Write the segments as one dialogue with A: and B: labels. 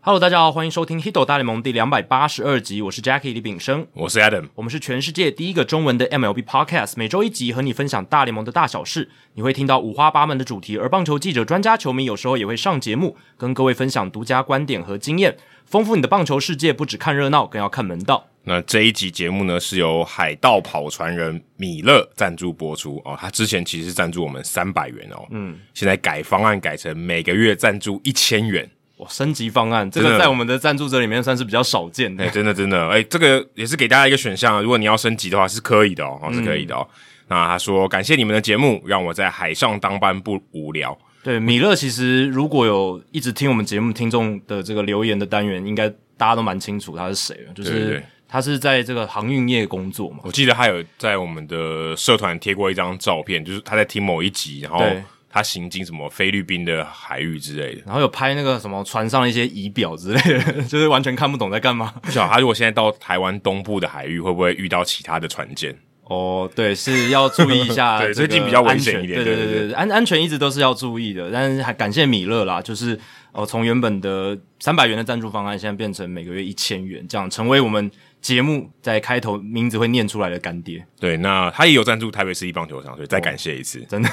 A: Hello，大家好，欢迎收听《Hiddle 大联盟》第两百八十二集，我是 Jackie 李炳生，
B: 我是 Adam。
A: 我们是全世界第一个中文的 MLB Podcast，每周一集和你分享大联盟的大小事，你会听到五花八门的主题，而棒球记者、专家、球迷有时候也会上节目，跟各位分享独家观点和经验，丰富你的棒球世界。不只看热闹，更要看门道。
B: 那这一集节目呢，是由海盗跑船人米勒赞助播出哦。他之前其实是赞助我们三百元哦，嗯，现在改方案改成每个月赞助一千元。
A: 哇，升级方案这个
B: 真的
A: 在我们的赞助者里面算是比较少见
B: 哎、
A: 的。
B: 真的真的，哎、这个也是给大家一个选项啊。如果你要升级的话，是可以的哦，哦是可以的哦。那他说感谢你们的节目，让我在海上当班不无聊。
A: 对，米勒其实如果有一直听我们节目听众的这个留言的单元，应该大家都蛮清楚他是谁了，就
B: 对对
A: 是
B: 对
A: 他是在这个航运业工作嘛。
B: 我记得他有在我们的社团贴过一张照片，就是他在听某一集，然后
A: 对
B: 他行经什么菲律宾的海域之类的。
A: 然后有拍那个什么船上的一些仪表之类的， 就是完全看不懂在干嘛。
B: 不晓得他如果现在到台湾东部的海域，会不会遇到其他的船舰？
A: 哦，对，是要注意一 下这个安全，
B: 对最近比较危险一点
A: 对
B: 对
A: 对
B: 对
A: 对，安安全一直都是要注意的，但是还感谢米勒啦，就是哦，从原本的三百元的赞助方案，现在变成每个月一千元，这样成为我们节目在开头名字会念出来的干爹，
B: 对，那他也有赞助台北市立棒球场，所以再感谢一次，
A: 真的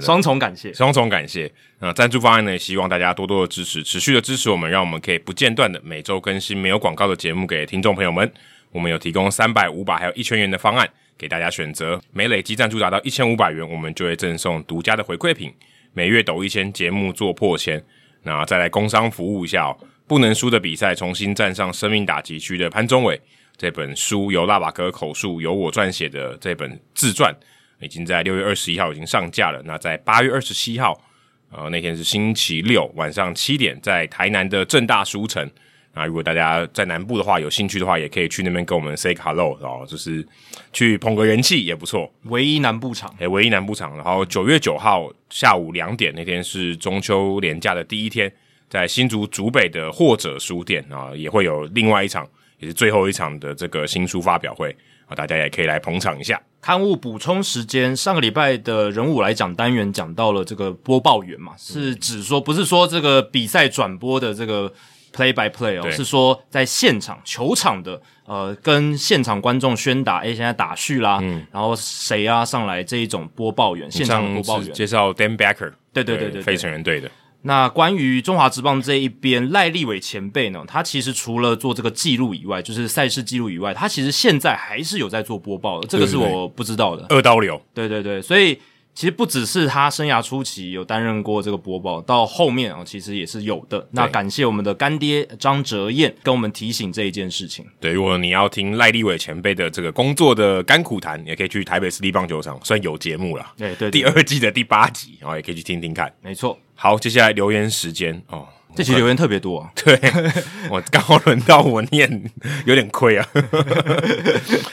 A: 双重感谢。
B: 双重感谢。那赞助方案呢，也希望大家多多的支持，持续的支持我们，让我们可以不间断的每周更新没有广告的节目给听众朋友们。我们有提供三百、五百还有一千元的方案给大家选择，每累积赞助达到一千五百元，我们就会赠送独家的回馈品，每月抖一千，节目做破千。那再来工商服务一下哦，不能输的比赛重新站上生命打击区的潘宗伟这本书，由辣爸哥口述，由我撰写的这本自传，已经在六月二十一号已经上架了。那在八月二十七号，呃，那天是星期六晚上七点，在台南的正大书城。那如果大家在南部的话，有兴趣的话，也可以去那边跟我们 say 个 hello，然后就是去捧个人气也不错。
A: 唯一南部场，
B: 诶，唯一南部场。然后九月九号下午两点那天是中秋连假的第一天，在新竹竹北的或者书店啊，也会有另外一场，也是最后一场的这个新书发表会啊，大家也可以来捧场一下。
A: 刊物补充时间，上个礼拜的人物来讲单元讲到了这个播报员嘛，是指说不是说这个比赛转播的这个 play by play 哦，
B: 对
A: 是说在现场球场的呃跟现场观众宣达，诶，现在打序啦，然后谁啊上来这一种播报员，现场的播报
B: 上次
A: 员。
B: 介绍 Dan Becker，
A: 对对对对对
B: 非成人队的，
A: 那关于中华职棒这一边，赖立伟前辈呢，他其实除了做这个记录以外，就是赛事记录以外，他其实现在还是有在做播报的，这个是
B: 对对对
A: 我不知道的。
B: 二刀流。
A: 对对对，所以其实不只是他生涯初期有担任过这个播报，到后面啊、哦、其实也是有的。那感谢我们的干爹张哲彦跟我们提醒这一件事情。
B: 对，如果你要听赖立伟前辈的这个工作的甘苦谈，也可以去台北市立棒球场，算有节目了，
A: 对对对
B: 第二季的第八集，啊然后也可以去听听看。
A: 没错，
B: 好，接下来留言时间哦。
A: 这期留言特别多、啊。
B: 对，我刚好轮到我念，有点亏啊。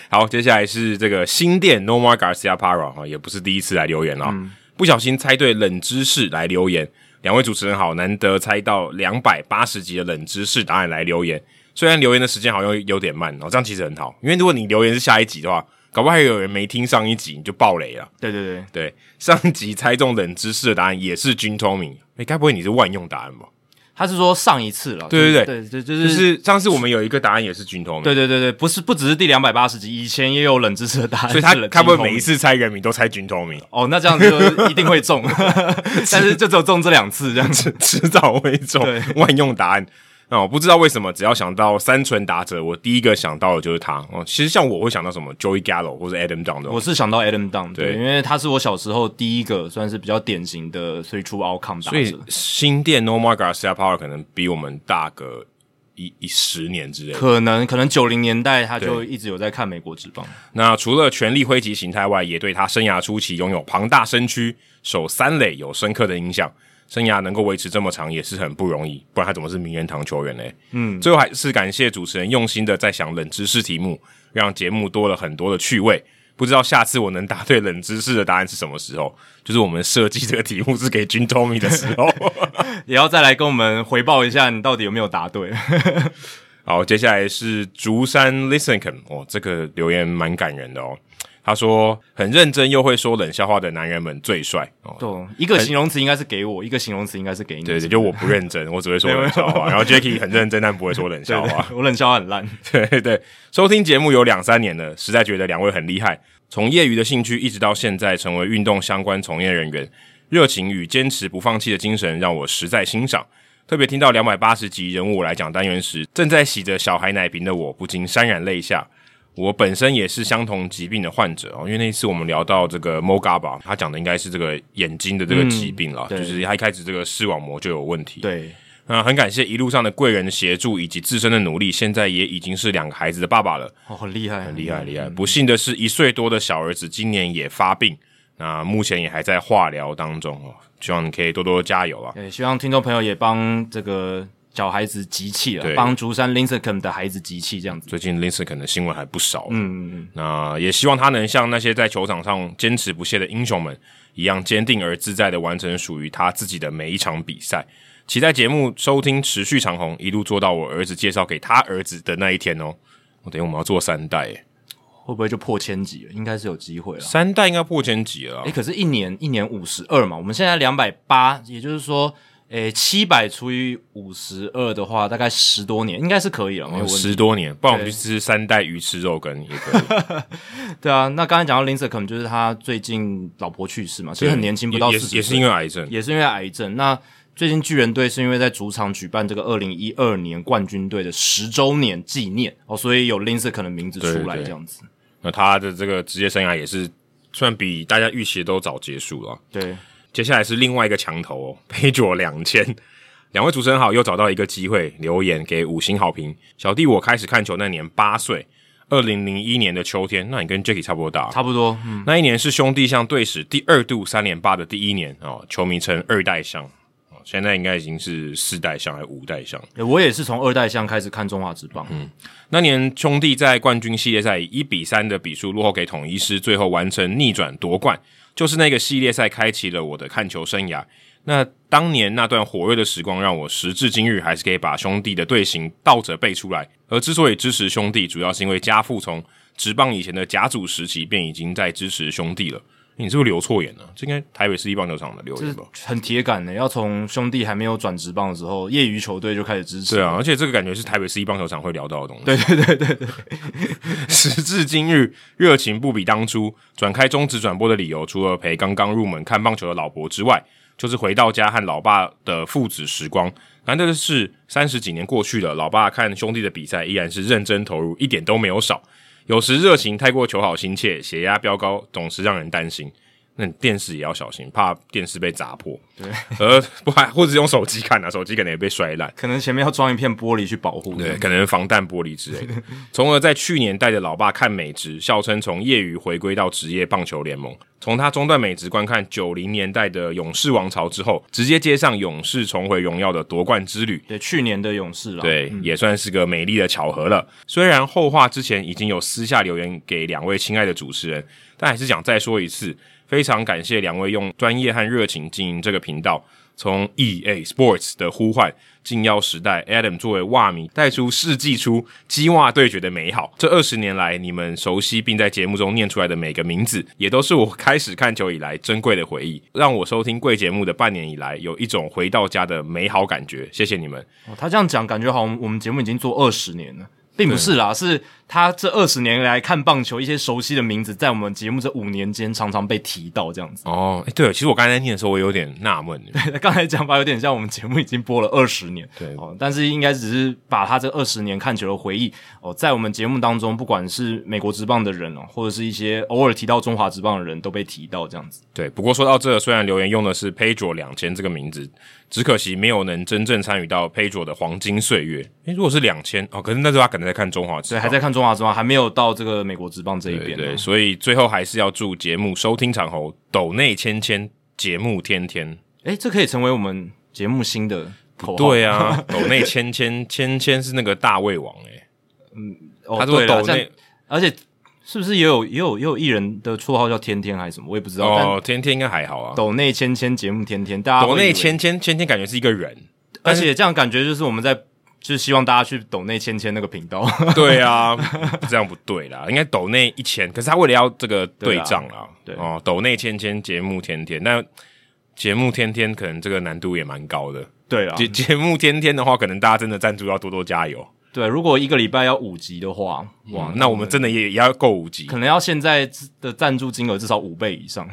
B: 好，接下来是这个新店 Norma Garcia Para 哈，也不是第一次来留言了、不小心猜对冷知识来留言。两位主持人好，难得猜到两百八十集的冷知识答案来留言。虽然留言的时间好像有点慢，哦，这样其实很好，因为如果你留言是下一集的话，搞不好还有人没听上一集，你就爆雷了。
A: 对对对，
B: 对，上集猜中冷知识的答案也是均聪明，哎，该不会你是万用答案吧？
A: 他是说上一次了。
B: 对对
A: 对
B: 对
A: 对，就是、
B: 就是上次我们有一个答案也是均通，
A: 对对对对，不是不只是第两百八十集，以前也有冷知识的答案是
B: 所以他
A: 冷知识
B: 他
A: 通
B: 不
A: 的，
B: 会每一次猜人名都 猜均通明，
A: 哦，那这样就一定会中， 但是就只有中这两次这样子。
B: 迟早会中
A: 对
B: 万用答案。那我不知道为什么，只要想到三纯打者，我第一个想到的就是他。哦，其实像我会想到什么 Joey Gallo 或者 Adam d o n
A: 我是想到 Adam Dunn，对，
B: 对
A: 因为他是我小时候第一个算是比较典型的 three true outcome 打
B: 所以
A: 者，
B: 新店 Norma Garcia Power 可能比我们大个一一十年之类的。
A: 可能可能九零年代他就
B: 对
A: 一直有在看美国职棒，
B: 那除了全力挥击形态外，也对他生涯初期拥有庞大身躯、守三垒有深刻的影响。生涯能够维持这么长也是很不容易，不然他怎么是名人堂球员呢？嗯，最后还是感谢主持人用心的在想冷知识题目，让节目多了很多的趣味。不知道下次我能答对冷知识的答案是什么时候？就是我们设计这个题目是给 Jim Tommy 的时候。
A: 也要再来跟我们回报一下你到底有没有答对。
B: 好，接下来是竹山 Listenken，哦，这个留言蛮感人的哦。他说很认真又会说冷笑话的男人们最帅哦。
A: 对，哎一个形容词应该是给我，一个形容词应该是给你。
B: 对对，就我不认真，我只会说冷笑话。然后 Jacky 很认真，但不会说冷笑
A: 对
B: 话。
A: 对 我冷笑话很烂。
B: 对 对对，收听节目有两三年了，实在觉得两位很厉害，从业余的兴趣一直到现在成为运动相关从业人员，热情与坚持不放弃的精神让我实在欣赏。特别听到两百八十集人物来讲单元时，正在洗着小孩奶瓶的我不禁潸然泪下。我本身也是相同疾病的患者哦，因为那一次我们聊到这个 Moga 吧，他讲的应该是这个眼睛的这个疾病啦，
A: 对
B: 就是他一开始这个视网膜就有问题。
A: 对，
B: 那很感谢一路上的贵人的协助以及自身的努力，现在也已经是两个孩子的爸爸了，
A: 哦，很厉害，很
B: 厉害厉害！不幸的是，一岁多的小儿子今年也发病，那目前也还在化疗当中哦，希望你可以多多加油啊！
A: 对，希望听众朋友也帮这个小孩子集气了
B: 对，
A: 帮竹山 Lincecum 的孩子集气，这样子。
B: 最近 Linson 可能新闻还不少，啊
A: 嗯，
B: 那也希望他能像那些在球场上坚持不懈的英雄们一样，坚定而自在的完成属于他自己的每一场比赛。期待节目收听持续长虹，一路做到我儿子介绍给他儿子的那一天哦。我等一下我们要做三代耶。
A: 会不会就破千级了？应该是有机会了。
B: 三代应该破千级了啊、
A: 诶，可是，一年一年五十二嘛，我们现在两百八，也就是说，诶，七百除以五十二的话，大概十多年，应该是可以了，没有问题。
B: 哦十多年，不然我们去吃三代鱼翅肉羹也 可以，
A: 对啊，那刚才讲到 Lincecum，就是他最近老婆去世嘛，其
B: 对
A: 实很年轻，不到
B: 也
A: 四
B: 也
A: 十
B: 是
A: 岁，
B: 也是因为癌症。
A: 也是因为癌症。那最近巨人队是因为在主场举办这个二零一二年冠军队的十周年纪念哦，所以有 Lindsay 可能名字出
B: 对
A: 来
B: 对
A: 这样子。
B: 那他的这个职业生涯也是算比大家预期的都早结束了啊。
A: 对
B: 接下来是另外一个墙头哦， 杯酒两千。两位主持人好，又找到一个机会留言给五星好评。小弟我开始看球那年八岁，二零零一年的秋天，那你跟 Jacky 差不多大。
A: 差不多。嗯，
B: 那一年是兄弟象队史第二度三连霸的第一年哦，球迷称二代象哦，现在应该已经是四代象还是五代象？
A: 诶我也是从二代项开始看中华职棒。嗯，
B: 那年兄弟在冠军系列赛以一比三的比数落后给统一师，最后完成逆转夺冠，就是那个系列赛开启了我的看球生涯。那当年那段火热的时光，让我时至今日还是可以把兄弟的队形倒着背出来。而之所以支持兄弟，主要是因为家父从职棒以前的甲组时期便已经在支持兄弟了。你是不是留错眼了、这应该台北市立棒球场的留
A: 就
B: 言
A: 是
B: 吧？
A: 很铁杆的，要从兄弟还没有转职棒的时候，业余球队就开始支持。
B: 对啊，而且这个感觉是台北市一棒球场会聊到的东西。对对对对对。 时至今日，热情不比当初。转开中职转播的理由，除了陪刚刚入门看棒球的老婆之外，就是回到家和老爸的父子时光。难得的是，三十几年过去了，老爸看兄弟的比赛依然是认真投入，一点都没有少。有时热情太过求好心切，血压飙高，总是让人担心。那你电视也要小心，怕电视被砸破。对，呃，不还或者用手机看啊，手机可能也被摔烂。
A: 可能前面要装一片玻璃去保护。
B: 对，，可能防弹玻璃之 类的。从而在去年带着老爸看美职，笑称从业余回归到职业棒球联盟。从他中断美职观看九零年代的勇士王朝之后，直接接上勇士重回荣耀的夺冠之旅。
A: 对，去年的勇士了。，
B: 对，也算是个美丽的巧合了。虽然后话之前已经有私下留言给两位亲爱的主持人，但还是想再说一次，非常感谢两位用专业和热情经营这个频道。从 EA Sports 的呼唤，禁药时代，Adam 作为袜迷带出世纪初鸡袜对决的美好。这二十年来，你们熟悉并在节目中念出来的每个名字，也都是我开始看球以来珍贵的回忆，让我收听贵节目的半年以来，有一种回到家的美好感觉。谢谢你们。
A: 哦、他这样讲，感觉好像我们节目已经做二十年了。并不是啦，是他这二十年来看棒球一些熟悉的名字，在我们节目这五年间常常被提到，这样子。
B: 哦，哎，对了，其实我刚才在念的时候，我有点纳闷，
A: 刚才讲法有点像我们节目已经播了二十年，
B: 对
A: 哦，但是应该只是把他这二十年看球的回忆哦，在我们节目当中，不管是美国职棒的人哦，或者是一些偶尔提到中华职棒的人都被提到这样子。
B: 对。不过说到这，虽然留言用的是 Pedro 两千这个名字，只可惜没有能真正参与到 Pedro 的黄金岁月。哎，如果是两千哦，可是那时候他可能在看中华职
A: 对，
B: 棒，
A: 还在看中华职棒，还没有到这个美国职棒这一
B: 对
A: 边、啊
B: 对，所以最后还是要祝节目收听长虹斗内千千，节目天天。
A: 哎，这可以成为我们节目新的口号。
B: 对啊，斗内千千千千是那个大胃王哎、
A: 哦，
B: 他说
A: 对
B: 斗
A: 了，这样
B: 内
A: 而且是不是也有也有也有艺人的绰号叫天天还是什么？我也不知道。但
B: 哦，天天应该还好啊。
A: 抖内千千节目天天，大家会
B: 斗
A: 以
B: 内
A: 为
B: 千千千千感觉是一个人，
A: 而且这样感觉就是我们在就是希望大家去抖内芊芊那个频 道。
B: 对啊，这样不对啦，应该抖内一千，可是他为了要这个对账啦，
A: 对啊对
B: 哦，抖内千千节目天天，那节目天天可能这个难度也蛮高的。
A: 对啊，
B: 节节目天天的话，可能大家真的赞助要多多加油。
A: 对，如果一个礼拜要五集的话，哇，
B: 哇，那我们真的也也要够五级
A: 嗯可，能要现在的赞助金额至少五倍以上，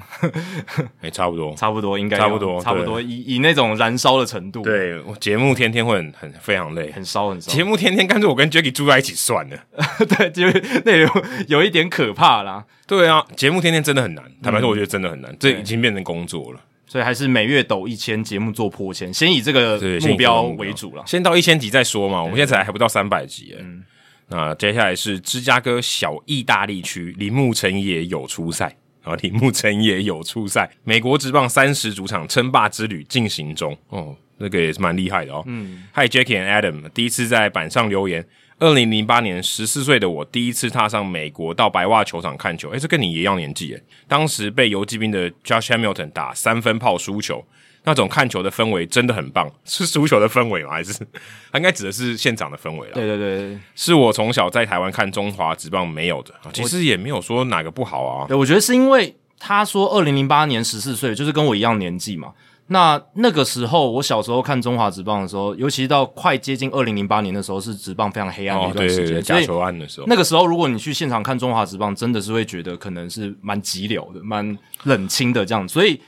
B: 哎，差不多。
A: 差不多应该
B: 差不
A: 要
B: 多
A: 差不
B: 对
A: 多以以那种燃烧的程度，，
B: 对，我节目天天会很很非常累。
A: 很烧很烧
B: 节，目天天干脆我跟 Jacky 住在一起算了。
A: 对，就是那有有一点可怕啦，
B: 对啊，节目天天真的很难，
A: 嗯
B: 坦白说，我觉得真的很难，这已经变成工作了。
A: 所以还是每月抖一千，节目做破千，先以这个
B: 对，
A: 目
B: 先以这个
A: 标
B: 目
A: 为主啦。
B: 先到一千集再说嘛。我们现在才还不到三百集，哎。
A: 嗯
B: 那接下来是芝加哥小意大利区，铃木诚也有出赛啊，铃木诚也有出赛，美国职棒三十主场称霸之旅进行中哦，那个也是蛮厉害的哦。嗯，Hi Jackie and Adam，第一次在板上留言。二零零八年，十四岁的我第一次踏上美国到白袜球场看球，诶、这跟你一样年纪诶。当时被游击兵的 Josh Hamilton 打三分炮输球，那种看球的氛围真的很棒，是输球的氛围吗？还是 他应该指的是现场的氛围啦？
A: 对对对
B: 是我从小在台湾看中华职棒没有的，啊其实也没有说哪个不好啊。
A: 对，我觉得是因为他说二零零八年十四岁，就是跟我一样年纪嘛。那那个时候，我小时候看中华职棒的时候，尤其到快接近二零零八年的时候，是职棒非常黑暗的
B: 哦
A: 一，
B: 对
A: 段时
B: 对
A: 间，
B: 对，
A: 所
B: 假
A: 以
B: 球案的时候，
A: 那个时候，如果你去现场看中华职棒，真的是会觉得可能是蛮急流的、蛮冷清的这样。所以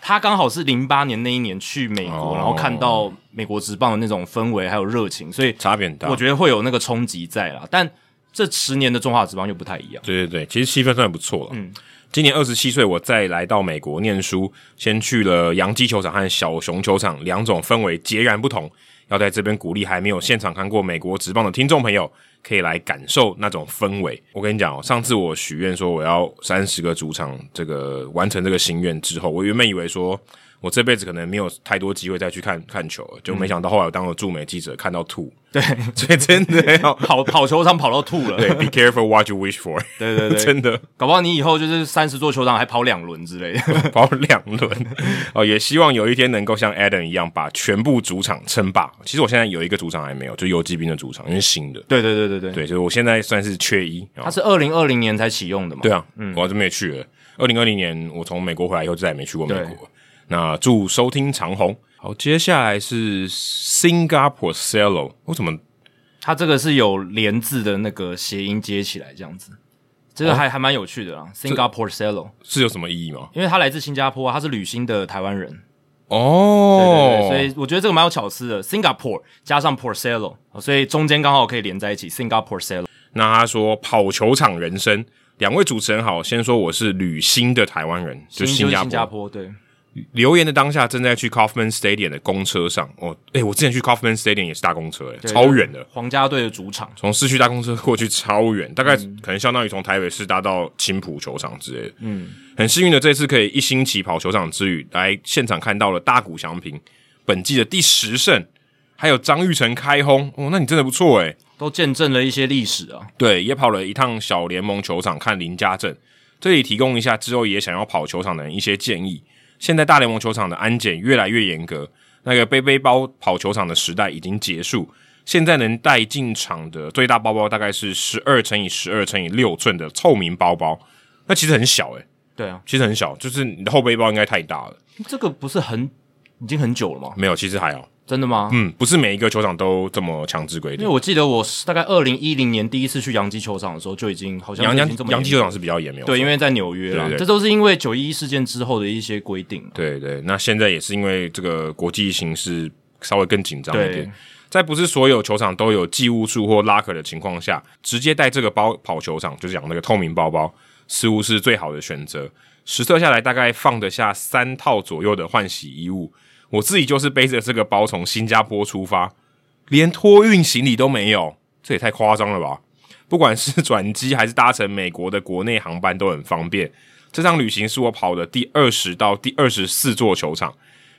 A: 他刚好是零八年那一年去美国，
B: 哦
A: 然后看到美国职棒的那种氛围还有热情，所以
B: 差别很大。
A: 我觉得会有那个冲击在啦。但这十年的中华职棒又不太一样。
B: 对对对，其实气氛算不错了。嗯，今年二十七岁，我再来到美国念书，先去了洋基球场和小熊球场，两种氛围截然不同。要在这边鼓励还没有现场看过美国职棒的听众朋友，可以来感受那种氛围。我跟你讲哦，上次我许愿说我要三十个主场，这个完成这个心愿之后，我原本以为说我这辈子可能没有太多机会再去看看球了，
A: 嗯
B: 就没想到后来我当了驻美记者，看到吐。对， 所以真的 要
A: 跑跑球场跑到吐了，
B: 对 be careful what you wish for，
A: 对对对，
B: 真的。
A: 搞不好你以后就是三十座球场还跑两轮之类的。
B: 跑两 轮哦，也希望有一天能够像 Adam 一样把全部主场称霸。其实我现在有一个主场还没有，就游击兵的主场，因为新的，
A: 对对对对对，
B: 对，所以我现在算是缺一。
A: 它
B: 啊。
A: 是二零二零年才启用的嘛？
B: 对啊，我就没去了。二零二零年我从美国回来以后，再也没去过美
A: 对
B: 国。那祝收听长虹。好，接下来是 Singapore Cello，我怎么
A: 它这个是有连字的那个谐音接起来这样子，这
B: 哦
A: 个还、还蛮有趣的啦。Singapore Cello，
B: 是有什么意义吗？
A: 因为他来自新加坡啊，他是旅新的台湾人，对对
B: 哦
A: 对，所以我觉得这个蛮有巧思的。Singapore 加上 Porcello，哦所以中间刚好可以连在一起。Singapore Cello，
B: 那他说跑球场人生。两位主持人好，先说我是旅新的台湾人，就
A: 新就是
B: 加
A: 新加坡，对，
B: 留言的当下，正在去 Kaufman Stadium 的公车上。哦，诶、我之前去 Kaufman Stadium 也是搭公车、诶，
A: 对
B: 超远的，，
A: 皇家队的主场。
B: 从市区搭公车过去超远，大概可能相当于从台北市搭到青浦球场之类的。嗯，很幸运的这次可以一星期跑球场之旅，来现场看到了大谷翔平本季的第十胜，还有张玉成开轰。哦，那你真的不错诶、
A: 都见证了一些历史啊，
B: 对，也跑了一趟小联盟球场看林家正。这里提供一下之后也想要跑球场的人一些建议。现在大联盟球场的安检越来越严格，那个背背包跑球场的时代已经结束。现在能带进场的最大包包大概是十二乘以十二乘以六寸的透明包包，那其实很小诶、欸
A: 对啊，
B: 其实很小，就是你的后背包应该太大了。
A: 这个不是很已经很久了吗？
B: 没有，其实还好，
A: 真的吗？
B: 嗯，不是每一个球场都这么强制规
A: 因
B: 定
A: 为。我记得我是大概二零一零年第一次去洋基球场的时候，就已经好像
B: 洋
A: 就已
B: 洋
A: 经这么
B: 洋基球
A: 严
B: 场是比较严，没有
A: 对，
B: 错
A: 因为在纽约啦
B: 对，对
A: 这都是因为九一一事件之后的一些规定。啊
B: 对对，那现在也是因为这个国际形势稍微更紧张一
A: 对
B: 点，在不是所有球场都有寄物处或拉可的情况下，直接带这个包跑球场，就是讲那个透明包包，似乎是最好的选择。实测下来，大概放得下三套左右的换洗衣物。我自己就是背着这个包从新加坡出发，连托运行李都没有，这也太夸张了吧！不管是转机还是搭乘美国的国内航班都很方便。这趟旅行是我跑的第二十到第二十四座球场，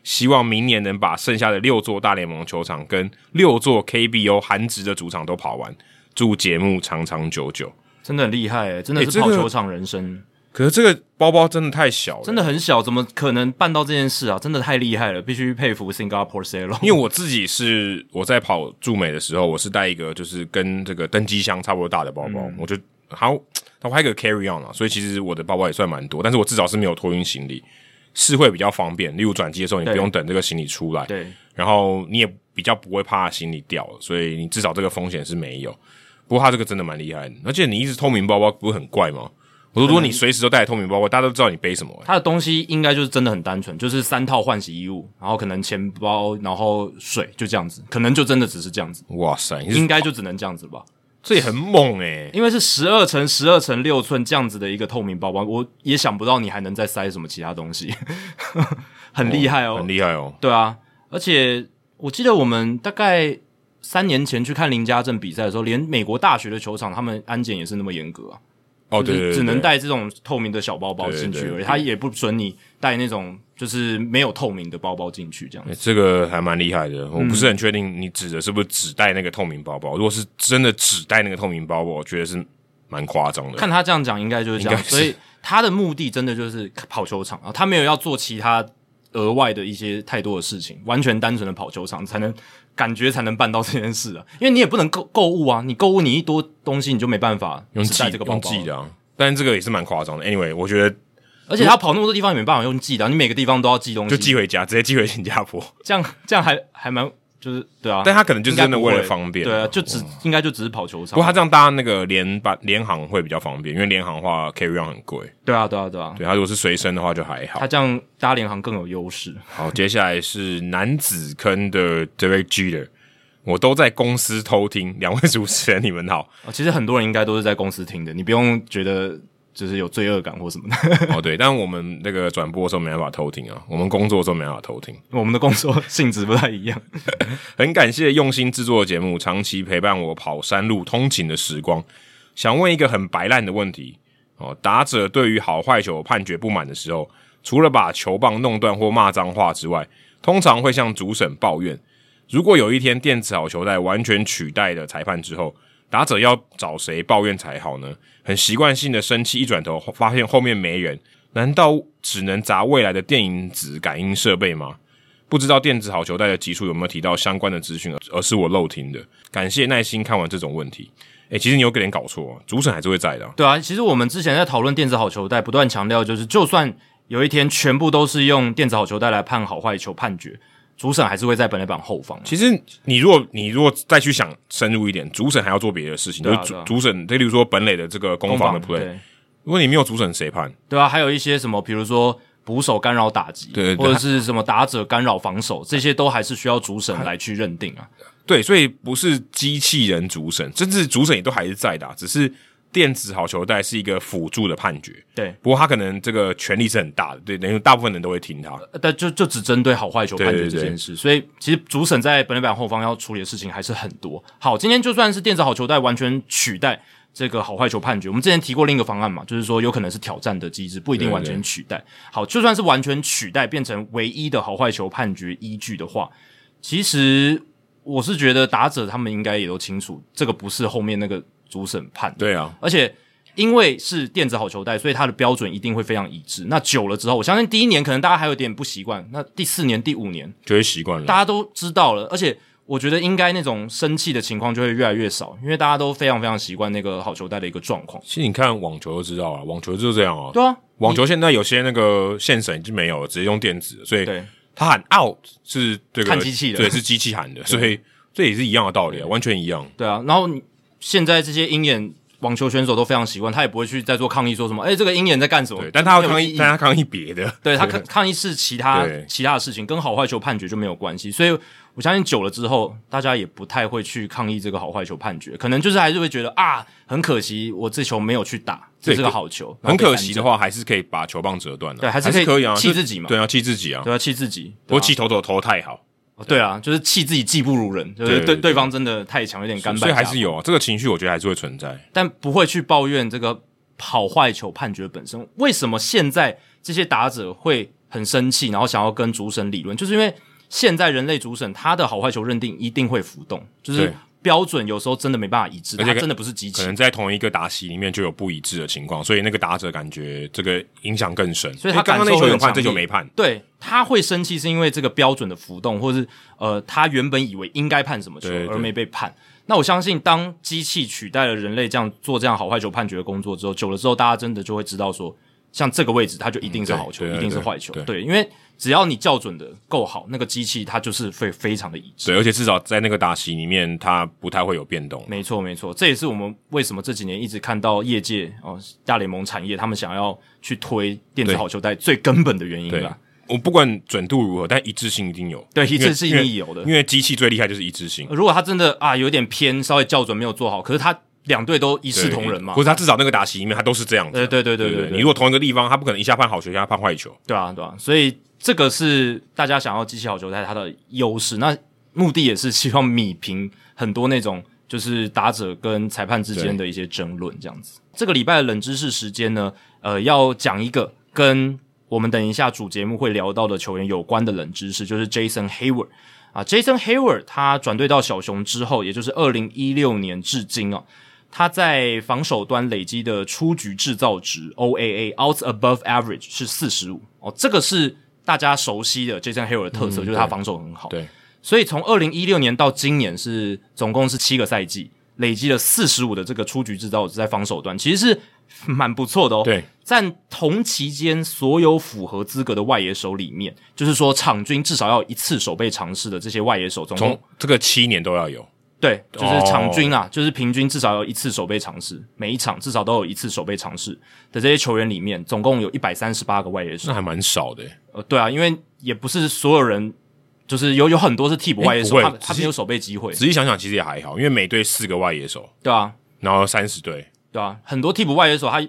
B: 希望明年能把剩下的六座大联盟球场跟六座 KBO 韩职的主场都跑完。祝节目长长久久。
A: 真的很厉害、欸，真的
B: 欸
A: 是
B: 这
A: 跑
B: 个
A: 球场人生。
B: 可是这个包包真的太小了，
A: 真的很小，怎么可能办到这件事啊？真的太厉害了，必须佩服 Singapore s a l o
B: 因为我自己是我在跑驻美的时候，我是带一个就是跟这个登机箱差不多大的包包，我就好，它还有一个 carry on 啊，所以其实我的包包也算蛮多，但是我至少是没有托运行李，是会比较方便。例如转机的时候，你不用等这个行李出 来，
A: 对，
B: 然后你也比较不会怕行李掉了，所以你至少这个风险是没有。不过他这个真的蛮厉害的，而且你一直透明包包不是很怪吗？我说，如果你随时都带透明包包，大家都知道你背什么、欸
A: 他的东西应该就是真的很单纯，就是三套换洗衣物，然后可能钱包，然后水，就这样子，可能就真的只是这样子，
B: 欸哇塞，你
A: 应
B: 是
A: 该就只能这样子吧。
B: 这也很猛哎、欸
A: 因为是十二乘十二乘六寸这样子的一个透明包包，我也想不到你还能再塞什么其他东西， 很厉害哦。
B: 很厉害哦。
A: 对啊，而且我记得我们大概三年前去看林家镇比赛的时候，连美国大学的球场他们安检也是那么严格啊，
B: 哦，
A: 就
B: 对
A: 是
B: 对对，
A: 只能
B: 对
A: 带这种透明的小包包
B: 对
A: 进去
B: 对
A: 而已，
B: 对
A: 他也不准你带那种就是没有透明的包包进去这样子。
B: 欸这个还蛮厉害的，我不是很确定你指的是不是只带那个透明包包。如果是真的只带那个透明包包，我觉得是蛮夸张的。
A: 看他这样讲，应该就是这
B: 应
A: 样，
B: 该是
A: 所以他的目的真的就是 跑球场啊，他没有要做其他额外的一些太多的事情，完全单纯的跑球场才能感觉才能办到这件事啊， 因为你也不能购购物啊，你购物你一多东西你就没办法
B: 用
A: 只
B: 寄
A: 带这个包
B: 用
A: 包
B: 寄
A: 了，
B: 的、啊，但这个也是蛮夸张的。Anyway，我觉得
A: 而且他跑那么多地方也没办法用寄的啊、你每个地方都要寄东西，
B: 就寄回家，直接寄回新加坡。
A: 这样这样还还蛮就是对啊，
B: 但他可能就是真的
A: 应该不会
B: 为了方便，哦
A: 对啊，就只应该就只是跑球
B: 不过
A: 场，
B: 他这样搭那个联班联航会比较方便，因为联航的话 carry on 很贵。
A: 对啊对啊对啊，
B: 对他如果是随身的话就还好
A: 他。这样搭联航更有优势，
B: 好，接下来是男子坑的 Derek Jeter，我都在公司偷听。两位主持人，你们好。
A: 啊，其实很多人应该都是在公司听的，你不用觉得就是有罪恶感或什么的。
B: 哦，对，但我们那个转播的时候没办法偷听啊，我们工作的时候没办法偷听。
A: 我们的工作性质不太一样，
B: 很感谢用心制作的节目，长期陪伴我跑山路通勤的时光。想问一个很白烂的问题哦，打者对于好坏球判决不满的时候，除了把球棒弄断或骂脏话之外，通常会向主审抱怨。如果有一天电子好球带完全取代了裁判之后，打者要找谁抱怨才好呢？很习惯性的生气，一转头发现后面没人，难道只能砸未来的电影子感应设备吗？不知道电子好球带的集数有没有提到相关的资讯，而是我漏听的。感谢耐心看完这种问题。诶、其实你有点搞错、啊，主审还是会在的啊、
A: 对啊。其实我们之前在讨论电子好球带，不断强调就是，就算有一天全部都是用电子好球带来判好坏球判决，主审还是会在本垒板后方。
B: 其实你如果你如果再去想深入一点，主审还要做别的事情，
A: 对啊
B: 就是
A: 对啊
B: 主主审，就例如说本垒的这个攻防的 play，
A: 对
B: 如果你没有主审，谁判？
A: 对啊，还有一些什么，比如说。捕手干扰打击，
B: 对对对
A: 或者是什么打者干扰防守，这些都还是需要主审来去认定啊。
B: 对，所以不是机器人主审，甚至主审也都还是在的啊、只是电子好球带是一个辅助的判决。
A: 对，
B: 不过他可能这个权力是很大的，对，等于大部分人都会听他。
A: 呃但就就只针对好坏球判决
B: 对对
A: 这
B: 对
A: 件事，所以其实主审在本垒板后方要处理的事情还是很多。好，今天就算是电子好球带完全取代这个好坏球判决，我们之前提过另一个方案嘛，就是说有可能是挑战的机制，不一定
B: 对对
A: 完全取代。好，就算是完全取代变成唯一的好坏球判决依据的话，其实我是觉得打者他们应该也都清楚，这个不是后面那个主审判的。
B: 对啊，
A: 而且因为是电子好球带，所以它的标准一定会非常一致。那久了之后，我相信第一年可能大家还有点不习惯，那第四年、第五年
B: 就会习惯了
A: 大。家都知道了，而且。我觉得应该那种生气的情况就会越来越少，因为大家都非常非常习惯那个好球带的一个状况。
B: 其实你看网球就知道啊，网球就是这样啊。
A: 对啊，
B: 网球现在有些那个线绳已经没有了，直接用电子了，所以
A: 对
B: 他喊 out 是这个
A: 看机器的
B: 对，是机器喊的，所以这也是一样的道理啊，完全一样。
A: 对啊，然后你现在这些鹰眼网球选手都非常习惯，他也不会去再做抗议，说什么“哎，这个鹰眼在干什么
B: 对，”，但他要
A: 没有
B: 抗
A: 意
B: 议，
A: 义
B: 但他抗议别的，
A: 对他抗抗议是其他
B: 对
A: 其他的事情，跟好坏球判决就没有关系。所以我相信久了之后，大家也不太会去抗议这个好坏球判决，可能就是还是会觉得啊，很可惜，我这球没有去打，这
B: 对
A: 是个好球，然
B: 很
A: 后
B: 可
A: 被
B: 惜哦
A: 赶走
B: 的，话，还是可以把球棒折断的，
A: 对还是
B: 是
A: 可以
B: 可以啊，
A: 气
B: 就
A: 自己嘛
B: 对啊，气自己啊，
A: 对啊，气自己，
B: 不
A: 对
B: 过
A: 啊
B: 气头头头太好，
A: 对啊，就是气自己技不如人，就是
B: 对
A: 对
B: 对对
A: 对方真的太强，有点甘拜
B: 所以
A: 下
B: 还
A: 风
B: 是有啊，这个情绪我觉得还是会存在。
A: 但不会去抱怨这个好坏球判决本身。为什么现在这些打者会很生气，然后想要跟主审理论？就是因为现在人类主审他的好坏球认定一定会浮动，就是
B: 对
A: 标准有时候真的没办法一致，
B: 而且
A: 它真的不是机器
B: 可，能在同一个打席里面就有不一致的情况，所以那个打者感觉这个影响更深。
A: 所以他
B: 因为刚
A: 感
B: 刚
A: 受
B: 那球
A: 会
B: 有
A: 很
B: 判，
A: 强
B: 这球
A: 烈
B: 没判，
A: 对他会生气，是因为这个标准的浮动，或是呃，他原本以为应该判什么球
B: 对对
A: 而没被判。那我相信，当机器取代了人类这样做这样好坏球判决的工作之后，久了之后，大家真的就会知道说，像这个位置，它就一定是
B: 嗯对
A: 好球，
B: 对对
A: 一定是
B: 对
A: 坏球。
B: 对
A: 对，因为只要你校准的够好，那个机器它就是会非常的一致。
B: 对，而且至少在那个打席里面，他不太会有变动。
A: 没错，没错，这也是我们为什么这几年一直看到业界哦大联盟产业他们想要去推电子
B: 对
A: 好球带最根本的原因
B: 对
A: 吧。，
B: 我不管准度如何，但一致性一定有。
A: 对一致
B: 因为
A: 性一
B: 因为
A: 定有的呃
B: 因为机器最厉害就是一致性，
A: 如果他真的啊有点偏，稍微校准没有做好，可是他两队都一视
B: 对
A: 同仁嘛呃
B: 或，者他至少那个打席里面，他都是这样子啊。
A: 对对对对
B: 对
A: 对对
B: 你如果同一个地方，他不可能一下判好球，一下判坏球。
A: 对啊对啊，所以这个是大家想要机器好球带它的优势，那目的也是希望弭平很多那种就是打者跟裁判之间的一些争论这样子。这个礼拜的冷知识时间呢，呃，要讲一个跟我们等一下主节目会聊到的球员有关的冷知识，就是 Jason Hayward。啊，Jason Hayward 他转队到小熊之后，也就是二零一六年至今哦，他在防守端累积的出局制造值 OAA (Outs Above Average) 是四十五哦，这个是大家熟悉的 Jason Hayward 的特色，就是他防守很好。
B: 嗯对，
A: 所以从二零一六年到今年是总共是七个赛季，累积了四十五的这个出局制造值在防守端，其实是蛮不错的哦。
B: 对，
A: 占同期间所有符合资格的外野手里面，就是说场均至少要有一次手背尝试的这些外野手，总共
B: 从哦这个七年都要有。
A: 对，就是场均啊，就是平均至少有一次守备尝试，每一场至少都有一次守备尝试的这些球员里面，总共有一百三十八个外野手
B: 那。还蛮少的欸，
A: 呃，对啊，因为也不是所有人，就是有有很多是替补外野手，
B: 哎诶不会
A: 他他
B: 仔细
A: 没有守备机会，
B: 仔细想想其实也还好，因为每队四个外野手，
A: 对啊，
B: 然后三十队，
A: 对啊，很多替补外野手，他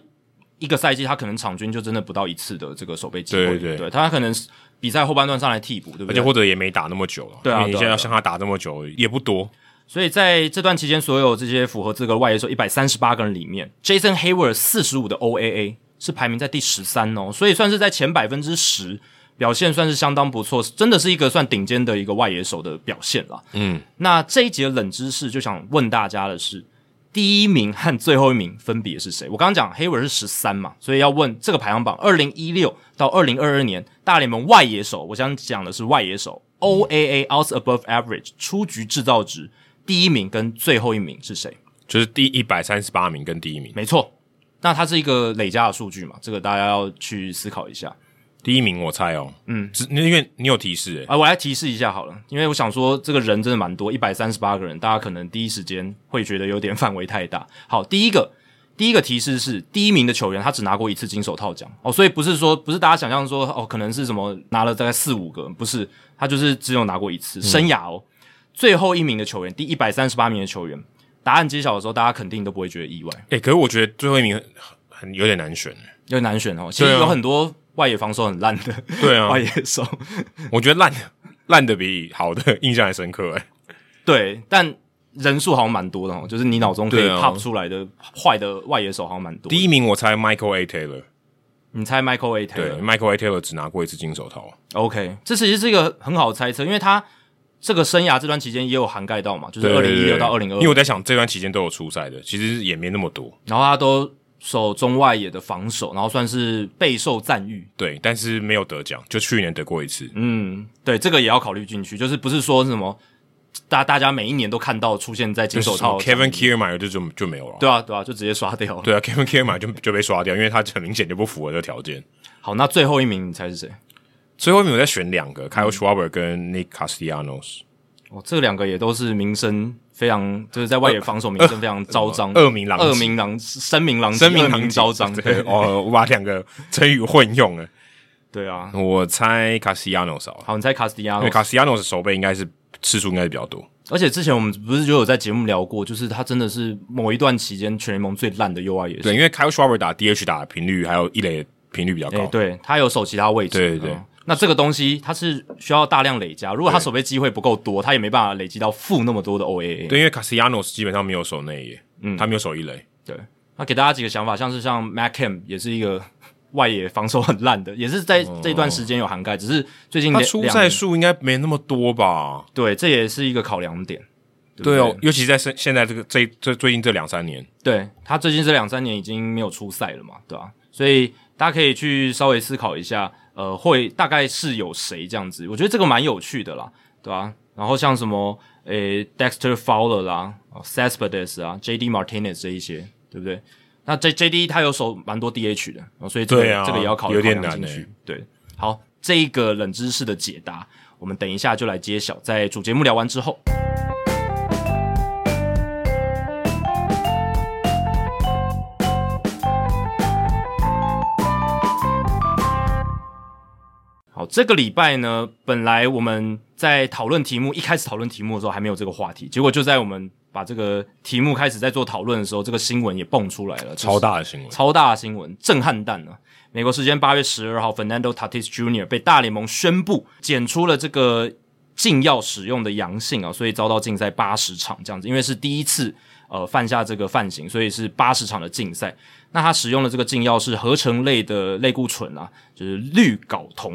A: 一个赛季他可能场均就真的不到一次的这个守备机会，
B: 对对
A: 他可能是比赛后半段上来替补，对不
B: 而
A: 对
B: 且？或者也没打那么久了。
A: 对啊
B: 因为你
A: 对啊
B: 现在要
A: 对啊
B: 像他打这么久也不多。
A: 所以在这段期间，所有这些符合资格的外野手一百三十八个人里面，Jason Hayward 四十五的 OAA 是排名在第十三哦，所以算是在前百分之十，表现算是相当不错，真的是一个算顶尖的一个外野手的表现啦。
B: 嗯，
A: 那这一节冷知识就想问大家的是，第一名和最后一名分别是谁？我刚刚讲 Hayward 是十三嘛，所以要问这个排行榜，二零一六到二零二二年大联盟外野手，我想讲的是外野手 OAA Outs Above Average 出局制造值第一名跟最后一名是谁？
B: 就是第一百三十八名跟第一名，
A: 没错，那它是一个累加的数据嘛，这个大家要去思考一下。
B: 第一名我猜哦，嗯，只因为你有提示哎，
A: 啊，我来提示一下好了，因为我想说这个人真的蛮多，一百三十八个人，大家可能第一时间会觉得有点 范围太大。好，第一个第一个提示是第一名的球员，他只拿过一次金手套奖哦，所以不是说不是大家想象说哦，可能是什么拿了大概四五个，不是，他就是只有拿过一次，生涯哦。最后一名的球员，第一百三十八名的球员，答案揭晓的时候，大家肯定都不会觉得意外，
B: 哎，可是我觉得最后一名很很有点难选。
A: 有点难选哦。其实
B: 对啊
A: 有很多外野防守很烂的、
B: 对啊
A: 外，野手，
B: 我觉得烂烂的比好的印象还深刻哎。
A: 对，但人数好像蛮多的哦，就是你脑中可以
B: 对啊
A: pop 出来的坏的外野手好像蛮多。
B: 第一，名我猜 Michael A Taylor，
A: 你猜 Michael A
B: 对
A: Taylor？
B: ，Michael A Taylor 只拿过一次金手套，
A: OK，这其实是一个很好的猜测，因为他这个生涯这段期间也有涵盖到嘛，就是
B: 对
A: 二
B: 对
A: 零一
B: 对
A: 六
B: 对
A: 到二零
B: 因为
A: 二，
B: 我在想这段期间都有出赛的，其实也没那么多，
A: 然后他都守中外野的防守，然后算是备受赞誉。
B: 对，但是没有得奖，就去年得过一次，
A: 嗯，对，这个也要考虑进去，就是不是说什么大大家每一年都看到出现在金手套
B: 就是什么
A: 上
B: Kevin Kiermaier 就就就没有了。
A: 对啊对啊，就直接刷掉了。
B: 对啊，Kevin Kiermaier 就就被刷掉，因为他很明显就不符合这个条件。
A: 好，那最后一名你猜是谁？
B: 最后一名我再选两个，Kyle Schwarber 跟 Nick Castellanos，
A: 哦，这两个也都是名声非常，就是在外野防守名声非常昭彰，
B: 呃恶名狼藉
A: 恶名狼，声名狼藉，
B: 声
A: 恶
B: 名
A: 名
B: 堂
A: 昭彰，
B: 对，
A: 对
B: 哦，我把两个成语混用了。
A: 对啊。
B: 我猜 Castellanos 好了，
A: 好，你猜卡斯蒂亚
B: 因为 Castellanos 的手背应该是次数应该是比较多。
A: 而且之前我们不是就有在节目聊过，就是他真的是某一段期间全联盟最烂的右外野手
B: 对，，因为 Kyle Schwarber 打 DH 打的频率还有一垒的频率比较
A: 哎
B: 高。
A: 对他有守其他位置，
B: 对对对
A: 嗯那这个东西它是需要大量累加，如果他守备机会不够多，他也没办法累积到负那么多的 OAA。
B: 对，因为 Castellanos 基本上没有守内野，他没有守一垒。
A: 对，那给大家几个想法，像是像 Mac Cam 也是一个 外野防守很烂的，也是在这段时间有涵盖，只是最近
B: 哦他
A: 两
B: 出
A: 两
B: 赛
A: 年
B: 数应该没那么多吧？
A: 对，这也是一个考量点。对不
B: 对
A: 对
B: 哦，尤其在现现在这个这这最近这两三年，
A: 对他最近这两三年已经没有出赛了嘛，对吧、所以大家可以去稍微思考一下，呃，会大概是有谁这样子？我觉得这个蛮有趣的啦，对吧、然后像什么诶、Dexter Fowler 啦、哦 Cespedes 啊、J.D. Martinez 这一些，对不对？那 J J.D. 他有守蛮多 DH 的，哦、所以这个、
B: 对啊
A: 这个也要考虑
B: 有点
A: 考量进
B: 难
A: 去
B: 欸
A: 对，好，这一个冷知识的解答，我们等一下就来揭晓，在主节目聊完之后。好，这个礼拜呢，本来我们在讨论题目，一开始讨论题目的时候还没有这个话题，结果就在我们把这个题目开始在做讨论的时候，这个新闻也蹦出来了，就是
B: 超大的新闻，
A: 超大的新闻，震撼弹呢、美国时间八月十二号，Fernando Tatis Jr. 被大联盟宣布检出了这个禁药使用的阳性啊，所以遭到禁赛八十场这样子，因为是第一次呃犯下这个犯行，所以是八十场的禁赛。那他使用的这个禁药是合成类的类固醇啊，就是氯睾酮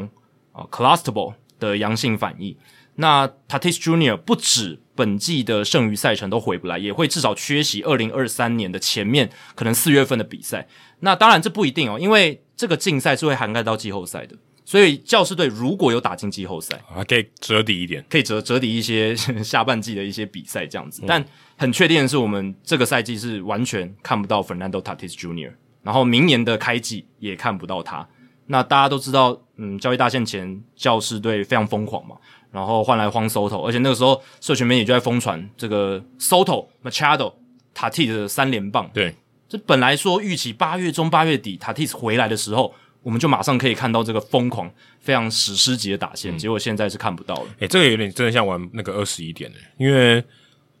A: 啊 c l u s t a b l e 的阳性反应。那 Tatis Junior 不止本季的剩余赛程都回不来，也会至少缺席二零二三年的前面可能四月份的比赛。那当然这不一定哦，因为这个竞赛是会涵盖到季后赛的，所以教师队如果有打进季后赛，
B: 还可以折抵一点。
A: 可以折折抵一些 下半季的一些比赛这样子。但很确定的是，我们这个赛季是完全看不到 Fernando Tatis Jr.，然后明年的开季也看不到他。那大家都知道，嗯，交易大限前教士队非常疯狂嘛，然后换来荒 Soto，而且那个时候社群媒体就在疯传这个 Soto、Machado、Tatis 的三连棒。
B: 对，
A: 这本来说预期八月中、八月底塔蒂斯回来的时候，我们就马上可以看到这个疯狂、非常史诗级的打线，结果现在是看不到了。
B: 诶、这个有点真的像玩那个二十一点的，因为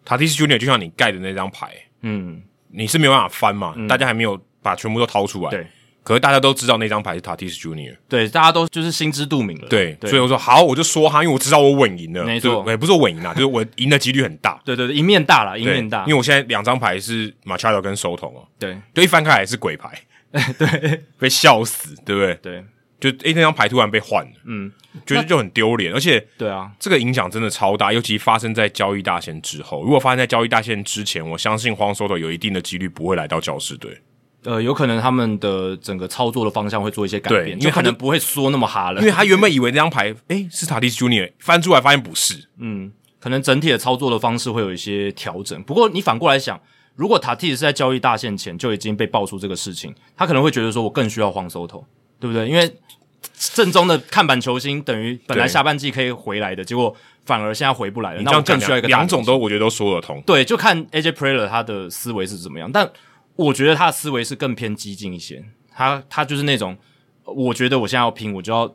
B: 塔蒂斯 Junior 就像你盖的那张牌，
A: 嗯，
B: 你是没有办法翻嘛，大家还没有把全部都掏出来。
A: 对，
B: 可是大家都知道那张牌是塔蒂斯 Junior。
A: 对，大家都就是心知肚明了。
B: 对，
A: 对
B: 所以我说好，我就说哈，因为我知道我稳赢了，
A: 没错
B: 对也不是我稳赢 啊，就是我赢的几率很大，
A: 对对对，一面大了，一
B: 对
A: 面大
B: 因为。我现在两张牌是马查 o 跟手筒哦，
A: 对
B: 就一翻开来是鬼 牌，对，被笑死，对不对？
A: 对
B: 就诶、那张牌突然被换了，嗯，觉得就很丢脸，而且
A: 对啊，
B: 这个影响真的超大，尤其发生在交易大限之后。如果发生在交易大限之前，我相信荒手头有一定的几率不会来到教师队，
A: 呃，有可能他们的整个操作的方向会做一些改
B: 对
A: 变，
B: 因为
A: 就
B: 他
A: 可
B: 就
A: 能不会缩那么哈了
B: 因，为他原本以为那张牌诶、是塔蒂斯 Junior，翻出来发现不是，
A: 可能整体的操作的方式会有一些调整。不过你反过来想，如果塔蒂是在交易大限前就已经被爆出这个事情，他可能会觉得说我更需要黄手头，对不对？因为正宗的看板球星等于本来
B: 对
A: 下半季可以回来的，结果反而现在回不来了，
B: 你
A: 那我
B: 这样
A: 更
B: 讲
A: 需要一个大
B: 两
A: 明星
B: 种都我觉得都说得通。
A: 对，就看 AJ Preller 他的思维是怎么样。但我觉得他的思维是更偏激进一些，他他就是那种呃我觉得我现在要拼，我就要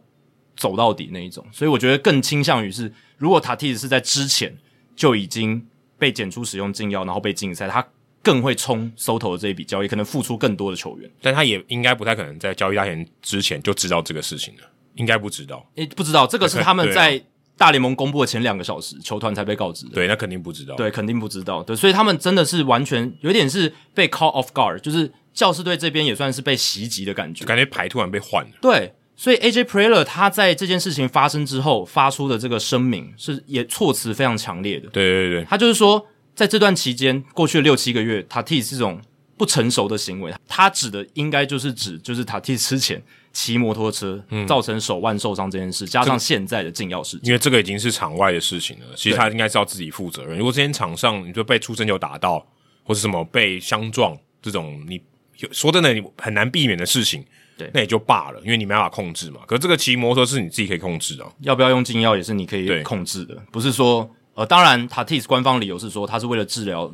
A: 走到底那一种。所以我觉得更倾向于是，如果塔蒂斯是在之前就已经被检出使用禁药，然后被禁赛，他更会冲收头的这一笔交易，可能付出更多的球员。
B: 但他也应该不太可能在交易大限之前就知道这个事情了，应该不知道。
A: 诶，不知道这个是他们
B: 对啊
A: 在大联盟公布的前两个小时，球团才被告知的。
B: 对，那肯定不知道。，
A: 对，肯定不知道。对，所以他们真的是完全有点是被 call off guard，就是教士队这边也算是被袭击的感觉。
B: 感觉牌突然被换了。
A: 对，所以 AJ Preller 他在这件事情发生之后发出的这个声明是也措辞非常强烈的。
B: 对对对对，
A: 他就是说，在这段期间，过去的六七个月，塔蒂这种不成熟的行为，他指的应该就是指就是塔蒂之前骑摩托车、造成手腕受伤这件事，加上现在的禁药事件。
B: 因为这个已经是场外的事情了，其实
A: 对
B: 他应该是要自己负责任。如果今天场上你就被出生球打到，或是什么被相撞这种，你有说真的你很难避免的事情，
A: 对
B: 那也就罢了，因为你没办法控制嘛。可是这个骑摩托车是你自己可以控制的、哦
A: 要不要用禁药也是你可以
B: 对
A: 控制的，不是说呃，当然 Tatis 官方理由是说他是为了治疗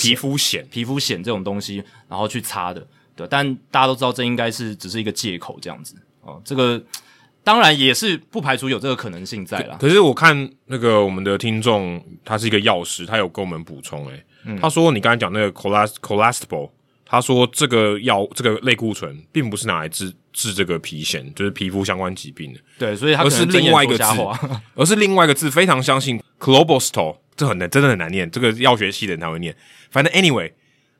B: 皮肤险
A: 皮肤癣这种东西，然后去擦的，对。但大家都知道这应该是只是一个借口这样子哦，这个当然也是不排除有这个可能性在啦。
B: 可是我看那个我们的听众，他是一个药师，他有跟我们补充、欸，他说你刚才讲那个 colast colastable，他说这个药这个类固醇并不是拿来治治这个皮癣，就是皮肤相关疾病的，
A: 对，所以他可
B: 而
A: 能
B: 是
A: 睁眼
B: 另外一个
A: 说瞎
B: 字
A: 话
B: 而是另外一个字非常相信 clobostol，这很难，真的很难念，这个药学系的人才会念。反正 anyway，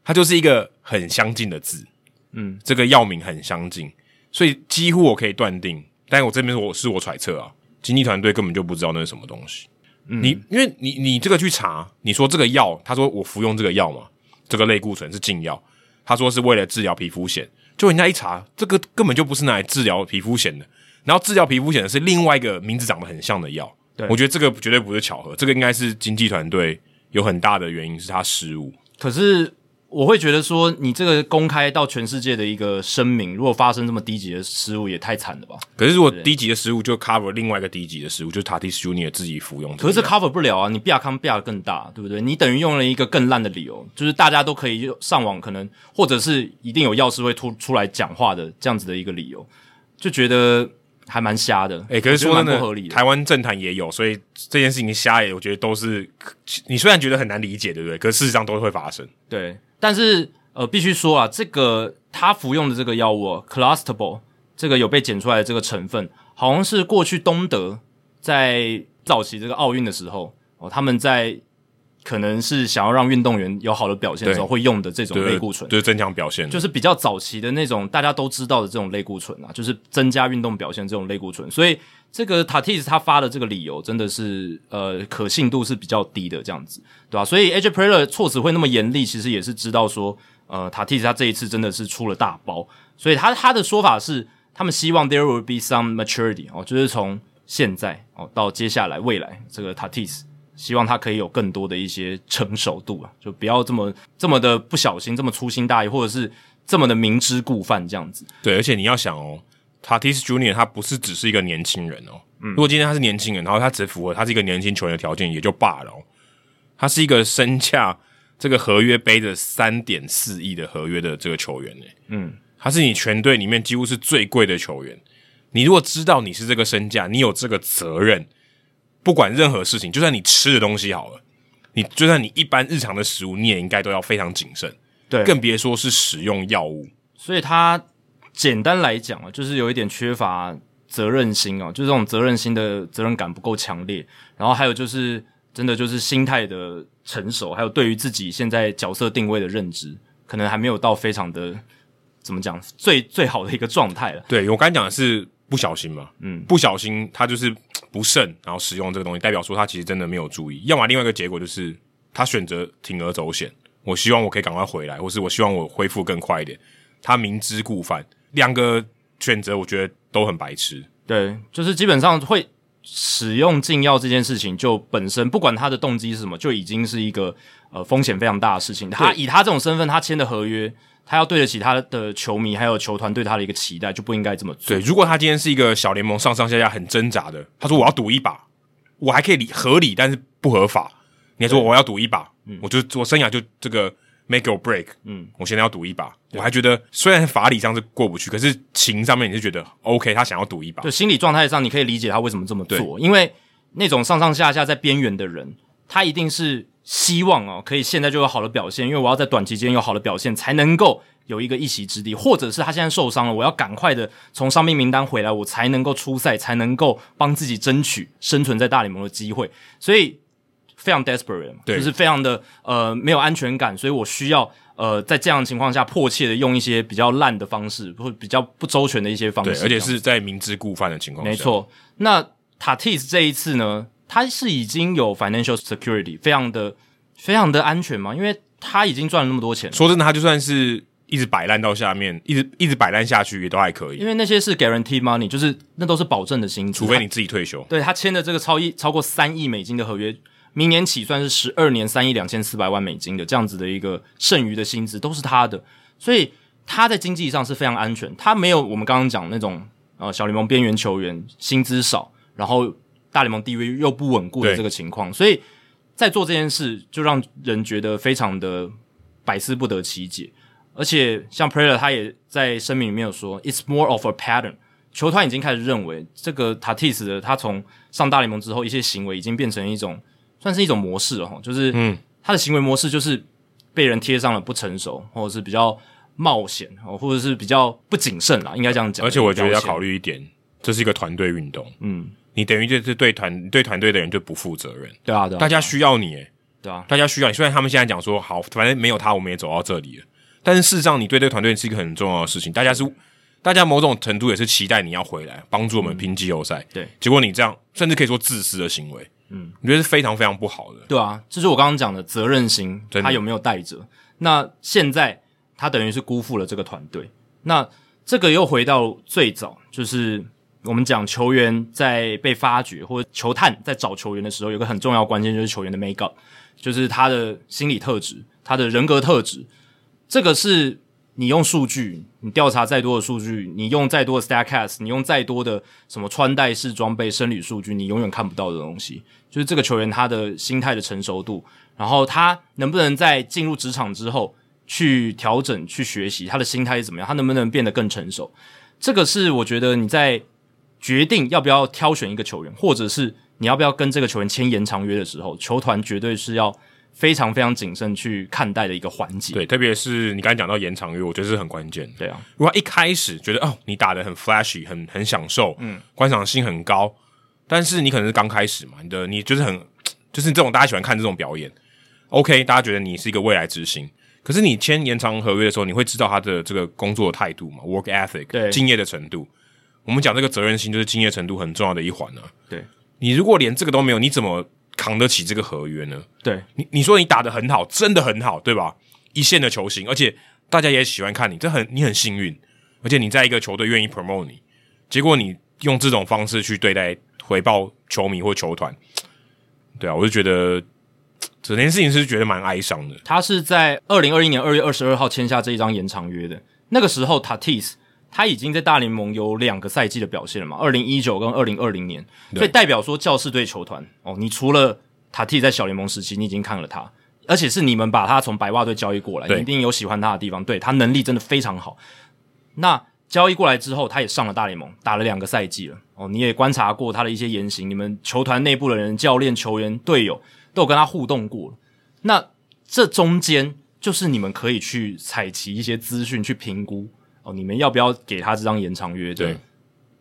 B: 它就是一个很相近的字，
A: 嗯，
B: 这个药名很相近，所以几乎我可以断定，但我这边是我是我揣测啊，经济团队根本就不知道那是什么东西。
A: 嗯
B: 你因为你你这个去查，你说这个药，他说我服用这个药嘛，这个类固醇是禁药，他说是为了治疗皮肤癣，就人家一查，这个根本就不是拿来治疗皮肤癣的，然后治疗皮肤癣的是另外一个名字长得很像的药，
A: 对
B: 我觉得这个绝对不是巧合，这个应该是经纪团队有很大的原因是他失误，
A: 可是我会觉得说，你这个公开到全世界的一个声明，如果发生这么低级的失误，也太惨了吧？
B: 可是如果低级的食物就 cover 另外一个低级的食物，就是 Tatis Junior 自己服用这
A: 可
B: 个药，
A: 是这 cover 不了啊，你 b i a 康 b i a 更大，对不对？你等于用了一个更烂的理由，就是大家都可以上网，可能或者是一定有药师会突出来讲话的这样子的一个理由，就觉得还蛮瞎的。
B: 哎、可是
A: 我觉
B: 说真
A: 得
B: 的
A: 蛮不合理，的。
B: 台湾政坛也有，所以这件事情瞎也，我觉得都是你虽然觉得很难理解，对不对？可事实上都会发生。
A: 对，但是呃，必须说啊，这个他服用的这个药物、啊、Clustable 这个有被检出来的这个成分，好像是过去东德在早期这个奥运的时候哦，他们在可能是想要让运动员有好的表现的时候
B: 对
A: 会用的这种
B: 对
A: 类固醇，
B: 就是增强表现，
A: 就是比较早期的那种大家都知道的这种类固醇啊，就是增加运动表现这种类固醇。所以这个 Tatis 他发的这个理由真的是呃可信度是比较低的这样子，对吧、所以 AJ p r e y e r 措辞会那么严厉，其实也是知道说呃 Tatis 他这一次真的是出了大包，所以他他的说法是他们希望 there will be some maturity 哦，就是从现在哦到接下来未来这个 Tatis。希望他可以有更多的一些成熟度啊，就不要这么这么的不小心，这么粗心大意，或者是这么的明知故犯这样子。
B: 对。而且你要想哦，Tatis Junior 他不是只是一个年轻人哦，如果今天他是年轻人，然后他只符合他是一个年轻球员的条件也就罢了、哦，他是一个身价这个合约背着三点四亿的合约的这个球员呢，嗯，他是你全队里面几乎是最贵的球员。你如果知道你是这个身价，你有这个责任，不管任何事情，就算你吃的东西好了，你就算你一般日常的食物，你也应该都要非常谨慎，
A: 对
B: 更别说是使用药物。
A: 所以他简单来讲啊，就是有一点缺乏责任心啊，就是这种责任心的责任感不够强烈。然后还有就是真的就是心态的成熟，还有对于自己现在角色定位的认知，可能还没有到非常的怎么讲最最好的一个状态了。
B: 对我刚才讲的是不小心嘛，
A: 嗯
B: 嗯，不小心他就是嘖不慎，然后使用这个东西，代表说他其实真的没有注意。要么另外一个结果就是他选择铤而走险，我希望我可以赶快回来，或是我希望我恢复更快一点。他明知故犯，两个选择我觉得都很白痴。
A: 对，就是基本上会使用禁药这件事情，就本身不管他的动机是什么，就已经是一个呃风险非常大的事情。他以他这种身份，他签的合约，他要对得起他的球迷还有球团对他的一个期待，就不应该这么做
B: 对，。如果他今天是一个小联盟上上下下很挣扎的，他说我要赌一把，我还可以理合理，但是不合法。你还说我要赌一把，我就我生涯就这个 make or break，
A: 嗯
B: 嗯，我现在要赌一把，我还觉得虽然法理上是过不去，可是情上面你是觉得 OK，他想要赌一把
A: 就，心理状态上，你可以理解他为什么这么做，因为那种上上下下在边缘的人，他一定是希望哦，可以现在就有好的表现，因为我要在短期间有好的表现，才能够有一个一席之地，或者是他现在受伤了，我要赶快的从伤病名单回来，我才能够出赛，才能够帮自己争取生存在大联盟的机会，所以。非常 desperate 嘛，
B: 对
A: 就是非常的呃没有安全感，所以我需要呃在这样的情况下迫切的用一些比较烂的方式，或者比较不周全的一些方式
B: 对，
A: 这样，
B: 而且是在明知故犯的情况下，
A: 没，错，那 Tatis 这一次呢，他是已经有 financial security，非常的非常的安全嘛，因为他已经赚了那么多钱了，
B: 说真的，他就算是一直摆烂到下面，一直一直摆烂下去也都还可以
A: 因，为那些是 guarantee money，就是那都是保证的薪资，
B: 除非你自己退休
A: 他。对他签的这个超一超过三亿美金的合约。明年起算是十二年三亿两千四百万美金的这样子的一个剩余的薪资都是他的，所以他在经济上是非常安全，他没有我们刚刚讲那种呃小联盟边缘球员薪资少，然后大联盟地位又不稳固的
B: 对
A: 这个情况，所以在做这件事就让人觉得非常的百思不得其解。而且像 p r a y e r 他也在声明里面有说，It's more of a pattern。球团已经开始认为这个 Tatis 的他从上大联盟之后一些行为已经变成一种算是一种模式哦，就是嗯，他的行为模式就是被人贴上了不成熟，或者是比较冒险，哦，或者是比较不谨慎啦，应该这样讲。
B: 而且我觉得要
A: 虑。
B: 考虑一点，这是一个团队运动，嗯，你等于就是对团对团队的人就不负责任，
A: 对啊，对啊，
B: 大家需要你，欸
A: 对啊，
B: 大家需要你。虽然他们现在讲说好，反正没有他我们也走到这里了，但是事实上你对这个团队是一个很重要的事情，大家是。大家某种程度也是期待你要回来，帮助我们拼季后赛。
A: 嗯对，
B: 结果你这样，甚至可以说自私的行为，嗯，我觉得是非常非常不好的。
A: 对啊，这是我刚刚讲的责任心，
B: 真的
A: 他有没有带着？那现在他等于是辜负了这个团队。那这个又回到最早，就是我们讲球员在被发掘或者球探在找球员的时候，有个很重要的关键就是球员的 make up，就是他的心理特质、他的人格特质。这个是你用数据，你调查再多的数据，你用再多的 Statcast，你用再多的什么穿戴式装备、生理数据，你永远看不到的东西。就是这个球员他的心态的成熟度，然后他能不能在进入职场之后去调整、去学习，他的心态是怎么样，他能不能变得更成熟？这个是我觉得你在决定要不要挑选一个球员，或者是你要不要跟这个球员签延长约的时候，球团绝对是要非常非常谨慎去看待的一个环节。
B: 对，特别是你刚才讲到延长约，我觉得是很关键。
A: 对啊，
B: 如果他一开始觉得哦，你打的很 flashy，很很享受，嗯，观赏性很高，但是你可能是刚开始嘛，你的你就是很就是这种大家喜欢看这种表演，OK，大家觉得你是一个未来之星。可是你签延长合约的时候，你会知道他的这个工作态度嘛，work ethic，
A: 对
B: 敬业的程度。我们讲这个责任心，就是敬业程度很重要的一环啊。
A: 对
B: 你如果连这个都没有，你怎么扛得起这个合约呢？
A: 对
B: 你你说你打得很好，真的很好，对吧？一线的球星，而且大家也喜欢看你，这很你很幸运，而且你在一个球队愿意 promote 你，结果你用这种方式去对待回报球迷或球团，对啊，我就觉得整件事情是觉得蛮哀伤的，
A: 他是在二零二一年二月二十二号签下这一张延长约的。那个时候，Tatis 他已经在大联盟有两个赛季的表现了嘛，二零一九跟二零二零年，所以代表说教士队球团哦，你除了 Tatis 在小联盟时期，你已经看了他，而且是你们把他从白袜队交易过来，
B: 对
A: 你一定有喜欢他的地方，对他能力真的非常好。那交易过来之后，他也上了大联盟，打了两个赛季了。哦，你也观察过他的一些言行，你们球团内部的人、教练、球员、队友都有跟他互动过了。那这中间就是你们可以去采集一些资讯去评估哦，你们要不要给他这张延长约的
B: 对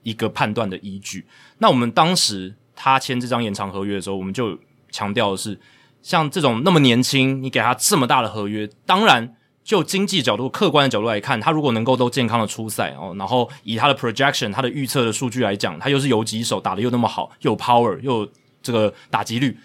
A: 一个判断的依据。那我们当时他签这张延长合约的时候，我们就强调的是，像这种那么年轻，你给他这么大的合约，当然就经济角度、客观的角度来看，他如果能够都健康的出赛哦，然后以他的 projection、他的预测的数据来讲，他又是游击手，打的又那么好，又有 power，又有这个打击率，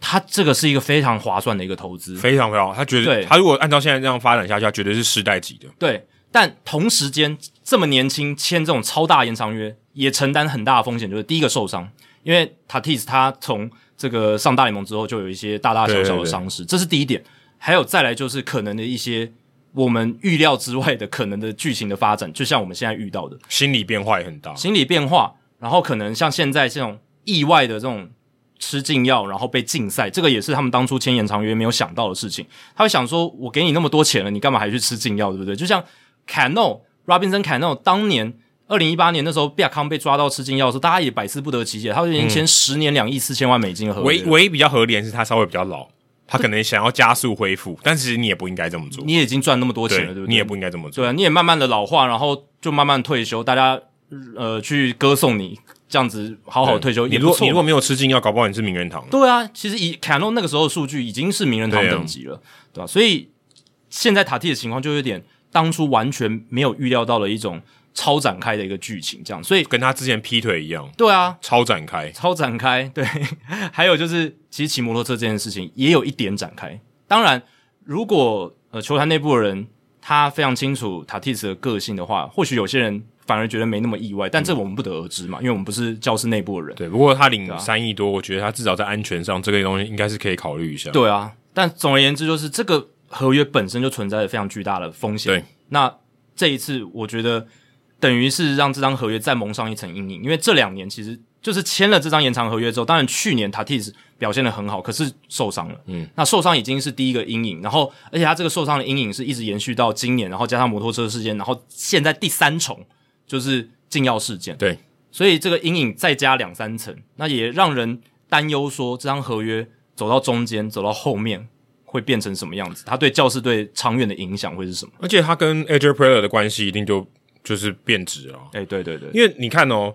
A: 他这个是一个非常划算的一个投资。
B: 非常非常好。他觉得
A: 对
B: 他如果按照现在这样发展下去，他绝对是世代级的，
A: 对，但同时间这么年轻签这种超大延长约，也承担很大的风险，就是第一个受伤，因为 Tatis 他从这个上大联盟之后就有一些大大小小
B: 对对
A: 的
B: 对
A: 伤势，这是第一点。还有再来就是可能的一些我们预料之外的可能的剧情的发展，就像我们现在遇到的
B: 心理变化也很大。
A: 心理变化，然后可能像现在这种意外的这种吃禁药，然后被禁赛，这个也是他们当初签延长约没有想到的事情。他会想说，我给你那么多钱了，你干嘛还去吃禁药，对不对？就像 Cano Robinson Cano 当年二零一八年那时候，比亚康被抓到吃禁药的时候，大家也百思不得其解，他就已经签
B: 嗯
A: 十年两亿四千万美金的合约
B: 唯
A: 了，
B: 唯一比较合理的是他稍微比较老，他可能想要加速恢复，但其实你也不应该这么做，
A: 你也已经赚那么多钱
B: 对
A: 嗯了，对不对？
B: 你也不应该这么做。
A: 对啊，你也慢慢的老化，然后就慢慢退休，大家呃去歌颂你这样子好好哦退休
B: 你
A: 也
B: 如
A: 不
B: 果
A: 错嘛。
B: 你如果没有吃禁药，搞不好你是名人堂。
A: 对啊，其实以凯诺那个时候的数据已经是名人堂
B: 对啊
A: 等级了，对吧、所以现在塔蒂的情况就有点当初完全没有预料到的一种超展开的一个剧情，这样。所以
B: 跟他之前劈腿一样，
A: 对啊，
B: 超展开。
A: 超展开，对。 还有就是，其实骑摩托车这件事情也有一点展开。当然，如果呃球坛内部的人他非常清楚塔蒂斯的个性的话，或许有些人反而觉得没那么意外，但这我们不得而知嘛，因为我们不是教室内部的人。
B: 对，不过他
A: 啊
B: 领三亿多，我觉得他至少在安全上这个东西应该是可以考虑一下。，
A: 对啊，但总而言之，就是这个合约本身就存在着非常巨大的风险。
B: 对，
A: 那这一次我觉得等于是让这张合约再蒙上一层阴影，因为这两年其实就是签了这张延长合约之后，当然去年 Tatis 表现的很好，可是受伤了。嗯，那受伤已经是第一个阴影，然后而且他这个受伤的阴影是一直延续到今年，然后加上摩托车事件，然后现在第三重就是禁药事件。
B: 对，
A: 所以这个阴影再加两三层，那也让人担忧说这张合约走到中间，走到后面会变成什么样子？它对教士队长远的影响会是什么？
B: 而且他跟 Edge Player 的关系一定就就是变质了啊。
A: 哎、对对对，
B: 因为你看哦，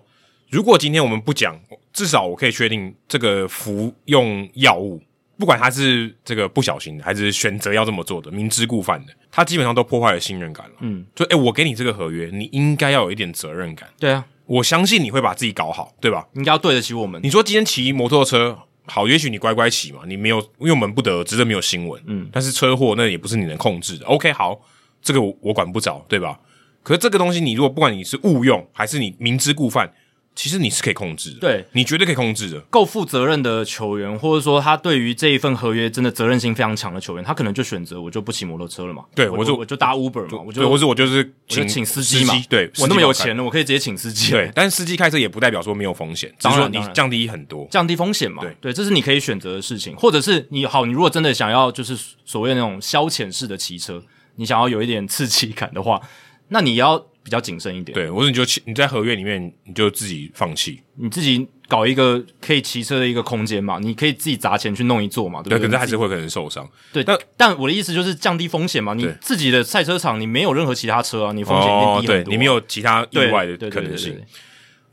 B: 如果今天我们不讲，至少我可以确定这个服用药物，不管他是这个不小心的，还是选择要这么做的，明知故犯的，他基本上都破坏了信任感了。
A: 嗯，
B: 就哎，我给你这个合约，你应该要有一点责任感，
A: 对啊，
B: 我相信你会把自己搞好，对吧？
A: 应该要对得起我们
B: 你。说今天骑摩托车好，也许你乖乖骑嘛，你没有，因为我们不得而知，这没有新闻。嗯，但是车祸那也不是你能控制的。OK，好，这个我我管不着，对吧？可是这个东西，你如果不管你是误用还是你明知故犯，其实你是可以控制的。
A: 对，
B: 你绝对可以控制的。
A: 够负责任的球员，或者说他对于这一份合约真的责任心非常强的球员，他可能就选择我就不骑摩托车了嘛，
B: 对
A: 我
B: 我就
A: 我就搭 Uber 嘛，我
B: 对，
A: 就
B: 或者我就是
A: 就
B: 请
A: 请司机嘛
B: 对，
A: 我那么有
B: 司机帮
A: 钱了，我可以直接请司机，
B: 我开，对，但是司机开车也不代表说没有风险，只
A: 当
B: 是
A: 然
B: 说你
A: 当然
B: 降低很多。
A: 降低风险嘛。
B: 对
A: 这是你可以选择的事情，或者是你好，你如果真的想要就是所谓那种消遣式的骑车，你想要有一点刺激感的话， 那你要比较谨慎一点。，
B: 对，或者你就去你在合约里面你就自己放弃，
A: 你自己搞一个可以骑车的一个空间嘛，你可以自己砸钱去弄一座嘛，对
B: 对，
A: 不
B: 可
A: 对？
B: 是还是会可能受伤。
A: 对，
B: 但
A: 但但我的意思就是降低风险嘛。你
B: 对
A: 自己的赛车场，你没有任何其他车啊，你风险一定低很多啊、
B: 哦对你没有其他意
A: 对
B: 外的
A: 对对
B: 可
A: 对
B: 能
A: 对
B: 性
A: 对。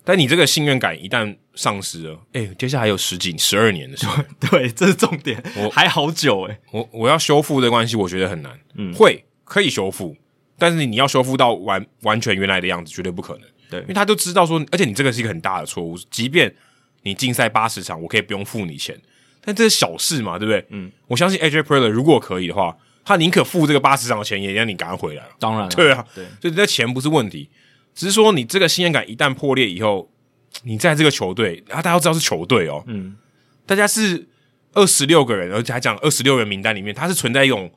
B: 但你这个信任感一旦丧失了，哎、接下来还有十几、十二年的时 候，
A: 对，这是重 点
B: 我，
A: 还好久欸诶、
B: 我我要修复的关系，我觉得很难。嗯，会可以修复，但是你要修复到完完全原来的样子，绝对不可能。
A: 对
B: 因为他都知道说，而且你这个是一个很大的错误，即便你竞赛八十场，我可以不用付你钱，但这是小事嘛，对不对？嗯，我相信 AJ p r e l e r 如果可以的话，他宁可付这个八十场的钱，也让你赶快回来。
A: 当然、啊，
B: 对啊，
A: 对，
B: 所以这钱不是问题，只是说你这个信任感一旦破裂以后，你在这个球队，啊，大家都知道是球队哦，
A: 嗯，
B: 大家是二十六个人，而且还讲二十六人名单里面，他是存在一种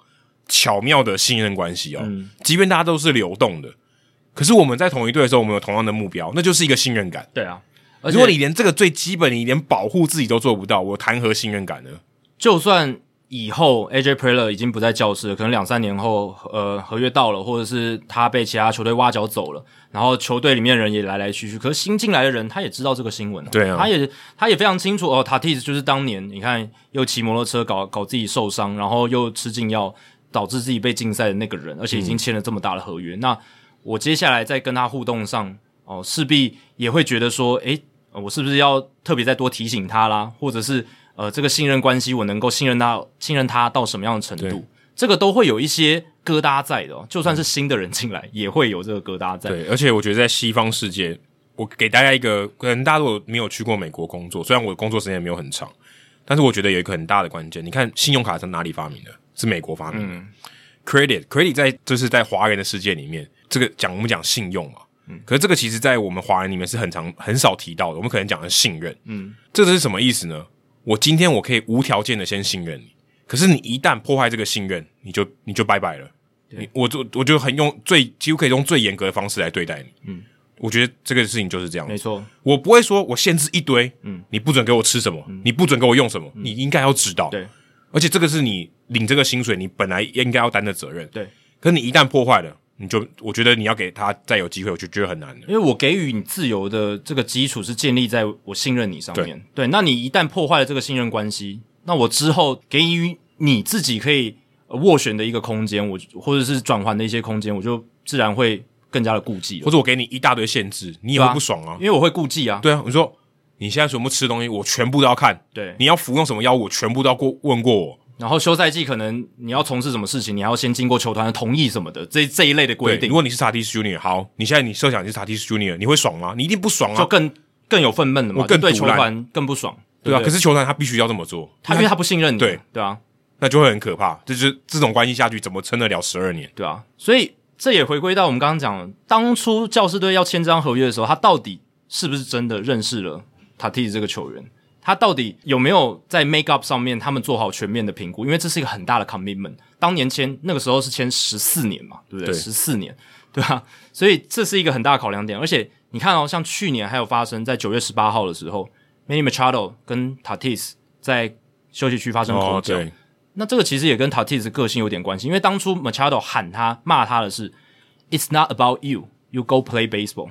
B: 巧妙的信任关系哦，
A: 嗯
B: 即便大家都是流动的，可是我们在同一队的时候，我们有同样的目标，那就是一个信任感。
A: 对啊。而
B: 如
A: 且
B: 果你连这个最基本，你连保护自己都做不到，我谈何信任感呢？
A: 就算以后 AJ p r e l e r 已经不在教室了，可能两三年后，呃，合约到了，或者是他被其他球队挖角走了，然后球队里面人也来来去去，可是新进来的人他也知道这个新闻、哦
B: 对啊
A: 他也他也非常清楚哦，塔蒂斯就是当年你看又骑摩托车搞搞自己受伤，然后又吃禁药导致自己被禁赛的那个人，而且已经签了这么大的合约，那我接下来在跟他互动上哦，势必也会觉得说，诶、呃我是不是要特别再多提醒他啦，或者是呃，这个信任关系我能够信任他，信任他到什么样的程
B: 对
A: 度，这个都会有一些疙瘩在的、哦。就算是新的人进来，也会有这个疙瘩在。
B: 对，而且我觉得在西方世界，我给大家一个，可能大家如果没有去过美国工作，虽然我的工作时间也没有很长，但是我觉得有一个很大的关键，你看信用卡是哪里发明的？是美国发明的。credit credit 在就是在华人的世界里面，这个讲我们讲信用嘛，可是这个其实在我们华人里面是很常很少提到的，我们可能讲的是信任，嗯，这是什么意思呢？我今天我可以无条件的先信任你，可是你一旦破坏这个信任，你就你就拜拜了。你我就我就很用最几乎可以用最严格的方式来对待你，嗯，我觉得这个事情就是这样
A: 没，错，
B: 我不会说我限制一堆，嗯，你不准给我吃什么，你不准给我用什么，你应该要知
A: 嗯
B: 道，
A: 对，
B: 而且这个是你领这个薪水，你本来应该要担的责任，
A: 对。
B: 可是你一旦破坏了，你就我觉得你要给他再有机会，我就觉得很难了。
A: 因为我给予你自由的这个基础是建立在我信任你上面。对，那你一旦破坏了这个信任关系，那我之后给予你自己可以呃斡旋的一个空间，我或者是转换的一些空间，我就自然会更加的顾忌了
B: 或，者我给你一大堆限制，你也
A: 对
B: 会
A: 啊
B: 不爽啊
A: 因。为我会顾忌啊。
B: 对啊，你说你现在全部吃东西，我全部都要看，
A: 对，
B: 你要服用什么药物，我全部都要过问过我。
A: 然后休赛季可能你要从事什么事情，你还要先经过球团的同意什么的，这这一类的规
B: 对，
A: 定
B: 如，果你是 t a t i s Junior，好，你现在你设想你是 t a t i s Junior，你会爽吗？你一定不爽
A: 就
B: 啊，
A: 更更有愤懑了嘛，
B: 我更
A: 就对
B: 堵
A: 球
B: 烂
A: 团更不爽，
B: 对啊。
A: 不
B: 可是球团他必须要这么做，
A: 他因为他不信任你，
B: 对
A: 对啊，
B: 那就会很可怕。这就是这种关系下去，怎么撑得了十二年？
A: 对啊，所以这也回归到我们刚刚讲的，当初教士队要签这张合约的时候，他到底是不是真的认识了塔蒂这个球员？他到底有没有在 make up 上面他们做好全面的评估？因为这是一个很大的 commitment。当年签那个时候是签十四年嘛，对不对？
B: 对
A: 十四年，对啊，所以这是一个很大的考量点。而且你看哦，像去年还有发生在九月十八号的时候，Manny Machado 跟 Tatis 在休息区发
B: 哦
A: 生口角，，那这个其实也跟 Tatis 的个性有点关系，因为当初 Machado 喊他骂他的是 "It's not about you, you go play baseball"。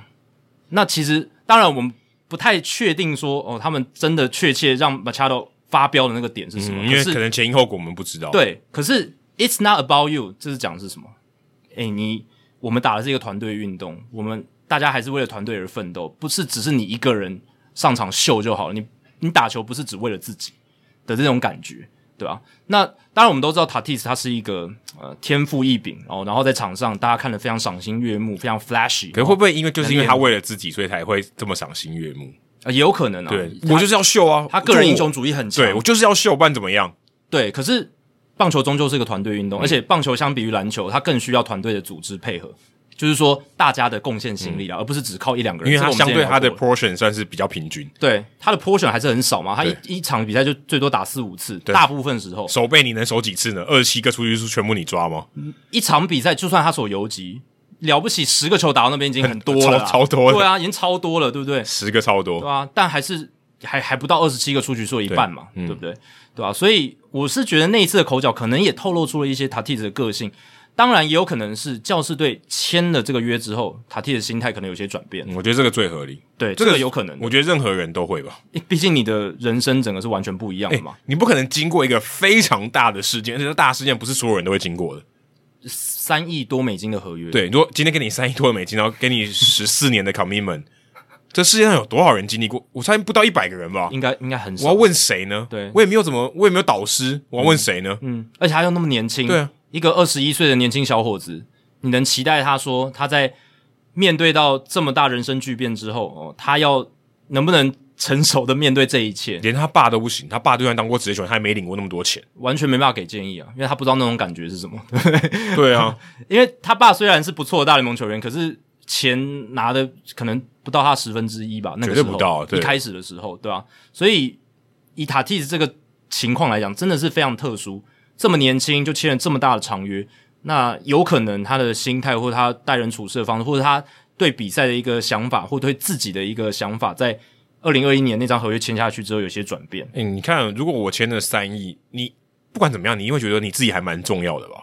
A: 那其实当然我们不太确定说哦，他们真的确切让 Machado 发飙的那个点是什么，
B: 嗯，因
A: 可
B: 为
A: 是
B: 可能前因后果我们不知道。，
A: 对，可是 "It's not about you" 这是讲的是什么？哎，你我们打的是一个团队运动，我们大家还是为了团队而奋斗，不是只是你一个人上场秀就好了。你你打球不是只为了自己的这种感觉，对吧、那当然我们都知道塔蒂斯他是一个呃天赋异禀，哦然后然后在场上大家看得非常赏心悦目，非常 flashy，
B: 可会不会因为就是因为他为了自己，所以才会这么赏心悦目？
A: 啊，也有可能啊。
B: 对
A: 他
B: 我就是要秀啊，
A: 他个人
B: 就我
A: 英雄主义很强，啊
B: 对我就是要秀，不然怎么样？
A: 对，可是棒球终究是个团队运
B: 嗯
A: 动，而且棒球相比于篮球，它更需要团队的组织配合，就是说大家的贡献心力啊，而不是只靠一两个人。
B: 嗯因为他
A: 这个我
B: 相
A: 们
B: 对他的
A: 之前聊过
B: portion 算是比较平均，
A: 对他的 portion 还是很少嘛，他一
B: 对
A: 一场比赛就最多打四五次，大部分时候
B: 手背你能守几次呢？二十七个出局数全部你抓吗？
A: 一场比赛就算他所游击。了不起，十个球打到那边已经很多了啦，
B: 超超多了
A: 对啊，已经超多了，对不对？
B: 十个超多
A: 对，啊，但还是还还不到二十七个出局数的一半嘛，
B: 嗯
A: 对,、不对？对啊，所以我是觉得那一次的口角可能也透露出了一些塔蒂子的个性，当然也有可能是教士队签了这个约之后，塔蒂的心态可能有些转变，
B: 我觉得这个最合理，
A: 对，
B: 嗯这
A: 这
B: 个
A: 个有可能的，
B: 我觉得任何人都会吧。
A: 毕竟你的人生整个是完全不一样
B: 哎、
A: 的嘛，
B: 你不可能经过一个非常大的事件，而且这大事件不是所有人都会经过的。
A: 三亿多美金的合约，，
B: 对，如果今天给你三亿多的美金，然后给你十四年的 commitment，这世界上有多少人经历过？我猜不到一百个人吧。
A: 应该应该很
B: 我要
A: 少，
B: 问谁呢？
A: 嗯对
B: 我也没有怎么，我也没有导师，我要问谁呢？
A: 嗯，而且他又那么年轻，
B: 对啊，
A: 一个二十一岁的年轻小伙子，你能期待他说他在面对到这么大人生巨变之后，哦，他要能不能成熟的面对这一切，
B: 连他爸都不行，他爸就算当过职业球员，他也没领过那么多钱。
A: 完全没办法给建议啊，因为他不知道那种感觉是什么。
B: 对啊，
A: 因为他爸虽然是不错的大联盟球员，可是钱拿的可能不到他十分之一吧，那个
B: 绝对
A: 时候
B: 不到对
A: 一开始的时候，对吧、所以以塔蒂斯这个情况来讲，真的是非常特殊，这么年轻就签了这么大的长约，那有可能他的心态或者他待人处事的方式，或者他对比赛的一个想法，或对自己的一个想法，在二零二一年那张合约签下去之后有些转变。
B: 哎、你看，如果我签了三亿，你不管怎么样，你一定会觉得你自己还蛮重要的吧？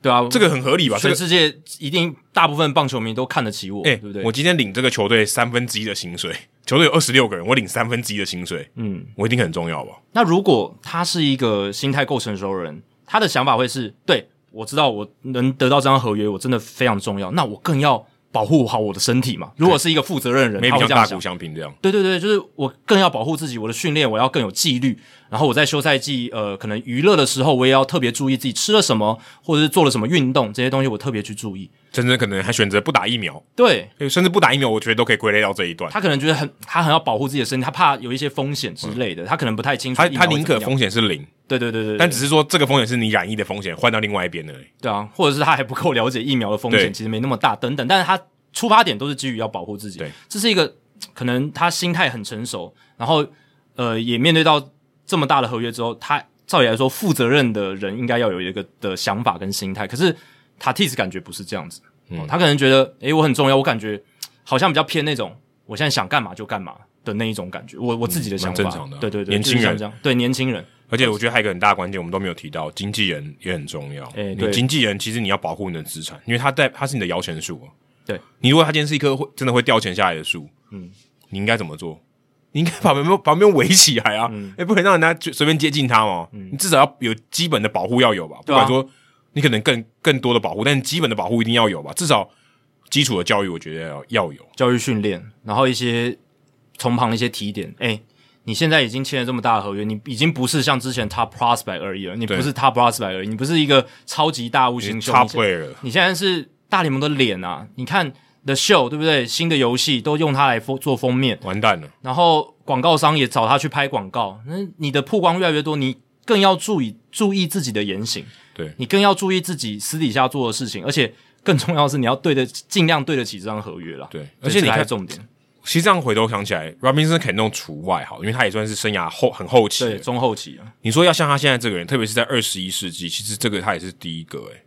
A: 对啊，
B: 这个很合理吧？这
A: 全
B: 个
A: 世界一定大部分棒球迷都看得起我，
B: 哎、
A: 对不对？
B: 我今天领这个球队三分之一的薪水，球队有二十六个人，我领三分之一的薪水，
A: 嗯，
B: 我一定很重要吧？
A: 那如果他是一个心态够成熟的人，他的想法会是：对我知道我能得到这张合约，我真的非常重要，那我更要保护好我的身体嘛。如果是一个负责任的人，他会
B: maybe 像
A: 这样
B: 大
A: 想
B: 谷。翔平这样，
A: 对对对，就是我更要保护自己，我的训练我要更有纪律，然后我在休赛季呃，可能娱乐的时候，我也要特别注意自己吃了什么，或者是做了什么运动，这些东西我特别去注意。
B: 甚至可能还选择不打疫苗，
A: 对
B: 哎甚至不打疫苗，我觉得都可以归类到这一段。
A: 他可能觉得很，他很要保护自己的身体，他怕有一些风险之类的，他可能不太清楚
B: 他
A: 疫苗会
B: 他
A: 怎么样。
B: 宁可风险是零，
A: 对对对对对，
B: 但只是说这个风险是你染疫的风险，换到另外一边而已。
A: 对啊，或者是他还不够了解疫苗的风
B: 对
A: 险，其实没那么大等等，但是他出发点都是基于要保护自己，
B: 对，
A: 这是一个可能他心态很成熟，然后呃也面对到这么大的合约之后，他照理来说负责任的人应该要有一个的想法跟心态，可是塔蒂斯感觉不是这样子，
B: 嗯
A: 哦他可能觉得诶、我很重要，我感觉好像比较偏那种我现在想干嘛就干嘛的那一种感觉，我我自己的想法，
B: 蛮正常的啊
A: 对对对，
B: 年轻
A: 就是像
B: 人
A: 这样，对年轻人，
B: 而且我觉得还有一个很大的关键，我们都没有提到，经纪人也很重要。
A: 哎
B: 你
A: 对
B: 经纪人其实你要保护你的资产，因为他在他是你的摇钱树啊。
A: 对，
B: 你如果他今天是一棵会真的会掉钱下来的树，嗯，你应该怎么做？你应该把旁边旁边围起来啊，哎、
A: 嗯
B: 不能让人家就随便接近它嘛。你至少要有基本的保护要有吧，不
A: 对啊
B: 管说你可能更更多的保护，但基本的保护一定要有吧，至少基础的教育我觉得要要有。
A: 教育训练，然后一些从旁的一些提点。哎、你现在已经签了这么大的合约，你已经不是像之前 top prospect 而已了，你不是 top prospect 而已，你不是一个超级大物新秀，
B: 差
A: 你现
B: 会了，
A: 你现在是大联盟的脸啊！你看 The Show 对不对？新的游戏都用它来封做封面，
B: 完蛋了。
A: 然后广告商也找他去拍广告。那你的曝光越来越多，你更要注意注意自己的言行，
B: 对
A: 你更要注意自己私底下做的事情，而且更重要的是你要对得尽量对得起这张合约啦。
B: 对
A: 这
B: 而且你
A: 才是
B: 看
A: 重点。
B: 其实这样回头想起来，Robinson Cano 除外好，因为他也算是生涯后很后期了
A: 对，中后期啊，
B: 你说要像他现在这个人，特别是在二十一世纪，其实这个他也是第一个诶、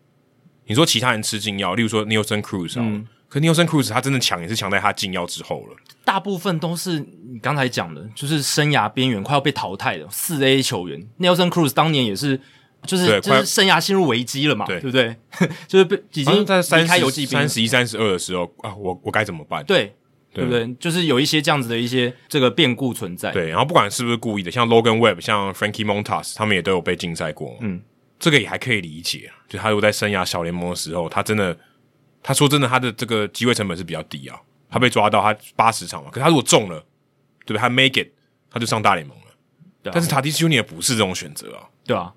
B: 你说其他人吃禁药，例如说 Nelson Cruz 好了，
A: 嗯
B: 可 Nelson Cruz 他真的强也是强在他禁药之后了。
A: 大部分都是你刚才讲的，就是生涯边缘快要被淘汰的四 A 球员。Nelson Cruz 当年也是，就是
B: 对
A: 就
B: 快
A: 是生涯陷入危机了嘛，
B: 对
A: 对不对？ 就是被已
B: 好像
A: 经
B: 在三
A: 离开游
B: 十
A: 击兵了
B: 三，十一、三十二的时候啊，我我该怎么办？
A: 对
B: 对
A: 对不对？就是有一些这样子的一些这个变故存在。
B: 对然后不管是不是故意的，像 Logan Webb、像 Frankie Montas，他们也都有被禁赛过。
A: 嗯，
B: 这个也还可以理解，啊就他如果在生涯小联盟的时候，他真的，他说真的，他的这个机会成本是比较低啊。他被抓到他八十场嘛，可是他如果中了，对不对？他 make it，他就上大联盟了。
A: 对啊
B: 但是塔蒂斯 Junior 不是这种选择啊，
A: 对啊，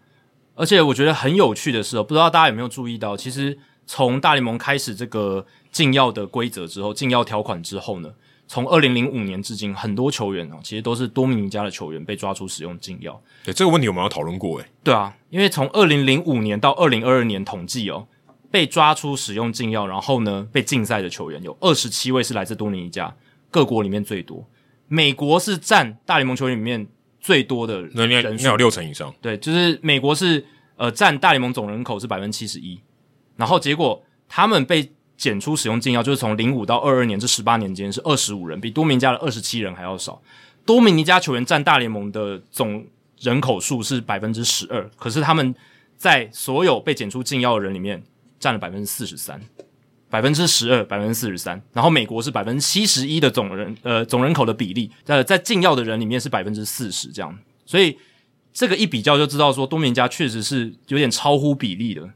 A: 而且我觉得很有趣的是哦，不知道大家有没有注意到，其实从大联盟开始这个禁药的规则之后，禁药条款之后呢，从二零零五年至今，很多球员哦，其实都是多米尼加的球员被抓出使用禁药。
B: 对这个问题我们有讨论过欸诶、
A: 对啊，因为从二零零五年到二零二二年统计哦，被抓出使用禁药，然后呢被禁赛的球员有二十七位是来自多米尼加，各国里面最多。美国是占大联盟球员里面最多的
B: 那应该
A: 人
B: 应
A: 数
B: 该有六成以上，
A: 对，就是美国是呃占大联盟总人口是百分之七十一，然后结果他们被检出使用禁药，就是从零五到二二年这十八年间是二十五人，比多明尼加的二十七人还要少。多明尼加球员占大联盟的总人口数是百分之十二，可是他们在所有被检出禁药的人里面占了百分之四十三。百分之十二，百分之四十三，然后美国是百分之七十一的总人呃总人口的比例，呃，在禁药的人里面是百分之四十这样，所以这个一比较就知道说，多米尼加确实是有点超乎比例的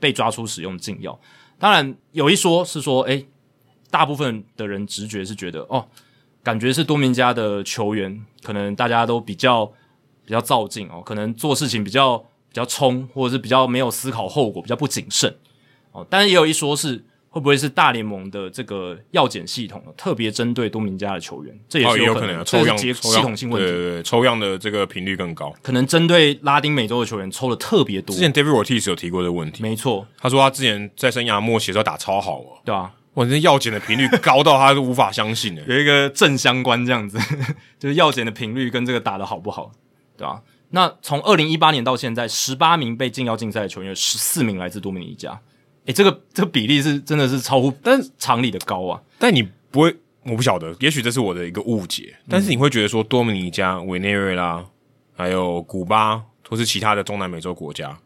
A: 被抓出使用禁药。当然，有一说是说，诶，大部分的人直觉是觉得，哦，感觉是多米尼加的球员，可能大家都比较比较躁进哦，可能做事情比较比较冲，或者是比较没有思考后果，比较不谨慎哦。但是也有一说是。会不会是大联盟的这个药检系统特别针对多米尼加的球员？这也
B: 哦，
A: 是
B: 也有可
A: 可
B: 能啊
A: 这
B: 抽
A: 是
B: 样
A: 结
B: 抽
A: 系
B: 样
A: 统性问题
B: 对。对对，抽样的这个频率更高。
A: 可能针对拉丁美洲的球员抽的特别多
B: 之。前 David Ortiz 有提过这个问题，
A: 没错，
B: 他说他之前在生涯末期的时候打超好哦，
A: 对啊，
B: 哇，那药检的频率高到他都无法相信欸 诶、
A: 有一个正相关这样子， 就是药检的频率跟这个打的好不好，对啊。那从二零一八年到现在，十八名被禁药竞赛的球员，有十四名来自多米尼加。诶，这个这个比例是真的是超乎但是常理的高啊。
B: 但你不会，我不晓得，也许这是我的一个误解，
A: 嗯
B: 但是你会觉得说多米尼加、委内瑞拉，还有古巴，或是其他的中南美洲国家，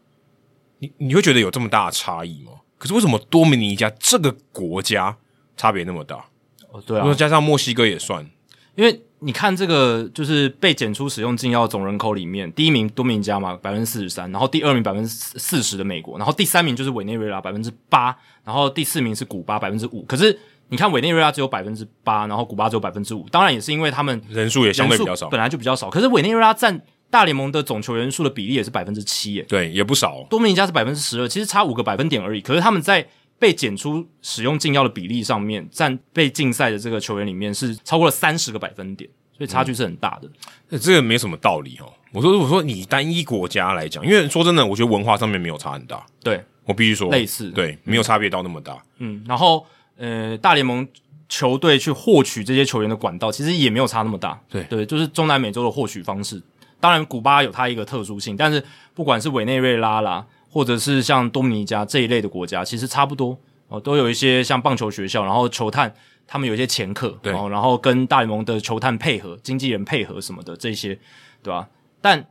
B: 你你会觉得有这么大的差异吗？可是为什么多米尼加这个国家差别那么大？
A: 哦，对
B: 如果加上墨西哥也算，
A: 因为你看这个就是被检出使用禁药总人口里面，第一名多米尼加嘛，百分之四十三，然后第二名百分之四十的美国，然后第三名就是委内瑞拉百分之八，然后第四名是古巴百分之五。可是你看委内瑞拉只有百分之八，然后古巴只有百分之五，当然也是因为他们
B: 人数也相对
A: 人数
B: 比较少，
A: 本来就比较少。可是委内瑞拉占大联盟的总球员数的比例也是百分之七耶，
B: 对，也不少哦。
A: 多米尼加是百分之十二，其实差五个百分点而已。可是他们在被检出使用禁药的比例上面，占被禁赛的这个球员里面是超过了三十个百分点，所以差距是很大的。
B: 欸这个没什么道理哦。我说，我说你单一国家来讲，因为说真的，我觉得文化上面没有差很大，
A: 对，
B: 我必须说
A: 类似
B: 对，没有差别到那么大。
A: 嗯，然后呃，大联盟球队去获取这些球员的管道，其实也没有差那么大。
B: 对
A: 对，就是中南美洲的获取方式。当然，古巴有它一个特殊性，但是不管是委内瑞拉啦，或者是像多米尼加这一类的国家，其实差不多哦，都有一些像棒球学校，然后球探他们有一些前客，
B: 对
A: 哦，然后跟大联盟的球探配合、经纪人配合什么的这些，对吧、但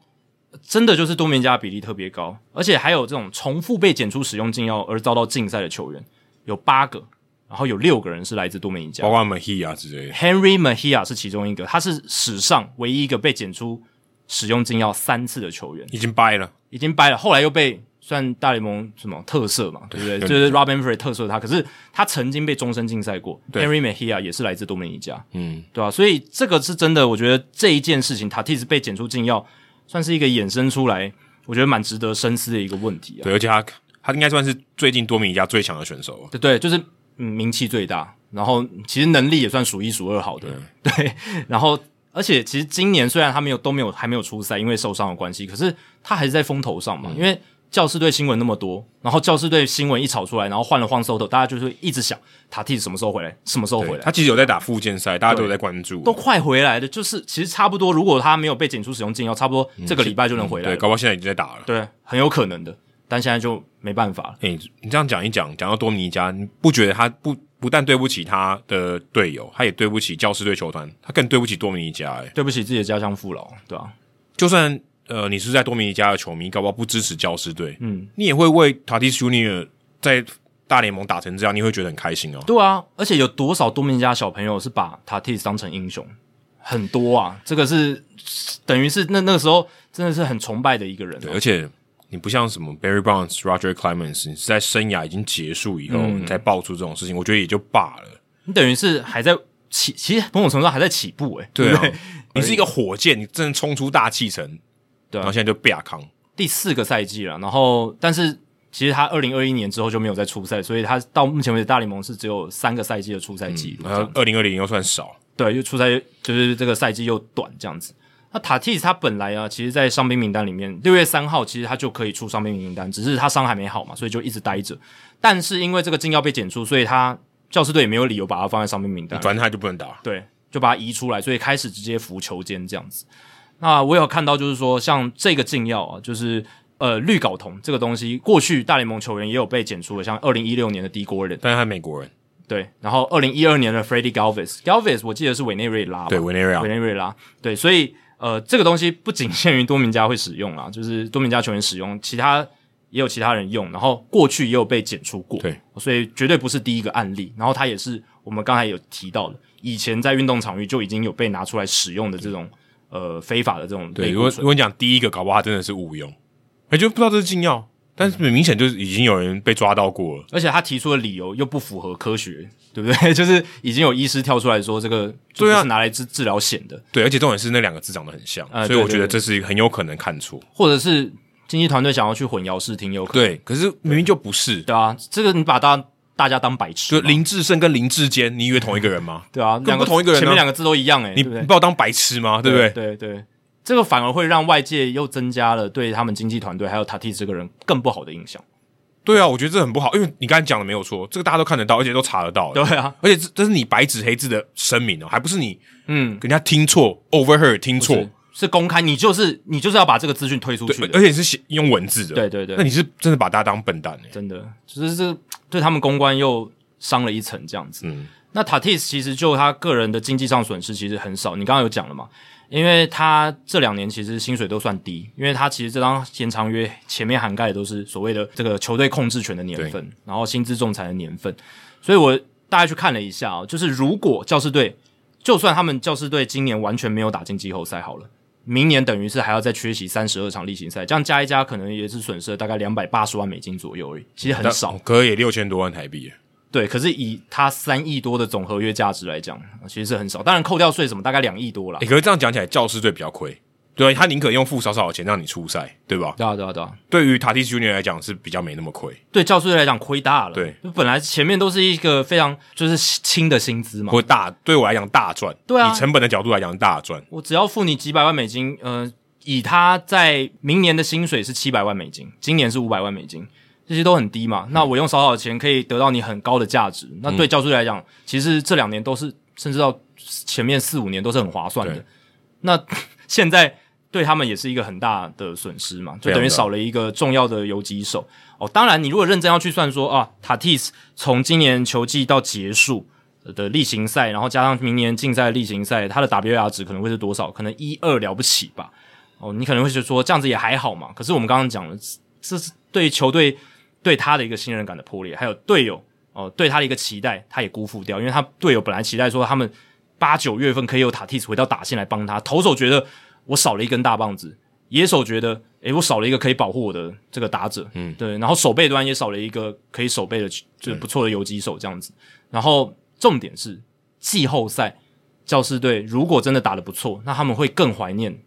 A: 真的就是多米尼加比例特别高，而且还有这种重复被检出使用禁药而遭到禁赛的球员有八个，然后有六个人是来自多米尼加
B: 包，括 m a h i 啊之类的，
A: Henry Mejia 是其中一个，他是史上唯一一个被检出使用禁药三次的球员，
B: 已经掰了。
A: 已经掰了，后来又被算大联盟什么特色嘛，对不对？
B: 对
A: 就是 Robin Frey 特色他，可是他曾经被终身禁赛过。
B: 对
A: Henry Mejia 也是来自多米尼加，
B: 嗯，
A: 对吧、啊所以这个是真的，我觉得这一件事情，塔蒂斯被检出禁药，算是一个衍生出来，我觉得蛮值得深思的一个问题啊。
B: 对，而且他他应该算是最近多米尼加最强的选手了。
A: 对对，就是嗯，名气最大，然后其实能力也算数一数二好的，
B: 嗯
A: 对然后而且其实今年虽然他没有都没有还没有出赛，因为受伤的关系，可是他还是在风头
B: 嗯
A: 上嘛，因为教师队新闻那么多，然后教师队新闻一炒出来，然后换了换 Soto，大家就是一直想塔蒂什么时候回来，什么时候回
B: 对，
A: 来。
B: 他其实有在打附件赛，大家都有在关注。
A: 都快回来了，就是其实差不多，如果他没有被检出使用禁药，差不多这个礼拜就能回来了
B: 嗯对，搞不好现在已经在打了。
A: 对，很有可能的，但现在就没办法了。
B: 哎、你这样讲一讲，讲到多米尼加，你不觉得他不不但对不起他的队友，他也对不起教师队球团，他更对不起多米尼加、哎。
A: 对不起自己的家乡父老，对啊吧、
B: 就算呃你是在多米尼加的球迷，搞不好不支持教师队，嗯，你也会为 Tatis Junior 在大联盟打成这样，你会觉得很开心哦。
A: 对啊，而且有多少多米尼加小朋友是把塔蒂斯当成英雄？很多啊，这个是等于是那那个时候真的是很崇拜的一个人、
B: 对，
A: 啊。
B: 而且你不像什么 Barry Bonds、Roger Clemens，你是在生涯已经结束以后、你才爆出这种事情，我觉得也就罢了。
A: 你等于是还在起，其实某种程度上还在起步诶、欸
B: 对
A: 不
B: 啊， 你是一个火箭，你真的冲出大气层，
A: 对啊
B: 然后现在就啪康，
A: 第四个赛季了，然后但是其实他二零二一年之后就没有再
B: 嗯
A: 出赛，所以他到目前为止大联盟是只有三个赛季的出赛记录、
B: 然后二零二零又算少，
A: 对，又出赛就是这个赛季又短这样子。那塔蒂斯他本来啊，其实，在伤兵名单里面，六月三号其实他就可以出伤兵名单，只是他伤还没好嘛，所以就一直待着。但是因为这个禁药被检出，所以他教师队也没有理由把他放在伤兵名单，
B: 反正他就不能打。
A: 对，就把他移出来，所以开始直接扶球间这样子。那我有看到，就是说像这个禁药啊，就是呃绿睾酮这个东西，过去大联盟球员也有被检出的，像二零一六年的迪国人，
B: 但是他美国人，
A: 对，然后二零一二年的 Freddie Galvis，Galvis 我记得是委内瑞拉吧，
B: 对委内瑞拉
A: 委内瑞拉，对，所以呃，这个东西不仅限于多名家会使用啦，就是多名家球员使用，其他也有其他人用，然后过去也有被检出过，
B: 对，
A: 所以绝对不是第一个案例，然后它也是我们刚才有提到的，以前在运动场域就已经有被拿出来使用的这种呃非法的这种
B: 对，
A: 类
B: 如
A: 固
B: 果
A: 醇
B: 如果你讲第一个，搞不好他真的是误用，哎、就不知道这是禁药，但是很明显就是已经有人被抓到过了。
A: 而且他提出的理由又不符合科学，对不对？ 就是已经有医师跳出来说，这个就
B: 对啊
A: 不是拿来治治疗险的，
B: 对，而且重点是那两个字长得很像，
A: 呃
B: 所以我
A: 对
B: 觉得
A: 对
B: 这是一个很有可能看错。
A: 或者是经纪团队想要去混淆视听，有可能
B: 对，可是明明就不是，
A: 对啊，这个你把大大家当白痴
B: 就
A: 嘛，
B: 林志胜跟林志坚，你以为同一个人吗？
A: 对啊，
B: 本
A: 两个
B: 不同一个人啊
A: 前面两个字都一样哎、
B: 你
A: 对不
B: 你
A: 对？
B: 把我当白痴吗？对不对？
A: 对对，这个反而会让外界又增加了对他们经纪团队还有塔蒂这个人更不好的印象。
B: 对啊，我觉得这很不好，因为你刚才讲的没有错，这个大家都看得到，而且都查得到。
A: 对啊，
B: 而且这这是你白纸黑字的声明哦，还不是你
A: 嗯，
B: 人家听错 overheard 听错
A: 是，是公开，你就是你就是要把这个资讯推出去
B: 对，
A: 的
B: 而，且你是写用文字的。
A: 对对对
B: 那你是真的把大家当笨蛋哎、
A: 真的就是这对他们公关又伤了一层这样子。
B: 嗯，
A: 那塔蒂斯其实就他个人的经济上损失其实很少，你刚刚有讲了嘛，因为他这两年其实薪水都算低，因为他其实这张延长约前面涵盖的都是所谓的这个球队控制权的年份，然后薪资仲裁的年份，所以我大概去看了一下、哦，就是如果教士队，就算他们教士队今年完全没有打进季后赛好了。明年等于是还要再缺席三十二场例行赛，这样加一加，可能也是损失了大概两百八十万美金左右而已，其实很
B: 但
A: 少。
B: 可也六千多万台币欸，
A: 对，可是以他三亿多的总合约价值来讲，其实是很少。当然扣掉税什么，大概两亿多啦
B: 哎、。可是这样讲起来，教师队比较亏，对、啊，他宁可用付少少的钱让你出赛，对吧？
A: 对啊，对啊，对啊，
B: 对于塔蒂斯 Junior 来讲是比较没那么亏，
A: 对教师队来讲亏大了。
B: 对，
A: 本来前面都是一个非常就是轻的薪资嘛，
B: 或大对我来讲大赚，
A: 对啊
B: 以成本的角度来讲大赚，
A: 我只要付你几百万美金，呃，以他在明年的薪水是七百万美金，今年是五百万美金，这些都很低
B: 嗯
A: 嘛。那我用少少的钱可以得到你很高的价值，那对教师队来讲，其实这两年都是，甚至到前面四五年都是很划算的
B: 对。
A: 那 现在对他们也是一个很大的损失嘛，就
B: 非常
A: 等于
B: 大
A: 少了一个重要的游击手。哦，当然，你如果认真要去算说啊，塔蒂斯从今年球季到结束的例行赛，然后加上明年竞赛的例行赛，他的 WR 值可能会是多少？可能一二了不起吧。哦，你可能会觉得说这样子也还好嘛。可是我们刚刚讲了，这是对球队对他的一个信任感的破裂，还有队友哦、对他的一个期待，他也辜负掉，因为他队友本来期待说他们八九月份可以有塔蒂斯回到打线来帮他，投手觉得我少了一根大棒子，野手觉得诶、我少了一个可以保护我的这个打者，嗯，对，然后守备端也少了一个可以守备的就是不错的游击手这样子，然后重点是季后赛。教士队如果真的打得不错，那他们会更怀念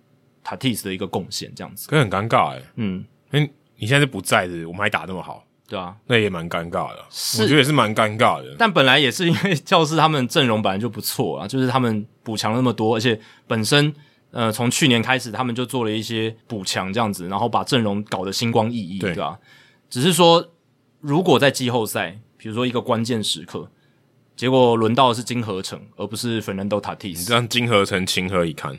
A: 塔蒂斯的一个贡献，这样子。
B: 可是很尴尬哎、
A: 嗯，
B: 因为你现在是不在的，我们还打那么好，
A: 对啊。
B: 那也蛮尴尬的，
A: 是
B: 我觉得也是蛮尴尬的。
A: 但本来也是因为教室他们阵容本来就不错啊，就是他们补强了那么多，而且本身呃从去年开始他们就做了一些补强，这样子，然后把阵容搞得星光熠熠，
B: 对
A: 对吧、只是说如果在季后赛，比如说一个关键时刻，结果轮到的是金合成，而不是 Fernando
B: 你
A: Tatis，
B: 这样金合成情何以堪？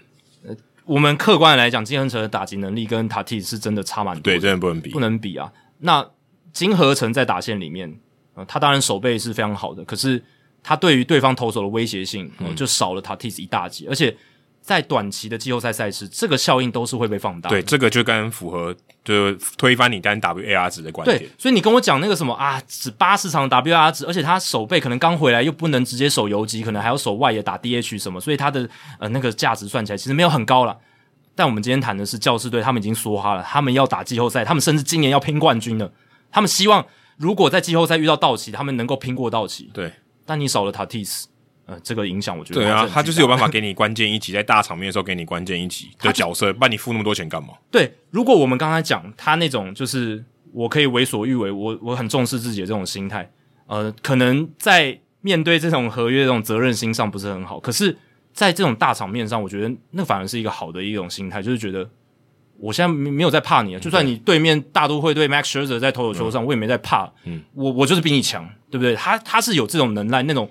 A: 我们客观来讲，金合成的打击能力跟 Tatis 是真的差蛮多
B: 对，
A: 的。
B: 真的不能比
A: 不。能比啊。那金合成在打线里面，呃，他当然手背是非常好的，可是他对于对方投手的威胁性、
B: 嗯
A: 呃就少了塔蒂斯一大截，而且在短期的季后赛赛事，这个效应都是会被放大的
B: 对，这个就跟符合，就是推翻你单 WAR 值的观
A: 对
B: 点。，
A: 所以你跟我讲那个什么啊，只八十场 WR 值，而且他手背可能刚回来，又不能直接守游击，可能还要守外野打 DH 什么，所以他的呃那个价值算起来其实没有很高了。但我们今天谈的是教士队，他们已经梭哈了，他们要打季后赛，他们甚至今年要拼冠军了。他们希望如果在季后赛遇到道奇，他们能够拼过道奇。
B: 对
A: 但你少了 Tatis，呃，这个影响我觉得
B: 对
A: 还
B: 啊
A: 很，巨大
B: 他就是有办法给你关键一击，在大场面的时候给你关键一击的角 色，不然你付那么多钱干嘛？
A: 对，如果我们刚才讲他那种就是我可以为所欲为，我我很重视自己的这种心态，呃，可能在面对这种合约这种责任心上不是很好，可是在这种大场面上，我觉得那反而是一个好的一种心态，就是觉得我现在没没有在怕你了，就
B: 嗯
A: 算你对面大都会对 Max Scherzer 在投手球上，我也没在怕，
B: 嗯，
A: 我我就是比你强，对不对？他他是有这种能耐，那种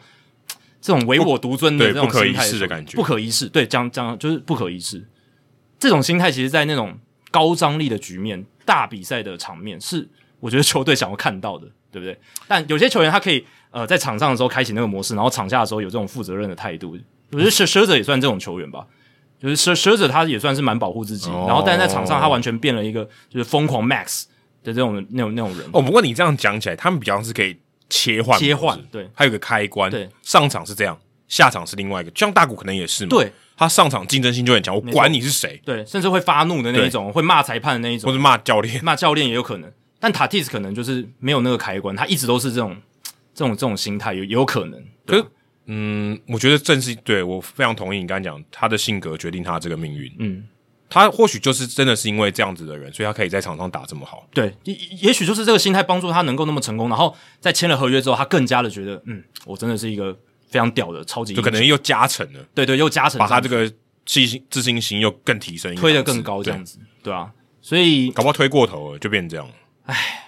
A: 这种唯我独尊的
B: 对
A: 这种
B: 不可
A: 心态
B: 一世的
A: 时候
B: 感觉
A: 不可一世，对，讲讲就是不可一世。这种心态其实，在那种高张力的局面、大比赛的场面，是我觉得球队想要看到的， 对不对？但有些球员他可以呃在场上的时候开启那个模式，然后场下的时候有这种负责任的态度。我
B: 嗯
A: 觉得蛇蛇者也算这种球员吧，就是蛇蛇者他也算是蛮保护自己，
B: 哦
A: 然后但是在场上他完全变了一个就是疯狂 max 的这种那种那种人。
B: 哦，不过你这样讲起来，他们比较是可以切换
A: 切换
B: 模式
A: 对
B: 还有个开关，
A: 对，
B: 上场是这样，下场是另外一个，就像大谷可能也是嘛，
A: 对，
B: 他上场竞争性就很强，我管你是谁，
A: 对，甚至会发怒的那一种，会骂裁判的那一
B: 或
A: 种，
B: 是骂教练，
A: 骂教练也有可能。但塔蒂斯可能就是没有那个开关，他一直都是这种这种这种心态，有有可能。啊
B: 可是，嗯，我觉得正是对我非常同意你刚才讲，他的性格决定他这个命运。
A: 嗯，
B: 他或许就是真的是因为这样子的人，所以他可以在场上打这么好。
A: 对，也也许就是这个心态帮助他能够那么成功。然后在签了合约之后，他更加的觉得，嗯，我真的是一个非常屌的超级英
B: 就
A: 雄，
B: 可能又加成了，
A: 对对，又加成
B: 把他这
A: 上去
B: 个信心自信心又更提升一个档次，
A: 推得更高，这样子，嗯对啊。所以
B: 对，，搞不好推过头了就变成这样。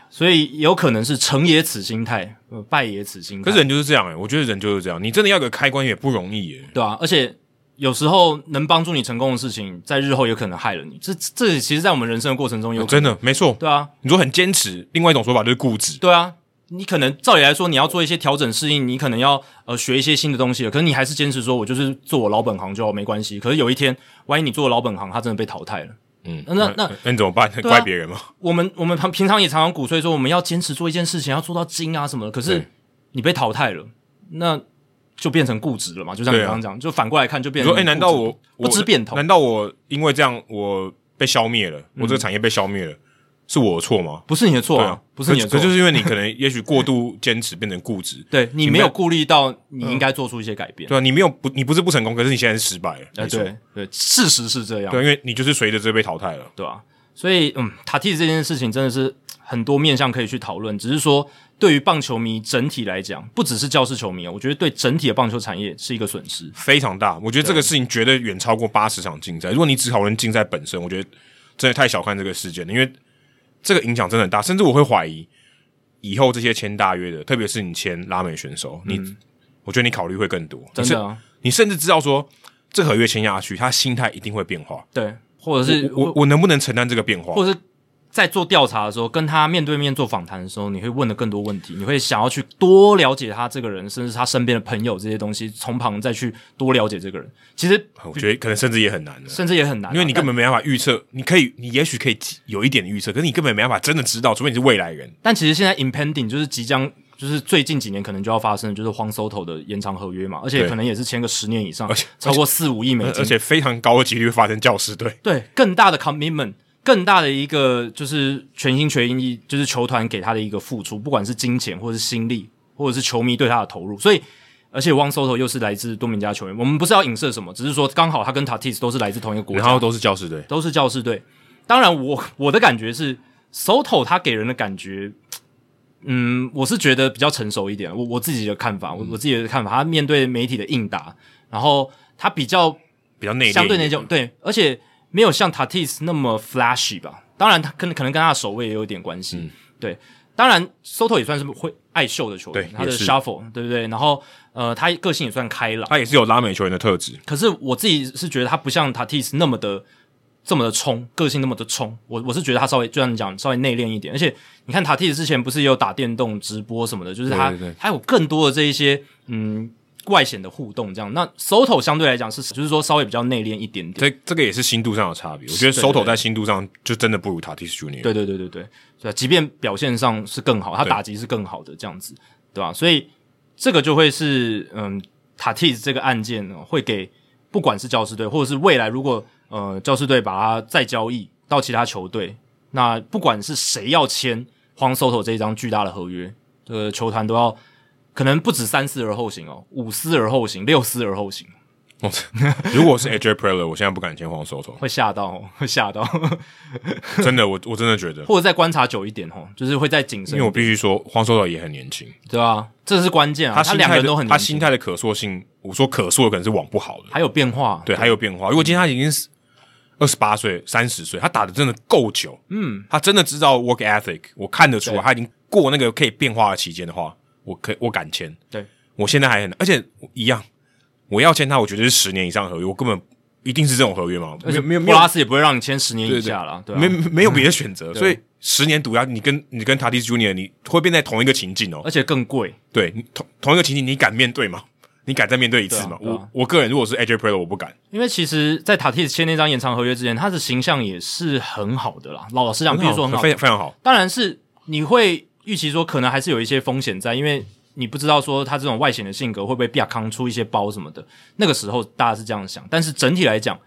A: 所以有可能是成也此心态，呃，败也此心态。
B: 可是人就是这样哎、我觉得人就是这样，你真的要有个开关也不容易耶、
A: 对啊，而且有时候能帮助你成功的事情，在日后有可能害了你。这这其实，在我们人生的过程中有可能、
B: 真的没错。
A: 对啊，
B: 你说很坚持，另外一种说法就是固执，
A: 对啊，你可能照理来说，你要做一些调整适应，你可能要呃学一些新的东西了。可是你还是坚持说，我就是做我老本行就好，没关系。可是有一天，万一你做老本行，他真的被淘汰了，
B: 嗯，
A: 那那
B: 那你怎么办？
A: 啊
B: 怪别人吗？
A: 我们我们平平常也常常鼓吹说，我们要坚持做一件事情，要做到精啊什么的。可是
B: 对
A: 你被淘汰了，那就变成固执了嘛？就像你
B: 对啊
A: 刚刚讲，就反过来看，就变
B: 你
A: 成
B: 说，哎、难道
A: 固执
B: 我我
A: 不知变通
B: 难道我因为这样我被消灭了，我
A: 嗯
B: 这个产业被消灭了，是我的错吗？
A: 不是你的错
B: 对
A: 啊、
B: 啊，
A: 不是你的
B: 可
A: 错，
B: 可就是因为你可能也许过度坚持变成 固执，
A: 对你没
B: 没有
A: 有顾虑到你应该做出一些改变。
B: 对啊，你没有不你不是不成功，可是你现在是失败了，
A: 哎、
B: 没错
A: 对对，事实是这样，
B: 对，因为你就是随着这被淘汰了。
A: 对啊，所以嗯，塔蒂斯这件事情真的是很多面向可以去讨论，只是说对于棒球迷整体来讲，不只是教室球迷啊，我觉得对整体的棒球产业是一个损失。
B: 非常大，我觉得这个事情绝对远超过八十场竞赛。如果你只讨论竞赛本身，我觉得真的太小看这个事件了，因为这个影响真的很大。甚至我会怀疑，以后这些签大约的，特别是你签拉美选手，你、我觉得你考虑会更多。
A: 嗯真的啊
B: 你甚，你甚至知道说这个合约签下去，他心态一定会变化。
A: 对，或者是
B: 我我能不能承担这个变化？
A: 或者是在做调查的时候，跟他面对面做访谈的时候，你会问的更多问题，你会想要去多了解他这个人，甚至他身边的朋友这些东西，从旁再去多了解这个人。其实
B: 我觉得可能甚至也很难了。
A: 甚至也很难啊、
B: 因为你根
A: 本
B: 本没办法预测，你可以，你也许可以有一点预测，可是你根本没办法真的知道，除非你是未来人。
A: 但其实现在 impending 就是即将，就是最近几年可能就要发生的，就是黄 Soto 的延长合约嘛，而且
B: 对
A: 可能也是签个十年以上
B: 而且，呃
A: 超过四五亿美
B: 而
A: 金，
B: 且非常高的几率会发生教师队。
A: 对更大的 commitment，更大的一个就是全心全意，就是球团给他的一个付出，不管是金钱或是心力，或者是球迷对他的投入，所以。而且汪 Soto 又是来自多米尼加球员，我们不是要影射什么，只是说刚好他跟 Tatis 都是来自同一个国家，
B: 然后都是教师队，
A: 都是教士队。当然我，我的感觉是，Soto 他给人的感觉，嗯，我是觉得比较成熟一点。我我自己的看
B: 嗯
A: 法，我我自己的看法，他面对媒体的应答，然后他比较
B: 比较内敛一点，
A: 相对那种对，而且没有像 Tatis 那么 flashy 吧。当然，他跟可能跟他的守卫也有点关
B: 嗯
A: 系。对，当然 Soto 也算是会爱秀的球员，
B: 对
A: 他的
B: 也是
A: shuffle 对不对？然后呃，他个性也算开朗。
B: 他也是有拉美球员的特质。
A: 可是我自己是觉得他不像 Tatis 那么的这么的冲，个性那么的冲。我我是觉得他稍微就像你讲，稍微内敛一点。而且你看 Tatis 之前不是也有打电动直播什么的，就是他
B: 对对对
A: 他有更多的这一些嗯外显的互动这样。那 Soto 相对来讲是就是说稍微比较内敛一点点。
B: 这这个也是心度上的差别。我觉得
A: 对对
B: Soto
A: 对
B: 在心度上就真的不如 Tatis Junior。
A: 对对对对对，对啊，即便表现上是更好，他
B: 对
A: 打击是更好的这样子，对吧、所以这个就会是嗯，Tatis 这个案件呢，会给不管是教师队，或者是未来如果呃教师队把他再交易到其他球队，那不管是谁要签黄 Soto 这一张巨大的合约，这个球团都要可能不止三思而后行哦，五思而后行，六思而后行。
B: 如果我是 AJ Preller，我现在不敢签黄 Soto，
A: 会吓到哦，会吓到，
B: 真的，我我 真的觉得，
A: 或者再观察久一点哦，就是会再谨
B: 因
A: 慎
B: 为，我必须说黄 Soto 也很年轻，
A: 对吧、这是关键啊，
B: 心
A: 两个
B: 态
A: 人
B: 的
A: 都很
B: 他
A: 年轻啊
B: 心态的可塑性我说可塑的可能是往不好的，
A: 还有变化，
B: 对，还有变化。如果今天他已经是二十八岁、三十岁，他打的真的够久，嗯，他真的知道 work ethic，我看得出来，
A: 对
B: 他已经过那个可以变化的期间的话，我可我敢签。
A: 对
B: 我现在还很，而且一样，我要签他，我绝对是十年以上的合约，我根本一定是这种合约嘛，
A: 而且
B: 没有没
A: 布
B: 有
A: 拉斯也不会让你签十年以
B: 对对
A: 下了，对啊
B: 没没有别的选择，所以十年毒药，你跟你跟 Tatis Junior，你会变在同一个情境哦。
A: 而且更贵，
B: 对，你同同一个情境，你敢面对吗？你敢再面对一次
A: 对
B: 吗？
A: 啊对啊
B: 我我个人如果是 AJ p r e l o 我不敢。
A: 因为其实，在塔蒂斯签那张延长合约之前，他的形象也是很好的啦。老实讲，必须啊说很好
B: 非，常非常好。
A: 当然是你会预期说，可能还是有一些风险在，因为你不知道说他这种外显的性格会不会啪康出一些包什么的。那个时候大家是这样想，但是整体来讲，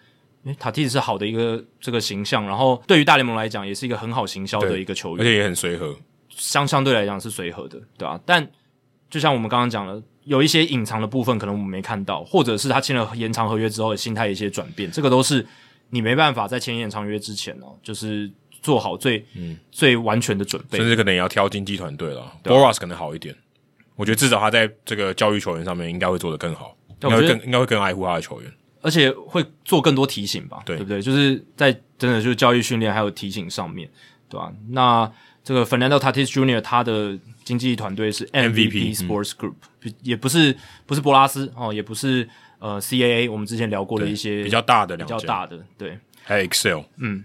A: 诶塔蒂斯是好的一个这个形象，然后对于大联盟来讲，也是一个很好行销的
B: 对
A: 一个球
B: 而
A: 员，
B: 且也很随和，
A: 相相对来讲是随和的，对吧、啊但就像我们刚刚讲了。有一些隐藏的部分，可能我们没看到，或者是他签了延长合约之后，心态一些转变，这个都是你没办法在签延长约之前哦，就是做好最、最完全的准备
B: 甚。至可能也要挑经纪团队了。Boras
A: 啊
B: 可能好一点，我觉得至少他在这个教育球员上面应该会做得更好，应
A: 对
B: 该
A: 我
B: 会
A: 觉得
B: 更应该会更爱护他的球员。
A: 而且会做更多提醒吧，
B: 对
A: 不对？就是在真的就是教育训练还有提醒上面，对吧、那这个 Fernando Tatis Jr. 他的经纪团队是 MVP
B: MVP
A: Sports Group，、也不是不是博拉斯哦，也不是呃 CAA，我们之前聊过的一些
B: 比较大的
A: 比
B: 两
A: 较
B: 家，
A: 大的对。
B: 还有 Excel，嗯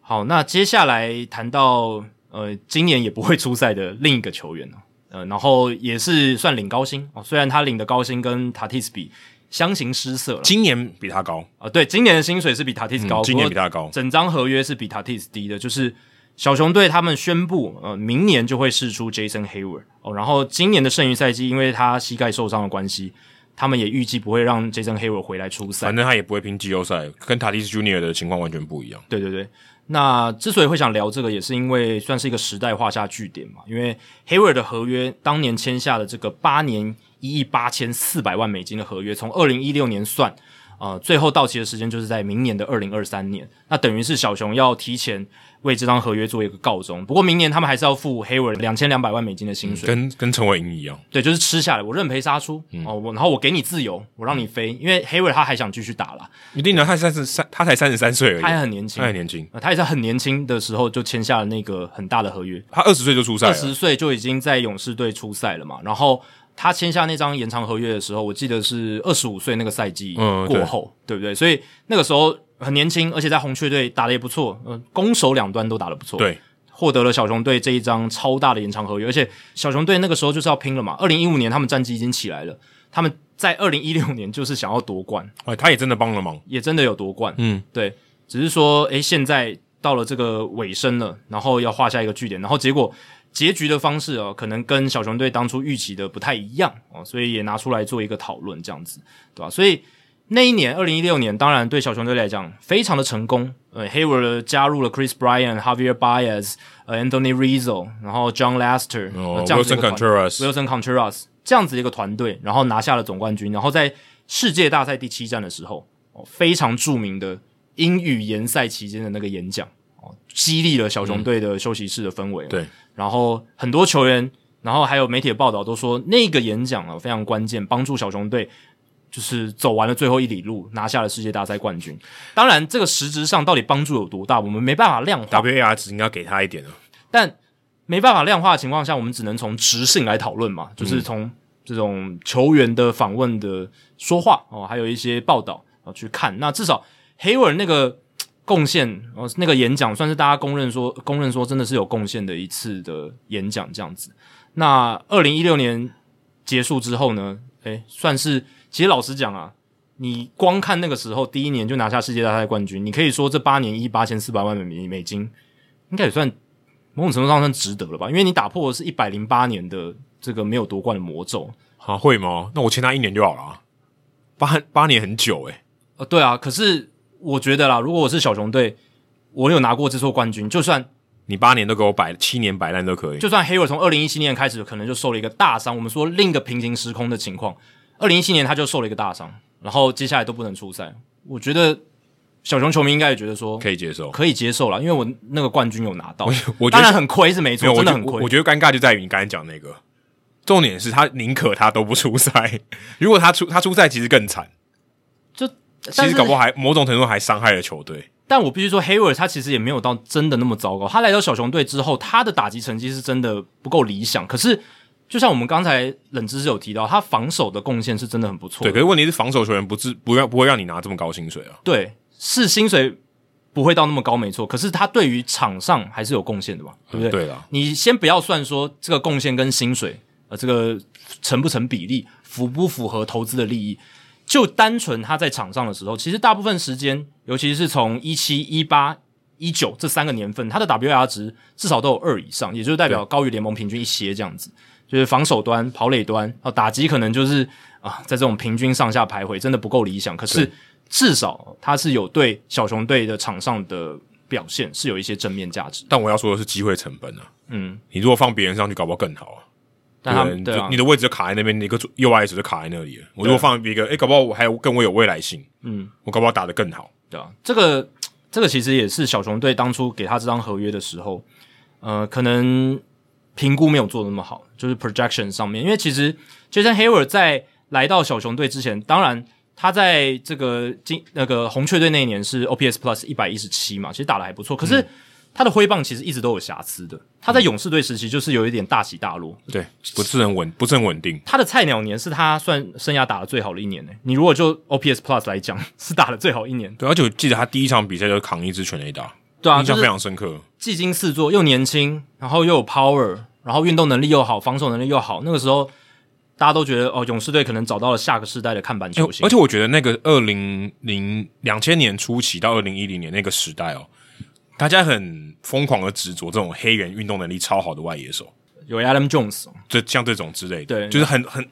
A: 好，那接下来谈到呃，今年也不会出赛的另一个球员哦，呃，然后也是算领高薪哦，虽然他领的高薪跟 Tatis 比相形失色了，
B: 今年比他高，嗯
A: 啊，对，今年的薪水是比 Tatis 高，
B: 今年
A: 不
B: 比
A: 过
B: 他高，
A: 整张合约是比 Tatis 低的，就是小熊队他们宣布，呃，明年就会试出 Jason Hayward 哦，然后今年的剩余赛季，因为他膝盖受伤的关系，他们也预计不会让 Jason Hayward 回来出赛
B: 反。正他也不会拼季后赛，跟 Tatis Junior 的情况完全不一样。
A: 对对对，那之所以会想聊这个，也是因为算是一个时代画下句点嘛，因为 Hayward 的合约当年签下的这个八年一亿八千四百万美金的合约，从二零一六年算。呃，最后到期的时间就是在明年的二零二三年，那等于是小熊要提前为这张合约做一个告终。不过明年他们还是要付 Hayward 两千两百万美金的薪水，
B: 跟跟陈伟英一样，
A: 对，就是吃下来，我认赔杀出、哦，我然后我给你自由，我让你飞，因为 Hayward 他还想继续打啦，
B: 一定的，他三十三，他才三十三岁而已，
A: 他还很年轻
B: 他，很年轻，
A: 呃，他也是很年轻的时候就签下了那个很大的合约，
B: 他二十岁就出赛
A: 二
B: 了，
A: 十岁就已经在勇士队出赛了嘛。然后他签下那张延长合约的时候，我记得是二十五岁那个赛季
B: 嗯
A: 过后，对不对？所以那个时候很年轻，而且在红雀队打的也不错，呃，攻守两端都打得不错，，
B: 对，
A: 获得了小熊队这一张超大的延长合约。而且小熊队那个时候就是要拼了嘛，二零一五年他们战绩已经起来了，他们在二零一六年就是想要夺冠，
B: 哎，他也真的帮了忙，
A: 也真的有夺冠，
B: 嗯，
A: 对，只是说，诶，现在到了这个尾声了，然后要画下一个句点，然后结果结局的方式哦，可能跟小熊队当初预期的不太一样哦，所以也拿出来做一个讨论，这样子，对吧、所以那一年，二零一六年，当然对小熊队来讲非常的成功，呃，Hayward 加入了 Chris Bryant、Javier Baez、呃 Anthony Rizzo，然后 John Lester，、
B: 哦
A: 这样子一
B: ，Wilson
A: 个团队
B: Contreras，
A: Wilson Contreras 这样子一个团队，然后拿下了总冠军，然后在世界大赛第七站的时候，哦，非常著名的英语联赛期间的那个演讲，哦，激励了小熊队的休息室的氛围、
B: 嗯对，
A: 然后很多球员，然后还有媒体的报道都说，那个演讲啊非常关键，帮助小熊队。就是走完了最后一里路，拿下了世界大赛冠军。当然，这个实质上到底帮助有多大，我们没办法量化。
B: WAR 值应该给他一点啊，
A: 但没办法量化的情况下，我们只能从直性来讨论嘛，就是从这种球员的访问的说话哦，还有一些报道哦去看。那至少 Hayward 那个嘖贡献哦，那个演讲算是大家公认说公认说真的是有贡献的一次的演讲这样子。那二零一六年结束之后呢，诶，算是其实老实讲啊。你光看那个时候第一年就拿下世界大赛冠军，你可以说这八年一八千四百万美美金，应该也算某种程度上算值得了吧，因为你打破的是一百零八年的这个没有夺冠的魔咒。
B: 啊，会吗？那我签他一年就好了啊，八八年很久哎、
A: 呃，对啊，可是我觉得啦，如果我是小熊队，我有拿过这座冠军，就算
B: 你八年都给我摆，七年摆烂都可以。
A: 就算 Hayward 从二零一七年开始可能就受了一个大伤，我们说另一个平行时空的情况，二零一七年他就受了一个大伤，然后接下来都不能出赛。我觉得小熊球迷应该也觉得说
B: 可以接受。
A: 可以接受了，因为我那个冠军有拿到，
B: 我觉
A: 当然
B: 得
A: 很亏是没
B: 没有，
A: 错，
B: 我
A: 真的
B: 觉
A: 很
B: 得
A: 亏
B: 我。觉得尴尬就在于你刚才讲那个，重点是他宁可他都不出赛， 如果他出他出赛，其实更惨，
A: 就
B: 其实搞不好还某种程度还伤害了球队。
A: 但我必须说，Hayward 他其实也没有到真的那么糟糕。他来到小熊队之后，他的打击成绩是真的不够理想。可是，就像我们刚才冷知识有提到，他防守的贡献是真的很不错
B: 对，
A: 的。
B: 可是问题是防守球员不自不让不会让你拿这么高薪水啊。
A: 对，是薪水不会到那么高，没错。可是他对于场上还是有贡献的嘛，对不对？
B: 嗯对啦
A: 你先不要算说这个贡献跟薪水，呃，这个成不成比例，符不符合投资的利益。就单纯他在场上的时候，其实大部分时间，尤其是从一七、一八、一九这三个年份，他的 WR 值至少都有二以上，也就是代表高于联盟平均一些这样子。就是防守端、跑垒端，哦，打击可能就是啊，在这种平均上下徘徊，真的不够理想。可是至少他是有对小熊队的场上的表现是有一些正面价值。
B: 但我要说的是机会成本啊，
A: 嗯，
B: 你如果放别人上去，搞不好更好啊。
A: 但他
B: 对你
A: 对
B: 就
A: 啊
B: 你，的位置就卡在那边，你一个右外手就卡在那里了。我如果放一个，哎、搞不好我还有更我有未来性，
A: 嗯，
B: 我搞不好打得更好。
A: 对啊，这个这个其实也是小熊队当初给他这张合约的时候，呃，可能评估没有做得那么好，就是 projection 上面，因为其实 Jason Hayward 在来到小熊队之前，当然他在这个金那个红雀队那一年是 OPS Plus 一百一十七嘛，其实打的还不错，可是。他的挥棒其实一直都有瑕疵的，他在勇士队时期就是有一点大起大落，
B: 对，不是很稳，不是很稳定。
A: 他的菜鸟年是他算生涯打的最好的一年呢、欸你如果就 OPS Plus 来讲， 是打的最好一年。
B: 对，而且我记得他第一场比赛就扛一支全垒打，
A: 对啊，
B: 印
A: 就
B: 象非
A: 是
B: 常深刻。
A: 技惊四座，又年轻，然后又有 power，然后运动能力又好，防守能力又好。那个时候大家都觉得哦，勇士队可能找到了下个世代的看板
B: 哎
A: 球星。
B: 而且我觉得那个二零零两千年初期到二零一零年那个时代哦，大家很疯狂的执着这种黑人运动能力超好的外野手，
A: 有 Adam Jones，
B: 这像这种之类的，
A: 对嗯
B: 就是很很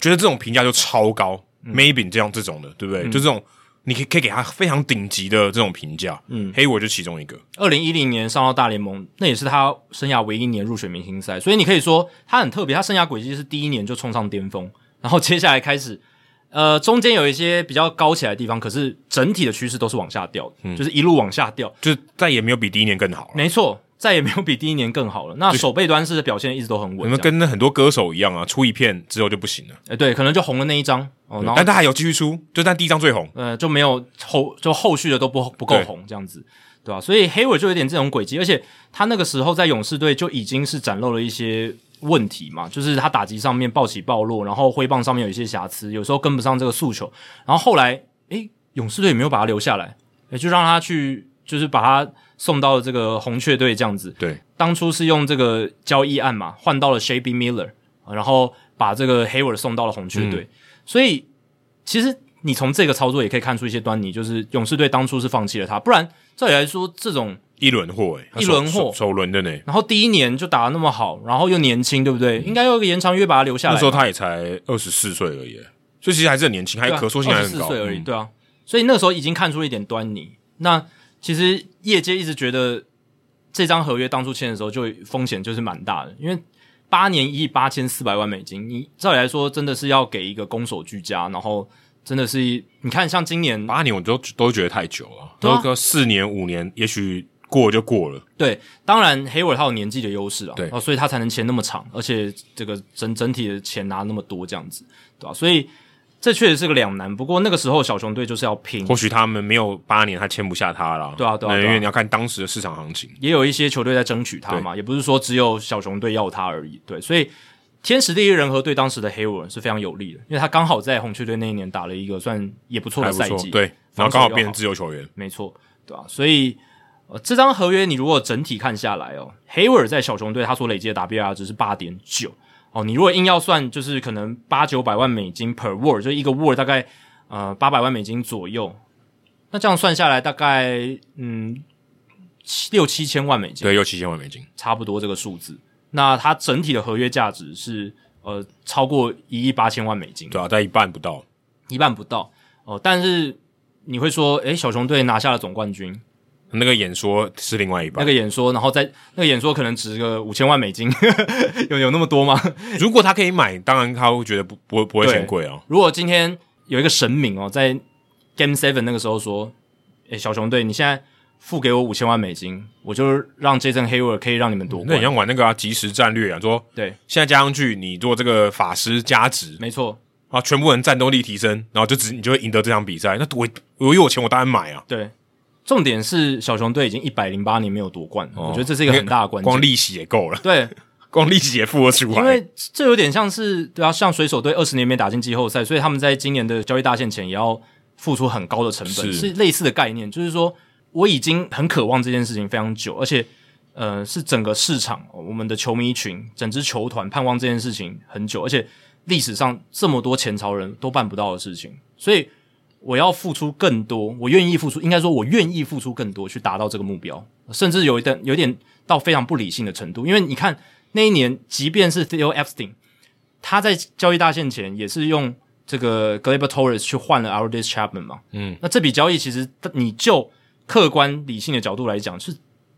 B: 觉得这种评价就超高、m a y b e 这样这种的，对不对？就这种你可以可以给他非常顶级的这种评价，嗯，黑我就其中一个，
A: 二零一零年上到大联盟，那也是他生涯唯一一年入选明星赛，所以你可以说他很特别。他生涯轨迹是第一年就冲上巅峰，然后接下来开始，呃，中间有一些比较高起来的地方，可是整体的趋势都是往下掉的，就是一路往下掉。
B: 就是再也没有比第一年更好了。
A: 没错，再也没有比第一年更好了。那手背端是表现一直都很
B: 我
A: 稳
B: 们
A: 这样，
B: 跟很多歌手一样啊，出一片之后就不行了，
A: 哎对，可能就红了那一张哦，然后
B: 但他还有继续出，就但第一张最红，
A: 呃，就没有后就后续的都不不够
B: 对
A: 红这样子，对吧、所以黑尾就有点这种轨迹，而且他那个时候在勇士队就已经是展露了一些问题嘛，就是他打击上面暴起暴落，然后挥棒上面有一些瑕疵，有时候跟不上这个诉求，然后后来诶，勇士队也没有把他留下来，也就让他去就是把他送到了这个红雀队这样子，
B: 对，
A: 当初是用这个交易案嘛，换到了 Shabby Miller，啊然后把这个 Hayward 送到了红雀队。所以其实你从这个操作也可以看出一些端倪，就是勇士队当初是放弃了他，不然照理来说，这种
B: 一轮货、欸，哎，
A: 一轮货
B: 首首首轮的呢。
A: 然后第一年就打得那么好，然后又年轻，对不对？应该要有一个延长约把他留下来。
B: 那时候他也才二十四岁而已，欸所以其实还是很年轻，还
A: 对啊
B: 可塑性还很
A: 24
B: 高。
A: 岁而已，
B: 嗯
A: 对啊，所以那个时候已经看出了一点端倪。那其实业界一直觉得这张合约当初签的时候就风险就是蛮大的，因为八年一亿八千四百万美金，你照理来说真的是要给一个攻守俱佳，然后真的是你看像今年
B: 八年我都都觉得太久了，
A: 对啊
B: 都个四年五年，也许过了就过了。
A: 对，当然黑尾他有年纪的优势啊，
B: 对
A: 哦，所以他才能签那么长，而且这个整整体的钱拿那么多这样子，对吧、所以这确实是个两难。不过那个时候小熊队就是要拼，
B: 或许他们没有八年，他签不下他了。
A: 对啊对啊对
B: 那
A: 啊
B: 因为你要看当时的市场行情。
A: 也有一些球队在争取他嘛，也不是说只有小熊队要他而已。对，所以天时地利人和对当时的黑人是非常有利的，因为他刚好在红雀队那一年打了一个算也不错
B: 还
A: 的
B: 不
A: 赛
B: 错
A: 季，，
B: 对，然
A: 防守
B: 后刚好
A: 又
B: 变
A: 好
B: 成自由球员，
A: 没错，对吧、啊所以、呃、这张合约你如果整体看下来哦，黑尔在小熊队他所累积的 WR 值是八点九哦，你如果硬要算，就是可能八九百万美金 per word，就一个 word 大概呃八百万美金左右，那这样算下来大概嗯七六七千万美金，
B: 对，又七千万美金，
A: 差不多这个数字。那它整体的合约价值是呃超过一亿八千万美金，
B: 对啊，在一半不到。
A: 一半不到哦、但是你会说，诶，小熊队拿下了总冠军，
B: 那个演说是另外一
A: 那
B: 半。
A: 个演说，然后再那个演说可能值个五千万美金， 有有那么多吗？
B: 如果他可以买，当然他会觉得不不会不会
A: 对
B: 嫌贵啊。
A: 如果今天有一个神明哦，在 Game Seven 那个时候说，诶，小熊队，你现在付给我五千万美金，我就让 Jason Hayward 可以让你们夺
B: 那
A: 冠
B: 你。要玩那个啊，即时战略啊，说
A: 对，
B: 现在加上去，你做这个法师加值
A: 没错，
B: 啊，全部人战斗力提升，然后就只你就会赢得这场比赛。那我我有钱，我当然买啊。
A: 对。重点是小熊队已经一百零八年没有夺冠，我觉得这是一
B: 这
A: 个很大的关键。
B: 光利息也够了，
A: 对，
B: 哦光利息也付得出
A: 因
B: 来。
A: 为这有点像是对啊，像水手队二十年没打进季后赛，所以他们在今年的交易大限前也要付出很高的成本，
B: 是
A: 是类似的概念。就是说，我已经很渴望这件事情非常久，而且呃，是整个市场、我们的球迷群、整支球团盼望这件事情很久，而且历史上这么多前朝人都办不到的事情，所以我要付出更多，我愿意付出，应该说我愿意付出更多去达到这个目标，甚至有一点有点到非常不理性的程度。因为你看那一年，即便是 Theo Epstein，他在交易大限前也是用这个 Glaber Torres 去换了 a l d i s Chapman 嘛，
B: 嗯，
A: 那这笔交易其实你就客观理性的角度来讲是。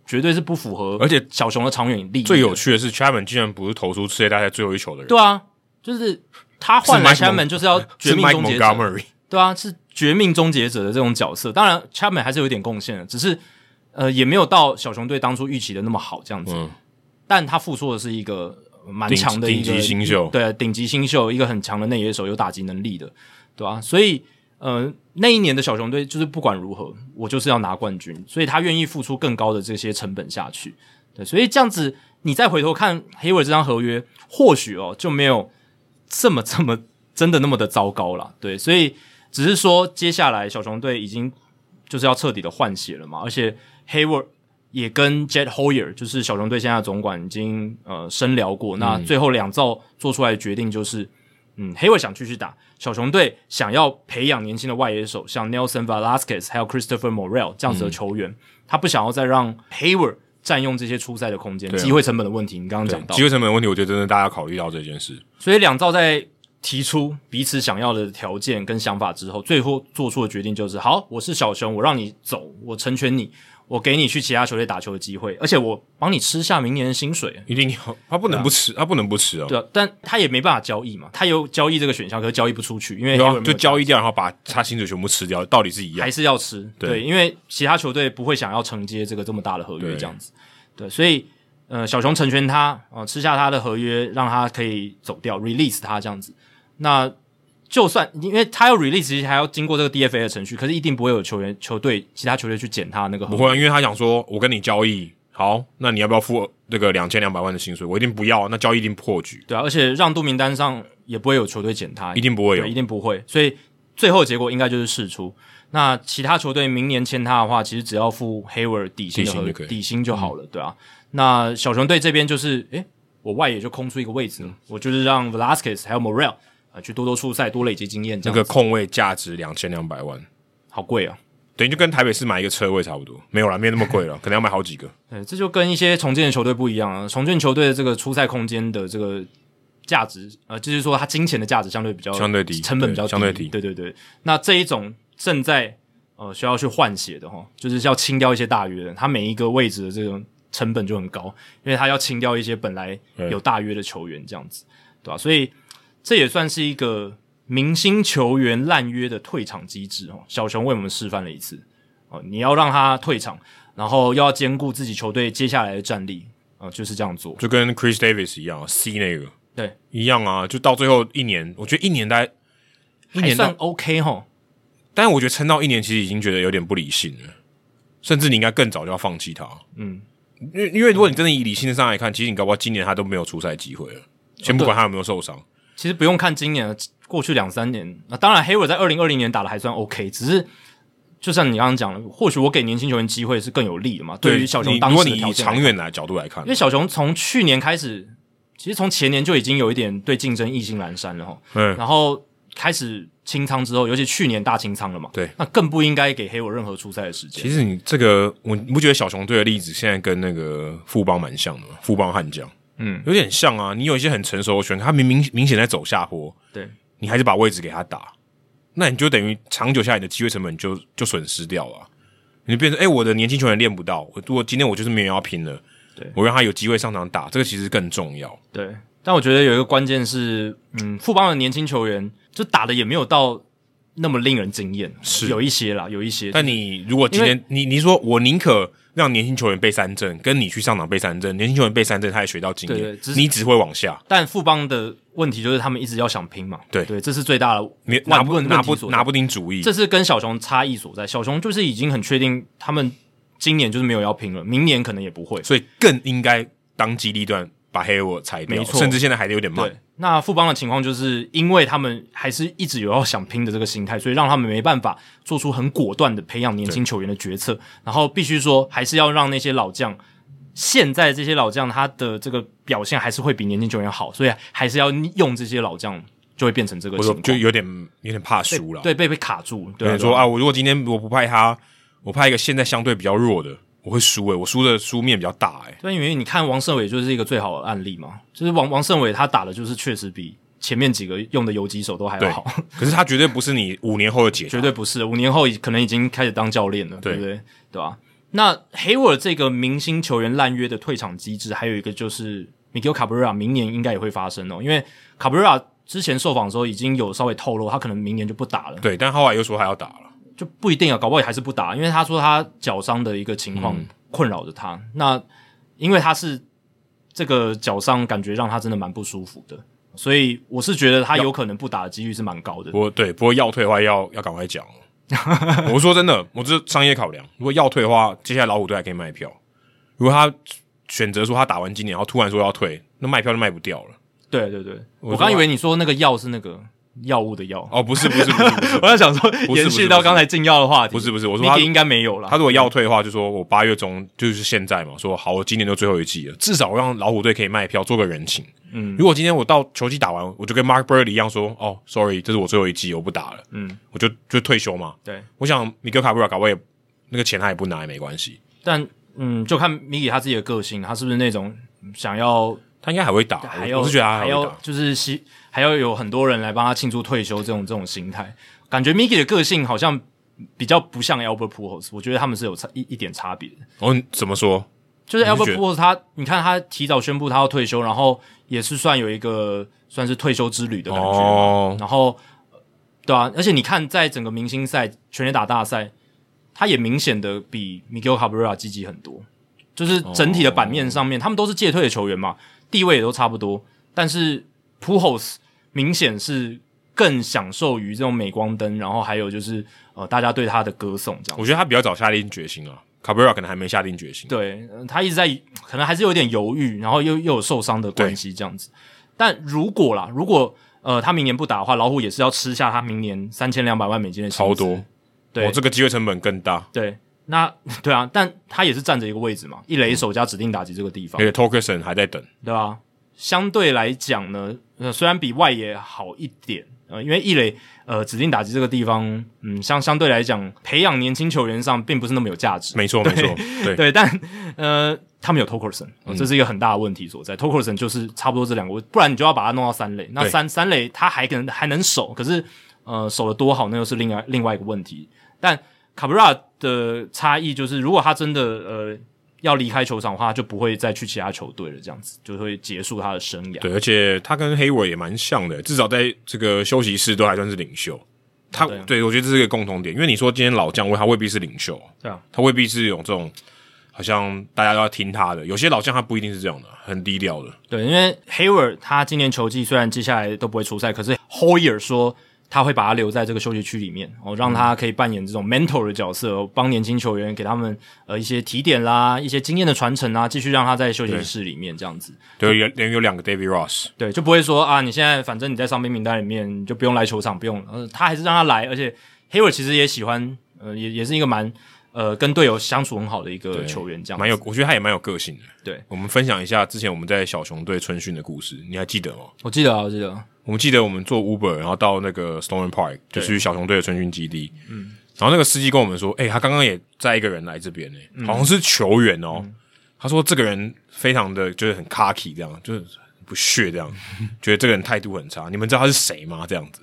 A: 绝对是不符合，
B: 而且
A: 小熊的长远利益的。
B: 最有趣的是，Chapman 竟然不是投出世界大赛最后一球的人，
A: 对啊，就是他换来
B: 是 Mike
A: Chapman 就是要绝
B: 是
A: 命
B: Mike
A: 终结者，
B: Montgomery。
A: 对啊，是绝命终结者的这种角色。当然，Chapman 还是有点贡献的，只是呃也没有到小熊队当初预期的那么好这样子。
B: 嗯
A: 但他付出的是一个呃蛮
B: 顶
A: 强的一个
B: 顶级新秀
A: 对，顶级新秀，一个很强的内野手，有打击能力的，对吧、所以呃那一年的小熊队就是不管如何，我就是要拿冠军，所以他愿意付出更高的这些成本下去。对，所以这样子你再回头看黑尾这张合约，或许哦就没有这么这么真的那么的糟糕了。对，所以只是说接下来小熊队已经就是要彻底的换血了嘛，而且 Hayward 也跟 Jet Hoyer 就是小熊队现在的总管已经呃深聊
B: 嗯
A: 过，那最后两造做出来的决定就是，嗯，Hayward 想继续打，小熊队想要培养年轻的外野手，像 Nelson Velasquez 还有 Christopher Morel 这样子的球
B: 嗯
A: 员，他不想要再让 Hayward 占用这些出赛的空间，
B: 对啊
A: 机会成本的问题，你刚刚
B: 对
A: 讲到
B: 机，会成本的问题，我觉得真的大家要考虑到这件事。
A: 所以两造在提出彼此想要的条件跟想法之后，最后做出的决定就是：好，我是小熊，我让你走，我成全你，我给你去其他球队打球的机会，而且我帮你吃下明年的薪水。
B: 一定要，他不能不吃，他不能不吃哦。
A: 对、啊，但他也没办法交易嘛，他有交易这个选项，可是交易不出去，因为
B: 然
A: Hayward 没
B: 后
A: 有
B: 啊就交易掉，然后把他薪水全部吃掉，道理是一样
A: 还。是要吃，
B: 对
A: 对，因为其他球队不会想要承接这个这么大的合约
B: 对
A: 这样子，对，所以呃，小熊成全他，呃，吃下他的合约，让他可以走掉，release 他这样子。那就算因为他要 release，其实还要经过这个 DFA 的程序，可是一定不会有球员、球队、其他球队去捡他那个合
B: 不
A: 约。
B: 会，啊因为他想说，我跟你交易，好，那你要不要付那个两千两百万的薪水？我一定不要，那交易一定破局，
A: 对啊，而且让渡名单上也不会有球队捡他，
B: 一定不会有
A: 对，一。定不会。所以最后结果应该就是释出。那其他球队明年签他的话，其实只要付 Hayward 底薪的合
B: 底薪就可以嗯
A: 底薪就好了，对啊。那小熊队这边就是，诶，我外野就空出一个位
B: 嗯
A: 置，我就是让 Velasquez 还有 Morel 啊、去多多出赛，多累积经验，这
B: 那
A: 样、
B: 个空位价值两千两百万，
A: 好贵啊。
B: 等于就跟台北市买一个车位差不多，没有啦，没有那么贵 了，可能要买好几个。
A: 呃，这就跟一些重建的球队不一样啊。重建球队的这个出赛空间的这个价值，呃，就是说它金钱的价值相对比较
B: 相对低
A: 成本比较低
B: 对相对低
A: 对对对。那这一种正在呃需要去换血的哈，就是要清掉一些大约的，它每一个位置的这种成本就很高，因为它要清掉一些本来有大约的球员这样子，对吧、所以这也算是一个明星球员烂约的退场机制哦。小熊为我们示范了一次哦，你要让他退场，然后又要兼顾自己球队接下来的战力啊、呃就是这样做。
B: 就跟 Chris Davis 一样啊，C 那个
A: 对，
B: 一样啊，就到最后一年，我觉得一年大概一
A: 还
B: 年
A: 算
B: 到，
A: OK 哦哈，
B: 但是我觉得撑到一年其实已经觉得有点不理性了，甚至你应该更早就要放弃他。
A: 嗯，
B: 因为因为如果你真的以理性上来看，其实你搞不好今年他都没有出赛机
A: 哦
B: 会了。先不管他有没有受伤，
A: 其实不用看今年了，过去两三年，那、当然黑尾在二零二零年打的还算 OK，只是就像你刚刚讲的，或许我给年轻球员机会是更有利的嘛。对于小
B: 你
A: 熊
B: 如
A: 当
B: 果
A: 时
B: 你
A: 的条
B: 以
A: 件来
B: 长
A: 看，
B: 远来角度来看
A: 因为，小熊从去年开始，其实从前年就已经有一点对竞争意兴阑珊了哦哈。
B: 嗯，
A: 然后开始清仓之后，尤其去年大清仓了嘛，
B: 对，
A: 那更不应该给黑我任何出赛的时间。
B: 其实你这个，我你不觉得小熊队的例子现在跟那个富邦蛮像的吗？富邦悍将，
A: 嗯，
B: 有点像啊。你有一些很成熟的选手，他明明明显在走下坡，
A: 对，
B: 你还是把位置给他打，那你就等于长久下来你的机会成本就就损失掉了啊。你就变成哎、诶我的年轻球员练不到，我如果今天我就是没有要拼了，
A: 对
B: 我让他有机会上场打，这个其实更重要。
A: 对，但我觉得有一个关键是，嗯，富邦的年轻球员就打的也没有到那么令人惊艳，
B: 是
A: 有一些啦，有一些。
B: 但你如果今天你你说我宁可让年轻球员被三振，跟你去上场被三振，年轻球员被三振，他也学到经验，
A: 对对只是
B: 你只会往下，
A: 但富邦的问题就是他们一直要想拼嘛，
B: 对
A: 对，这是最大的
B: 你
A: 拿
B: 拿
A: 不
B: 不
A: 问
B: 拿不
A: 问题所在
B: 拿不定主意。
A: 这是跟小熊差异所在。小熊就是已经很确定他们今年就是没有要拼了，明年可能也不会。
B: 所以更应该当机立断把黑我裁掉，
A: 没错
B: 甚至现在还得有点慢
A: 对。，那富邦的情况就是因为他们还是一直有要想拼的这个心态，所以让他们没办法做出很果断的培养年轻球员的决策，然后必须说还是要让那些老将。现在这些老将他的这个表现还是会比年轻球员好，所以还是要用这些老将，就会变成这个
B: 我
A: 情
B: 说
A: 况，
B: 就有点有点怕输了。
A: 对被被卡住。
B: 有
A: 对啊，
B: 人说
A: 对啊
B: 啊，我如果今天我不派他，我派一个现在相对比较弱的，我会输诶、欸我输的输面比较大欸诶、
A: 对，因为你看王胜伟就是一个最好的案例嘛，就是王王胜伟他打的就是确实比前面几个用的游击手都还要
B: 对
A: 好，
B: 可是他绝对不是你五年后的解决
A: 绝。对不是五年后已可能已经开始当教练了，对
B: 对
A: 不对？对吧、那黑沃尔这个明星球员烂约的退场机制，还有一个就是 Miguel Cabrera 明年应该也会发生哦，因为 Cabrera 之前受访的时候已经有稍微透露，他可能明年就不打了，
B: 对，但后来又说他要打了。
A: 就不一定啊，搞不好也还是不打，因为他说他脚伤的一个情况困扰着他。那因为他是这个脚伤，感觉让他真的蛮不舒服的，所以我是觉得他有可能不打的几率是蛮高的
B: 不。过对，不过要退的话要要赶快 讲。哦我说真的，我这商业考量，如果要退的话，接下来老虎队还可以卖票。如果他选择说他打完今年，然后突然说要退，那卖票就卖不掉了。
A: 对对对，
B: 我
A: 我刚
B: 说
A: 以为你说那个药是那个药物的药，
B: 哦，不是不是不是不是
A: 我在想说
B: 是
A: 延
B: 不
A: 续
B: 是
A: 到
B: 不是
A: 刚才禁药的话题，
B: 不是不是，我
A: 我
B: 说他
A: 应该没有了。
B: 他如果要退的话，就说我八月中就是现在嘛，说好，我今年就最后一季了，至少让老虎队可以卖票，做个人情。嗯，如果今天我到球季打完，我就跟 Mark Burley 一样说，哦，sorry，这是我最后一季，我不打了，
A: 嗯，
B: 我就就退休嘛。
A: 对，
B: 我想米格卡布拉搞我也那个钱他也不拿也没关系，
A: 但嗯，就看米里他自己的个性，他是不是那种想要
B: 他应该还会打，
A: 还
B: 我
A: 要
B: 我是觉得他
A: 还
B: 会
A: 要
B: 打。
A: 就是希还要有很多人来帮他庆祝退休这种这种心态，感觉 Miki 的个性好像比较不像 Albert Pujols，我觉得他们是有差一一点差别的。
B: 哦，你怎么说？
A: 就是
B: 你是
A: Albert
B: 觉得
A: Pujols 他，你看他提早宣布他要退休，然后也是算有一个算是退休之旅的感觉嘛。
B: 哦，
A: 然后，呃对啊，而且你看，在整个明星赛、全垒打大赛，他也明显的比 Miguel Cabrera 积极很多。就是整体的版面上面，他们都是借退的球员嘛，地位也都差不多。但是 Pujols 明显是更享受于这种镁光灯，然后还有就是呃，大家对他的歌颂这样。
B: 我觉得他比较早下定决心啊，卡布拉可能还没下定决心。
A: 对、呃他一直在可能还是有点犹豫，然后又又有受伤的关系这样子。但如果啦，如果呃他明年不打的话，老虎也是要吃下他明年三千两百万美金的薪资
B: 超多，
A: 对
B: 哦，这个机会成本更大。
A: 对。那对啊，但他也是站着一个位置嘛，一垒手加指定打击这个地方，
B: 那个 Tokerson 还在等，
A: 对吧、相对来讲呢，呃，虽然比外野好一点，呃，因为一垒呃指定打击这个地方，嗯，相相对来讲，培养年轻球员上并不是那么有价值，
B: 没错没错，对，嗯
A: 对，但呃，他们有 Tokerson，、这哦是一个很大的问题所在。Tokerson 就是差不多这两个位，不然你就要把它弄到三垒。那
B: 对
A: 三三垒他还可能还能守，可是呃守的多好，那又是另外另外一个问题。但卡布拉的差异就是，如果他真的呃要离开球场的话，他就不会再去其他球队了，这样子就会结束他的生涯。
B: 对，而且他跟黑尾也蛮像的，至少在这个休息室都还算是领袖。他
A: 对啊
B: 对我觉得这是一个共同点，因为你说今天老将，他未必是领袖，
A: 对啊，
B: 他未必是有这种好像大家都要听他的。有些老将他不一定是这样的，很低调的。
A: 对，因为 Hayward 他今年球季虽然接下来都不会出赛，可是 Hoyer 说他会把他留在这个休息区里面，哦，让他可以扮演这种 mentor 的角色，哦帮年轻球员给他们呃一些提点啦、一些经验的传承啊，继续让他在休息室里面这样子。
B: 对，有有有两个 David Ross，
A: 对，就不会说啊，你现在反正你在伤兵名单里面，你就不用来球场，不用。呃，他还是让他来，而且 Hayward 其实也喜欢，呃，也也是一个蛮呃跟队友相处很好的一个球员，这样子
B: 蛮有，我觉得他也蛮有个性的。
A: 对，
B: 我们分享一下之前我们在小熊队春训的故事，你还记得吗？
A: 我记得啊，我记得啊，
B: 我们记得我们坐 Uber，然后到那个 Stone Park，就
A: 对
B: 是小熊队的春训基地。嗯，然后那个司机跟我们说，哎、他刚刚也载一个人来这边呢、欸
A: 嗯
B: 好像是球员哦。他说这个人非常的就是很 cocky，这样就是很不 屑这样，觉得这个人态度很差。你们知道他是谁吗？这样子，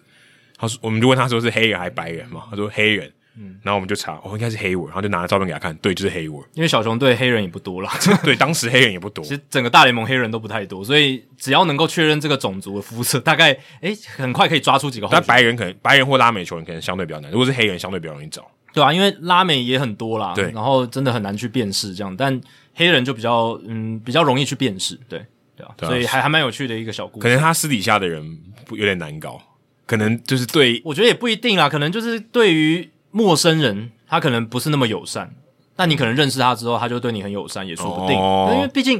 B: 他说我们就问他说是黑人还白人嘛？他说黑人。嗯，然后我们就查，哦，应该是 Hayward，然后就拿了照片给他看，对，就是 Hayward。
A: 因为小熊队黑人也不多啦，
B: 对，当时黑人也不 多，
A: 其实整个大联盟黑人都不太多，所以只要能够确认这个种族的肤色，大概诶、很快可以抓出几个候
B: 但
A: 选。
B: 白人可能白人或拉美球员可能相对比较难，如果是黑人相对比较容易找。
A: 对啊，因为拉美也很多啦，
B: 对
A: 然后真的很难去辨识这样，但黑人就比较嗯比较容易去辨识，对对啊，
B: 对啊
A: 所以还还蛮有趣的一个小故
B: 可
A: 事。
B: 能他私底下的人不有点难搞，可能就是对
A: 我觉得也不一定啦，可能就是对于陌生人，他可能不是那么友善，但你可能认识他之后，他就对你很友善，也说不定，
B: 哦
A: 因为毕竟。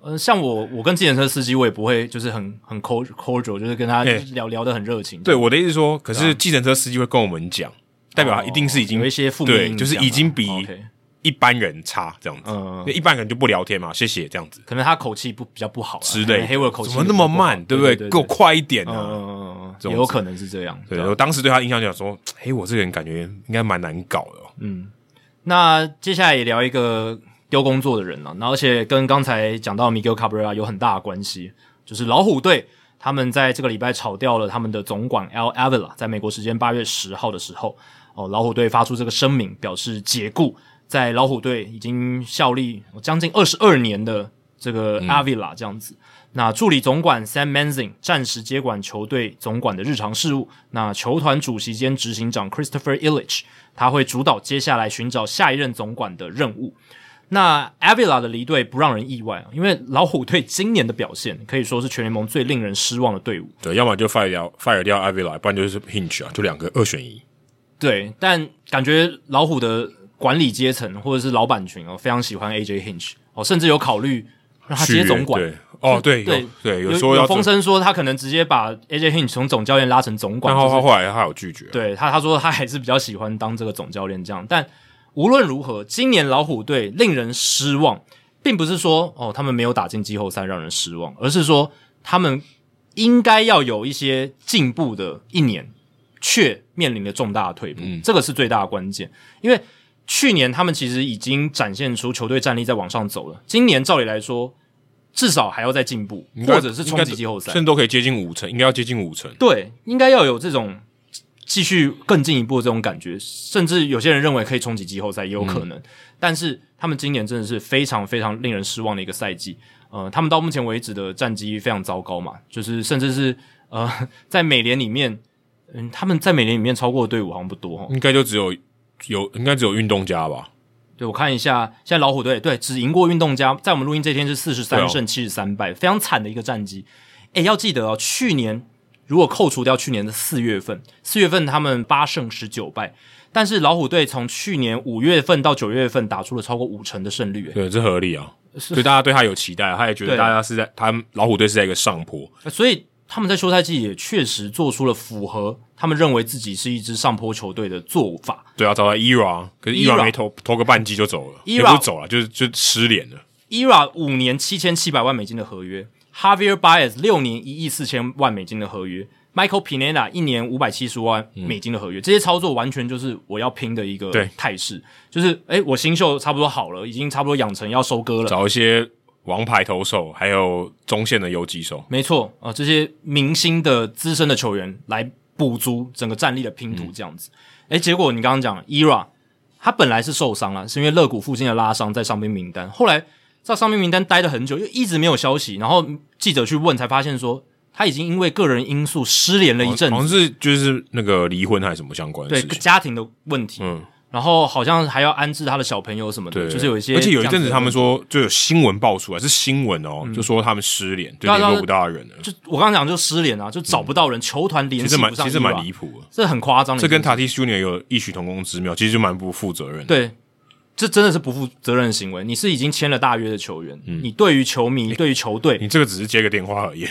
A: 呃，像我，我跟自行车司机，我也不会就是很很 cor- cordial，就是跟他
B: 哎
A: 聊、聊得很热情。
B: 对我的意思是说，可是计程车司机会跟我们讲，代表他一定是已经
A: 啊哦有一些负面影响
B: 对，
A: 啊，
B: 就是已经比
A: OK
B: 一般人差这样子，
A: 嗯
B: 因为一般人就不聊天嘛，谢谢这样子
A: 可能他口气不比较不好啊啦
B: 之
A: 可能
B: 类的。
A: 哎黑我口气
B: 怎么那么慢，对
A: 比较
B: 不
A: 不好
B: 对？
A: 对？
B: 给我快一点
A: 嗯，啊
B: 啊！
A: 嗯嗯
B: 这
A: 嗯，
B: 种
A: 也有可能是这样。
B: 对，啊我当时对他印象就想说，嘿，我这个人感觉应该蛮难搞的哦。
A: 那接下来也聊一个丢工作的人了，那而且跟刚才讲到 Miguel Cabrera 有很大的关系，就是老虎队他们在这个礼拜炒掉了他们的总管 Al Avila，在美国时间八月十号的时候，哦，老虎队发出这个声明，表示解雇在老虎队已经效力将近二十二年的这个
B: 嗯
A: Avila 这样子。那助理总管 Sam Manzing 暂时接管球队总管的日常事务。那球团主席兼执行长 Christopher Illich 他会主导接下来寻找下一任总管的任务。那 Avila 的离队不让人意外啊，因为老虎队今年的表现可以说是全联盟最令人失望的队伍。
B: 对，要么就 fire 掉 fire 掉 Avila，不然就是 Hinge 啊，就两个二选一。
A: 对，但感觉老虎的管理阶层或者是老板群哦，非常喜欢 AJ Hinch 哦，甚至有考虑让他
B: 续约
A: 接总管。
B: 对，哦，对，
A: 对
B: 有对，
A: 有
B: 说要
A: 有风声说他可能直接把 AJ Hinch 从总教练拉成总管，
B: 但
A: 就
B: 后
A: 是
B: 后后来他有拒绝，
A: 对他，他说他还是比较喜欢当这个总教练这样。但无论如何，今年老虎队令人失望，并不是说哦他们没有打进季后赛让人失望，而是说他们应该要有一些进步的一年，却面临了重大的退
B: 嗯
A: 步，这个是最大的关键。因为去年他们其实已经展现出球队战力在往上走了，今年照理来说。至少还要再进步，
B: 应该
A: 或者是冲
B: 应
A: 击
B: 该
A: 季后赛，
B: 甚至都可以接近五成，应该要接近五成。
A: 对，应该要有这种继续更进一步的这种感觉，甚至有些人认为可以冲击季后赛也有可能。但是他们今年真的是非常非常令人失望的一个赛季。呃，他们到目前为止的战绩非常糟糕嘛，就是甚至是呃，在美联里面，嗯，他们在美联里面超过的队伍好像不多哦。
B: 应该就只有有，应该只有运动家吧？
A: 对，我看一下，现在老虎队对只赢过运动家，在我们录音这天是四十
B: 对
A: 三
B: 哦
A: 胜七十三败，非常惨的一个战绩。诶，要记得哦，去年如果扣除掉去年的四月份，四月份他们八胜十九败，但是老虎队从去年五月份到九月份打出了超过五成的胜率，诶
B: 对，这合理啊。所以大家对他有期待，他也觉得
A: 对
B: 大家是在他们老虎队是在一个上坡，
A: 所以他们在休赛季也确实做出了符合他们认为自己是一支上坡球队的做法。
B: 对啊，找到 ERA，可是
A: ERA
B: ERA 没投投个半季就走了，
A: ERA
B: 也不是走了，就是就失联了。
A: ERA ，E 五年七千七百万美金的合约，Javier Baez 六年一亿四千万美金的合约，Michael Pineda 一年五百七十万美金的合约，这些操作完全就是我要拼的一个
B: 对
A: 态势，就是诶，我新秀差不多好了，已经差不多养成要收割了。
B: 找一些王牌投手，还有中线的游击手，
A: 没错啊、这些明星的资深的球员来补足整个战力的拼
B: 嗯
A: 图，这样子。诶，结果你刚刚讲 ERA，他本来是受伤了，是因为肋骨附近的拉伤在伤兵名单，后来在伤兵名单待了很久，又一直没有消息，然后记者去问才发现说他已经因为个人因素失联了一阵
B: 好
A: 子，
B: 像是就是那个离婚还是什么相关的
A: 对
B: 事情。
A: 家庭的问题，
B: 嗯
A: 然后好像还要安置他的小朋友什么的，
B: 对，
A: 就是有一些，
B: 而且有一阵子他们。说，就有新闻爆出来，是新闻哦，就说他们失联，就
A: 嗯对啊
B: 联
A: 对啊
B: 络不到人了，
A: 就我刚刚讲，就失联啊，就找不到人，球团联
B: 其
A: 系
B: 实
A: 不
B: 蛮
A: 上 ERA，
B: 其实蛮离谱的。
A: 这很夸张的一
B: 这
A: 件事情。
B: 跟 Tatis Junior 有异曲同工之妙，其实就蛮不负责任的。
A: 对，这真的是不负责任的行为。你是已经签了大约的球员，你对于球迷、对于球队，
B: 嗯你这个只是接个电话而已，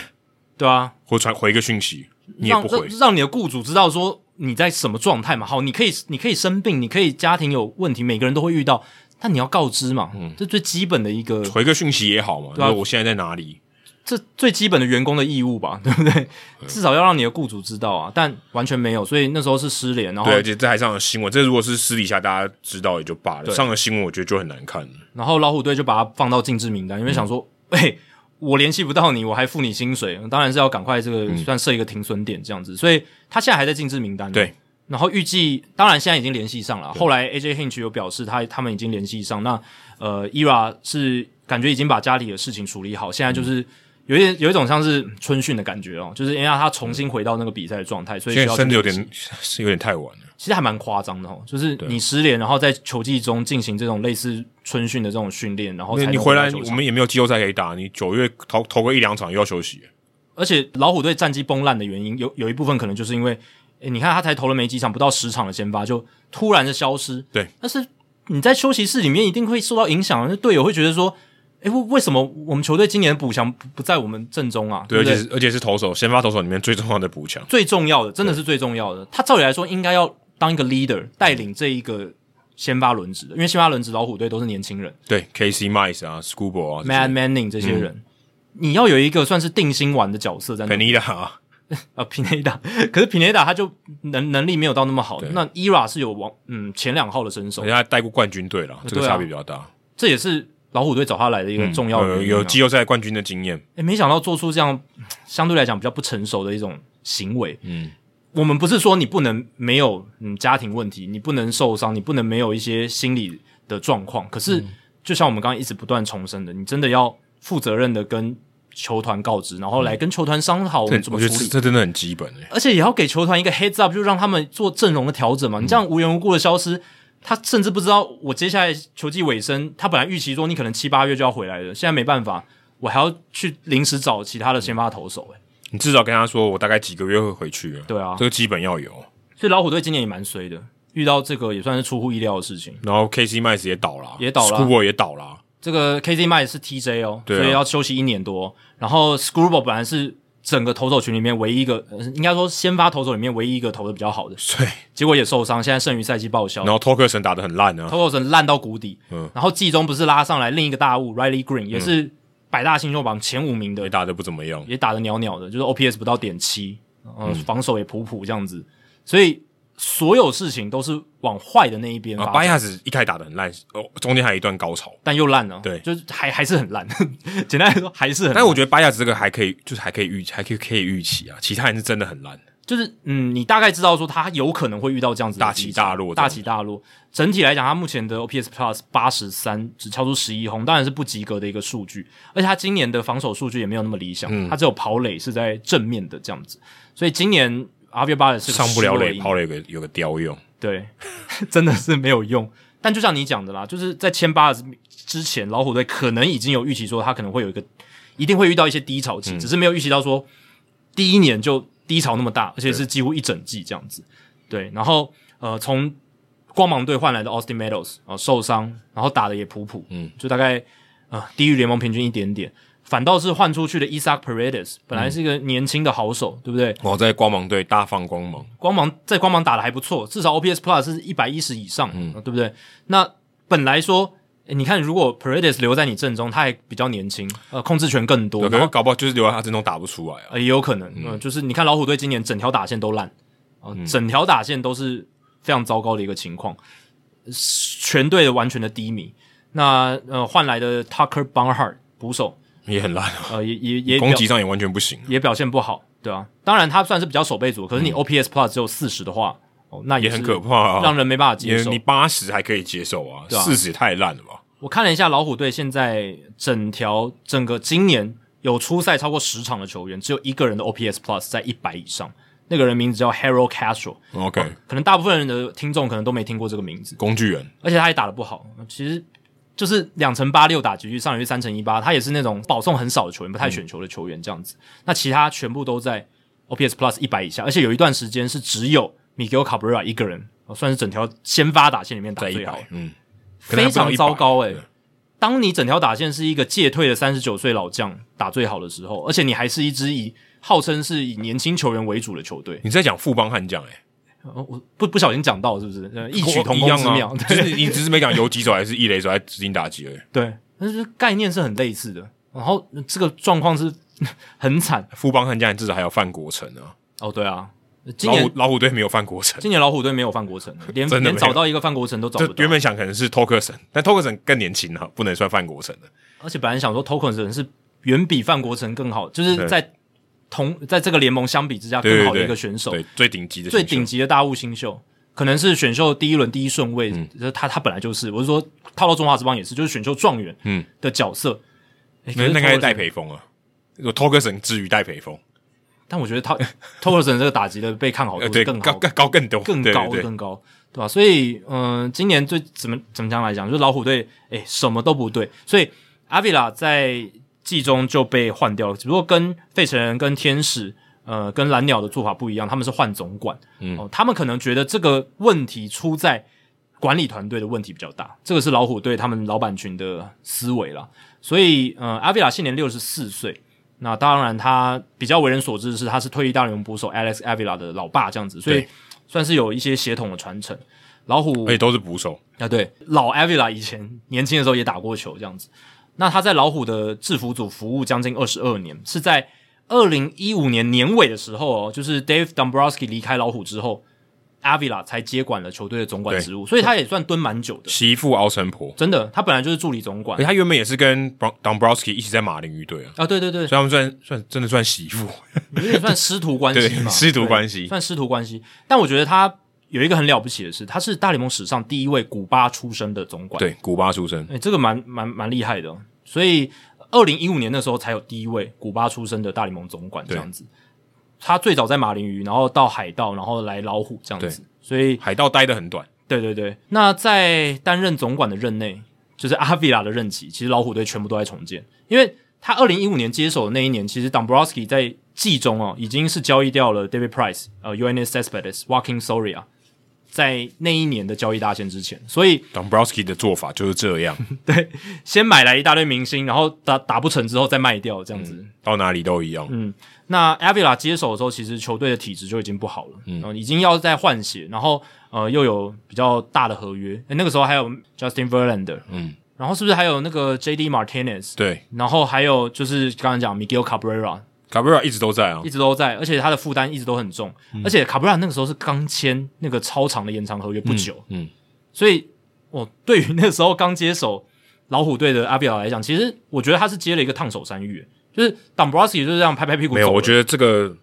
A: 对啊，
B: 或传回一个讯息，你也
A: 让
B: 不回
A: 让。让你的雇主知道说你在什么状态嘛。好，你可以你可以生病，你可以家庭有问题，每个人都会遇到，但你要告知嘛，
B: 嗯
A: 这最基本的一个，
B: 回个讯息也好嘛，
A: 啊
B: 说我现在在哪里？
A: 这最基本的员工的义务吧， 对不对？
B: 嗯
A: 至少要让你的雇主知道啊，但完全没有，所以那时候是失联，然后
B: 对，而且这还上了新闻，这如果是私底下大家知道也就罢了，
A: 对
B: 上了新闻我觉得就很难看了。
A: 然后老虎队就把他放到禁制名单，因
B: 嗯
A: 为想说， 喂、我联系不到你，我还付你
B: 嗯
A: 薪水，当然是要赶快这个算设一个停损点这样子，所以他现在还在禁制名单。
B: 对，
A: 然后预计，当然现在已经联系上了。后来 AJ Hinch 有表示他他们已经联系上。那呃，Era 是感觉已经把家里的事情处理好，现在
B: 嗯
A: 就是有一点有一种像是春训的感觉哦，就是因为他重新回到那个比赛的状态，所以需
B: 现在
A: 要
B: 甚至有
A: 去
B: 点是有点太晚了。
A: 其实还蛮夸张的哦，就是
B: 啊
A: 你失联，然后在球季中进行这种类似春训的这种训练，然后哦才
B: 你你
A: 能
B: 回来，
A: 到球
B: 我
A: 场
B: 们也没有季后赛可以打，你九月投投个一两场又要休息。
A: 而且老虎队战绩崩烂的原因，有有一部分可能就是因为，诶你看他才投了没几场，不到十场的先发就突然的消失。
B: 对，
A: 但是你在休息室里面一定会受到影响，那啊队友会觉得说，诶，为为什么我们球队今年的补强不不在我们阵中啊？对
B: 对，
A: 不对
B: 而且是而且是投手，先发投手里面最重要的补强。
A: 最重要的，真的是最重要的。他照理来说应该要当一个 leader，带领这一个先发轮值的，因为先发轮值老虎队都是年轻人
B: 对，KC Mice 啊，Scubo 啊
A: ，Man Manning 这些人。你要有一个算是定心丸的角色在那边
B: Penida 啊，
A: 啊，皮内达，可是皮内达他就能能力没有到那么好。那伊拉是有往嗯前两号的身手
B: 人，家带过冠军队了，这个
A: 对啊
B: 差别比较大。
A: 这也是老虎队找他来的一个重要的原因啊、
B: 嗯有有季后赛冠军的经验，
A: 诶没想到做出这样嗯相对来讲比较不成熟的一种行为。嗯，我们不是说你不能没有嗯家庭问题，你不能受伤，你不能没有一些心理的状况。可
B: 嗯
A: 是、就像我们刚刚一直不断重申的，你真的要负责任的跟球团告知，然后来跟球团商好我
B: 这
A: 们怎么
B: 嗯
A: 处
B: 我觉得
A: 理
B: 这。这真的很基本诶、欸
A: 而且也要给球团一个 heads up，就让他们做阵容的调整嘛。
B: 嗯
A: 你这样无缘无故的消失，他甚至不知道我接下来球季尾声，他本来预期说你可能七八月就要回来了，现在没办法，我还要去临时找其他的先发投手、欸。
B: 你至少跟他说，我大概几个月会回去了。
A: 对啊
B: 这个基本要有。
A: 所以老虎队今年也蛮衰的，遇到这个也算是出乎意料的事情。
B: 然后 KC Mice 也倒了，
A: 也倒啦
B: Scubo 也倒了，
A: 这个 KZ 麦是 TJ 哦，
B: 对啊
A: 所以要休息一年多。然后 Screwball 本来是整个投手群里面唯一一个，呃应该说先发投手里面唯一一个投的比较好的，
B: 对。
A: 结果也受伤，现在剩余赛季报销
B: 然。后 Tokerson 打得很烂啊，
A: t o t o 烂到谷底，
B: 嗯
A: 然后季中不是拉上来另一个大物 Riley Green，也是百大新秀榜前五名的，
B: 也打得不怎么样。
A: 也打得袅袅的，就是 OPS 不到点七，嗯，防守也普普这样子，所以所有事情都是往坏的那一边
B: 啊，
A: 发
B: 巴
A: 展，
B: 亚子一开始打得很烂，哦，中间还有一段高潮。
A: 但又烂了，
B: 对
A: 就是还还是很烂， 简单来说还是很烂，
B: 但我觉得巴亚子这个还可以，就是还可以预，还可以可以预期啊。其他人是真的很烂，
A: 就是嗯，你大概知道说他有可能会遇到这样子的
B: 大起
A: 机制
B: 大落这
A: 大
B: 样
A: 起大落。整体来讲，他目前的 OPS Plus 八十三，只敲出十一轰，当然是不及格的一个数据。而且他今年的防守数据也没有那么理想，
B: 嗯
A: 他只有跑垒是在正面的这样子。所以今年阿比巴尔是个
B: 上不了
A: 失落
B: 垒，
A: 因
B: 抛了有个有个雕用。
A: 对， 真的是没有用。但就像你讲的啦，就是在签巴尔之前，老虎队可能已经有预期说他可能会有一个，一定会遇到一些低潮期，只是没有预期到说第一年就低潮那么大，而且是几乎一整季这样子。对，然后呃，从光芒队换来的 Austin Meadows 啊、受伤，然后打的也普普，嗯，就大概啊低于联盟平均一点点。反倒是换出去的 Isaac Paredes，本来是一个年轻的好手，对不对？
B: 我在光芒队大放光芒，
A: 光芒在光芒打的还不错，至少 OPS Plus 是一百一十以上，
B: 嗯
A: 对不对？那本来说，诶你看如果 Paredes 留在你阵中，他还比较年轻，呃，控制权更多，
B: 对，可
A: 然
B: 是
A: 后、
B: 搞不好就是留在他阵中打不出来啊。
A: 呃、也有可能，嗯、就是你看老虎队今年整条打线都烂，呃
B: 嗯
A: 整条打线都是非常糟糕的一个情况，呃全队的完全的低迷。那呃换来的 Tucker Barnhart 捕手，
B: 也很烂啊，
A: 呃也也也表
B: 攻击上也完全不行啊，
A: 也表现不好，对啊。当然他算是比较守备组，可是你 OPS Plus 只有四十的话，哦，那
B: 嗯也
A: 是
B: 很可怕
A: 让
B: 啊。
A: 人没办法接
B: 也
A: 受
B: 你。八十还可以接受啊，
A: 对啊
B: 四十也太烂了吧？
A: 我看了一下老虎队现在整条整个今年有出赛超过十场的球员，只有一个人的 OPS Plus 在一百以上，那个人名字叫 Harold Castro，
B: OK，
A: 可能大部分人的听众可能都没听过这个名字，
B: 工具人，
A: 而且他也打得不好，其实。就是两成八六打击率，上垒率三成一八，他也是那种保送很少的球员，不太选球的球员这样子。那其他全部都在 OPS Plus 一百以下，而且有一段时间是只有 Miguel Cabrera 一个人，哦算是整条先发打线里面打
B: 在一
A: 最好
B: 百，，嗯，可能还
A: 非
B: 不到
A: 常糟糕诶、
B: 100
A: 当你整条打线是一个戒退的三十九岁老将打最好的时候，而且你还是一支以号称是以年轻球员为主的球队，
B: 你在讲富邦悍将哎，
A: 哦我不不小心讲到是不是？呃，异曲同
B: 一
A: 工
B: 样
A: 之妙，
B: 啊，只是你只是没讲游击手还是一垒手还是指定打击而已。
A: 对，但是概念是很类似的。然后呃这个状况是很惨
B: 富邦悍将至少还有范国成啊，
A: 哦，对啊，今
B: 老虎
A: 年
B: 老虎队没有范国成，
A: 今年老虎队没有范国成，连
B: 真的
A: 连
B: 没有
A: 找到一个范国成都找
B: 这
A: 不到
B: 原，本想可能是 Tokerson，但 Tokerson 更年轻啊，不能算范国成的。
A: 而且本来想说 Token 人是远比范国成更好，就是
B: 对
A: 在同在这个联盟相比之下更好的一个选手，
B: 对最顶级的
A: 最
B: 选手
A: 顶级的大物新秀，可能是选秀第一轮第一顺位，
B: 嗯
A: 就是他他本来就是，我是说套到中华职棒也是，就是选秀状元
B: 嗯
A: 的角色。诶
B: 那那应该是戴，
A: 可 Torgerson-
B: 培峰啊，有 Togerson 之于戴培峰，
A: 但我觉得他 t o r s o n 这个打击的被看好
B: 呃，
A: 哦度是
B: 对，
A: 更
B: 高
A: 好
B: 更高更多，
A: 更
B: 对
A: 高
B: 对对
A: 更高，对吧、所以，嗯、今年最怎么怎么讲来讲，就是老虎队，哎，什么都不对。所以，阿维拉在季中就被换掉了，只不过跟费城人、跟天使、呃，跟蓝鸟的做法不一样，他们是换总管，嗯、哦，他们可能觉得这个问题出在管理团队的问题比较大，这个是老虎队他们老板群的思维啦。所以，呃，阿维拉现年六十四岁，那当然，他比较为人所知的是，他是退役大联盟捕手 Alex Avila 的老爸这样子，所以
B: 对
A: 算是有一些血统的传承。老虎
B: 而且都是捕手，
A: 啊，对，老 Avila 以前年轻的时候也打过球这样子。那他在老虎的制服组服务将近二十二年，是在二零一五年年尾的时候哦，就是 Dave Dombrowski 离开老虎之后，Avila 才接管了球队的总管职务，所以他也算蹲蛮久的。
B: 媳妇敖成婆，
A: 真的，他本来就是助理总管
B: 而且他原本也是跟 Bron- Dombrowski 一起在马林鱼队啊，
A: 啊，对对对，
B: 所以他们算算真的算媳妇，
A: 有点算师徒关系嘛，
B: 对 师徒
A: 对
B: 关系
A: 算师徒关系。但我觉得他有一个很了不起的是，他是大联盟史上第一位古巴出生的总管，，
B: 对，古巴出身，
A: 哎，这个蛮蛮蛮厉害的哦。所以二零一五年那时候才有第一位古巴出生的大联盟总管这样子。他最早在马林鱼，然后到海盗，然后来老虎这样子。所以，
B: 海盗待得很短，
A: 对对对。那在担任总管的任内，就是阿维拉的任期，其实老虎队全部都在重建，因为他二零一五年接手的那一年，其实 Dombrowski 在季中哦，已经是交易掉了 David Price、呃 u a n i s Cespedes、Walking Soria，在那一年的交易大限之前，所以
B: Dombrowski 的做法就是这 样，
A: 先买来一大堆明星，然后打打不成之后再卖掉这样子。
B: 到哪里都一样，
A: 嗯那 Avila 接手的时候，其实球队的体质就已经不好了，嗯、已经要再换血，然后呃又有比较大的合约，诶那个时候还有 Justin Verlander，
B: 嗯，
A: 然后是不是还有那个 J.D. Martinez？
B: 对
A: 然后还有就是刚刚讲 Miguel Cabrera
B: ，Cabrera 一直都在啊
A: 一，直都在，而且他的负担一直都很重，
B: 嗯
A: 而且 Cabrera 那个时候是刚签那个超长的延长合约不久，
B: 嗯，
A: 所以我、哦、对于那时候刚接手老虎队的阿比尔来讲，其实我觉得他是接了一个烫手山芋，就是 d o m b r o w s k 就是这样拍拍屁股
B: 没有，我
A: 得
B: 觉得这个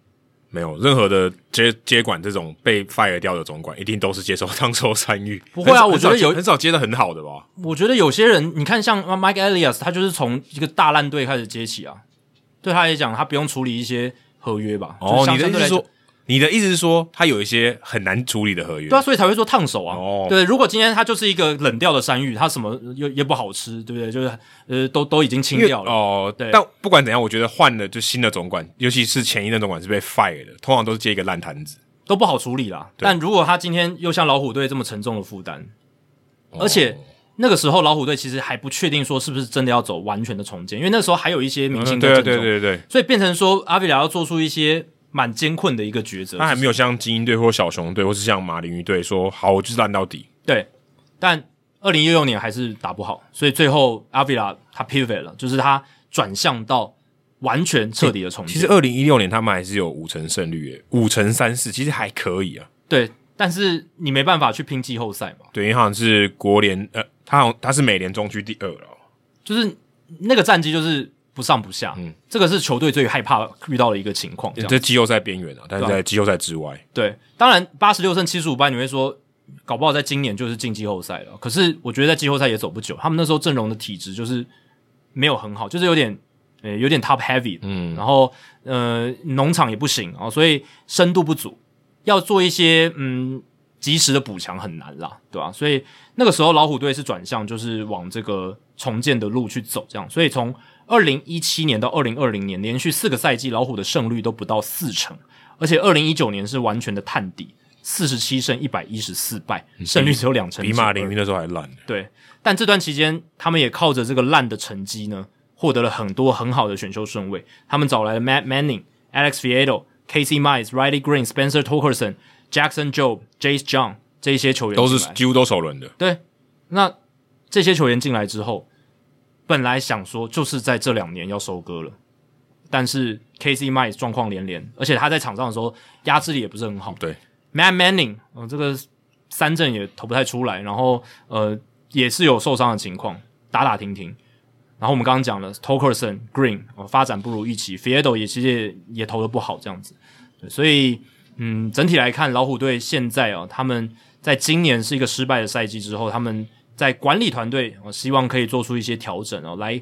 B: 没有任何的接接管这种被 fire 掉的总管，一定都是接受烫手山芋。
A: 不会啊
B: 很少
A: 我觉得
B: 很少
A: 有
B: 很少接的很好的吧？
A: 我觉得有些人，你看像 Mike Elias，他就是从一个大烂队开始接起啊，对他来讲，他不用处理一些合约吧？就是相
B: 哦你的意
A: 相对
B: 思
A: 来
B: 是
A: 讲
B: 说，你的意思是说，他有一些很难处理的合约，
A: 对啊，所以才会说烫手啊。
B: 哦
A: 对，如果今天它就是一个冷掉的山芋，它什么也也不好吃，对不对？就是呃，都都已经清
B: 因为
A: 掉了。
B: 哦，
A: 对
B: 但不管怎样，我觉得换了就新的总管，尤其是前一任总管是被 fire 的，通常都是接一个烂摊子。
A: 都不好处理啦。但如果他今天又像老虎队这么沉重的负担，
B: 哦
A: 而且那个时候老虎队其实还不确定说是不是真的要走完全的重建，因为那时候还有一些明星
B: 嗯
A: 的
B: 对
A: 阵
B: 啊
A: 容，
B: 对对对对，
A: 所以变成说阿维拉要做出一些蛮艰困的一个抉择。
B: 他还没有像精英队或小熊队，或是像马林鱼队说好，我就是烂到底。
A: 对，但二零一六年还是打不好，所以最后阿维拉他 pivot 了，就是他转向到完全彻底的重建。
B: 其实二零一六年他们还是有五成胜率耶，五成三四，其实还可以啊。
A: 对，但是你没办法去拼季后赛嘛，
B: 对，因为好像是国联，呃，他好像他是美联中区第二了。哦
A: 就是那个战绩就是不上不下，嗯，这个是球队最害怕遇到的一个情况。这样
B: 这季后赛边缘啊，但是
A: 对啊
B: 在季后赛之外，
A: 对，当然八十六胜七十五败，你会说搞不好在今年就是进季后赛了，可是我觉得在季后赛也走不久，他们那时候阵容的体质就是没有很好，就是有点。呃，有点 top heavy，嗯，然后呃，农场也不行哦，所以深度不足，要做一些嗯及时的补强很难啦，对吧、所以那个时候老虎队是转向，就是往这个重建的路去走，这样。所以从二零一七年到二零二零年，连续四个赛季老虎的胜率都不到四成，而且二零一九年是完全的探底，四十七胜一百一十四败，胜率只有两成
B: 嗯比
A: 92，
B: 马林鱼那时候还烂。
A: 对，但这段期间，他们也靠着这个烂的成绩呢，获得了很多很好的选秀顺位。他们找来了 Matt Manning、Alex Fiedo、Casey Mize、Riley Green、Spencer Torkelson、Jackson Job、Jace John 这一些球员
B: 都
A: 进
B: 是
A: 来
B: 几乎都首轮的，
A: 对。那这些球员进来之后，本来想说就是在这两年要收割了，但是 Casey Mize 状况连连，而且他在场上的时候压制力也不是很好。
B: 对
A: ，Matt Manning，嗯、这个三振也投不太出来，然后呃也是有受伤的情况，打打停停。然后我们刚刚讲了 Tokerson Green 哦发展不如预期 f i e d o 也其实也也投的不好这样子，对所以嗯整体来看，老虎队现在哦他们在今年是一个失败的赛季之后，他们在管理团队哦希望可以做出一些调整哦来。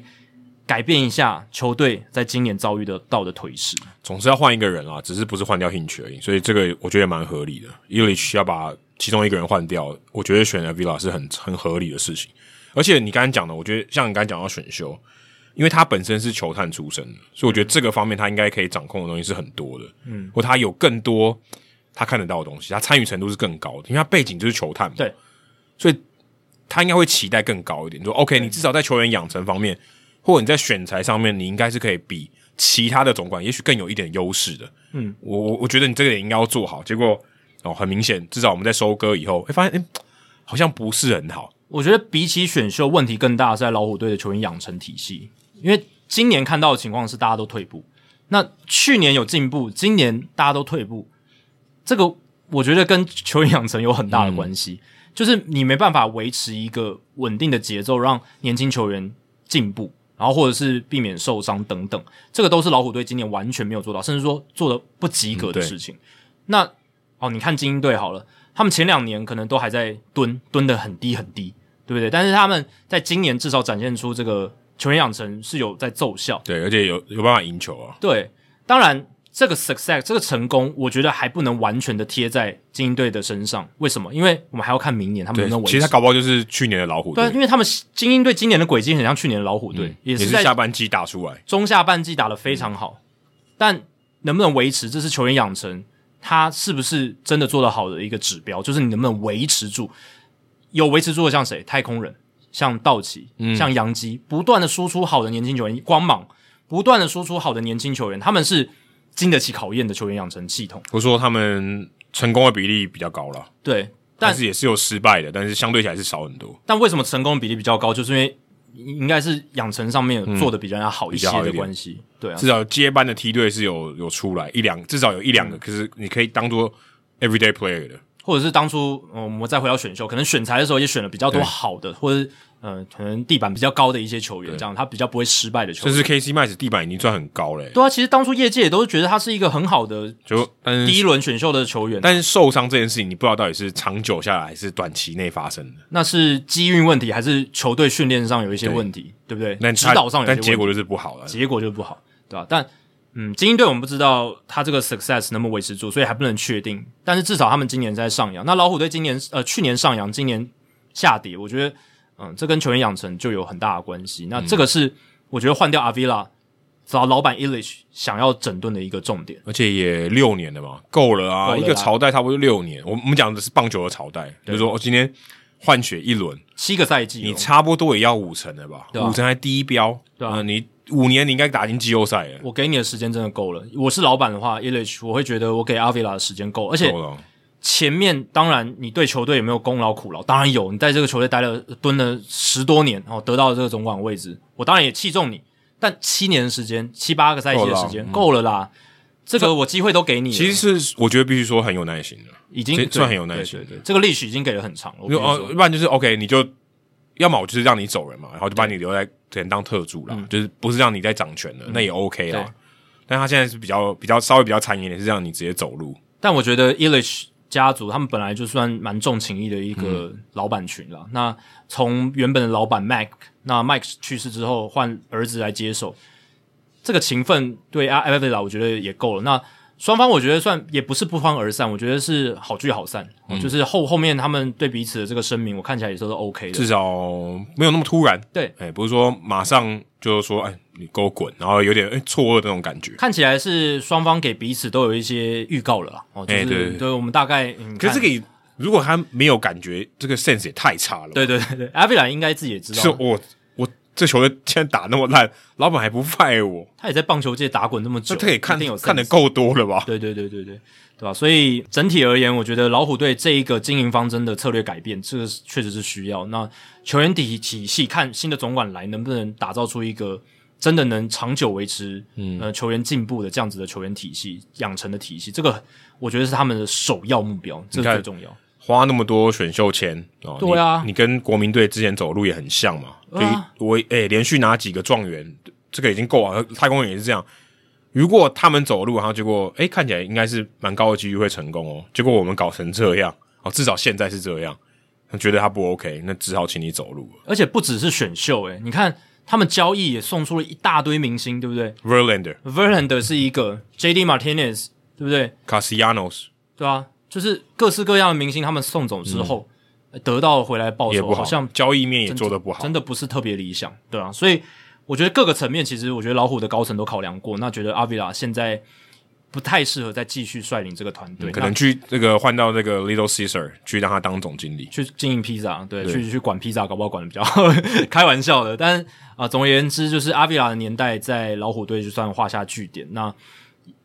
A: 改变一下球队在今年遭遇的到的颓势，
B: 总是要换一个人啦，只是不是换掉 Hinch 而已，所以这个我觉得也蛮合理的。Ilich 要把其中一个人换掉，我觉得选 Avila 是很很合理的事情。而且你刚才讲的，我觉得像你刚才讲到选秀，因为他本身是球探出身的，所以我觉得这个方面他应该可以掌控的东西是很多的，嗯，或他有更多他看得到的东西，他参与程度是更高的，因为他背景就是球探嘛，
A: 对，
B: 所以他应该会期待更高一点，说 OK，你至少在球员养成方面，或者你在选材上面，你应该是可以比其他的总管也许更有一点优势的，嗯，我我我觉得你这个也应该要做好，结果哦，很明显，至少我们在收割以后，会发现，哎、好像不是很好。
A: 我觉得比起选秀，问题更大的是在老虎队的球员养成体系，因为今年看到的情况是大家都退步，那去年有进步，今年大家都退步，这个我觉得跟球员养成有很大的关系，就是你没办法维持一个稳定的节奏，让年轻球员进步，然后或者是避免受伤等等，这个都是老虎队今年完全没有做到，甚至说做的不及格的
B: 嗯对
A: 事情。那哦，你看精英队好了，他们前两年可能都还在蹲，蹲的很低很低，对不对？但是他们在今年至少展现出这个球员养成是有在奏效。
B: 对，而且有有办法赢球啊。
A: 对，当然这个 success 这个成功，我觉得还不能完全的贴在精英队的身上。为什么？因为我们还要看明年他们
B: 对
A: 能不能，维
B: 其
A: 持。
B: 实他搞不好就是去年的老虎
A: 对啊，
B: 队，
A: 因为他们精英队今年的轨迹很像去年的老虎队，
B: 嗯
A: 也
B: 是
A: 是在
B: 下嗯半季打出来。
A: 中下半季打得非常好，但能不能维持，这是球员养成他是不是真的做得好的一个指标，就是你能不能维持住。有维持住的像谁？太空人，像道奇，
B: 嗯
A: 像杨基，不断的输出好的年轻球员光芒，不断的输出好的年轻球员，他们是经得起考验的球员养成系统。
B: 我说他们成功的比例比较高了，
A: 对，但
B: 但是也是有失败的，但是相对起来是少很多。
A: 但为什么成功比例比较高？就是因为应该是养成上面有做的比人家好一些
B: 嗯比较好一
A: 的
B: 点
A: 关系。对啊，
B: 至少接班的梯队是有有出来一两，至少有一两个，
A: 嗯
B: 可是你可以当做 everyday player 的。
A: 或者是当初、呃我们再回到选秀，可能选材的时候也选了比较多
B: 对
A: 好的，或者是呃可能地板比较高的一些球员，这样他比较不会失败的球
B: 甚
A: 员。
B: 至 KC Max 地板已经算很高嘞、
A: 对啊，其实当初业界也都是觉得他是一个很好的
B: 就但
A: 第
B: 是
A: 一轮选秀的球员，
B: 嗯但是受伤这件事情，你不知道到底是长久下来还是短期内发生的。
A: 那是机运问题还是球队训练上有一些问题，对不对？
B: 但
A: 指
B: 他
A: 导上有一些
B: 但
A: 问题
B: 结果就是不好了。
A: 结果就不好，对吧、但嗯，精英队我们不知道他这个 success 能不能维持住，所以还不能确定。但是至少他们今年在上扬。那老虎队今年呃去年上扬，今年下跌，我觉得嗯，这跟球员养成就有很大的关系。那这
B: 嗯
A: 个是、我觉得换掉阿维拉找老板 Illich 想要整顿的一个重点。
B: 而且也六年了嘛，够了啊！
A: 够了啦
B: 一个朝代差不多六年。我我们讲的是棒球的朝代，就是说、哦、今天换血一轮，
A: 七个赛季哦，
B: 你差不多也要五成了吧？
A: 对啊
B: 五成还第一标，
A: 对啊
B: 呃你五年你应该打进季后赛了，
A: 我给你的时间真的够了。我是老板的话，Illich 我会觉得我给阿维拉的时间够，而且
B: 够了。啊
A: 前面当然你对球队有没有功劳苦劳？当然有，你在这个球队待了蹲了十多年，哦，得到了这个总管位置，我当然也器重你。但七年的时间，七八个赛季的时
B: 哦
A: 间够了啦，这个我机会都给你了，
B: 嗯其实是我觉得必须说很有耐心的，
A: 已经
B: 其实
A: 对
B: 算很有耐心
A: 对对对，这个历史已经给了很长了。我跟
B: 就
A: 你说
B: 哦，要不然就是 OK，你就要么我就是让你走人嘛，然后就把你留在只能当特助啦，就是不是让你在掌权了，那也 OK
A: 嗯对
B: 啦。但他现在是比较比较稍微比较残忍一点，是让你直接走路。
A: 但我觉得 Illich 家族他们本来就算蛮重情义的一个
B: 嗯
A: 老板群了。那从原本的老板 Mac，那 Mike 去世之后换儿子来接手，这个情分对阿 a v i l a 我觉得也够了。那双方我觉得算也不是不欢而散，我觉得是好聚好散，哦
B: 嗯
A: 就是后后面他们对彼此的这个声明，我看起来也都是 OK 的
B: 至。少没有那么突然。
A: 对，
B: 哎、不是说马上就说哎，你给我滚，然后有点哎错愕的那种感觉。
A: 看起来是双方给彼此都有一些预告了啦，哦，就是、
B: 哎对对对
A: 我们大概，嗯、
B: 可是
A: 看
B: 这个也如果他没有感觉，这个 sense 也太差了。，
A: 对对对对 a v i l a 应该自己也知道，
B: 是我我这球队现在打那么烂，老板还不 fire 我，
A: 他也在棒球界打滚那么久，
B: 这他也看
A: 一定有
B: 看的
A: sense
B: 够多了吧？
A: 对对对对对，对吧？所以整体而言，我觉得老虎队这一个经营方针的策略改变，这个是确实是需要。那球员体体系，看新的总管来能不能打造出一个真的能长久维持，嗯、呃，球员进步的这样子的球员体系养成的体系，这个我觉得是他们的首要目标，这是
B: 看
A: 最重要。
B: 花那么多选秀钱哦，你
A: 对啊
B: 你跟国民队之前走路也很像嘛。所以
A: 啊
B: 我诶、连续拿几个状元，这个已经够啊了。太空人也是这样。如果他们走路，然后结果诶、看起来应该是蛮高的几率会成功哦。结果我们搞成这样哦，至少现在是这样。觉得他不 OK，那只好请你走路了。
A: 而且不只是选秀，诶，你看他们交易也送出了一大堆明星，对不对
B: Verlander、
A: ？Verlander 是一个，J.D. Martinez，对不对？
B: Castellanos
A: 对啊，就是各式各样的明星，他们送走之后、呃得到回来报
B: 嗯也
A: 酬，
B: 不
A: 好像
B: 交易面也做得不好
A: 真。的不是特别理想，对啊，所以我觉得各个层面，其实我觉得老虎的高层都考量过，那觉得阿维拉现在不太适合再继续率领这个团队，
B: 嗯可能
A: 那
B: 去这个换到这个 Little Caesar 去让他当总经理，
A: 去经营披萨，对，
B: 对
A: 去去管披萨，搞不好管的比较 好开玩笑的。但啊、总而言之，就是阿维拉的年代在老虎队就算画下句点。那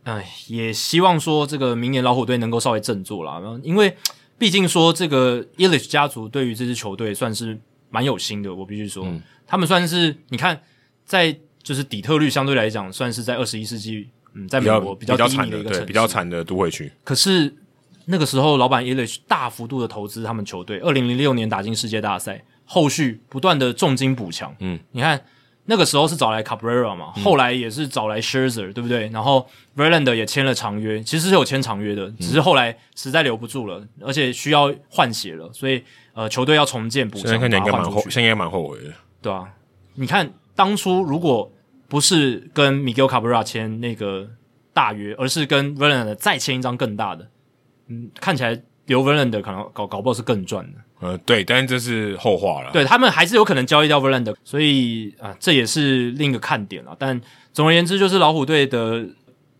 A: 哎，也希望说这个明年老虎队能够稍微振作啦，然后因为毕竟说这个 e l i s h 家族对于这支球队算是蛮有心的，我必须说，
B: 嗯
A: 他们算是你看在就是底特律相对来讲算是在二十一世纪，嗯，在
B: 比
A: 美
B: 较
A: 国比
B: 较
A: 较低
B: 惨
A: 迷一个城
B: 对
A: 市，
B: 比较惨的都会区，
A: 可是那个时候，老板 Illich 大幅度的投资他们球队，二零零六年打进世界大赛，后续不断的重金补强。
B: 嗯，
A: 你看那个时候是找来 Cabrera 嘛，后来也是找来 Scherzer，对不对？然后 Verlander 也签了长约，其实是有签长约
B: 嗯
A: 的，只是后来实在留不住了，而且需要换血了，所以呃，球队要重建补
B: 现
A: 强，
B: 在看起来应该
A: 把它
B: 蛮
A: 换
B: 后
A: 出，去
B: 现在应该蛮后悔的。
A: 对啊，你看当初如果不是跟 Miguel Cabrera 签那个大约，而是跟 Verlander 再签一张更大的，嗯，看起来留 Verlander 可能搞搞不好是更赚的。
B: 呃，对，但是这是后话了。，
A: 对他们还是有可能交易掉 Verlander，所以啊，这也是另一个看点了。但总而言之，就是老虎队的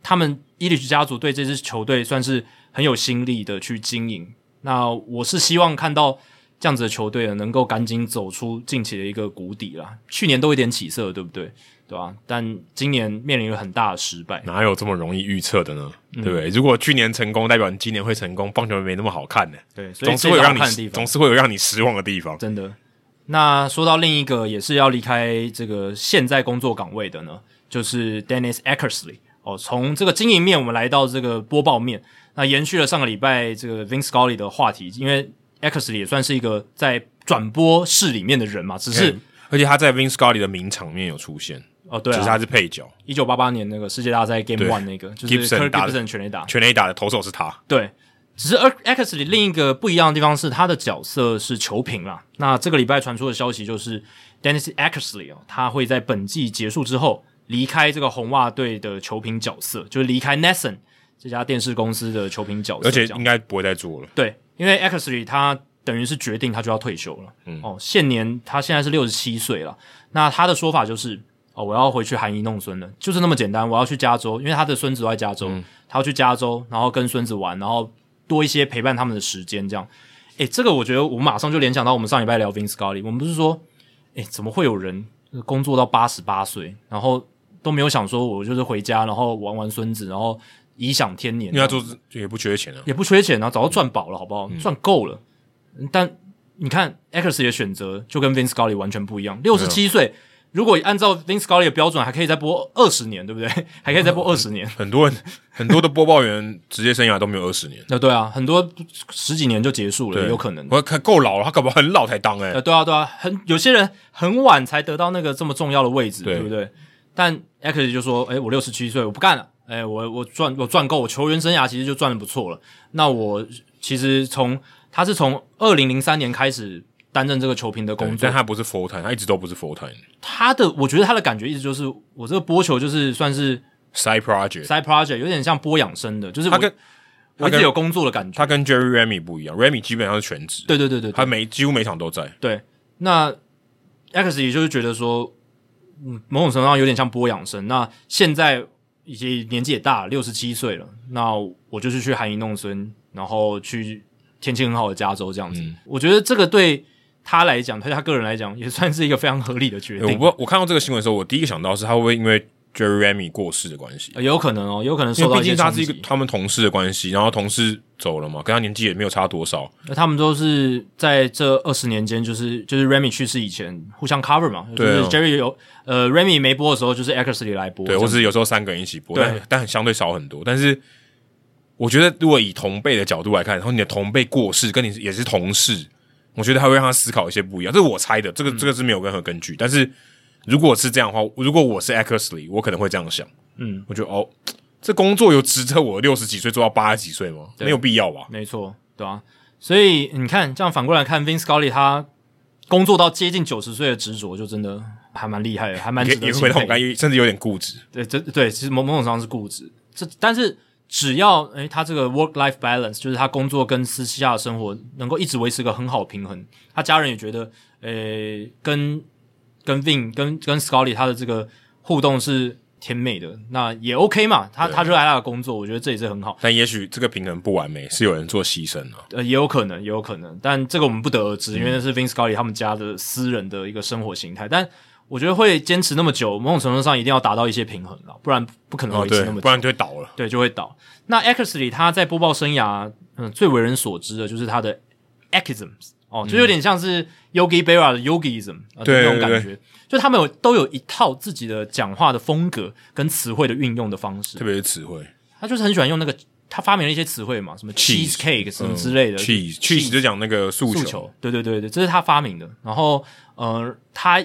A: 他们伊里奇家族对这支球队算是很有心力的去经营。那我是希望看到这样子的球队啊能够赶紧走出近期的一个谷底啦。去年都有点起色，对不对？对吧、但今年面临了很大的失败。
B: 哪有这么容易预测的呢？
A: 嗯
B: 对不对？如果去年成功，代表你今年会成功，棒球没那么好看呢。
A: 对，所以
B: 总是
A: 这
B: 会有
A: 好
B: 让
A: 看的地
B: 你
A: 方
B: 总是会有让你失望的地方。
A: 真的。那说到另一个也是要离开这个现在工作岗位的呢，就是 Dennis Eckersley 哦。从这个经营面，我们来到这个播报面，那延续了上个礼拜这个 Vince Scully 的话题，因为 Eckersley 也算是一个在转播室里面的人嘛，只是
B: 嗯，而且他在 Vin Scully 的名场面有出现，
A: 哦对
B: 只是
A: 啊
B: 他，是配角，
A: 一九八八年那个世界大赛 Game
B: 对
A: One 那个就是
B: Gibson
A: Kirk
B: 打
A: Gibson 全垒打，
B: 全垒打的投手是他。
A: 对，只是 X 里另一个不一样的地方是，他的角色是球评啦。那这个礼拜传出的消息就是，Dennis Eckersley 哦，他会在本季结束之后离开这个红袜队的球评角色，就是离开 Nesson 这家电视公司的球评角色
B: 而
A: 这
B: 且
A: 样，
B: 应该不会再做了。
A: 对，因为 Eckersley 他等于是决定他就要退休了。
B: 嗯
A: 哦，现年他现在是六十七岁了。那他的说法就是，哦，我要回去含饴弄孙了，就是那么简单。我要去加州，因为他的孙子都在加州，
B: 嗯
A: 他要去加州，然后跟孙子玩，然后多一些陪伴他们的时间，这样。诶，这个我觉得我马上就联想到我们上礼拜聊 Vince Scully，我们不是说，诶，怎么会有人工作到八十八岁，然后都没有想说我就是回家，然后玩玩孙子，然后颐享天年
B: 因
A: 这
B: 为
A: 样？
B: 他做也不缺钱啊，
A: 也不缺钱啊，早就赚饱了，好不好？赚够了。但你看 X 的选择就跟 Vince Scully 完全不一样。六十七岁，如果按照 Vince Scully 的标准，还可以再播二十年，对不对？还可以再播二十年。
B: 很多人 很多的播报员职业生涯都没有二十年，
A: 那对啊，很多十几年就结束了，
B: 对
A: 有可能。
B: 我看够老了，他搞不好很老才当哎、
A: 呃，对啊，对啊，很有些人很晚才得到那个这么重要的位置，对
B: 对
A: 不对？但 X 就说：“哎，我六十七岁，我不干了。哎，我我赚我赚够，我球员生涯其实就赚的不错了。那我其实从他是从二零零三年开始担任这个球评的工
B: 对
A: 作
B: 但，他不是 full time，他一直都不是 full time
A: 他的我觉得他的感觉一直就是我这个播球就是算是
B: side project。
A: side project，有点像播养生的，就是
B: 他
A: 我
B: 跟
A: 我一
B: 他
A: 直
B: 跟
A: 有工作的感觉。
B: 他跟 Jerry Remy 不一样，Remy 基本上是全职，
A: 对对对对，对
B: 他每几乎每场都在。
A: 对，那 X 也就是觉得说，嗯，某种程度上有点像播养生。那现在已经年纪也大了，六十七岁了，那我就是去含饴弄孙，然后去天气很好的加州这样子。
B: 嗯
A: 我觉得这个对他来讲，对他个人来讲，也算是一个非常合理的决
B: 欸我
A: 定。
B: 不我看到这个新闻的时候，我第一个想到是他会不会因为 Jerry Remy 过世的关系，
A: 呃有可能哦，有可能
B: 因
A: 受
B: 为
A: 到
B: 毕
A: 一些
B: 竟他
A: 冲
B: 是一个
A: 击。
B: 他们同事的关系，然后同事走了嘛，跟他年纪也没有差多少，
A: 那他们都是在这二十年间，就是就是 Remy 去世以前互相 cover 嘛，就
B: 对
A: 是
B: 啊
A: Jerry 有呃 Remy 没播的时候，就是 X 里来播这
B: 对，
A: 样子，
B: 或是有时候三个人一起播，
A: 对
B: 但但很相对少很多。但是我觉得如果以同辈的角度来看，然后你的同辈过世，跟你也是同事，我觉得他会让他思考一些不一样。这是我猜的，这个、
A: 嗯
B: 这个是没有任何根据。但是如果是这样的话，如果我是 Eckersley，我可能会这样想。
A: 嗯，
B: 我觉得哦，这工作有值得我六十几岁做到八十几岁吗？没有必要吧？
A: 没错，对啊。所以你看，这样反过来看，Vin Scully 他工作到接近九十岁的执着，就真的还蛮厉害的，还蛮
B: 也
A: 值得
B: 也
A: 钦
B: 回到我
A: 佩
B: 刚才
A: 的。
B: 甚至有点固执。
A: 对，这对其实某某种程度上是固执，这但是只要诶他这个 work life balance，就是他工作跟私下的生活能够一直维持一个很好的平衡，他家人也觉得诶跟跟 Vin 跟跟 Scully 他的这个互动是甜美的，那也 OK 嘛，他他热爱他的工作，我觉得这也是很好。
B: 但也许这个平衡不完美，是有人做牺牲啊了、
A: 呃，也有可能，也有可能，但这个我们不得而知，因为那是 Vince Scully 他们家的私人的一个生活形态。但我觉得会坚持那么久，某种程度上一定要达到一些平衡了，不然不可能
B: 哦，
A: 维持
B: 对
A: 那，么久，
B: 不然就会倒了。
A: 对就会倒。那 Eckersley 他在播报生涯，嗯，最为人所知的就是他的 Achisms 哦，就有点像是 Yogi Berra 的 Yogiism 啊、
B: 嗯对
A: 那种感
B: 对
A: 觉，就他们有都有一套自己的讲话的风格跟词汇的运用的方式
B: 特，别是词汇
A: 他就是很喜欢用那个。他发明了一些词汇嘛，什么
B: Cheese，嗯
A: cheesecake 什么之类的、
B: ，cheese cheese 就讲那个诉
A: 诉求，对对对对，这是他发明的。然后呃，他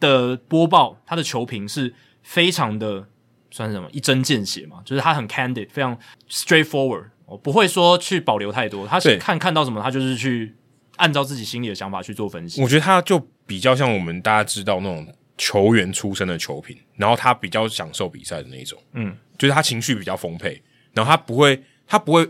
A: 的播报，他的球评是非常的算是什么一针见血嘛，就是他很 candid，非常 straightforward，我不会说去保留太多，他是
B: 对
A: 看看到什么，他就是去按照自己心里的想法去做分析。
B: 我觉得他就比较像我们大家知道那种球员出身的球评，然后他比较享受比赛的那一种，
A: 嗯，
B: 就是他情绪比较丰沛，然后他不会，他不会，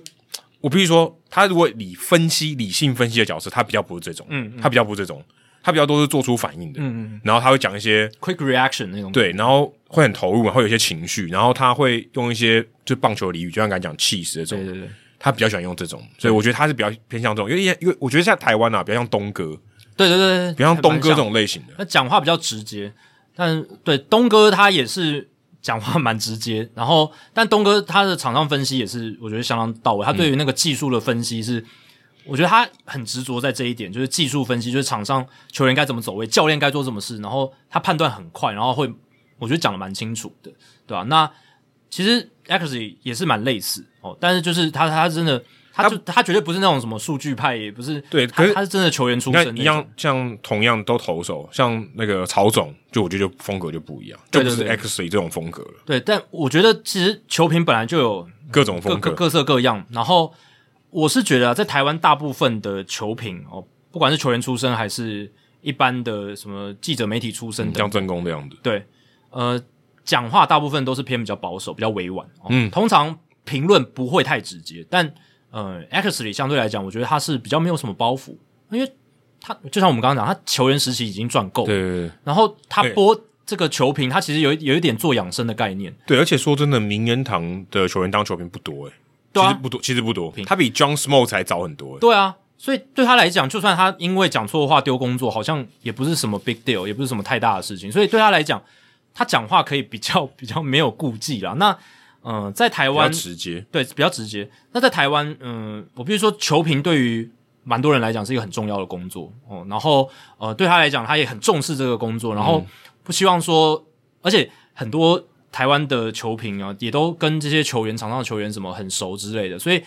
B: 我必须说，他如果以分析理性分析的角色，他比较不是这种，
A: 嗯
B: 他比较不是这种，他比较多是做出反应的，嗯嗯，然后他会讲一些
A: Quick reaction 那种，
B: 对，然后会很投入，会有一些情绪，然后他会用一些就棒球俚语，就像刚才讲 cheese 这种，
A: 对对对，
B: 他比较喜欢用这种，所以我觉得他是比较偏向这种，因为因为我觉得像台湾啊，比较像东哥，
A: 对对对对，
B: 比较像东哥
A: 还蛮
B: 这
A: 像
B: 种 类型的。
A: 那讲话比较直接，但对东哥他也是讲话蛮直接，然后但东哥他的场上分析也是我觉得相当到位，他
B: 嗯
A: 对于那个技术的分析是。我觉得他很执着在这一点，就是技术分析，就是场上球员该怎么走位，教练该做什么事，然后他判断很快，然后会，我觉得讲的蛮清楚的，对吧、那其实 X 也是蛮类似哦，但是就是他他真的，他就他绝对不是那种什么数据派，也不是
B: 对
A: 他
B: 可是
A: 他是真的球员出
B: 你
A: 身那
B: 看，
A: 种，
B: 一样像同样都投手，像那个曹总，就我觉得就风格就不一样，就
A: 对
B: 不
A: 对
B: 是
A: 对
B: X 这种风格了，
A: 对，但我觉得其实球评本来就有
B: 各种
A: 各
B: 风
A: 各
B: 格。
A: 各色各样。然后我是觉得、啊，在台湾大部分的球评哦，不管是球员出身还是一般的什么记者媒体出身的，
B: 像真宫这样子，
A: 对，呃，讲话大部分都是偏比较保守、比较委婉。哦、
B: 嗯
A: 通常评论不会太直接，但呃 x 里相对来讲，我觉得他是比较没有什么包袱，因为他就像我们刚刚讲，他球员时期已经赚够了，
B: 对对对
A: 然后他
B: 对
A: 播这个球评，他其实有一有一点做养生的概念。
B: 对，而且说真的，名人堂的球员当球评不多诶、欸
A: 对啊
B: 其实不多，其实不多，他比 John Smoltz 还早很多、欸。
A: 对啊，所以对他来讲，就算他因为讲错话丢工作，好像也不是什么 big deal，也不是什么太大的事情。所以对他来讲，他讲话可以比较 比较没有顾忌啦。那嗯、呃在台
B: 比较
A: 湾
B: 直接，
A: 对比较直接。那在台湾，嗯、我必须说，球评对于蛮多人来讲是一个很重要的工作哦。然后呃，对他来讲，他也很重视这个工作，然后不希望说，而且很多台湾的球评啊，也都跟这些球员、场上的球员什么很熟之类的，所以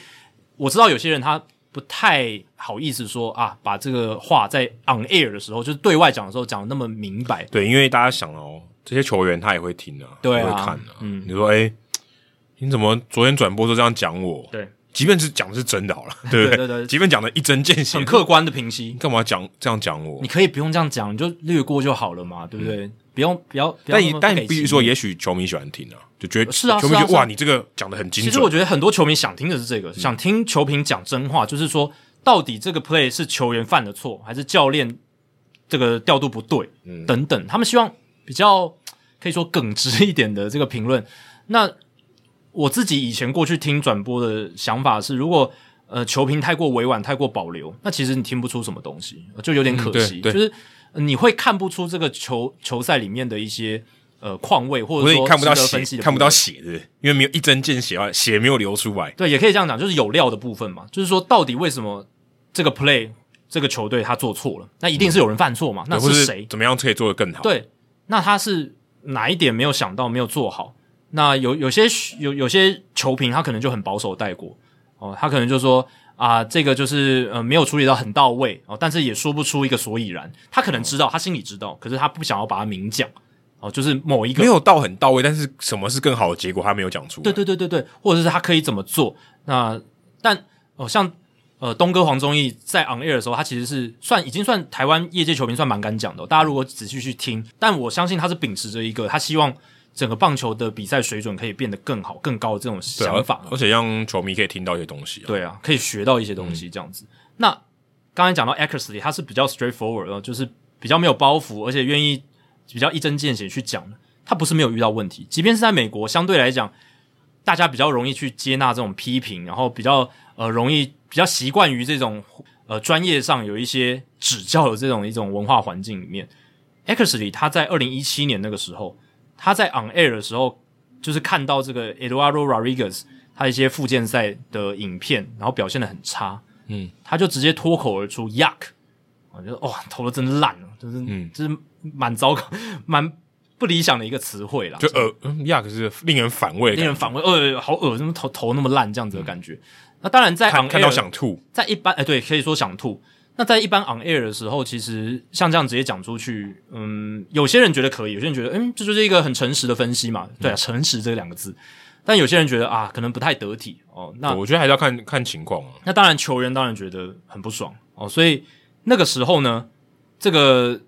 A: 我知道有些人他。不太好意思说啊，把这个话在 on air 的时候，就是对外讲的时候讲的那么明白，
B: 对，因为大家想哦，这些球员他也会听啊，
A: 对啊
B: 也会看啊。嗯，你说，哎、你怎么昨天转播都这样讲我？
A: 对，
B: 即便是讲的是真的好了，对不
A: 对对对
B: 即便讲的一针见血，
A: 很
B: 你
A: 客观的评析，
B: 干嘛讲这样讲我嗯
A: 你？可以不用这样讲，你就略过就好了嘛，对不对？不用，不要，不要
B: 但
A: 那
B: 你
A: 么
B: 但
A: 不给
B: 你必须
A: 情
B: 说，
A: 面
B: 也许球迷喜欢听啊，就觉得
A: 是啊
B: 球迷觉
A: 是
B: 得
A: 啊
B: 哇，你这个讲的很精
A: 其实我觉
B: 准。
A: 得很多球迷想听的是
B: 嗯
A: 这个，想听球评讲真话，就是说到底这个 play 是球员犯的错，还是教练这个调度不对，
B: 嗯
A: 等等。他们希望比较可以说耿直一点的这个评论。那我自己以前过去听转播的想法是，如果呃球评太过委婉、太过保留，那其实你听不出什么东西，呃就有点可惜，
B: 嗯对对
A: 就是呃你会看不出这个球球赛里面的一些。呃，况味或
B: 不
A: 者
B: 是
A: 说
B: 你看不到
A: 值得分析
B: 血，
A: 的
B: 看
A: 部
B: 不到
A: 分
B: 血的，因为没有一针见血啊，血没有流出来。
A: 对，也可以这样讲，就是有料的部分嘛，就是说到底为什么这个 play 这个球队他做错了，那一定是有人犯错嘛，那
B: 或
A: 是
B: 是
A: 谁？
B: 怎么样可以做得更好？
A: 对，那他是哪一点没有想到，没有做好？那有有些有有些球评他可能就很保守带过哦，他可能就说啊、这个就是呃没有处理到很到位哦，但是也说不出一个所以然。他可能知道，他心里知道，可是他不想要把它明讲哦，就是某一个
B: 没有到很到位，但是什么是更好的结果，他没有讲出来。
A: 对对对对对，或者是他可以怎么做？那但哦、像呃东哥黄宗义在 on air 的时候，他其实是算已经算台湾业界球评算蛮敢讲的哦、大家如果仔细去听，但我相信他是秉持着一个他希望整个棒球的比赛水准可以变得更好、更高的这种
B: 对啊
A: 想法。
B: 而且让球迷可以听到一些东西、啊。
A: 对啊，可以学到一些东西这样子。那刚才讲到 Eckersley，他是比较 straightforward 的，就是比较没有包袱，而且愿意比较一针见血去讲的。他不是没有遇到问题，即便是在美国，相对来讲，大家比较容易去接纳这种批评，然后比较呃容易比较习惯于这种呃专业上有一些指教的这种一种文化环境里面。Eckersley 他在二零一七年那个时候，他在 on air 的时候，就是看到这个 Eduardo Rodriguez 他一些附件赛的影片，然后表现的很差，
B: 嗯，
A: 他就直接脱口而出 “yuck”，我觉得哇，投的真烂啊，就是，
B: 嗯
A: 就是蛮糟糕、 蛮不理想的一个词汇啦，
B: 就呃，嗯亚克是令人反胃的感觉，嗯
A: 令人反胃，呃，好恶心，投投那么烂这样子的感觉。那当然在 on
B: 看
A: air
B: 看到想吐。
A: 在一般，哎、对，可以说想吐。那在一般 on air 的时候，其实像这样直接讲出去，嗯，有些人觉得可以，有些人觉得，嗯，这就是一个很诚实的分析嘛，对啊，诚实这两个字。但有些人觉得啊，可能不太得体哦。那
B: 我觉得还是要看看情况啊。
A: 那当然，球员当然觉得很不爽哦。所以那个时候呢，这个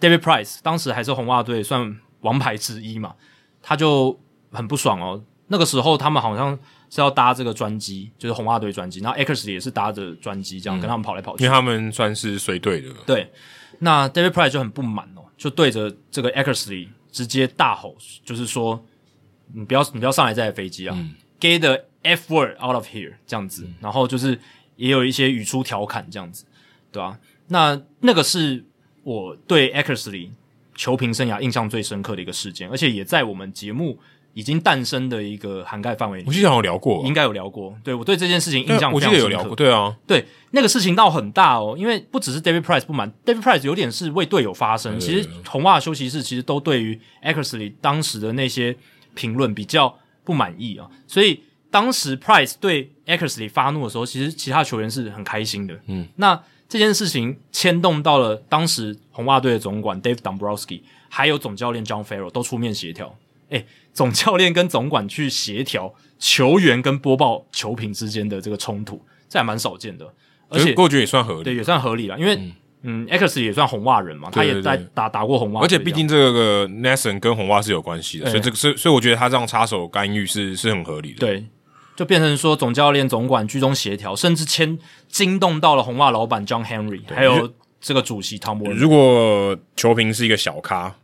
A: David Price 当时还是红袜队算王牌之一嘛，他就很不爽哦。那个时候他们好像是要搭这个专机，就是红袜队专机，然后 X 也是搭着专机这样、跟他们跑来跑去
B: 因为。他们算是随队的，
A: 对，那 David Price 就很不满哦，就对着这个 Eckersley 直接大吼，就是说你不要你不要上来这台飞机啊、g
B: 嗯
A: e t the F word out of here 这样子，然后就是也有一些语出调侃这样子，对啊，那那个是我对 Eckersley 球评生涯印象最深刻的一个事件，而且也在我们节目已经诞生的一个涵盖范围里
B: 我
A: 面。
B: 记得好像有聊过啊，
A: 应该有聊过，对我对这件事情印
B: 对
A: 象
B: 我
A: 非常
B: 记
A: 深刻。
B: 得有聊过，对啊，
A: 对，那个事情闹很大哦，因为不只是 David Price 不满，David Price 有点是为队友发声。其实红袜休息室其实都对于 Eckersley 当时的那些评论比较不满意啊，所以当时 Price 对 Eckersley 发怒的时候，其实其他球员是很开心的。嗯，那这件事情牵动到了当时红袜队的总管 Dave Dombrowski，还有总教练 John Farrell 都出面协调。哎，总教练跟总管去协调球员跟播报球评之间的这个冲突，这还蛮少见的。而且
B: 可是我觉得也算合
A: 对，
B: 理，
A: 也算合理了，因为嗯 x 也算红袜人嘛，他
B: 对
A: 也
B: 对
A: 在
B: 对
A: 打打过红袜
B: 而
A: 队这
B: 且
A: 样，
B: 毕竟这个 Nathan 跟红袜是有关系的，所以这个所以所以我觉得他这样插手干预是是很合理的，，
A: 对，就变成说总教练、总管居中协调，甚至牵惊动到了红袜老板 John Henry，还有这个主席汤姆。
B: 如果球评是一个小咖，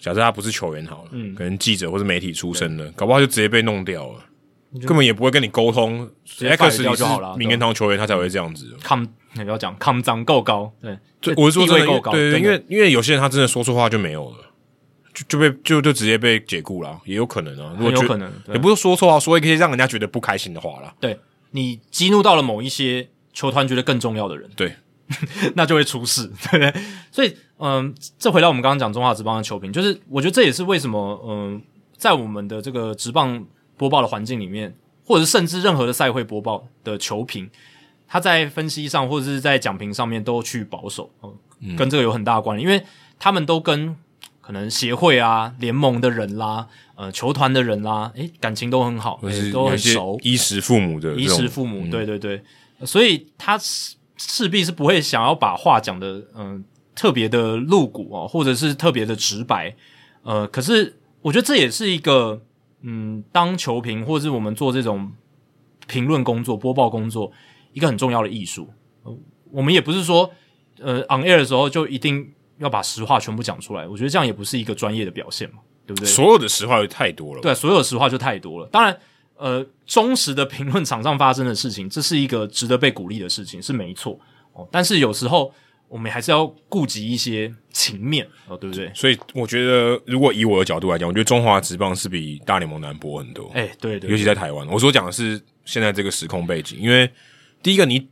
B: 假设他不是球员好了，
A: 嗯
B: 可能记者或是媒体出身的，搞不好就直接被弄掉了，根本也不会跟你沟通。
A: 接
B: X
A: 掉
B: 你
A: 就好了嗯
B: 是名人堂球员，他才会这样子。
A: 抗，你 不要讲抗涨够高，对，
B: 就我是说
A: 地位
B: 真的，因
A: 够
B: 为
A: 高，
B: 对
A: 真
B: 对，
A: 的
B: 因为因为有些人他真的说错话就没有了，就就被就就直接被解雇了，也有可能啊。如果
A: 很有
B: 觉
A: 可能对
B: 也不是说错话，说一些让人家觉得不开心的话啦。
A: 对你激怒到了某一些球团觉得更重要的人，
B: 对，
A: 那就会出事，对不对？所以，嗯，这回到我们刚刚讲中华职棒的球评，就是我觉得这也是为什么，嗯，在我们的这个职棒播报的环境里面，或者是甚至任何的赛会播报的球评，他在分析上或者是在讲评上面都去保守，嗯，跟这个有很大的关联，因为他们都跟可能协会啊、联盟的人啦、呃球团的人啦，诶，感情都很好，
B: 或
A: 诶
B: 是
A: 哎都
B: 有
A: 很
B: 一些
A: 熟，
B: 衣食父母的这种，嗯
A: 衣食父母，对对对，所以他势势必是不会想要把话讲的嗯、特别的露骨哦，或者是特别的直白，呃，可是我觉得这也是一个嗯，当球评或者是我们做这种评论工作、播报工作一个很重要的艺术。呃我们也不是说呃 on air 的时候就一定要把实话全部讲出来，我觉得这样也不是一个专业的表现嘛，对不对？
B: 所有的实话有太多了。
A: 对，所有实话就太多了。当然，呃，忠实的评论场上发生的事情，这是一个值得被鼓励的事情，是没错哦。但是有时候我们还是要顾及一些情面哦，对不对？
B: 所以我觉得，如果以我的角度来讲，我觉得中华职棒是比大联盟难播很多，
A: 哎，对对
B: 尤其在台湾。我所讲的是现在这个时空背景，因为第一个你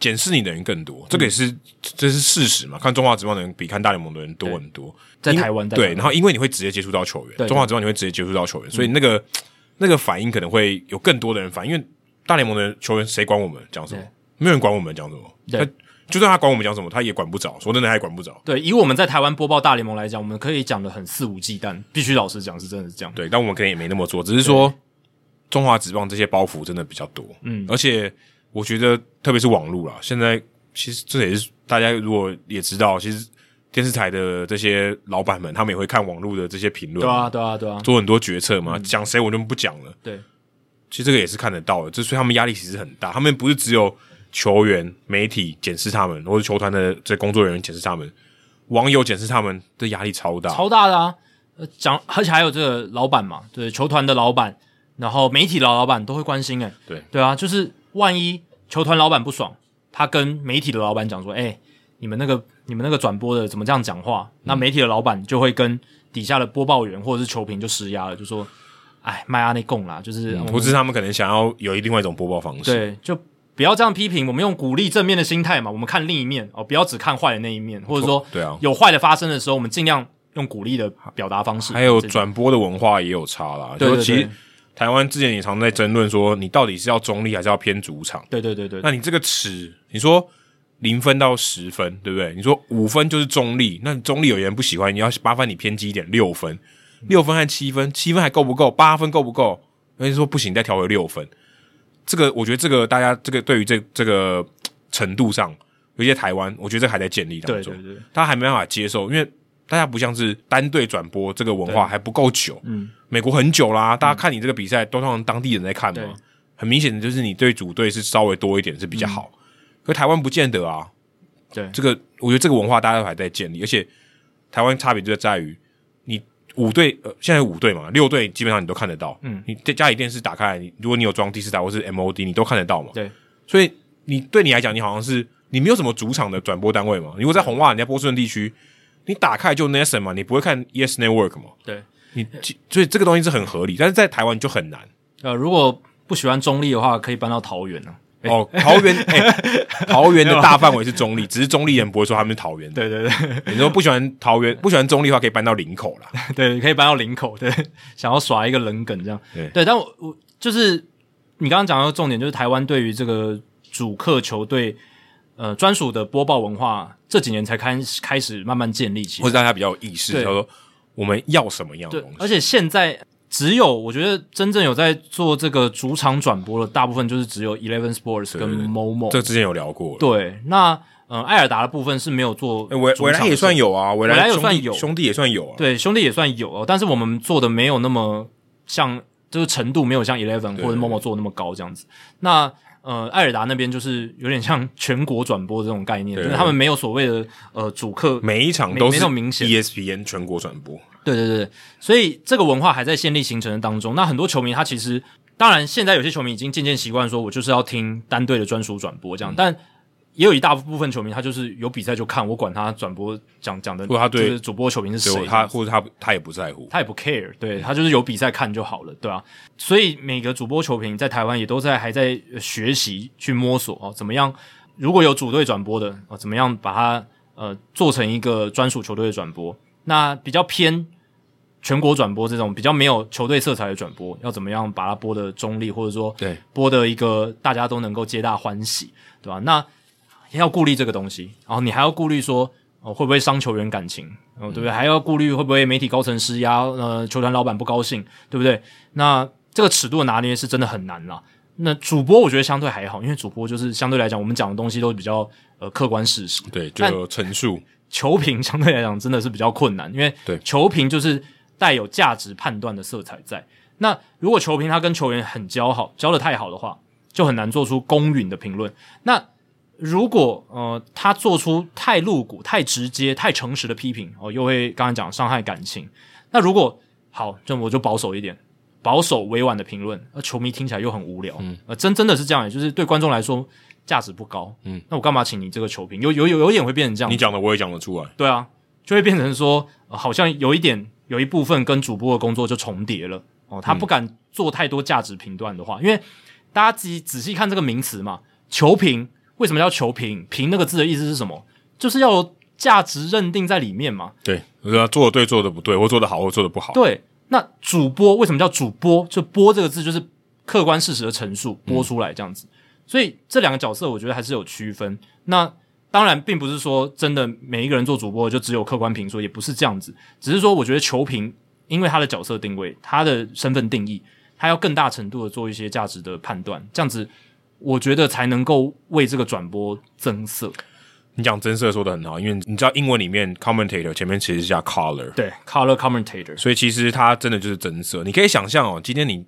B: 检视你的人更多，这个也是、这是事实嘛。看中华职棒的人比看大联盟的人多
A: 嗯对
B: 很多，
A: 在
B: 因
A: 台湾在台
B: 对，
A: 湾
B: 然后因为你会直接接触到球员，
A: 对嗯
B: 中华职棒你会直接接触到球员，所以那个那个反应可能会有更多的人反应，因为大联盟的球员谁管我们讲什么
A: 对？
B: 没有人管我们讲什么，
A: 对
B: 他就算他管我们讲什么，他也管不着。说真的，他也管不着。
A: 对，以我们在台湾播报大联盟来讲，我们可以讲的很肆无忌惮，必须老实讲，是真的是这样。
B: 对，但我们可能也没那么做，只是说中华职棒这些包袱真的比较多，嗯，而且我觉得特别是网络啦，现在其实这也是大家如果也知道，其实电视台的这些老板们，他们也会看网络的这些评论
A: 对，啊，对啊，对啊，
B: 做很多决策嘛，讲谁我就不讲了。
A: 对，
B: 其实这个也是看得到的，这所以他们压力其实很大。他们不是只有球员、媒体检视他们，或者球团的这工作人员检视他们，网友检视他们，这压力超大。
A: 超大的啊！呃讲，而且还有这个老板嘛，对，球团的老板，然后媒体的老板都会关心、欸，
B: 对
A: 对啊，就是万一球团老板不爽，他跟媒体的老板讲说，哎、你们那个你们那个转播的怎么这样讲话？
B: 嗯
A: 那媒体的老板就会跟底下的播报员或者是球评就施压了，就说，哎，迈阿密供啦，就是、我们
B: 不是他们可能想要有另外一种播报方式，
A: 对，就不要这样批评。我们用鼓励正面的心态嘛，我们看另一面哦，不要只看坏的那一面，或者说
B: 对啊
A: 有坏的发生的时候，我们尽量用鼓励的表达方式。
B: 还有
A: 这种
B: 转播的文化也有差啦。
A: 对
B: 就
A: 对
B: 是其实
A: 对
B: 台湾之前也常在争论说，你到底是要中立还是要偏主场？
A: 对对对对，
B: 那你这个尺，你说零分到十分，对不对？你说五分就是中立，那中立有人不喜欢，你要麻烦你偏激一点，六分，六分和七分，七分还够不够？八分够不够？那就说不行，再调回六分。这个我觉得这个大家这个对于这这个程度上，有些台湾我觉得这个还在建立当
A: 对
B: 中
A: 对，对，
B: 大家还没办法接受，因为大家不像是单队转播这个文化还不够久。
A: 嗯，
B: 美国很久啦，大家看你这个比赛都通常当地人在看嘛
A: 对，
B: 很明显的就是你对组队是稍微多一点是比较好。可台湾不见得啊，
A: 嗯对
B: 这个我觉得这个文化大家都还在建立，而且台湾差别就在于你五队呃现在有五队嘛，六队基本上你都看得到，
A: 嗯，
B: 你在家里电视打开来，你如果你有装第四台或是 MOD，你都看得到嘛，
A: 对，
B: 所以你对你来讲，你好像是你没有什么主场的转播单位嘛，你如果在红袜，你在波士顿地区，你打开就 Nation 嘛，你不会看 Yes Network 嘛，
A: 对。
B: 你所以这个东西是很合理，但是在台湾就很难。
A: 呃，如果不喜欢中立的话，可以搬到桃园啊。
B: 哦，桃园，哎、桃园的大范围是 中立，只是中立人不会说他们是桃园的。
A: 对 对对
B: 你说不喜欢桃园，不喜欢中立的话，可以搬到林口啦。
A: 对，可以搬到林口。对， 想要耍一个冷梗这样。
B: 对
A: 对，但我我就是你刚刚讲到的重点，就是台湾对于这个主客球队呃专属的播报文化，这几年才开始开始慢慢建立起来
B: 或。者大家比较有意识，
A: 对
B: 他说我们要什么样的
A: 对
B: 东，西。
A: 而且现在只有我觉得真正有在做这个主场转播的，大部分就是只有 Eleven Sports
B: 对对
A: 跟 Momo。
B: 这之前有聊过了，
A: 对，那呃，艾尔达的部分是没有做主场的
B: 哎维维莱也算有啊，维
A: 莱
B: 莱
A: 也
B: 兄
A: 算
B: 弟
A: 有
B: 兄弟也算有啊。
A: 对，兄弟也算有哦，但是我们做的没有那么像，就是程度没有像 Eleven
B: 对
A: 或者 Momo 做的那么高这样子。那呃，艾尔达那边就是有点像全国转播这种概念，
B: 对
A: 就是他们没有所谓的呃主客
B: 每一场都
A: 没
B: 是 E
A: 没那么明显
B: ESPN 全国转播，
A: 对对对，所以这个文化还在建立形成的当中。那很多球迷他其实，当然现在有些球迷已经渐渐习惯说，我就是要听单队的专属转播这
B: 嗯
A: 样，但也有一大部分球迷他就是有比赛就看，我管他转播讲讲的，
B: 或者他对
A: 就是主播球评是
B: 所
A: 谁，
B: 以他或者他他也不在乎。
A: 他也不 care，对他就是有比赛看就好了，对啊。所以每个主播球评在台湾也都在还在呃学习去摸索哦，怎么样？如果有组队转播的哦，怎么样把它呃做成一个专属球队的转播？那比较偏全国转播这种比较没有球队色彩的转播，要怎么样把它播的中立，或者说
B: 对
A: 播的一个大家都能够皆大欢喜，对吧、那要顾虑这个东西，然后你还要顾虑说，哦、会不会伤球员感情，哦，对不对？还要顾虑会不会媒体高层施压，呃，球团老板不高兴，对不对？那这个尺度的拿捏是真的很难啦。那主播我觉得相对还好，因为主播就是相对来讲，我们讲的东西都比较呃客观事实。
B: 对，
A: 但
B: 就陈述
A: 球评相对来讲真的是比较困难，因为
B: 对
A: 球评就是带有价值判断的色彩在。那如果球评他跟球员很交好，交的太好的话，就很难做出公允的评论。那如果呃他做出太露骨、太直接、太诚实的批评，哦，又会刚才讲伤害感情。那如果好，这我就保守一点，保守委婉的评论，那球迷听起来又很无聊。嗯，呃，真真的是这样，也就是对观众来说价值不高。嗯，那我干嘛请你这个球评？有有有有点会变成这样
B: 你，讲的我也讲得出来。
A: 对啊，就会变成说、呃好像有一点有一部分跟主播的工作就重叠了哦，他不敢做太多价值评断的话，因为大家仔细仔细看这个名词嘛，球评为什么叫球评？评那个字的意思是什么？就是要有价值认定在里面嘛。
B: 对，我说做的对，做的不对，或做的好，或做的不好。
A: 对，那主播为什么叫主播？就“播”这个字，就是客观事实的陈述，播出来这样子。所以这两个角色，我觉得还是有区分。那当然，并不是说真的每一个人做主播就只有客观评说，也不是这样子。只是说，我觉得球评因为他的角色定位、他的身份定义，他要更大程度的做一些价值的判断，这样子。我觉得才能够为这个转播增色，
B: 你讲增色说的很好，因为你知道英文里面 commentator 前面其实是加 color，
A: 对 color commentator，
B: 所以其实它真的就是增色。你可以想象哦，今天你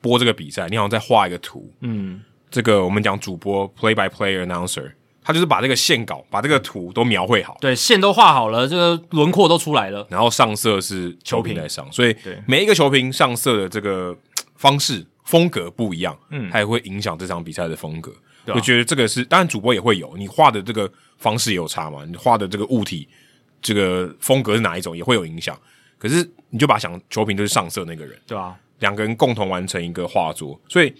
B: 播这个比赛，你好像在画一个图。嗯，这个我们讲主播 play by play announcer，他就是把这个线稿、把这个图都描绘好，
A: 对线都画好了，这个轮廓都出来了，
B: 然后上色是球评来上，所以每一个球评上色的这个嘖方式风格不一样，嗯，它也会影响这场比赛的风格。
A: 对啊
B: 我觉得这个是，当然主播也会有，你画的这个方式也有差嘛，你画的这个物体这个风格是哪一种也会有影响。可是你就把想球评就是上色那个人，
A: 对吧、
B: 两个人共同完成一个画作，所以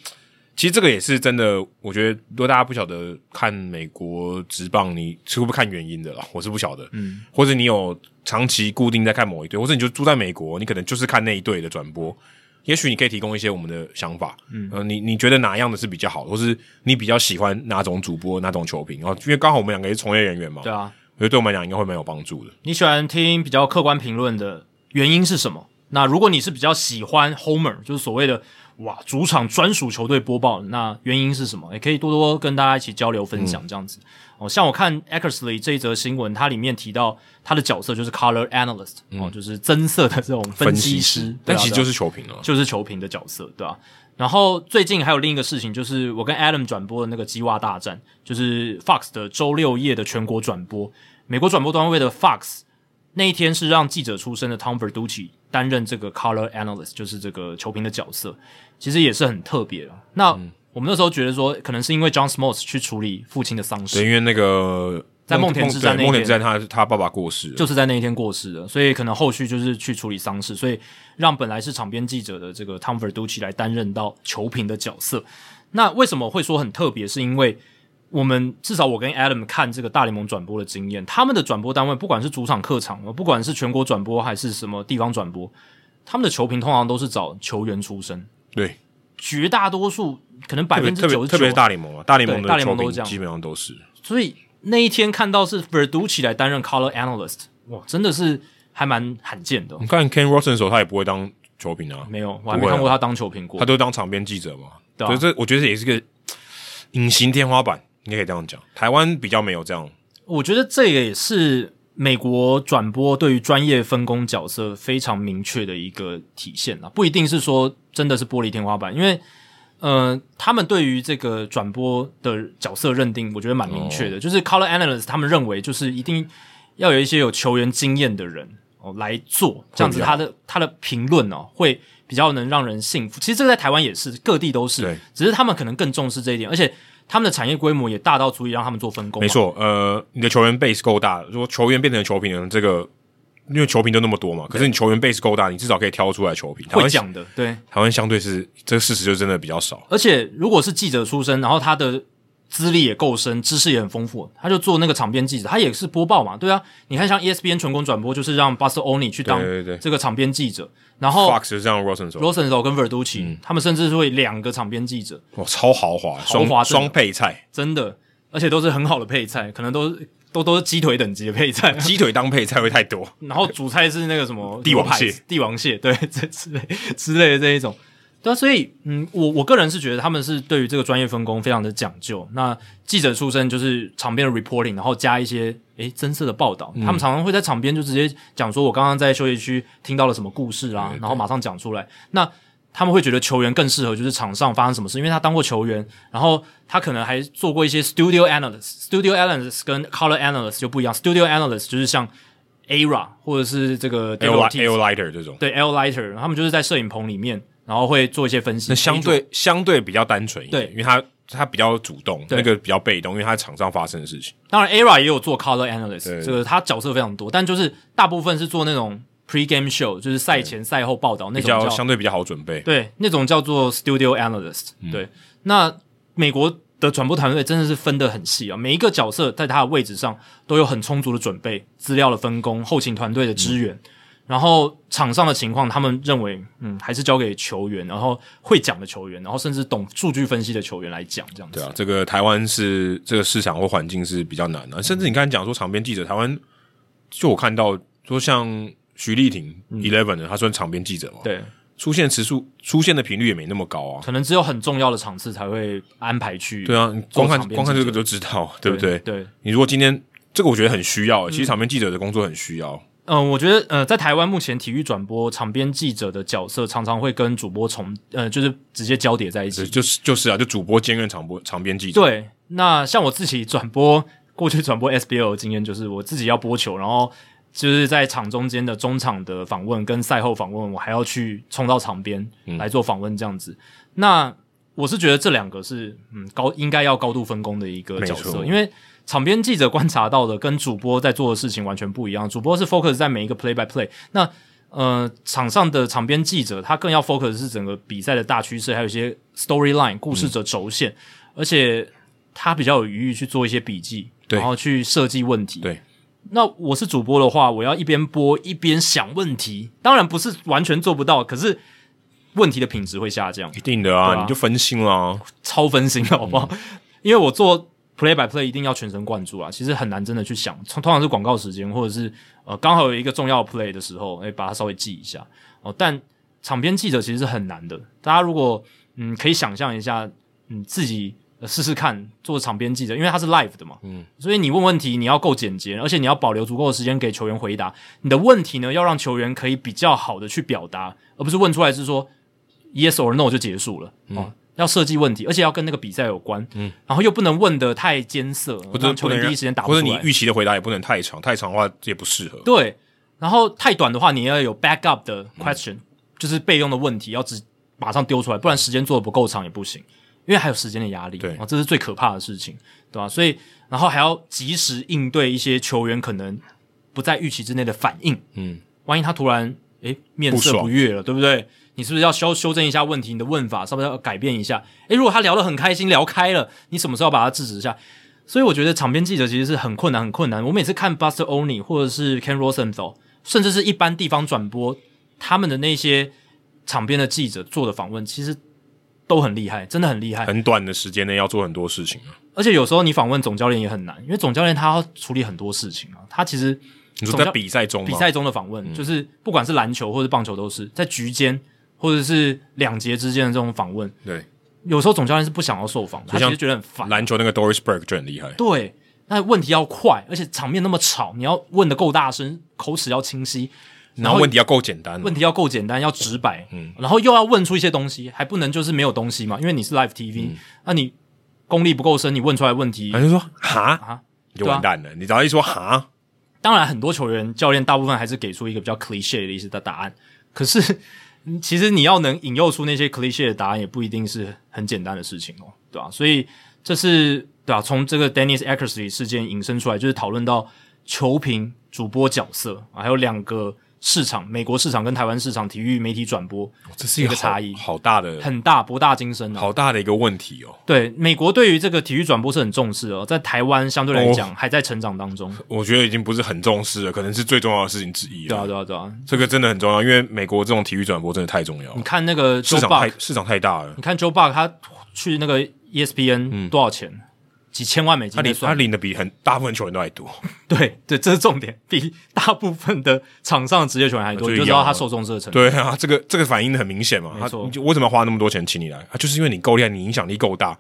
B: 其实这个也是真的。我觉得如果大家不晓得看美国职棒，你是会不会看原因的啦？我是不晓得，嗯，或者你有长期固定在看某一队，或者你就住在美国，你可能就是看那一队的转播。也许你可以提供一些我们的想法，嗯，呃，你你觉得哪样的是比较好的，或是你比较喜欢哪种主播、哪种球评？然哦后因为刚好我们两个也是从业人员嘛，
A: 对啊，
B: 我觉得对我们来讲应该会蛮有帮助的。
A: 你喜欢听比较客观评论的原因是什么？那如果你是比较喜欢 Homer，就是所谓的哇主场专属球队播报，那原因是什么？也可以多多跟大家一起交流分
B: 嗯
A: 享这样子。哦，像我看 Eckersley 这一则新闻，它里面提到他的角色就是 Color Analyst，、哦，
B: 嗯
A: 就是增色的这种分析师，对啊
B: 但其实
A: 对啊
B: 就是球评啊，
A: 就是球评的角色，对吧、然后最近还有另一个事情，就是我跟 Adam 转播的那个《鸡蛙大战》，就是 Fox 的周六夜的全国转播，美国转播单位的 Fox 那一天是让记者出身的 Tom Verducci 担任这个 Color Analyst，就是这个球评的角色，其实也是很特别的。那、我们那时候觉得说，可能是因为 John Smoltz 去处理父亲的丧事
B: 对，，因为那个
A: 在梦田之战那
B: 对
A: 一
B: 梦田
A: 天
B: 之战他他爸爸过世了，
A: 就是在那一天过世的，所以可能后续就是去处理丧事，所以让本来是场边记者的这个 Tom Verducci 来担任到球评的角色。那为什么会说很特别？是因为我们至少我跟 Adam 看这个大联盟转播的经验，他们的转播单位不管是主场、客场，不管是全国转播还是什么地方转播，他们的球评通常都是找球员出身，
B: 对，
A: 绝大多数可能百
B: 特别
A: 分之
B: 特
A: 九
B: 别
A: 十
B: 特
A: 九
B: 别是大联盟啊，大联盟
A: 对大联
B: 的球
A: 盟都
B: 评
A: 这样
B: 基本上都是
A: 所以那一天看到是 Verducci 来担任 Color Analyst，哇，真的是还蛮罕见的哦、
B: 你看 Ken Rosen 的时候，他也不会当球评啊，
A: 没有，我还没
B: 不会啊
A: 看过他当球评过
B: 他。都当场边记者嘛。
A: 对啊
B: 所以这我觉得也是个隐形天花板，你可以这样讲。台湾比较没有这样，
A: 我觉得这个也是美国转播对于专业分工角色非常明确的一个体现啊，不一定是说真的是玻璃天花板，因为呃，他们对于这个转播的角色认定，我觉得蛮明确
B: 哦
A: 的，就是 color analyst 他们认为就是一定要有一些有球员经验的人哦来做，这样子
B: 会比较
A: 他的他的评论哦会比较能让人信服。其实这个在台湾也是，各地都是
B: 对，
A: 只是他们可能更重视这一点，而且他们的产业规模也大到足以让他们做分工嘛，
B: 没错。呃，你的球员 base 够大，如果球员变成球评人，这个因为球评都那么多嘛，可是你球员 base 够大，你至少可以挑出来球评。台
A: 会
B: 湾
A: 讲的，对。
B: 台湾相对是这个事实就真的比较少，
A: 而且如果是记者出身，然后他的资历也够深，知识也很丰富，他就做那个场边记者，他也是播报嘛，对啊。你看像 ESPN 全国转播，就是让 Buster Olney 去当
B: 对对对
A: 这个场边记者，然后
B: Fox 就是这样 Rosen 说，
A: Rosenthal 跟 Verducci、他
B: 嗯
A: 们甚至是会两个场边记者，
B: 哇，哦超豪华，
A: 豪华阵
B: 双
A: 容
B: 双配 菜，
A: 真的，而且都是很好的配菜，可能都都都是鸡腿等级的配菜，
B: 鸡腿当配菜会 太多。
A: 然后主菜是那个什么
B: 帝王蟹
A: 牛排帝王蟹对这之类之类的这一种。对啊，所以嗯，我我个人是觉得他们是对于这个专业分工非常的讲究。那记者出身就是场边的 reporting，然后加一些诶增色的报道。他们常常会在场边就直接讲说，我刚刚在休息区听到了什么故事啊，然后马上讲出来。那他们会觉得球员更适合就是场上发生什么事，因为他当过球员，然后他可能还做过一些 studio analyst。studio analyst 跟 color analyst 就不一样，studio analyst 就是像 ERA 或者是这个
B: L
A: Daryl
B: L
A: Tease，
B: Lighter 这种，
A: 对 L Lighter，他们就是在摄影棚里面，然后会做一些分析。
B: 那相对相对比较单纯一点，
A: 对
B: 因为他他比较主动，
A: 对
B: 那个比较被动，因为他场上发生的事情。
A: 当然 ERA 也有做 color analyst，
B: 对
A: 这个他角色非常多，但就是大部分是做那种 pre game show，就是赛前赛后报道那
B: 比
A: 种
B: 较
A: 叫
B: 相对比较好准备。嗯
A: 对那种叫做 studio analyst、对，那美国的转播团队真的是分得很细啊，每一个角色在他的位置上都有很充足的准备、资料的分工、后勤团队的支
B: 嗯
A: 援，然后场上的情况，他们认为嗯还是交给球员，然后会讲的球员，然后甚至懂数据分析的球员来讲这样子。
B: 对啊，这个台湾是这个市场或环境是比较难的、啊甚至你刚才讲说场边记者，台湾就我看到说像徐丽婷 Eleven 的，他算场边记者嘛，，
A: 嗯对，
B: 出现时数出现的频率也没那么高啊。
A: 可能只有很重要的场次才会安排去。
B: 对啊，你光看
A: 做场边记者
B: 光看这个就知道，对不对？
A: 对，
B: 你如果今天这个，我觉得很需要、其实场边记者的工作很需要，
A: 嗯、我觉得呃，在台湾目前体育转播场边记者的角色常常会跟主播重呃，就是直接交叠在一起
B: 就。就是就是啊，就主播兼任场播场边记者，
A: 对，啊那像我自己转播过去转播 SBL 的经验，就是我自己要播球，然后就是在场中间的中场的访问跟赛后访问，我还要去冲到场边来做访问这样子。那我是觉得这两个是嗯高应该要高度分工的一个角
B: 没
A: 色，
B: 错
A: 因为场边记者观察到的跟主播在做的事情完全不一样，主播是 focus 在每一个 play by play，那呃，场上的场边记者他更要 focus 的是整个比赛的大趋势，还有一些 storyline 故事者轴线，而且他比较有余裕去做一些笔记，
B: 对
A: 然后去设计问题。
B: 对，
A: 那我是主播的话，我要一边播一边想问题，当然不是完全做不到，可是问题的品质会下降
B: 一，定的啊，
A: 对啊
B: 你就分心了、啊。
A: 超分心，好不好？因为我做 play by play 一定要全神贯注啊，其实很难真的去想，通通常是广告时间或者是呃刚好有一个重要的 play 的时候，哎、把它稍微记一下哦。但场边记者其实是很难的，大家如果嗯可以想象一下，嗯自己。呃试试看做场边记者，因为它是 live 的嘛，嗯，所以你问问题你要够简洁，而且你要保留足够的时间给球员回答。你的问题呢，要让球员可以比较好的去表达，而不是问出来是说 yes or no 就结束了。
B: 嗯
A: 哦，要设计问题，而且要跟那个比赛有关。嗯，然后又不能问的太艰涩，
B: 或者
A: 让
B: 不
A: 球
B: 能
A: 员
B: 让
A: 第一时间答不
B: 或
A: 出
B: 者
A: 来。
B: 你预期的回答也不能太长，太长的话也不适合。
A: 对，然后太短的话，你要有 backup 的 question，、就是备用的问题，要直马上丢出来，不然时间做的不够长也不行，因为还有时间的压力。
B: 对
A: 啊，这是最可怕的事情，对吧、所以，然后还要及时应对一些球员可能不在预期之内的反应。
B: 嗯，
A: 万一他突然诶面色
B: 不爽
A: 不悦了，对不对？你是不是要修修正一下问题？你的问法是不是要改变一下？诶，如果他聊得很开心，聊开了，你什么时候要把他制止一下？所以我觉得场边记者其实是很困难、很困难。我每次看 Buster Oni 或者是 Ken Rosenthal，甚至是一般地方转播，他们的那些场边的记者做的访问，其实都很厉害，真的很厉害。
B: 很短的时间内要做很多事情啊。
A: 而且有时候你访问总教练也很难，因为总教练他要处理很多事情啊，他其实
B: 你
A: 总
B: 说
A: 教
B: 在比赛中吗嗯
A: 比赛中的访问，就是不管是篮球或者棒球都是在局间或者是两节之间的这种访问，
B: 对
A: 有时候总教练是不想要受访的，他
B: 就
A: 其
B: 像
A: 实觉得很烦。
B: 篮球那个 Doris Burke 就很厉害，
A: 啊对，那问题要快，而且场面那么吵，你要问的够大声，口齿要清晰，
B: 然后问题要够简单啊，
A: 问题要够简单，要直白，嗯，然后又要问出一些东西，还不能就是没有东西嘛，因为你是 live TV，、那
B: 嗯
A: 你功力不够深，你问出来的问题
B: 他就说哈
A: 啊，
B: 你就完蛋了。你只要一说哈，
A: 当然，很多球员教练大部分还是给出一个比较 cliche 的一些的答案，可是 嗯其实你要能引诱出那些 cliche 的答案，也不一定是很简单的事情哦，对吧、所以这是对吧、从这个 Dennis Eckersley 事件引申出来，就是讨论到球评、主播角色，啊还有两个市场——美国市场跟台湾市场体育媒体转播
B: 这是一个
A: 这个
B: 好
A: 差异
B: 好大的
A: 很大博大精深的、
B: 好大的一个问题哦。
A: 对，美国对于这个体育转播是很重视的哦，在台湾相对来
B: 哦
A: 讲还在成长当中。
B: 我觉得已经不是很重视了，可能是最重要的事情之一
A: 对啊，
B: 了。
A: 对啊，对啊！
B: 这个真的很重要，因为美国这种体育转播真的太重要了
A: 你，看那个
B: 市
A: Joe
B: 场
A: Buck
B: 太市场太大了。
A: 你看 Joe Buck 他去那个 E ESPN 多少钱？几千万美金
B: 他
A: 在
B: 领他
A: 算，嗯
B: 领的比很大部分球员都还多，
A: 对对，这是重点，比大部分的场上的职业球员还多，
B: 就
A: 你就知
B: 一样
A: 道
B: 啊
A: 他受重视的程度。
B: 对啊，这个这个反应得很明显嘛。
A: 没
B: 他
A: 错
B: 你就为什么要花那么多钱请你来？啊，就是因为你够厉害，你影响力够大。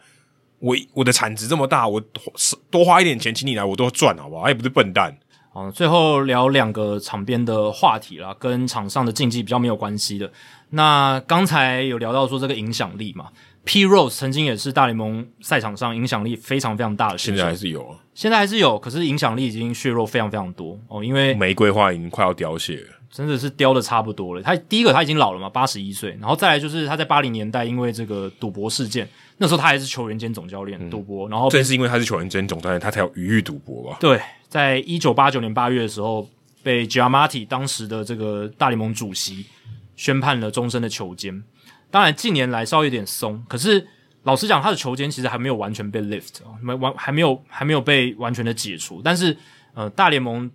B: 我我的产值这么大，我多多花一点钱请你来，我都赚，好不好？他也不是笨蛋。
A: 好，哦最后聊两个场边的话题啦，跟场上的竞技比较没有关系的。那刚才有聊到说这个影响力嘛，P Rose 曾经也是大联盟赛场上影响力非常非常大的
B: 现
A: 选手，
B: 在还是有啊，
A: 现在还是有，可是影响力已经削弱非常非常多哦，因为
B: 玫瑰花已经快要凋谢了。
A: 真的是雕的差不多了。他第一个他已经老了嘛，八十一岁，然后再来就是他在八零年代因为这个赌博事件，那时候他还是球员兼总教练，赌博，然后
B: 正是因为他是球员兼总教练，他才有余裕赌博吧？
A: 对，在一九八九年八月的时候，被 Giamatti 当时的这个大联盟主席宣判了终身的囚监。当然近年来稍微有点松，可是老实讲，他的球肩其实还没有完全被 lift，哦没完还没有还没有被完全的解除。但是，呃，大联盟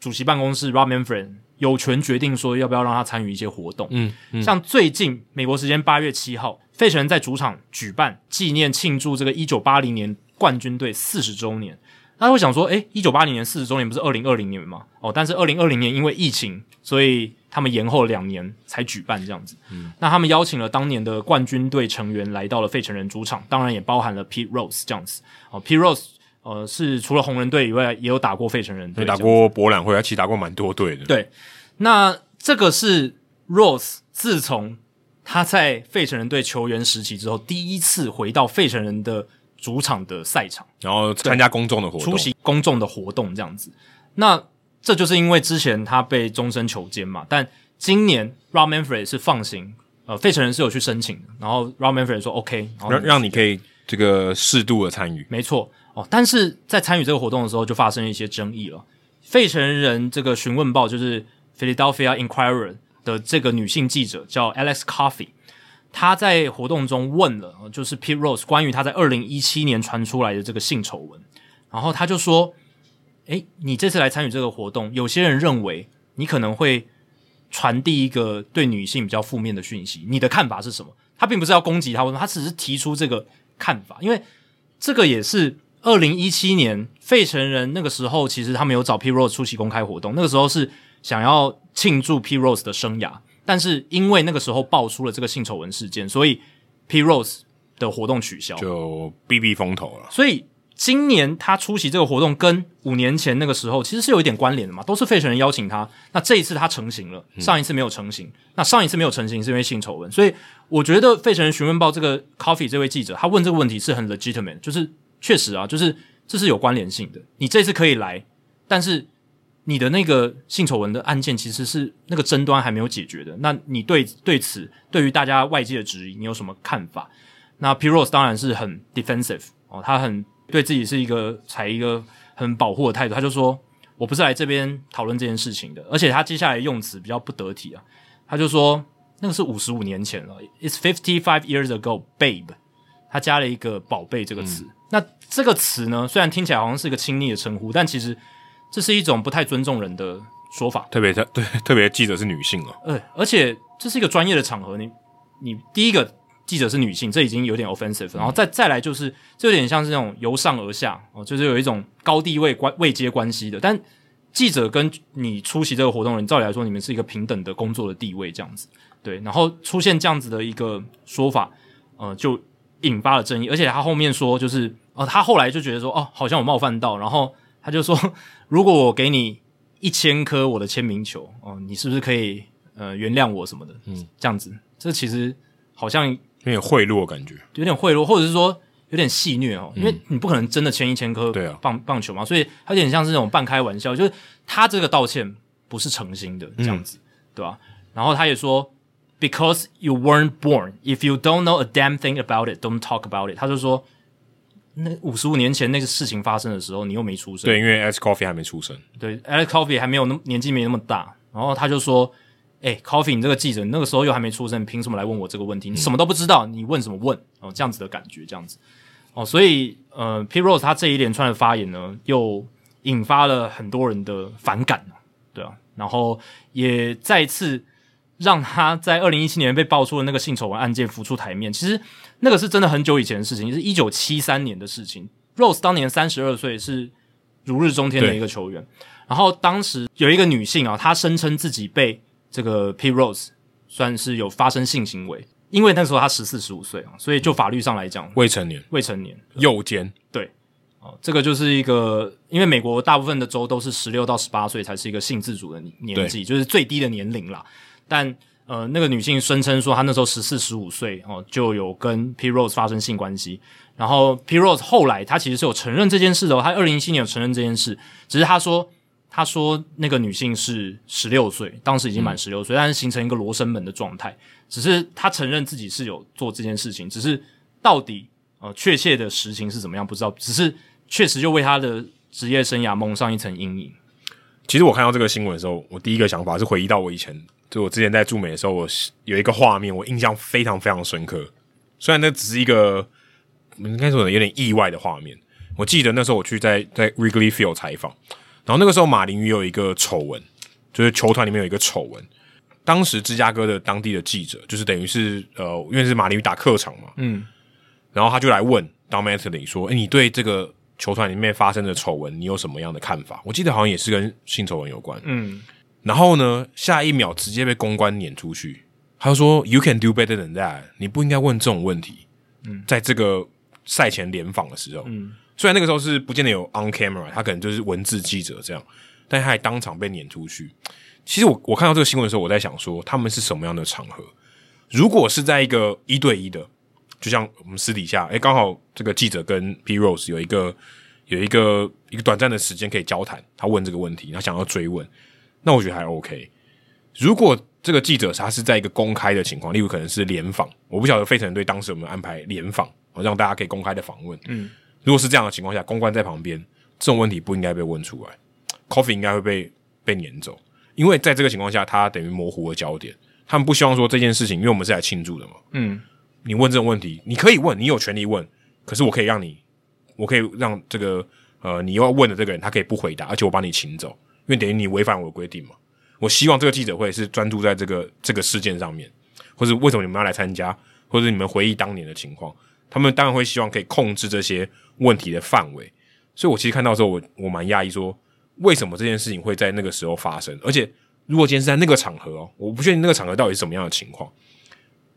A: 主席办公室 Rob Manfred 有权决定说要不要让他参与一些活动。
B: 嗯嗯，
A: 像最近美国时间八月七号，费城人在主场举办纪念庆祝这个一九八零年冠军队四十周年。大家会想说，诶，一九八零年四十周年不是二零二零年吗？哦，但是二零二零年因为疫情，所以他们延后两年才举办这样子。
B: 嗯
A: 那他们邀请了当年的冠军队成员来到了费城人主场，当然也包含了 Pete Rose 这样子。哦，Pete Rose 呃是除了红人队以外，也有打过费城人队
B: 对，
A: 这样
B: 打
A: 子，
B: 过博览会，他其实打过蛮多队的。
A: 对，那这个是 Rose 自从他在费城人队球员时期之后，第一次回到费城人的主场的赛场，
B: 然后参加公众的活动，
A: 出席公众的活动这样子。那这就是因为之前他被终身囚监嘛，但今年 r o b Manfred 是放行，呃，费城人是有去申请的，然后 r o b Manfred 说 OK，然后
B: 让让你可以这个适度的参与。
A: 没错哦，但是在参与这个活动的时候，就发生了一些争议了。费城人这个询问报就是 Philadelphia Inquirer 的这个女性记者叫 Alex Coffey，她在活动中问了，呃就是 Pete Rose 关于她在二零一七年传出来的这个性丑闻，然后她就说：“诶，你这次来参与这个活动，有些人认为你可能会传递一个对女性比较负面的讯息，你的看法是什么？”她并不是要攻击她，或者她只是提出这个看法，因为这个也是二零一七年费城人那个时候，其实他们有找 P Rose 出席公开活动，那个时候是想要庆祝 P Rose 的生涯，但是因为那个时候爆出了这个性丑闻事件，所以 P Rose 的活动取消。
B: 就避避风头了。
A: 所以今年他出席这个活动，跟五年前那个时候其实是有一点关联的嘛，都是费城人邀请他。那这一次他成型了，上一次没有成型。那上一次没有成型是因为性丑闻，所以我觉得费城人询问报这个 Coffee 这位记者，他问这个问题是很 legitimate，就是确实啊，就是这是有关联性的。你这次可以来，但是。你的那个性丑闻的案件其实是那个争端还没有解决的，那你对对此对于大家外界的质疑，你有什么看法？那 P Rose 当然是很 defensive 哦，他很对自己是一个采一个很保护的态度，他就说我不是来这边讨论这件事情的，而且他接下来用词比较不得体啊，他就说那个是五十五年前了，It's fifty five years ago, babe，他加了一个“宝贝”这个词。那这个词呢，虽然听起来好像是一个亲昵的称呼，但其实这是一种不太尊重人的说法。
B: 特别特对， 特别记者是女性哦了，
A: 呃，而且这是一个专业的场合，你你第一个记者是女性，这已经有点 offensive，然后再再来就是这有点像是那种由上而下哦，就是有一种高地位关位阶关系的，但。记者跟你出席这个活动的人，照理来说，你们是一个平等的工作的地位，这样子对。然后出现这样子的一个说法，呃，就引发了争议。而且他后面说，就是呃，他后来就觉得说，哦，好像我冒犯到，然后他就说，如果我给你一千颗我的签名球，哦、你是不是可以呃原谅我什么的？嗯，这样子，这其实好像
B: 有点贿赂的感觉。
A: 有点贿赂，或者是说有点戏虐哦，因为你不可能真的签一千颗
B: 嗯对啊
A: 棒棒球嘛，所以他有点像是那种半开玩笑，就是他这个道歉不是诚心的这样子，
B: 嗯
A: 对吧、然后他也说，because you weren't born, if you don't know a damn thing about it, don't talk about it。他就说，那五十五年前那个事情发生的时候，你又没出生，
B: 对，因为 S Coffee 还没出生，
A: 对，Alex Coffee 还没有那么年纪没那么大，然后他就说：“哎、c o f f e e 你这个记者，你那个时候又还没出生，你凭什么来问我这个问
B: 嗯
A: 题？你什么都不知道，你问什么问？哦，这样子的感觉，这样子哦，所以呃 p Rose 他这一连串的发言呢，又引发了很多人的反感，对啊，然后也再次让他在二零一七年被爆出的那个性丑闻案件浮出台面。其实那个是真的很久以前的事情，是一九七三年的事情。Rose 当年三十二岁，是如日中天的一个球员。然后当时有一个女性啊，她声称自己被这个 P Rose 算是有发生性行为，因为那时候她十四十五岁啊，所以就法律上来讲
B: 未成年，
A: 未成年。
B: 右肩，
A: 对，哦，这个就是一个，因为美国大部分的州都是十六到十八岁才是一个性自主的年年纪，就是最低的年龄啦。但呃，那个女性声称说，她那时候十四十五岁哦，就有跟 P Rose 发生性关系。然后 P Rose 后来她其实是有承认这件事的、哦，她二零一七年有承认这件事，只是她说。她说：“那个女性是十六岁，当时已经满十六岁，但是形成一个罗生门的状态。只是她承认自己是有做这件事情，只是到底呃确切的实情是怎么样不知道，只是确实就为他的职业生涯蒙上一层阴影。
B: 其实我看到这个新闻的时候，我第一个想法是回忆到我以前，就我之前在驻美的时候，我是有一个画面，我印象非常非常深刻。虽然那只是一个应该说有点意外的画面。我记得那时候我去在在 Wrigley Field 采访，然后那个时候马林鱼有一个丑闻，就是球团里面有一个丑闻。当时芝加哥的当地的记者，就是等于是呃，因为是马林鱼打客场嘛，
A: 嗯，
B: 然后他就来问 Don m a t l e y 说：“哎，你对这个球团里面发生的丑闻，你有什么样的看法？”我记得好像也是跟性丑闻有关。
A: 嗯，
B: 然后呢，下一秒直接被公关撵出去。他说：“You can do better than that。”你不应该问这种问题。嗯，在这个赛前联访的时候，嗯，虽然那个时候是不见得有 on camera，他可能就是文字记者这样，但他还当场被撵出去。其实我我看到这个新闻的时候，我在想说，他们是什么样的场合？如果是在一个一对一的，就像我们私底下，诶，刚好这个记者跟 P Rose 有一个有一个一个短暂的时间可以交谈，他问这个问题，他想要追问，那我觉得还 OK。如果这个记者他是在一个公开的情况，例如可能是联访，我不晓得费城队当时有没有安排联访，哦让大家可以公开的访问。嗯，如果是这样的情况下，公关在旁边，这种问题不应该被问出来，Coffee 应该会被被撵走，因为在这个情况下，他等于模糊了焦点。他们不希望说这件事情，因为我们是来庆祝的嘛。
A: 嗯，
B: 你问这种问题，你可以问，你有权利问，可是我可以让你，我可以让这个呃你要问的这个人，他可以不回答，而且我把你请走，因为等于你违反我的规定嘛。我希望这个记者会是专注在这个这个事件上面，或者为什么你们要来参加，或者你们回忆当年的情况，他们当然会希望可以控制这些问题的范围。所以我其实看到的时候，我我蛮讶异，说为什么这件事情会在那个时候发生？而且如果今天是在那个场合哦，我不确定那个场合到底是什么样的情况。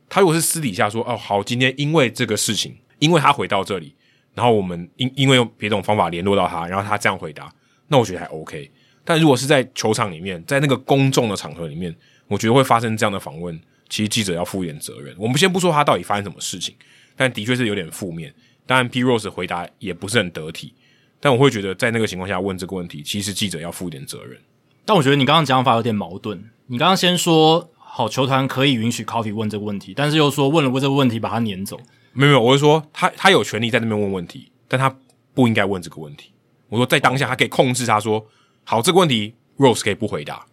B: 他如果是私底下说，哦，好，今天因为这个事情，因为他回到这里，然后我们因因为用别种方法联络到他，然后他这样回答，那我觉得还 OK。但如果是在球场里面，在那个公众的场合里面，我觉得会发生这样的访问，其实记者要负一点责任。我们先不说他到底发生什么事情，但的确是有点负面。当然，P Rose 的回答也不是很得体，但我会觉得在那个情况下问这个问题，其实记者要负一点责任。
A: 但我觉得你刚刚讲法有点矛盾。你刚刚先说好球团可以允许 Coffee 问这个问题，但是又说问了问这个问题把他撵走。
B: 没有没有，我是说他他有权利在那边问问题，但他不应该问这个问题。我说在当下，他可以控制他说，好这个问题 Rose 可以不回答，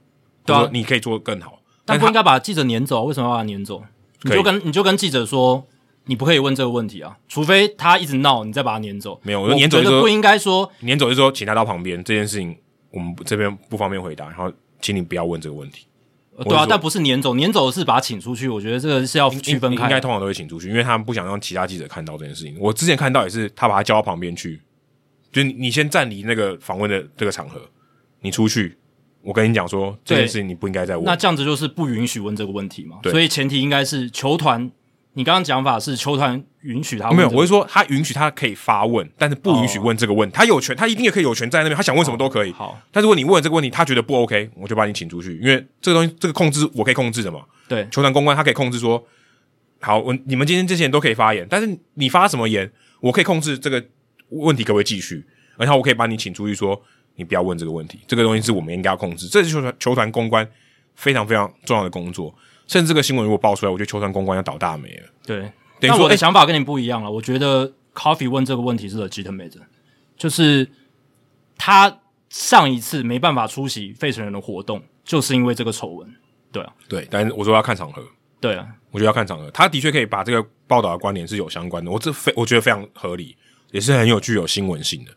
A: 对啊
B: 我说你可以做得更好，
A: 但
B: 他
A: 不应该把记者撵走啊，为什么要把他撵走？你
B: 可以
A: 就跟你就跟记者说，你不可以问这个问题啊，除非他一直闹，你再把他撵走。
B: 没有我
A: 我
B: 说撵走
A: 觉
B: 就
A: 得
B: 是
A: 不应该说，
B: 撵走就说，请他到旁边，这件事情我们这边不方便回答，然后请你不要问这个问
A: 呃
B: 题。是
A: 对啊
B: 说，
A: 但不是撿走，撵走的是把他请出去。我觉得这个是要区分
B: 应
A: 开
B: 该
A: 的。
B: 通常都会请出去，因为他们不想让其他记者看到这件事情。我之前看到也是，他把他叫到旁边去，就是你你先站离那个访问的这个场合，你出去，我跟你讲说这件事情你不应该再问。
A: 那这样子就是不允许问这个问题嘛？
B: 对
A: 所以前提应该是球团，你刚刚讲法是球团允许他问
B: 哦没有，
A: 这个
B: 我是说他允许他可以发问，但是不允许问这个问题。他有权，他一定也可以有权在那边，他想问什么都可以。
A: 好，
B: 但如果你问了这个问题，他觉得不 OK，我就把你请出去，因为这个东西，这个控制我可以控制的嘛。
A: 对
B: 球团公关他可以控制说，好，我你们今天这些人都可以发言，但是你发什么言，我可以控制这个问题可不可以继续，然后我可以把你请出去说，你不要问这个问题，这个东西是我们应该要控制，这是球团球团公关非常非常重要的工作。甚至这个新闻如果爆出来，我觉得球团公关要倒大霉了。
A: 对。
B: 等于
A: 但
B: 说，
A: 我
B: 哎、
A: 的想法跟你不一样了。我觉得 Coffee 问这个问题是 legitimate，的就是他上一次没办法出席费城人的活动，就是因为这个丑闻。对啊，
B: 哎对，但是我说要看场合，
A: 对啊，
B: 我觉得要看场合，他的确可以把这个报道的观点是有相关的，我这非我觉得非常合理，也是很有具有新闻性的。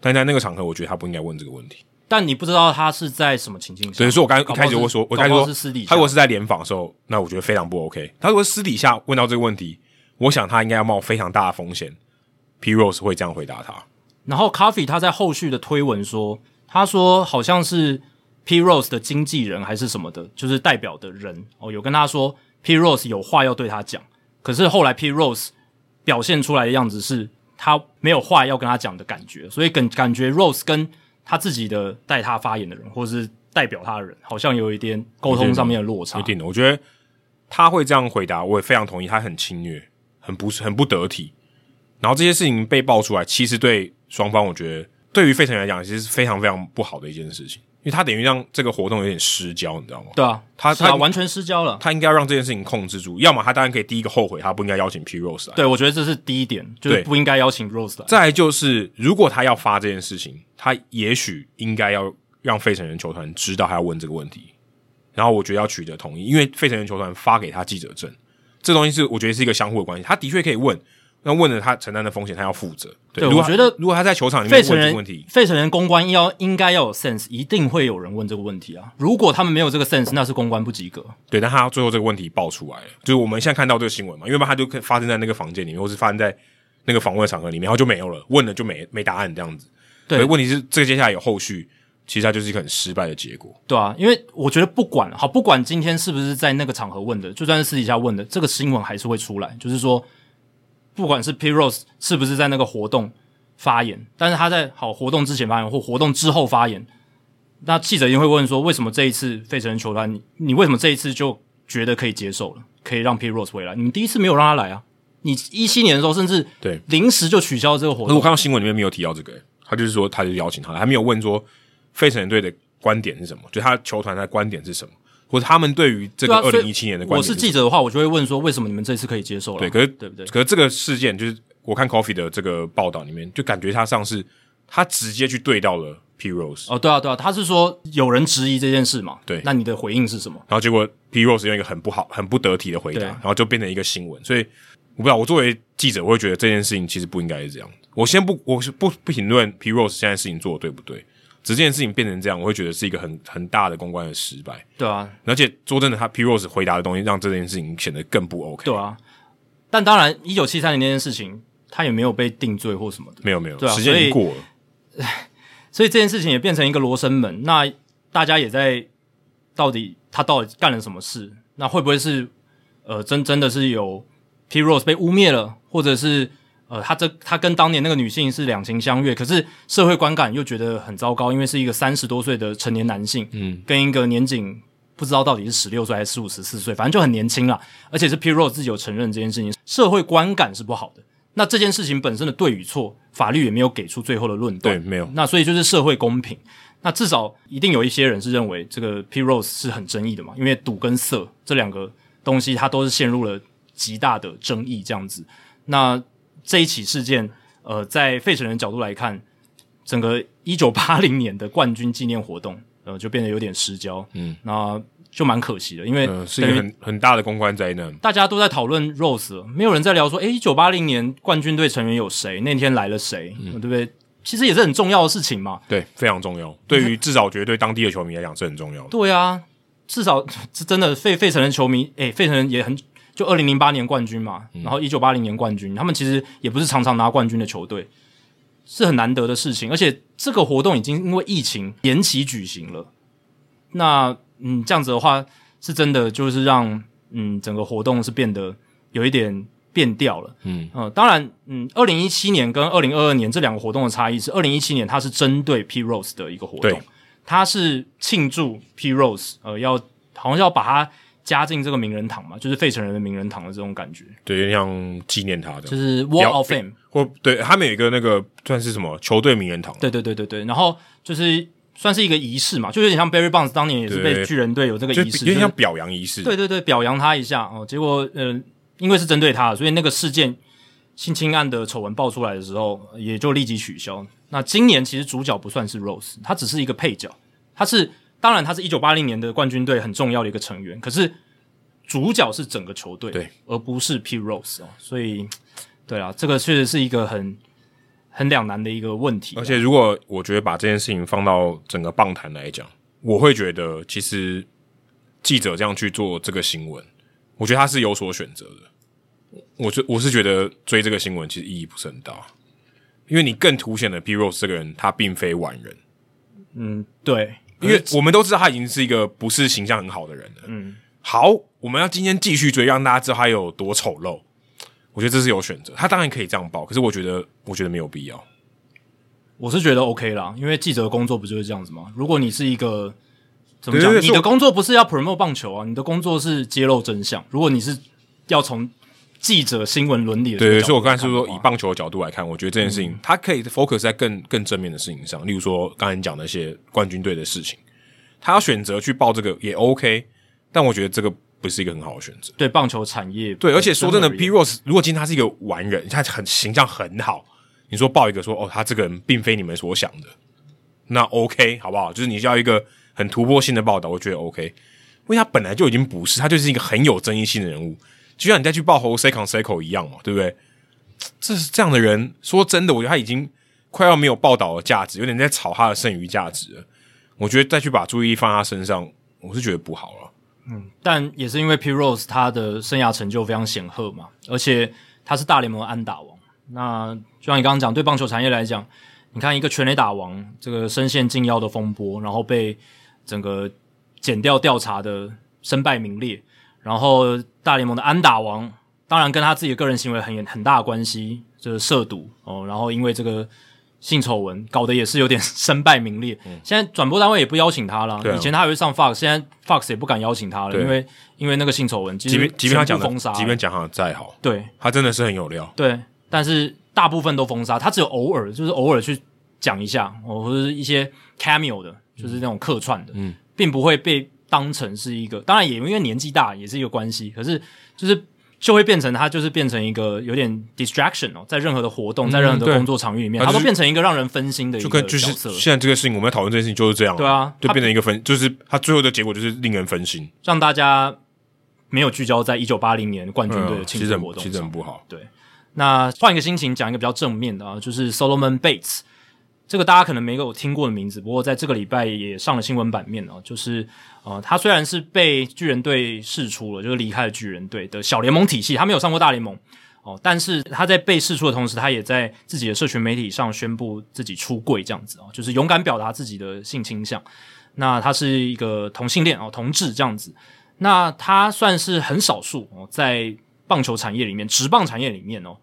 B: 但在那个场合，我觉得他不应该问这个问题。
A: 但你不知道他是在什么情境下。
B: 所以说我刚刚
A: 搞
B: 一
A: 不好
B: 开始
A: 是
B: 我说，我
A: 搞
B: 开
A: 不
B: 始
A: 好是
B: 说
A: 私底下，
B: 他如果是在联访的时候，那我觉得非常不 OK。他如果私底下问到这个问题，我想他应该要冒非常大的风险。P Rose 会这样回答他，
A: 然后 Coffee 他在后续的推文说，他说好像是 P Rose 的经纪人还是什么的，就是代表的人哦，有跟他说 P Rose 有话要对他讲，可是后来 P Rose 表现出来的样子是他没有话要跟他讲的感觉，所以感感觉 Rose 跟他自己的带他发言的人，或者是代表他的人，好像有一点沟通上面的落差
B: 一。定的。我觉得他会这样回答，我也非常同意，他很侵略，很不很不得体。然后这些事情被爆出来，其实对双方，我觉得对于费城人来讲，其实是非常非常不好的一件事情，因为他等于让这个活动有点失焦，你知道吗？
A: 对啊，
B: 他
A: 是啊
B: 他
A: 完全失焦了。
B: 他应该让这件事情控制住，要么他当然可以第一个后悔，他不应该邀请 P Rose 啊来。
A: 对，我觉得这是第一点，就是
B: 对
A: 不应该邀请 Rose 来。
B: 再来就是，如果他要发这件事情，他也许应该要让费城人球团知道他要问这个问题，然后我觉得要取得同意，因为费城人球团发给他记者证，这东西是我觉得是一个相互的关系。他的确可以问，那问了他承担的风险，他要负责。对，
A: 对
B: 如果
A: 我
B: 他
A: 觉得
B: 如果他在球场里
A: 费
B: 面
A: 城
B: 问这
A: 人
B: 个问题，，
A: 费城人公关要应该要有 sense，一定会有人问这个问题啊。如果他们没有这个 sense，那是公关不及格。
B: 对，但他最后这个问题爆出来了，就是我们现在看到这个新闻嘛，因为他就发生在那个房间里面，或是发生在那个访问的场合里面，然后就没有了，问了就没没答案这样子。
A: 对
B: 可是问题是这个接下来有后续，其实它就是一个很失败的结果。
A: 对啊，因为我觉得不管好，不管今天是不是在那个场合问的，就算是私底下问的，这个新闻还是会出来。就是说，不管是 P Rose 是不是在那个活动发言，但是他在好活动之前发言或活动之后发言，那记者一定会问说，为什么这一次费城人球团，你你为什么这一次就觉得可以接受了，可以让 P Rose 回来？你们第一次没有让他来啊？你一七年的时候，甚至
B: 对
A: 临时就取消这个活
B: 可是呃我
A: 动，
B: 看到新闻里面没有提到这个、欸他就是说他就邀请他来，还没有问说费城人队的观点是什么，就他球团的观点是什么，或者他们对于这
A: 对
B: 个
A: 啊，
B: 二
A: 所以
B: 零一七年的观
A: 我
B: 点
A: 是
B: 什么
A: 记者的话，我就会问说，为什么你们这次可以接受了？
B: 对，可是
A: 对不对
B: 可是这个事件就是我看 Coffee 的这个报道里面，就感觉他上是他直接去对到了 P Rose，、
A: 哦，对啊，对啊，他是说有人质疑这件事嘛？
B: 对
A: 那你的回应是什么？
B: 然后结果 P Rose 用一个很不好、很不得体的回答，
A: 对
B: 然后就变成一个新闻。所以我不知道，我作为记者，我会觉得这件事情其实不应该是这样。我先不，我是不不评论 P Rose 现在事情做的对不对，只是这件事情变成这样，我会觉得是一个很很大的公关的失败。
A: 对啊，
B: 而且说真的，他 P Rose 回答的东西让这件事情显得更不 OK。
A: 对啊。但当然，一九七三年那件事情，他也没有被定罪或什么的，
B: 没有没有，
A: 对啊
B: 时间已经
A: 所以
B: 过了。
A: 所以这件事情也变成一个罗生门。那大家也在到底他到底干了什么事？那会不会是呃真真的是有 P Rose 被污蔑了，或者是呃他这他跟当年那个女性是两情相悦，可是社会观感又觉得很糟糕，因为是一个三十多岁的成年男性，嗯，跟一个年仅不知道到底是十六岁还是十五十四岁，反正就很年轻啦。而且是 P Rose 自己有承认这件事情，社会观感是不好的。那这件事情本身的对与错，法律也没有给出最后的论断，
B: 对没有
A: 那所以就是社会公平。那至少一定有一些人是认为这个 P Rose 是很争议的嘛，因为赌跟色这两个东西，它都是陷入了极大的争议这样子。那这一起事件，呃，在费城人角度来看，整个一九八零年的冠军纪念活动，呃，就变得有点失焦，嗯，那就蛮可惜的，因为
B: 嗯、是一
A: 等于
B: 个很很大的公关灾难。
A: 大家都在讨论 Rose，了没有人在聊说，诶，一九八零年冠军队成员有谁？那天来了谁？
B: 嗯
A: 呃对不对？其实也是很重要的事情嘛。
B: 对，非常重要。对于至少我觉得对当地的球迷来讲是很重要的。
A: 对啊，至少 这真的费费城人球迷，诶，费城人也很就二零零八年冠军嘛，然后一九八零年冠军，他们其实也不是常常拿冠军的球队，是很难得的事情。而且这个活动已经因为疫情延期举行了，那嗯，这样子的话，是真的就是让嗯整个活动是变得有一点变调了。嗯呃，当然，嗯，二零一七年跟二零二二年这两个活动的差异是，二零一七年它是针对 P Rose 的一个活动
B: 对，
A: 它是庆祝 P Rose 呃要好像要把它加进这个名人堂嘛，就是费城人的名人堂的这种感觉，
B: 对，有点像纪念他的，
A: 就是是 Wall of Fame。
B: 或对他们有一个那个算是什么球队名人堂，
A: 对对对对对，然后就是算是一个仪式嘛，就有点像 Barry bonds 当年也是被
B: 对
A: 巨人队有这个
B: 就
A: 仪式，就
B: 有点
A: 是
B: 像表扬仪式。
A: 对对对，表扬他一下哦。结果呃，因为是针对他，所以那个事件性侵案的丑闻爆出来的时候，也就立即取消。那今年其实主角不算是 Rose，他只是一个配角，他是当然他是一九八零年的冠军队很重要的一个成员，可是主角是整个球队，
B: 对，
A: 而不是 P Rose 哦。所以对啊，这个确实是一个很很两难的一个问题啊，
B: 而且如果我觉得把这件事情放到整个棒坛来讲，我会觉得其实记者这样去做这个新闻，我觉得他是有所选择的。我觉我是觉得追这个新闻其实意义不是很大，因为你更凸显了 P Rose 这个人他并非完人。
A: 嗯，对，
B: 因为我们都知道他已经是一个不是形象很好的人了。嗯，好，我们要今天继续追，让大家知道他有多丑陋。我觉得这是有选择，他当然可以这样报，可是我觉得，我觉得没有必要。
A: 我是觉得 OK 啦，因为记者的工作不就是这样子吗？如果你是一个怎么
B: 对
A: 讲，
B: 对对
A: 你的工作不是要 promote 棒球啊，你的工作是揭露真相。如果你是要从记者新闻伦理的这
B: 对
A: 个
B: 对，
A: 角
B: 所以
A: 度
B: 我刚
A: 来
B: 才是
A: 看的话，嗯
B: 说，以棒球的角度来看，我觉得这件事情，他可以 focus 在更更正面的事情上，例如说刚才你讲那些冠军队的事情，他要选择去报这个也 OK，但我觉得这个不是一个很好的选择。
A: 对棒球产业，
B: 对，而且说真的，P
A: 而言
B: Rose 如果今天他是一个完人，他很形象很好，你说报一个说哦，他这个人并非你们所想的，那 OK 好不好？就是你需要一个很突破性的报道，我觉得 OK，因为他本来就已经不是，他就是一个很有争议性的人物，就像你再去报 Jose Canseco 一样嘛，对不对？这是这样的人，说真的，我觉得他已经快要没有报道的价值，有点在炒他的剩余价值了。我觉得再去把注意力放在他身上，我是觉得不好了。
A: 但也是因为 P Rose 他的生涯成就非常显赫嘛，而且他是大联盟的安打王。那就像你刚刚讲，对棒球产业来讲，你看一个全垒打王，这个深陷禁药的风波，然后被整个减掉调查的身败名裂，然后大联盟的安打王，当然跟他自己的个人行为很很大的关系，就是涉赌哦，然后因为这个性丑闻搞得也是有点 身败名裂。现在转播单位也不邀请他了，
B: 嗯对啊
A: 以前他还会上 Fox，现在 Fox 也不敢邀请他了，
B: 对啊
A: 因为因为那个性丑闻，即
B: 即便即便他讲的
A: 封杀，，
B: 即便讲他再好，
A: 对
B: 他真的是很有料。
A: 对，但是大部分都封杀，他只有偶尔就是偶尔去讲一下，哦，或者是一些 cameo 的，就是那种客串的，
B: 嗯，
A: 并不会被当成是一个，当然也因为年纪大也是一个关系，可是就是就会变成他就是变成一个有点 distraction 哦，在任何的活动，在任何的
B: 嗯对
A: 工作场域里面，
B: 他
A: 他
B: 就是
A: 都变成一个让人分心的一
B: 就
A: 个
B: 跟就
A: 角
B: 是
A: 色。
B: 现在这个事情，我们要讨论这件事情就是这样、
A: 对啊
B: 就
A: 他
B: 变成一个分，就是他最后的结果就是令人分心，
A: 让大家没有聚焦在一九八零年冠军队的庆
B: 嗯其实
A: 祝
B: 很
A: 活动
B: 其
A: 上。
B: 实很不好。
A: 那换一个心情讲一个比较正面的啊，就是 Solomon Bates，这个大家可能没有听过的名字，不过在这个礼拜也上了新闻版面哦、就是呃，他虽然是被巨人队释出了，就是离开了巨人队的小联盟体系，他没有上过大联盟哦、但是他在被释出的同时，他也在自己的社群媒体上宣布自己出柜这样子哦、就是勇敢表达自己的性倾向。那他是一个同性恋哦、同志这样子。那他算是很少数哦，在棒球产业里面，职棒产业里面哦，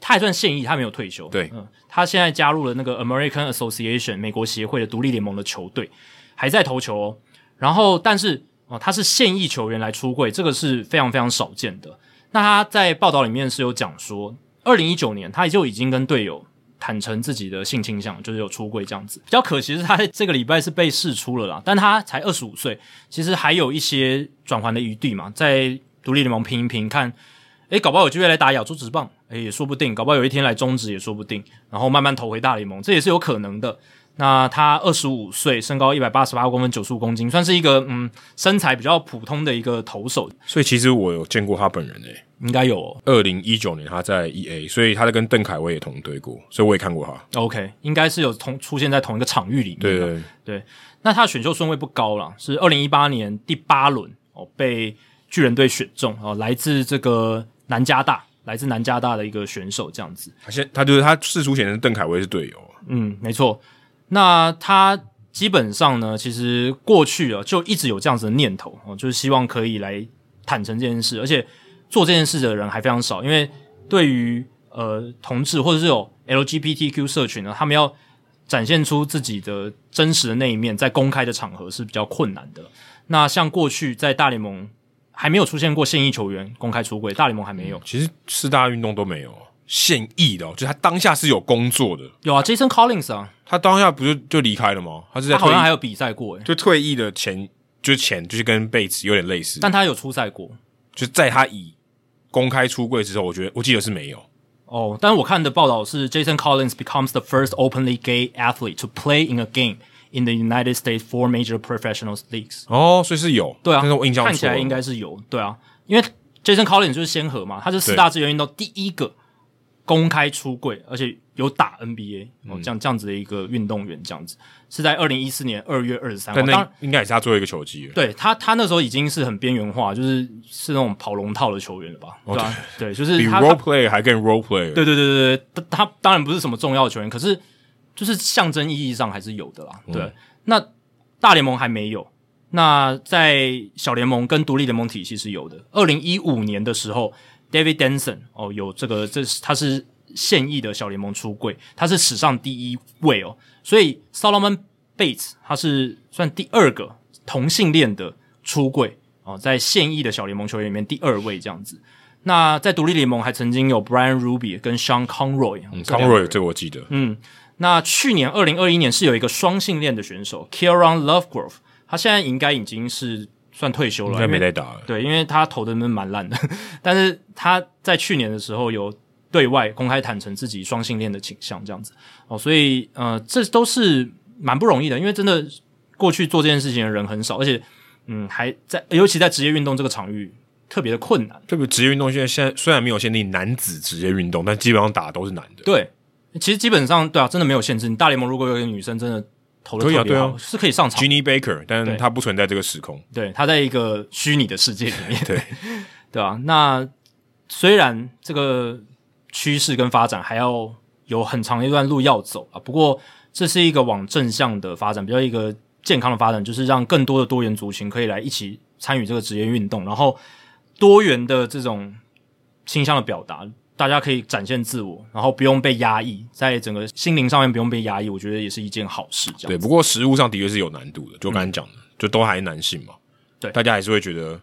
A: 他还算现役，他没有退休。
B: 对
A: 嗯、他现在加入了那个 American Association 美国协会的独立联盟的球队，还在投球哦。然后，但是哦、他是现役球员来出柜，这个是非常非常少见的。那他在报道里面是有讲说，二零一九年他就已经跟队友坦诚自己的性倾向，就是有出柜这样子。比较可惜是他在这个礼拜是被释出了啦，但他才二十五岁，其实还有一些转圜的余地嘛，在独立联盟拼一拼，看，诶，搞不好有机会来打亚洲职棒，诶，也说不定，搞不好有一天来中职也说不定，然后慢慢投回大联盟，这也是有可能的。那他二十五岁，身高一百八十八公分，九十五公斤，算是一个嗯身材比较普通的一个投手，
B: 所以其实我有见过他本人诶、
A: 应该有、哦、
B: 二零一九年他在 E A，所以他在跟邓凯威也同队过，所以我也看过
A: 嗯
B: 他。
A: OK，应该是有同出现在同一个场域里面。
B: 对对，对
A: 那他的选秀顺位不高啦，是二零一八年第八轮哦被巨人队选中哦，来自这个南加大，来自南加大的一个选手这样子。
B: 他现他就是他试出前的邓凯威是队友，
A: 嗯，没错。那他基本上呢，其实过去啊就一直有这样子的念头哦，就是希望可以来坦诚这件事，而且做这件事的人还非常少，因为对于呃同志或者是有 LGBTQ 社群呢，他们要展现出自己的真实的那一面，在公开的场合是比较困难的。那像过去在大联盟还没有出现过现役球员公开出轨，大联盟还没有。
B: 其实四大运动都没有啊现役的、哦，就他当下是有工作的，
A: 有啊，Jason Collins 啊，
B: 他当下不就就离开了吗？他是在
A: 他好
B: 退
A: 像还
B: 役，
A: 有比赛过诶、
B: 就退役的前就是前就是跟贝茨有点类似，
A: 但他有出赛过。
B: 就在他以公开出柜之后，我觉得我记得是没有。
A: 哦，但是我看的报道是 Jason Collins becomes the first openly gay athlete to play in a game in the United States for major professional leagues。
B: 哦，所以是有，
A: 对啊，
B: 但是我印象
A: 看起来
B: 错了
A: 应该是有，对啊，因为 Jason Collins 就是先河嘛，他是四大志愿运动第一个公开出柜，而且有打 NBA 哦，
B: 嗯
A: 这样这样子的一个运动员，这样子是在二零一四年二月二十三号，
B: 但
A: 当然
B: 那应该也是他最后一个球季了。
A: 对他，他那时候已经是很边缘化，就是是那种跑龙套的球员了吧？对啊，对，就是
B: 哦比
A: 他
B: role player 还更 role player，
A: 对对对对对，他他当然不是什么重要的球员，可是就是象征意义上还是有的啦。对，那大联盟还没有，那在小联盟跟独立联盟体系是有的。二零一五年的时候，David Denson 哦，有这个，这是他是现役的小联盟出柜，他是史上第一位哦，所以 Solomon Bates 他是算第二个同性恋的出柜哦，在现役的小联盟球员里面第二位这样子。那在独立联盟还曾经有 Brian Ruby 跟 Sean Conroy，、嗯、
B: c o n r o y 这个嗯我记得，
A: 那去年二零二一年是有一个双性恋的选手 Kieran Lovegrove，他现在应该已经是算退休
B: 应
A: 了，
B: 该
A: 因为
B: 没在打了。
A: 对，因为他投的真的蛮烂的， 但是他在去年的时候有对外公开坦诚自己双性恋的倾向，这样子哦，所以呃，这都是蛮不容易的，因为真的过去做这件事情的人很少，而且嗯，还在尤其在职业运动这个场域，特别的困难。
B: 特别职业运动现在现在虽然没有限定男子职业运动，但基本上打的都是男的。
A: 对，其实基本上对啊，真的没有限制。你大联盟如果有一个女生真的投的
B: 可以啊
A: 特别好，
B: 对啊
A: 是可以上场。
B: Ginny
A: 对
B: Baker，但他不存在这个时空。
A: 对，她在一个虚拟的世界里面，
B: 对
A: 对啊。那虽然这个趋势跟发展还要有很长一段路要走啊，不过这是一个往正向的发展，比较一个健康的发展，就是让更多的多元族群可以来一起参与这个职业运动，然后多元的这种倾向的表达，大家可以展现自我，然后不用被压抑，在整个心灵上面不用被压抑，我觉得也是一件好事。这样嗯
B: 对，不过实物上的确是有难度的，就我刚才讲的，就都还是男性嘛，
A: 对
B: 大家还是会觉得，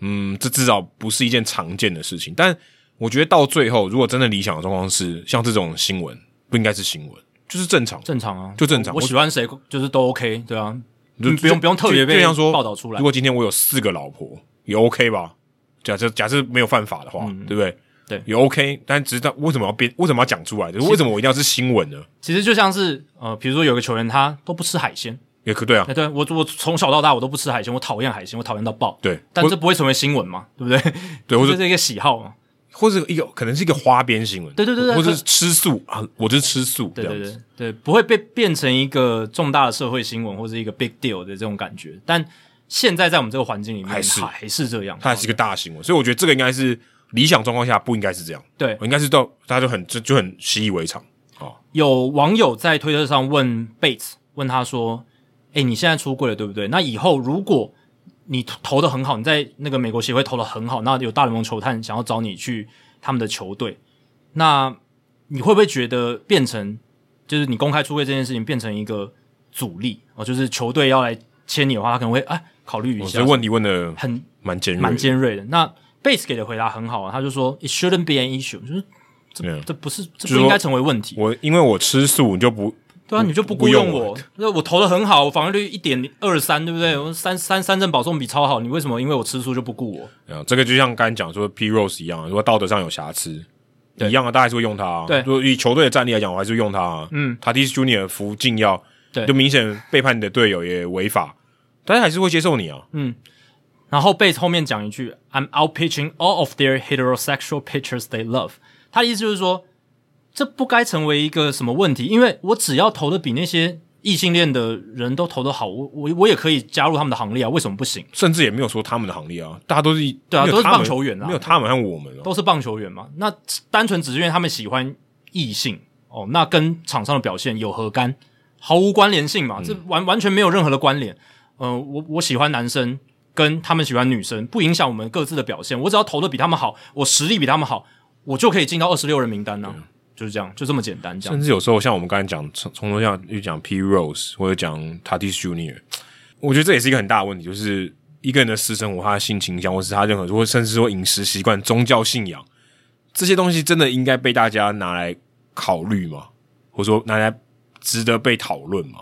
B: 嗯，这至少不是一件常见的事情。但我觉得到最后，如果真的理想的状况是像这种新闻，不应该是新闻，就是正常，
A: 正常啊，
B: 就正常
A: 我
B: 我
A: 喜欢谁就是都 OK，对啊，
B: 就
A: 嗯不用不用特别被
B: 就像说
A: 报道出来
B: 如果今天我有四个老婆，也 OK 吧？假设假设没有犯法的话，对不对？
A: 嗯对
B: 也 OK，但只是他为什么要编？为什么要讲出来？就是为什么我一定要是新闻呢？
A: 其实就像是呃，比如说有个球员他都不吃海鲜，
B: 也可对啊
A: 哎，，对我我从小到大我都不吃海鲜，我讨厌海鲜，我讨厌到爆。，
B: 对，
A: 但
B: 或
A: 这不会成为新闻嘛，对不对？
B: 对或
A: 这
B: 者
A: 是一个喜好嘛。
B: 或者一个可能是一个花边新闻，
A: 对对对对
B: 或者
A: 可
B: 是吃素啊，我就是吃素这
A: 对
B: 样
A: 对
B: 子
A: 对。对，不会被变成一个重大的社会新闻或者一个 big deal 的这种感觉。但现在在我们这个环境里面
B: 还是
A: 还是这样，
B: 它还是一个大新闻，所以我觉得这个应该是理想状况下不应该是这样，
A: 对。
B: 应该是到大家就很就就很习以为常。哦
A: 有网友在推特上问 Bates，问他说：“哎，你现在出柜了，对不对？那以后如果你投的很好，你在那个美国协会投的很好，那有大联盟球探想要找你去他们的球队，那你会不会觉得变成就是你公开出柜这件事情变成一个阻力哦？就是球队要来签你的话，他可能会哎考虑一
B: 我
A: 下
B: 这，问题问的
A: 很
B: 蛮尖锐的，
A: 蛮尖锐的。那 Bates 给的回答很好啊，他就说：It shouldn't be an issue，就是这、
B: 嗯
A: 这不是这
B: 是
A: 不应该
B: 说
A: 成为问题。
B: 我因为我吃素，你就不
A: 对啊，你就不雇
B: 不用
A: 我？那我投的很好，我防御率一点二三，对不对？我三三三振保送比超好，你为什么因为我吃素就不雇我？
B: 啊，这个就像刚才讲说 P Rose 一样，如果道德上有瑕疵，
A: 对
B: 一样的，大家还是会用他、啊。
A: 对
B: 如果以球队的战力来讲，我还是会用他、啊。
A: 嗯
B: ，Tatis Junior 服禁药，
A: 对
B: 就明显背叛你的队友也违法，但是还是会接受你啊。
A: 然后被后面讲一句，I'm out pitching all of their heterosexual pitchers they love。他的意思就是说，这不该成为一个什么问题，因为我只要投的比那些异性恋的人都投的好，我我我也可以加入他们的行列啊，为什么不行？
B: 甚至也没有说他们的行列啊，大家都是
A: 对啊
B: 没有
A: 都是
B: 他们
A: 棒球员啊
B: 没有他们和我们啊。
A: 都是棒球员嘛，那单纯只是因为他们喜欢异性哦，那跟场上的表现有何干？毫无关联性嘛，
B: 嗯
A: 这完完全没有任何的关联。呃，我我喜欢男生跟他们喜欢女生，不影响我们各自的表现。我只要投的比他们好，我实力比他们好，我就可以进到二十六人名单呢、
B: 嗯
A: 就是这样，就这么简单。这样
B: 甚至有时候像我们刚才讲，从从头像又讲 P Rose 或者讲 Tatis Junior，我觉得这也是一个很大的问题，就是一个人的私生活、他的性倾向，或是他任何，或甚至说饮食习惯、宗教信仰这些东西，真的应该被大家拿来考虑吗？或者说拿来值得被讨论吗？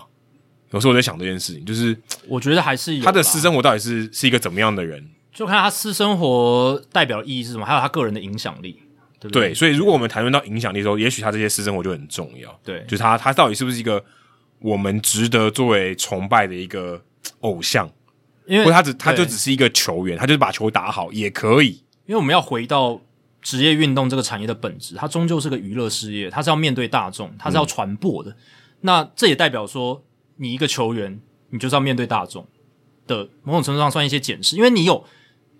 B: 有时候我在想这件事情，就是
A: 我觉得还是有
B: 他的
A: 啦
B: 私生活到底是是一个怎么样的人？
A: 就看他私生活代表意义是什么，还有他个人的影响力，对不
B: 对，所以如果我们谈论到影响力的时候，也许他这些私生活就很重要。
A: 对
B: 就是他他到底是不是一个我们值得作为崇拜的一个嘖偶像，
A: 因为
B: 或者他只他就
A: 对
B: 只是一个球员，他就是把球打好也可以。
A: 因为我们要回到职业运动这个产业的本质，它终究是个娱乐事业，它是要面对大众，它是要传播的。那这也代表说，你一个球员，你就是要面对大众的某种程度上算一些检视，因为你有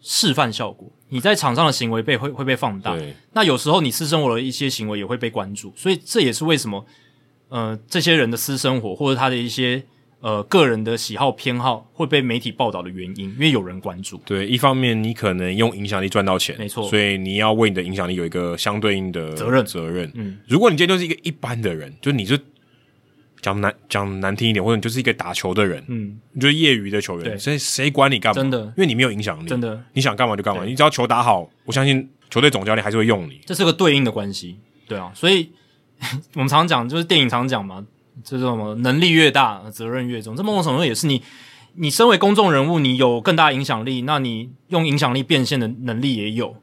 A: 示范效果，你在场上的行为被会会被放大。
B: 对
A: 那有时候你私生活的一些行为也会被关注，所以这也是为什么，呃，这些人的私生活或者他的一些呃个人的喜好偏好会被媒体报道的原因，因为有人关注。
B: 对，一方面你可能用影响力赚到钱，
A: 没错
B: 所以你要为你的影响力有一个相对应的
A: 责任
B: 责任，
A: 嗯，
B: 如果你今天就是一个一般的人，就你就讲难讲难听一点，或者你就是一个打球的人，
A: 嗯，
B: 你就是业余的球
A: 对
B: 员，谁谁管你干嘛？
A: 真的
B: 因为你没有影响力，
A: 真的，
B: 你想干嘛就干嘛，
A: 对
B: 你只要球打好，我相信球队总教练还是会用你。
A: 这是个对应的关系，对啊，所以 我们常讲就是电影常讲嘛，就是什么能力越大，责任越重。这某种程度也是你，你身为公众人物，你有更大影响力，那你用影响力变现的能力也有，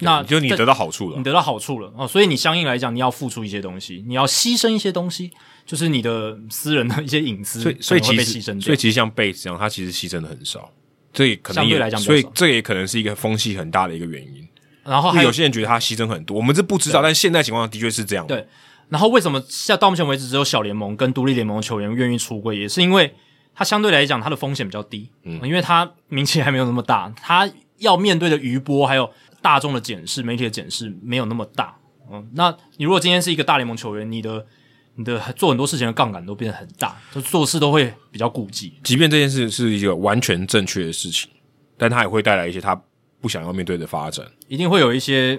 A: 那
B: 就你
A: 这
B: 得到好处了
A: 你。得到好处了哦，所以你相应来讲，你要付出一些东西，你要牺牲一些东西，就是你的私人的一些隐私，
B: 所以，所以
A: 嗯可能
B: 其
A: 会被
B: 实
A: 牺牲，
B: 所
A: 掉。
B: 以其实像贝斯这样，他其实牺牲的很少。这也可能
A: 相对
B: 也
A: 来讲比较
B: 所以
A: 少
B: 这也可能是一个风气很大的一个原因。
A: 然后
B: 因
A: 还
B: 为
A: 有
B: 有些人觉得他牺牲很多，我们是不知道，但现在情况的确是这样。
A: 对然后为什么像到目前为止只有小联盟跟独立联盟的球员愿意出柜，也是因为他相对来讲他的风险比较低，嗯，因为他名气还没有那么大，他要面对的余波还有大众的检视、媒体的检视没有那么大，嗯，那你如果今天是一个大联盟球员，你的你的做很多事情的杠杆都变得很大，就做事都会比较顾忌，
B: 即便这件事是一个完全正确的事情，但它也会带来一些他不想要面对的发展。
A: 一定会有一些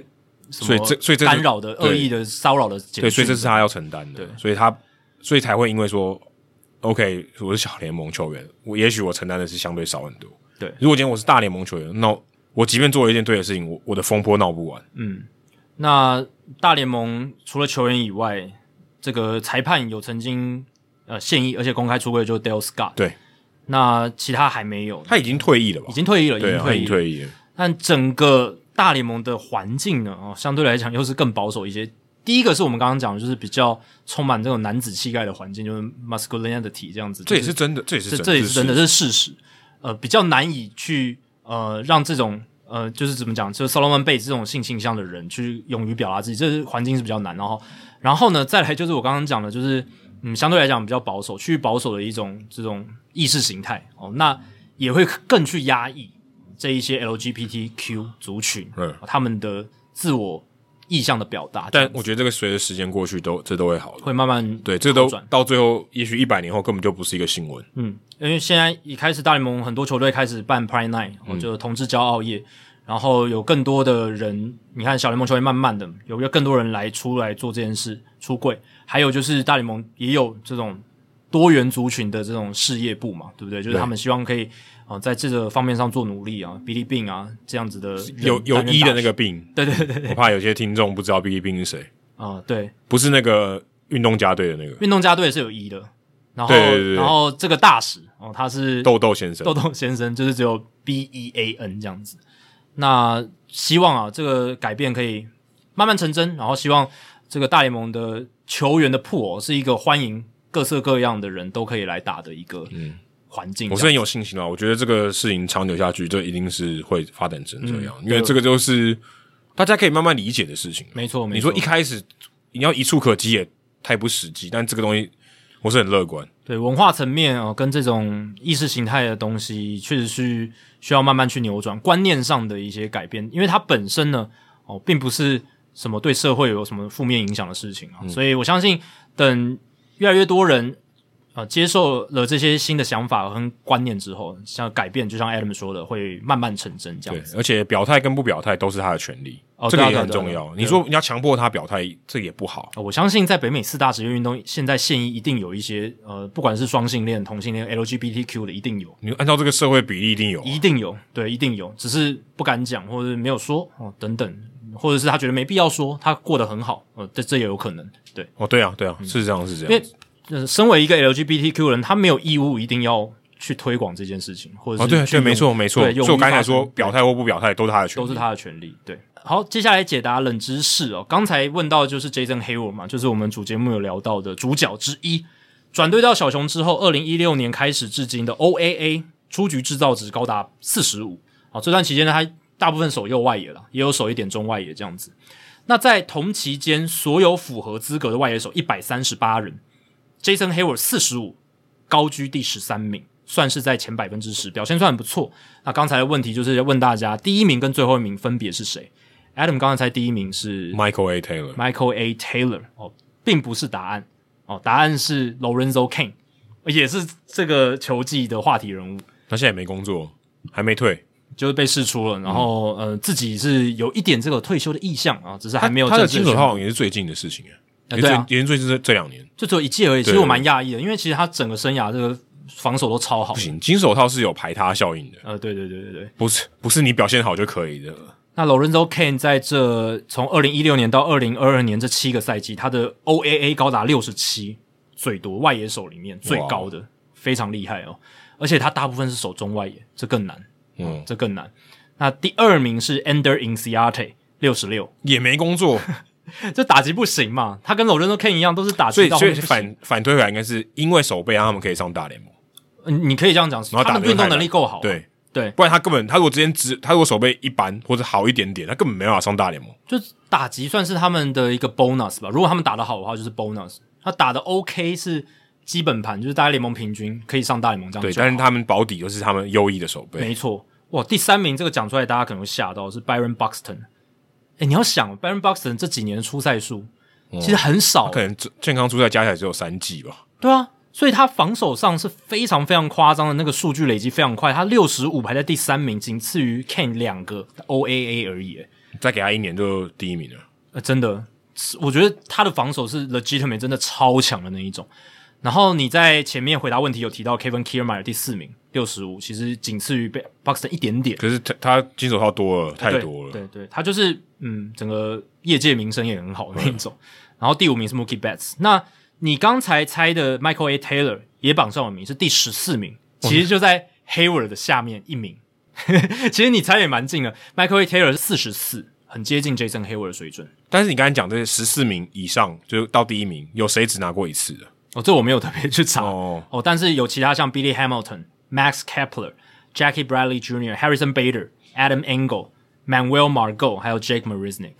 A: 什么
B: 所以这所以这是
A: 干扰的、
B: 对
A: 恶意的骚扰的检
B: 对，
A: 视，
B: 所以这是他要承担的。所以他所以才会因为说，OK，我是小联盟球员，我也许我承担的是相对少很多。
A: 对
B: 如果今天我是大联盟球员，那我我即便做了一件对的事情，我我的风波闹不完。
A: 嗯那大联盟除了球员以外，这个裁判有曾经呃现役而且公开出柜，就是 Dale Scott。
B: 对，
A: 那其他还没有，
B: 他已经退役了吧？
A: 已经退役了，已
B: 对
A: 经
B: 啊，他
A: 退
B: 已
A: 役
B: 经
A: 了。
B: 退役了。
A: 但整个大联盟的环境呢，哦，相对来讲又是更保守一些。第一个是我们刚刚讲的，就是比较充满这种男子气概的环境，就是 masculinity 这样子。
B: 这也
A: 就是
B: 真的，这也是
A: 这
B: 真的
A: 这也是真的，
B: 事
A: 这是事实。呃，比较难以去呃让这种呃就是怎么讲，就是 Solomon Bay 这种性倾向的人去勇于表达自己，这是环境是比较难。然后，然后呢，再来就是我刚刚讲的，就是嗯，相对来讲比较保守，趋于保守的一种这种意识形态哦，那也会更去压抑这一些 LGBTQ 族群，
B: 嗯
A: 他们的自我意向的表达，
B: 但我觉得这个随着时间过去都这都会好的。
A: 会慢慢
B: 对，这都
A: 好转
B: 到最后，也许一百年后根本就不是一个新闻。
A: 嗯，因为现在一开始大联盟很多球队开始办 Pride Night，、哦、
B: 嗯
A: 就是同志骄傲夜，然后有更多的人，你看小联盟球员慢慢的有越更多人来出来做这件事出柜，还有就是大联盟也有这种多元族群的这种事业部嘛，对不对？就是他们希望可以啊、呃在这个方面上做努力啊，比利病啊这样子的人
B: 有有
A: 担任
B: 一的
A: 大
B: 那个病，
A: 对对对对
B: 我怕有些听众不知道 B B 病是谁，
A: 啊、对，
B: 不是那个运动家队的那个
A: 运动家队是有一的，然后
B: 对对对对
A: 然后这个大使哦，他是
B: 豆豆先生。
A: 豆豆先生就是只有 B E A N 这样子。那希望啊，这个改变可以慢慢成真，然后希望这个大联盟的球员的铺哦是一个欢迎各色各样的人都可以来打的一个环境。
B: 我是
A: 这样
B: 很有信心啊！我觉得这个事情长久下去，这一定是会发展成这样，
A: 嗯
B: 因为这个就是大家可以慢慢理解的事情。
A: 没错，没
B: 你
A: 错。
B: 说一开始你要一触可及也太不实际，但这个东西我是很乐观。
A: 对文化层面哦，跟这种意识形态的东西，确实是需要慢慢去扭转观念上的一些改变，因为它本身呢，哦，并不是什么对社会有什么负面影响的事情啊，所以我相信，等越来越多人啊、呃接受了这些新的想法和观念之后，像改变，就像 Adam 说的，会慢慢成真这
B: 对
A: 样子，，
B: 而且表态跟不表态都是他的权利，
A: 哦
B: 这个
A: 对啊
B: 也很
A: 对啊对啊
B: 重要。
A: 对啊
B: 你说你要强迫他表态，这个也不好。
A: 呃我相信在北美四大职业运动，现在现役一定有一些呃，不管是双性恋、同性恋、LGBTQ 的，一定有。
B: 你按照这个社会比例一定有啊、
A: 一定有，对，一定有，只是不敢讲或者没有说哦，等等，或者是他觉得没必要说，他过得很好，呃，这这也有可能，对，
B: 哦，对啊，对啊，是这样，是这
A: 嗯因为
B: 样。
A: 呃，身为一个 LGBTQ 人，他没有义务一定要去推广这件事情，或者
B: 哦，
A: 是
B: 对啊，
A: 去
B: 对，
A: 用
B: 没错，没错。
A: 对
B: 所
A: 用
B: 以我
A: 于
B: 刚
A: 发
B: 才
A: 声
B: 说表态或不表态都是他的权利，
A: 都是他的权利。对，好，接下来解答冷知识哦。刚才问到就是 Jason Hayward 嘛，就是我们主节目有聊到的主角之一。转队到小熊之后，二零一六年开始至今的 OAA 出局制造值高达四十五。好，这段期间呢，他大部分守右外野了，也有守一点中外野这样子。那在同期间，所有符合资格的外野手一百三十八人，Jason Hayward 四十五，高居第十三名，算是在前百分之十，表现算很不错。那刚才的问题就是要问大家，第一名跟最后一名分别是谁？Adam 刚才猜第一名是
B: Michael A. Taylor。
A: Michael A. Taylor 哦，并不是答案哦，答案是 Lorenzo Kane，也是这个球季的话题人物，
B: 他现在也没工作，还没退，
A: 就是被释出了，然后、呃自己是有一点这个退休的意向啊，只是还没有
B: 他的
A: 正式
B: 金
A: 地
B: 手
A: 宣布
B: 套也是最近的事情，哎也
A: 对
B: 最
A: 啊
B: 也是最近这这两年
A: 就只有一届而已。其实
B: 对
A: 我蛮讶异的，因为其实他整个生涯这个防守都超好
B: 不。行，金手套是有排他效应的，
A: 呃，对对对对对。
B: 不是不是你表现好就可以的。
A: 那 Lorenzo Kane 在这从二零一六年到二零二二年这七个赛季，他的 OAA 高达六十七，最多外野手里面最高的，非常厉害哦。而且他大部分是守中外野，这更难，
B: 嗯，
A: 这更难。那第二名是 Ender Inciarte 六十六，
B: 也没工作，
A: 这打击不行嘛？他跟 Lorenzo Kane 一样，都是打
B: 所
A: 击
B: 以
A: 到
B: 所以
A: 后面不行
B: 反反推回来应该是因为手背让他们可以上大联盟，
A: 嗯你可以这样讲，
B: 然后
A: 他
B: 打得
A: 们运
B: 太
A: 动
B: 烂
A: 能力够好、啊，
B: 对，
A: 对
B: 不然他根本他如果之前只他如果手背一般或者好一点点，他根本没办法上大联盟。
A: 就是打击算是他们的一个 bonus 吧。如果他们打得好的话，就是 bonus。他打的 OK 是基本盘，就是大家联盟平均可以上大联盟这样
B: 对，
A: 就好
B: 但是他们保底就是他们优异的手背，
A: 没错，哇，第三名这个讲出来大家可能会吓到是 Byron Buxton。哎、你要想 Byron Buxton 这几年的出赛数其实很少、
B: 可能这健康出赛加起来只有三季吧。
A: 对啊，所以他防守上是非常非常夸张的，那个数据累积非常快，他六十五排在第三名，仅次于 Kane 两个 OAA 而已、诶
B: 再给他一年就第一名了。
A: 呃，真的，是我觉得他的防守是 legitimate 真的超强的那一种。然后你在前面回答问题有提到 Kevin Kiermaier 第四名六十五，65, 其实仅次于 Buxton 一点点，
B: 可是他他金手套多了，太多了。
A: 对对对，他就是嗯，整个业界名声也很好的那一种。然后第五名是 Mookie Betts，那你刚才猜的 Michael A Taylor 也榜上有名，是第十四名，其实就在 Hayward 的下面一名。 其实你猜也蛮近的，Michael A Taylor 是四十四，很接近 Jason Hayward 的水准。
B: 但是你刚才讲这十四名以上，就是到第一名，有谁只拿过一次的？
A: 哦，这我没有特别去查
B: 哦
A: 哦但是有其他像 Billy Hamilton、Max Kepler、Jackie Bradley Jr.、Harrison Bader、Adam Engel、Manuel Margot，还有 Jake Marisnik。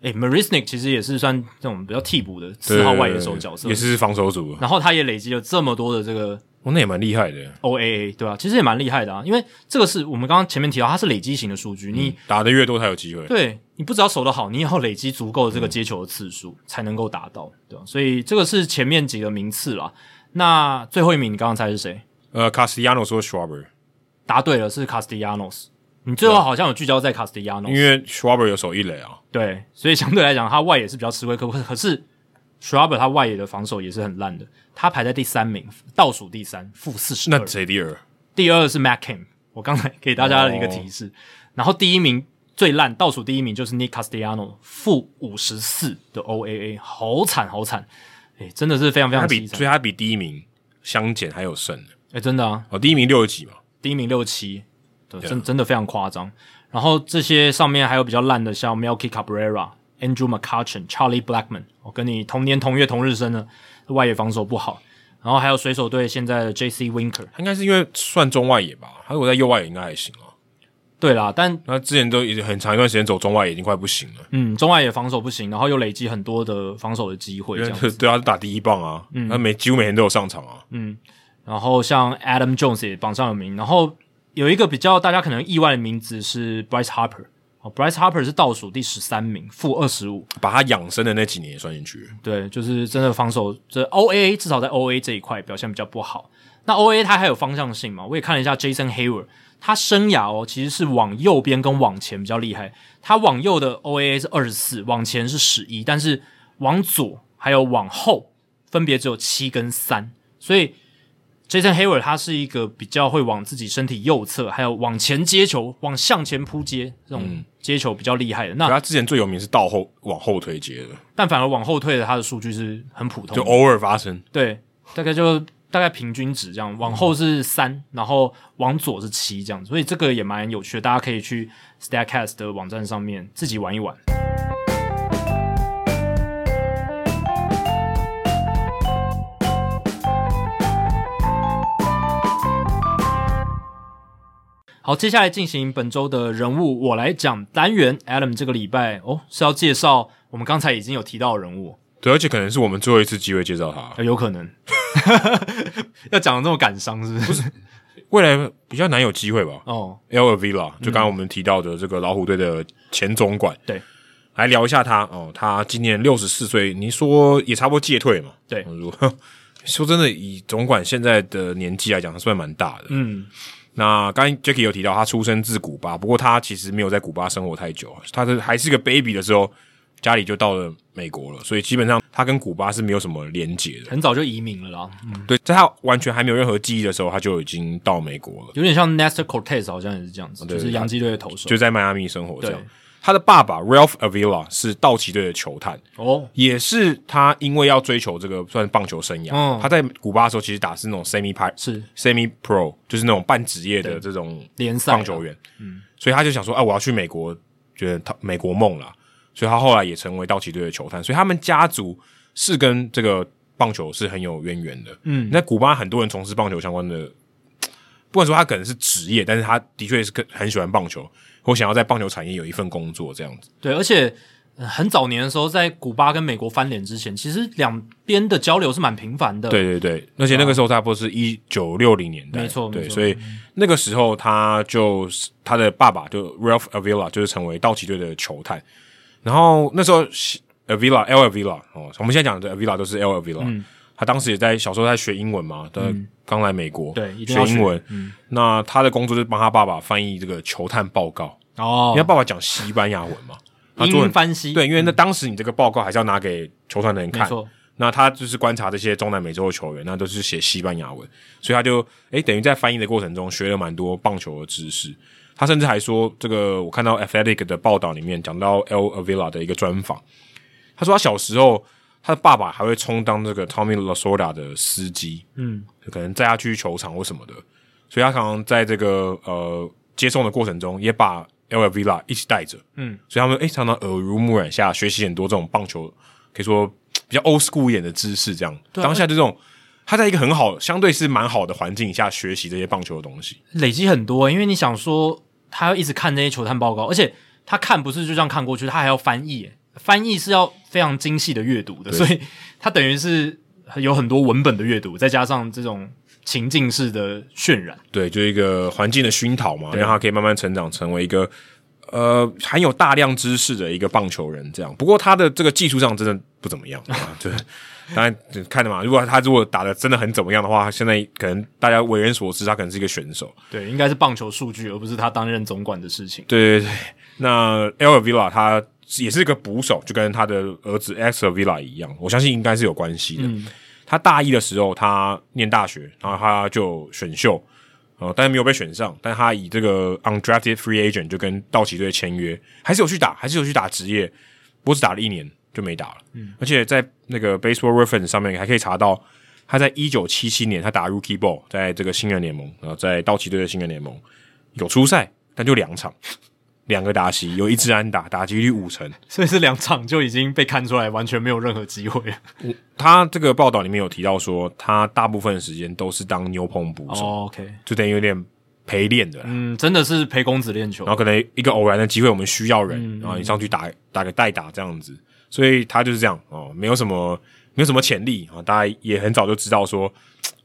A: 诶 m a r i s n i k 其实也是算这种比较替补的四号外野手角色，
B: 也。是防守组，
A: 然后他也累积了这么多的这个
B: 哦，那也蛮厉害的，
A: OAA，对吧、其实也蛮厉害的啊，因为这个是我们刚刚前面提到，它是累积型的数据，你
B: 打的越多，他有机会。
A: 对你不只要守得好，你也要累积足够的这个接球的次数，才能够达到，对吧、所以这个是前面几个名次啦。那最后一名你刚刚猜是谁？
B: 呃，Castiano 说 Schwarber，
A: 答对了，是 Castellanos。你最后好像有聚焦在 Castellanos，
B: 因为 Schwarber 有手一垒啊，
A: 对，所以相对来讲，他外野是比较吃亏。可可是 Schraber 他外野的防守也是很烂的，他排在第三名，倒数第三，负四十
B: 那
A: 二。
B: 谁第二？
A: 第二是 Matt Kim，我刚才给大家的一个提示。然后第一名最烂，倒数第一名就是 Nick Castellano，负五十四的 OAA，好惨好惨，哎，真的是非常非
B: 他
A: 常
B: 比
A: 凄
B: 所以
A: 惨。
B: 他比第一名相减还有剩的
A: 哎，真的啊，
B: 哦，第一名六十几嘛，
A: 第一名六七，对，真真的非常夸张。然后这些上面还有比较烂的，像 Melky Cabrera、Andrew McCutchen、Charlie Blackman，我、跟你同年同月同日生的，外野防守不好。然后还有水手队现在的 J.C. Winker，
B: 他应该是因为算中外野吧，他如果在右外野应该还行啊。
A: 对啦，但
B: 那之前都已经很长一段时间走中外野已经快不行了，
A: 嗯，中外野防守不行，然后又累积很多的防守的机会，
B: 因
A: 这
B: 为
A: 样
B: 他对他是打第一棒啊，他每几乎每天都有上场啊。
A: 然后像 Adam Jones 也榜上有名，然后有一个比较大家可能意外的名字是 Bryce Harper，哦，Bryce Harper 是倒数第十三名，负二十五，
B: 把他养生的那几年也算进去。
A: 对，就是真的防守这 OA 至少在 OA 这一块表现比较不好。那 OA 它还有方向性嘛？我也看了一下 Jason Hayward，他生涯哦其实是往右边跟往前比较厉害，他往右的 OA 是二十四，往前是十一，但是往左还有往后分别只有七跟三，所以 Jason Hayward 他是一个比较会往自己身体右侧，还有往前接球、往向前扑接这种接球比较厉害的。
B: 可
A: 那
B: 他之前最有名是倒后往后推接的，
A: 但反而往后退的，他的数据是很普通的，
B: 就偶尔发生。
A: 对，大概就大概平均值这样，往后是三，然后往左是七这样，所以这个也蛮有趣的，大家可以去 Statcast 的网站上面自己玩一玩。好，接下来进行本周的人物我来讲单元。Adam 这个礼拜哦是要介绍我们刚才已经有提到的人物，
B: 对，而且可能是我们最后一次机会介绍他。
A: 呃有可能 要讲的这么感伤，是不是？
B: 未来比较难有机会吧。
A: 哦，
B: L V 啦，就刚刚我们提到的这个老虎队的前总管，
A: 嗯对，
B: 来聊一下他哦。他今年六十四岁，你说也差不多戒退嘛？
A: 对
B: 我说 呵说真的，以总管现在的年纪来讲，他算蛮大的。
A: 嗯，
B: 那刚才 Jacky 有提到，他出生自古巴，不过他其实没有在古巴生活太久，啊他的还是个 baby 的时候，家里就到了美国了，所以基本上他跟古巴是没有什么连结的。
A: 很早就移民了啦，嗯
B: 对，在他完全还没有任何记忆的时候，他就已经到美国了，
A: 有点像 Nestor Cortez 好像也是这样子，
B: 对
A: 就是洋基队的投手
B: 就。在迈阿密生活这样
A: 对。
B: 他的爸爸 Ralph Avila 是道奇队的球探，
A: 哦，
B: 也是他因为要追求这个算是棒球生涯，
A: 嗯
B: 他在古巴的时候其实打是那种 semi pro
A: 是
B: semi pro，就是那种半职业的这种
A: 联赛啊
B: 棒球员，嗯，所以他就想说，啊，我要去美国，觉得他美国梦啦，所以他后来也成为道奇队的球探，所以他们家族是跟这个棒球是很有渊源的，嗯，那古巴很多人从事棒球相关的不管说他可能是职业，但是他的确是个很喜欢棒球，或想要在棒球产业有一份工作这样子。
A: 对，而且、呃很早年的时候，在古巴跟美国翻脸之前，其实两边的交流是蛮频繁的。啊
B: 对对对，而且那个时候差不多是一九六零年代，
A: 没错没
B: 对，
A: 错
B: 所以那个时候他就是他的爸爸就 Ralph Avila 就是成为道奇队的球探，然后那时候 Avila L Avila 哦，我们现在讲的 Avila 都是 L Avila，、他
A: 嗯
B: 当时也在小时候在学英文嘛，他刚来美国，
A: 对一定
B: 学
A: 要
B: 英
A: 学嗯
B: 文，那他的工作就是帮他爸爸翻译这个球探报告，
A: 哦
B: 因为他，爸爸讲西班牙文嘛，他
A: 英
B: 做
A: 英
B: 很
A: 翻西，
B: 对，因为那当时你这个报告还是要拿给球团的人
A: 没
B: 看，
A: 错，
B: 那他就是观察这些中南美洲的球员，那都是写西班牙文，所以他就诶等于在翻译的过程中学了蛮多棒球的知识。他甚至还说，这个我看到 Athletic 的报道里面讲到 El Avila 的一个专访，他说他小时候他的爸爸还会充当这个 Tommy Lasorda 的司机，
A: 嗯，
B: 就可能载他去球场或什么的，所以他常常在这个呃接送的过程中也把 El Avila 一起带着，
A: 嗯，
B: 所以他们诶、常常耳濡目染下学习很多这种棒球可以说比较 old school 一点的知识，这样、
A: 对啊
B: 当下就这种。他在一个很好，相对是蛮好的环境下学习这些棒球的东西，
A: 累积很多，因为你想说他要一直看那些球探报告，而且他看不是就这样看过去，他还要翻译耶，翻译是要非常精细的阅读的，所以他等于是有很多文本的阅读，再加上这种情境式的渲染，
B: 对，就是一个环境的熏陶嘛，让他可以慢慢成长，成为一个呃含有大量知识的一个棒球人。这样，不过他的这个技术上真的不怎么样，啊、对，当然就看的嘛。如果他如果打的真的很怎么样的话，现在可能大家为人所知，他可能是一个选手。
A: 对，应该是棒球数据，而不是他担任总管的事情。
B: 对对对，那 El Avila 他也是个捕手，就跟他的儿子 X Avila 一样，我相信应该是有关系的。他大一的时候，他念大学，然后他就选秀，呃，但是没有被选上，但他以这个 undrafted free agent 就跟道奇队签约，还是有去打，还是有去打职业，不过只打了一年就没打了。而且在那个 Baseball Reference 上面还可以查到，他在一九七七年他打 Rookie Ball，在这个新人联盟，然后在道奇队的新人联盟有出赛，但就两场，两个达西，有一支安打，打击率五成。
A: 所以这两场就已经被看出来，完全没有任何机会了。
B: 他这个报道里面有提到说，他大部分时间都是当牛棚捕手，
A: OK，
B: 就等于有点陪练的啦。
A: 嗯，真的是陪公子练球嗯
B: 然后可能一个偶然的机会，我们需要人，然后你上去打打个代打这样子，所以他就是这样哦，没有什么没有什么潜力啊、大家也很早就知道说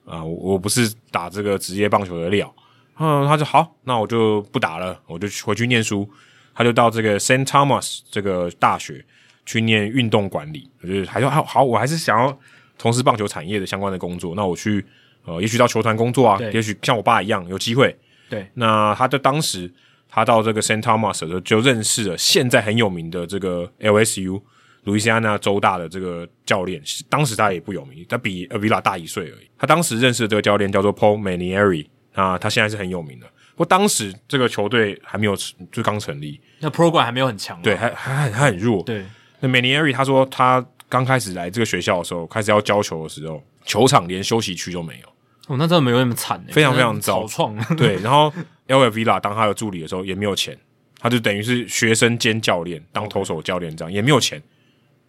B: 啊、我我不是打这个职业棒球的料，嗯，他就好，那我就不打了，我就去回去念书，他就到这个 Saint Thomas 这个大学去念运动管理，就是还说好好，我还是想要从事棒球产业的相关的工作，那我去呃，也许到球团工作啊，
A: 对
B: 也许像我爸一样有机会，
A: 对，
B: 那他在当时他到这个 Saint Thomas 的时候就认识了现在很有名的这个 LSU 路易斯安那州大的这个教练，当时他也不有名，他比 Avila 大一岁而已。他当时认识的这个教练叫做 Paul Manieri，啊，他现在是很有名的。不过当时这个球队还没有就刚成立，
A: 那 program 还没有很强嘛。
B: 对，还还还还很弱，
A: 对，
B: 那 Manieri 他说，他刚开始来这个学校的时候，开始要教球的时候，球场连休息区都没有。
A: 哦，那真的没有那么惨欸，
B: 非常非常
A: 真的草
B: 糟
A: 创。
B: 对，然后 L V Villa 当他的助理的时候也没有钱，他就等于是学生兼教练，当投手教练这样也没有钱，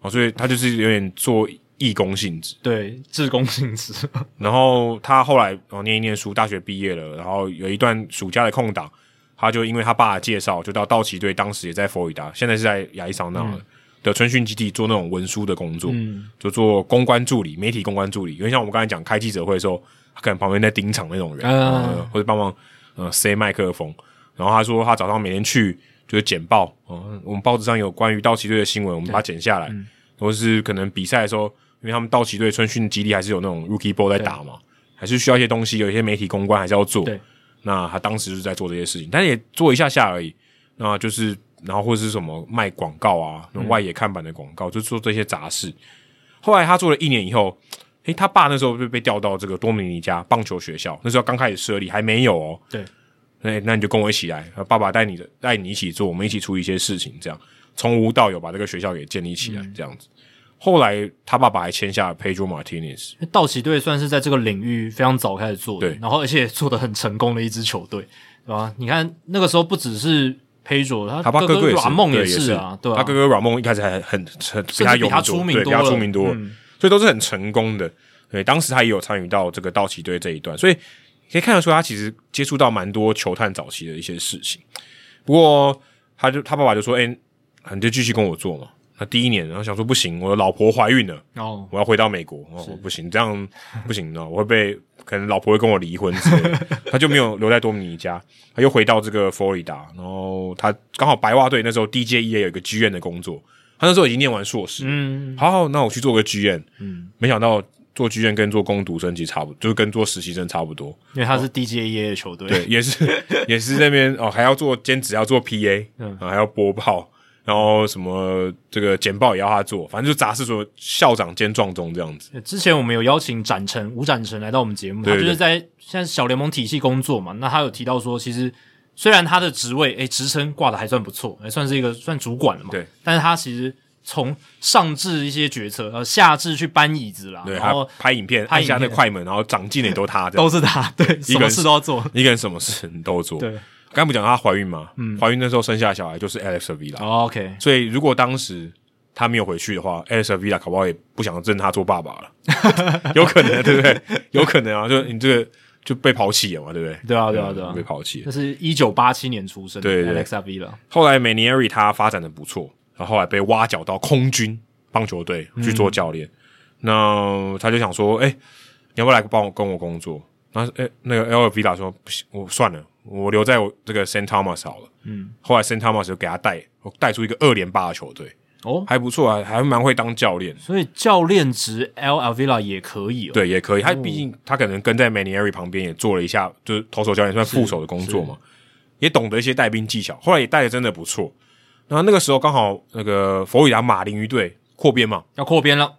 B: 哦，所以他就是有点做义工性质。
A: 对，志工性质。
B: 然后他后来哦念一念书，大学毕业了，然后有一段暑假的空档，他就因为他爸的介绍，就到道奇队，当时也在佛罗里达，现在是在亚利桑那的春训基地做那种文书的工作，就做公关助理、媒体公关助理，因为像我们刚才讲开记者会的时候，他可能旁边在盯场那种人，
A: 啊
B: 呃或者帮忙呃塞麦克风。然后他说他早上每天去就是剪报，哦，我们报纸上有关于道奇队的新闻，我们把它剪下来，或是可能比赛的时候，因为他们道奇队春训基地还是有那种 rookie ball 在打嘛，还是需要一些东西，有一些媒体公关还是要做
A: 对。
B: 那他当时就是在做这些事情，但也做一下下而已。那就是然后或者是什么卖广告啊，那种外野看板的广告，就做这些杂事。后来他做了一年以后，诶，他爸那时候就被调到这个多米尼加棒球学校，那时候刚开始设立，还没有哦。
A: 对，
B: 那那你就跟我一起来，爸爸带你的带你一起做，我们一起处理一些事情，这样从无到有把这个学校给建立起来，这样子。后来他爸爸还签下了 Pedro Martinez，
A: 因为道奇队算是在这个领域非常早开始做的，
B: 对
A: 然后而且做的很成功的一支球队，对吧？你看那个时候不只是 Pedro，他
B: 他爸
A: 哥
B: 哥也是，
A: 软梦
B: 对也
A: 是啊，对啊，
B: 他哥哥软梦一开始还很很比
A: 甚至
B: 他
A: 比
B: 有
A: 他
B: 名
A: 出名
B: 对
A: 多
B: 比他
A: 了嗯
B: 出名多了，所以都是很成功的。对，当时他也有参与到这个道奇队这一段，所以可以看得出他其实接触到蛮多球探早期的一些事情。不过他就他爸爸就说：“哎、你就继续跟我做嘛。”那第一年，然后想说不行，我的老婆怀孕了，
A: 哦，
B: 我要回到美国哦，不行，这样不行呢， 我会被可能老婆会跟我离婚之类的，他就没有留在多米尼加，他又回到这个佛罗里达，然后他刚好白袜队那时候 DJE 有一个剧院的工作，他那时候已经念完硕士，
A: 嗯，
B: 好好，那我去做个剧院，嗯，没想到做剧院跟做工读生其实差不多，就是跟做实习生差不多，
A: 因为他是 DJEA E 的球队，
B: 对，也是 也是那边哦，还要做兼职，要做 PA，嗯，还要播报，然后什么这个简报也要他做，反正就杂事说校长兼撞钟这样子。
A: 之前我们有邀请展成吴展成来到我们节目，
B: 对
A: 他就
B: 对
A: 是在现在小联盟体系工作嘛。那他有提到说，其实虽然他的职位诶职称挂的还算不错，诶算是一个算主管了嘛，
B: 对。
A: 但是他其实从上至一些决策，呃下至去搬椅子啦，
B: 对
A: 然
B: 他
A: 后
B: 拍影片，
A: 拍
B: 按
A: 影片
B: 下那快门，然后长进的也都他这样，
A: 都是他，对，什么
B: 人
A: 事都要做，
B: 一个人什么事都做。
A: 对嗯
B: 刚才不讲她怀孕嘛，怀孕那时候生下的小孩就是 Alex Avila，、
A: 哦，OK，
B: 所以如果当时他没有回去的话，Alex Avila 搞不好也不想认他做爸爸了， 有可能对不对？有可能啊，就你这个就被抛弃了嘛，对不对？嗯
A: 对啊对啊对啊
B: 被抛弃了
A: 那。是一九八七年出生的
B: 对对
A: Alex Avila，
B: 后来 Manieri 他发展的不错，然后后来被挖角到空军棒球队去做教练。那他就想说，哎、你要不要来帮我跟我工作？然后哎、那个 L V 达说不行，我算了，我留在我这个 Saint Thomas 好了。嗯，后来 Saint Thomas 就给他带带出一个二连霸的球队，
A: 哦，
B: 还不错啊，还蛮会当教练。
A: 所以教练职 L Avila 也可以、哦，，
B: 对，也可以。他毕竟他可能跟在 Manieri 旁边也做了一下，就是投手教练算副手的工作嘛，也懂得一些带兵技巧。后来也带的真的不错。然后那个时候刚好那个佛罗里达马林鱼队扩编嘛，
A: 要扩编了，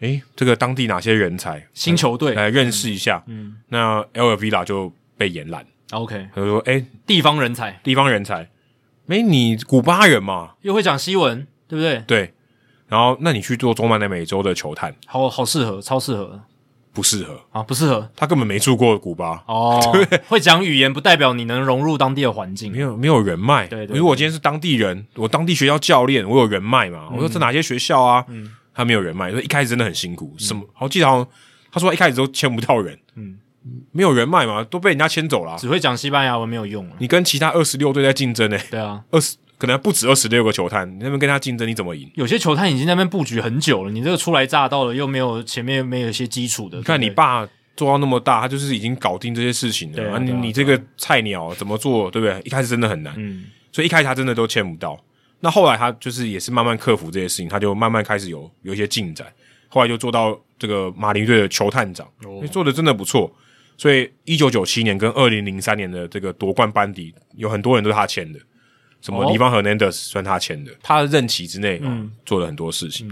B: 诶，这个当地哪些人才
A: 新球队、
B: 来认识一下？嗯，那 L Villa 就被延揽，
A: o k
B: 他就说：“
A: 啊
B: 诶，
A: 地方人才，
B: 地方人才，没你古巴人嘛，
A: 又会讲西文，对不对？
B: 对。然后那你去做中南美洲的球探
A: 好好适合，超适合的
B: 不适合，
A: 啊，不适合
B: 他根本没住过古巴，
A: 哦。会讲语言不代表你能融入当地的环
B: 没
A: 境。
B: 有没有人脉。
A: 对对嗯
B: 如果我今天是当地人，我当地学校教练，我有人脉嘛？我说这哪些学校啊？他没有人脉，所以一开始真的很辛苦。什么？我记得好像他说一开始都签不到人，
A: 嗯
B: 没有人脉嘛，都被人家签走了啊、
A: 只会讲西班牙文没有用了。
B: 你跟其他二十六队在竞争呢、欸，
A: 对啊，
B: 二十可能不止二十六个球探，你那边跟他竞争，你怎么赢？
A: 有些球探已经在那边布局很久了，你这个初来乍到的又没有前面没有一些基础的，
B: 你看
A: 对
B: 你
A: 不对
B: 爸做到那么大，他就是已经搞定这些事情了。
A: 对啊
B: 啊你
A: 对啊
B: 你这个菜鸟啊怎么做，对不对？一开始真的很难，
A: 嗯，
B: 所以一开始他真的都签不到。那后来他就是也是慢慢克服这些事情，他就慢慢开始有有一些进展，后来就做到这个马林队的球探长，因为做的真的不错。所以一九九七年跟二零零三年的这个夺冠班底，有很多人都是他签的，什么
A: 哦
B: 尼方和南德斯算他签的，他的任期之内、嗯、做了很多事情。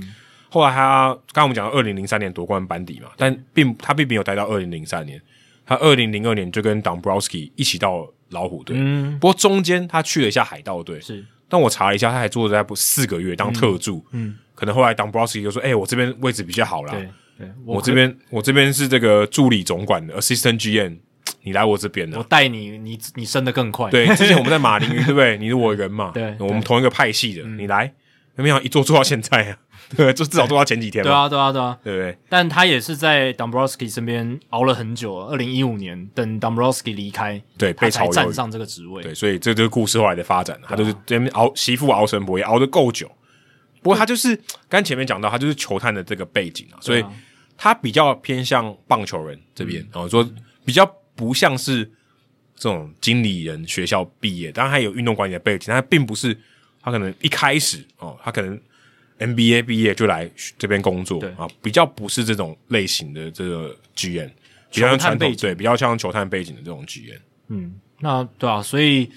B: 后来他刚才我们讲到二零零三年夺冠班底嘛，但并他并没有待到二零零三年，他二零零二年就跟 Dombrowski 一起到老虎队，
A: 嗯
B: 不过中间他去了一下海盗队，
A: 是
B: 但我查了一下，他还做了不四个月当特助，嗯，可能后来 Dombrowski 就说，哎、我这边位置比较好啦，
A: 对对，
B: 我
A: 可
B: 这边我这边是这个助理总管的 assistant GM，你来我这边
A: 我
B: 了。
A: 带你，你你升的更快。
B: 对，之前我们在马林鱼，对不对？你是我人嘛，
A: 对嗯
B: 我们同一个派系的，你来，没想到一做做到现在啊， 对，就至少做到前几天
A: 对
B: 嘛，
A: 啊对啊对啊，
B: 对不对？
A: 但他也是在 Dombrowski 身边熬了很久，二零一五年等 Dombrowski 离开，
B: 对
A: 他
B: 被
A: 才
B: 炒鱿鱼
A: 站上这个职位。啊
B: 对，所以这就是故事后来的发展，他就是这边熬媳妇熬神婆也熬得够久。不过他就是刚前面讲到，他就是球探的这个背景啊，所以他比较偏向棒球人这
A: 嗯
B: 边，然后说比较不像是这种经理人学校毕业，当然他有运动管理的背景，但他并不是他可能一开始哦，他可能 MBA 毕业就来这边工作
A: 对
B: 啊，比较不是这种类型的这个 GM，比较像
A: 球探
B: 传
A: 背
B: 统
A: 景
B: 对，比较像球探背景的这种 GM。
A: 嗯，那对啊，所以，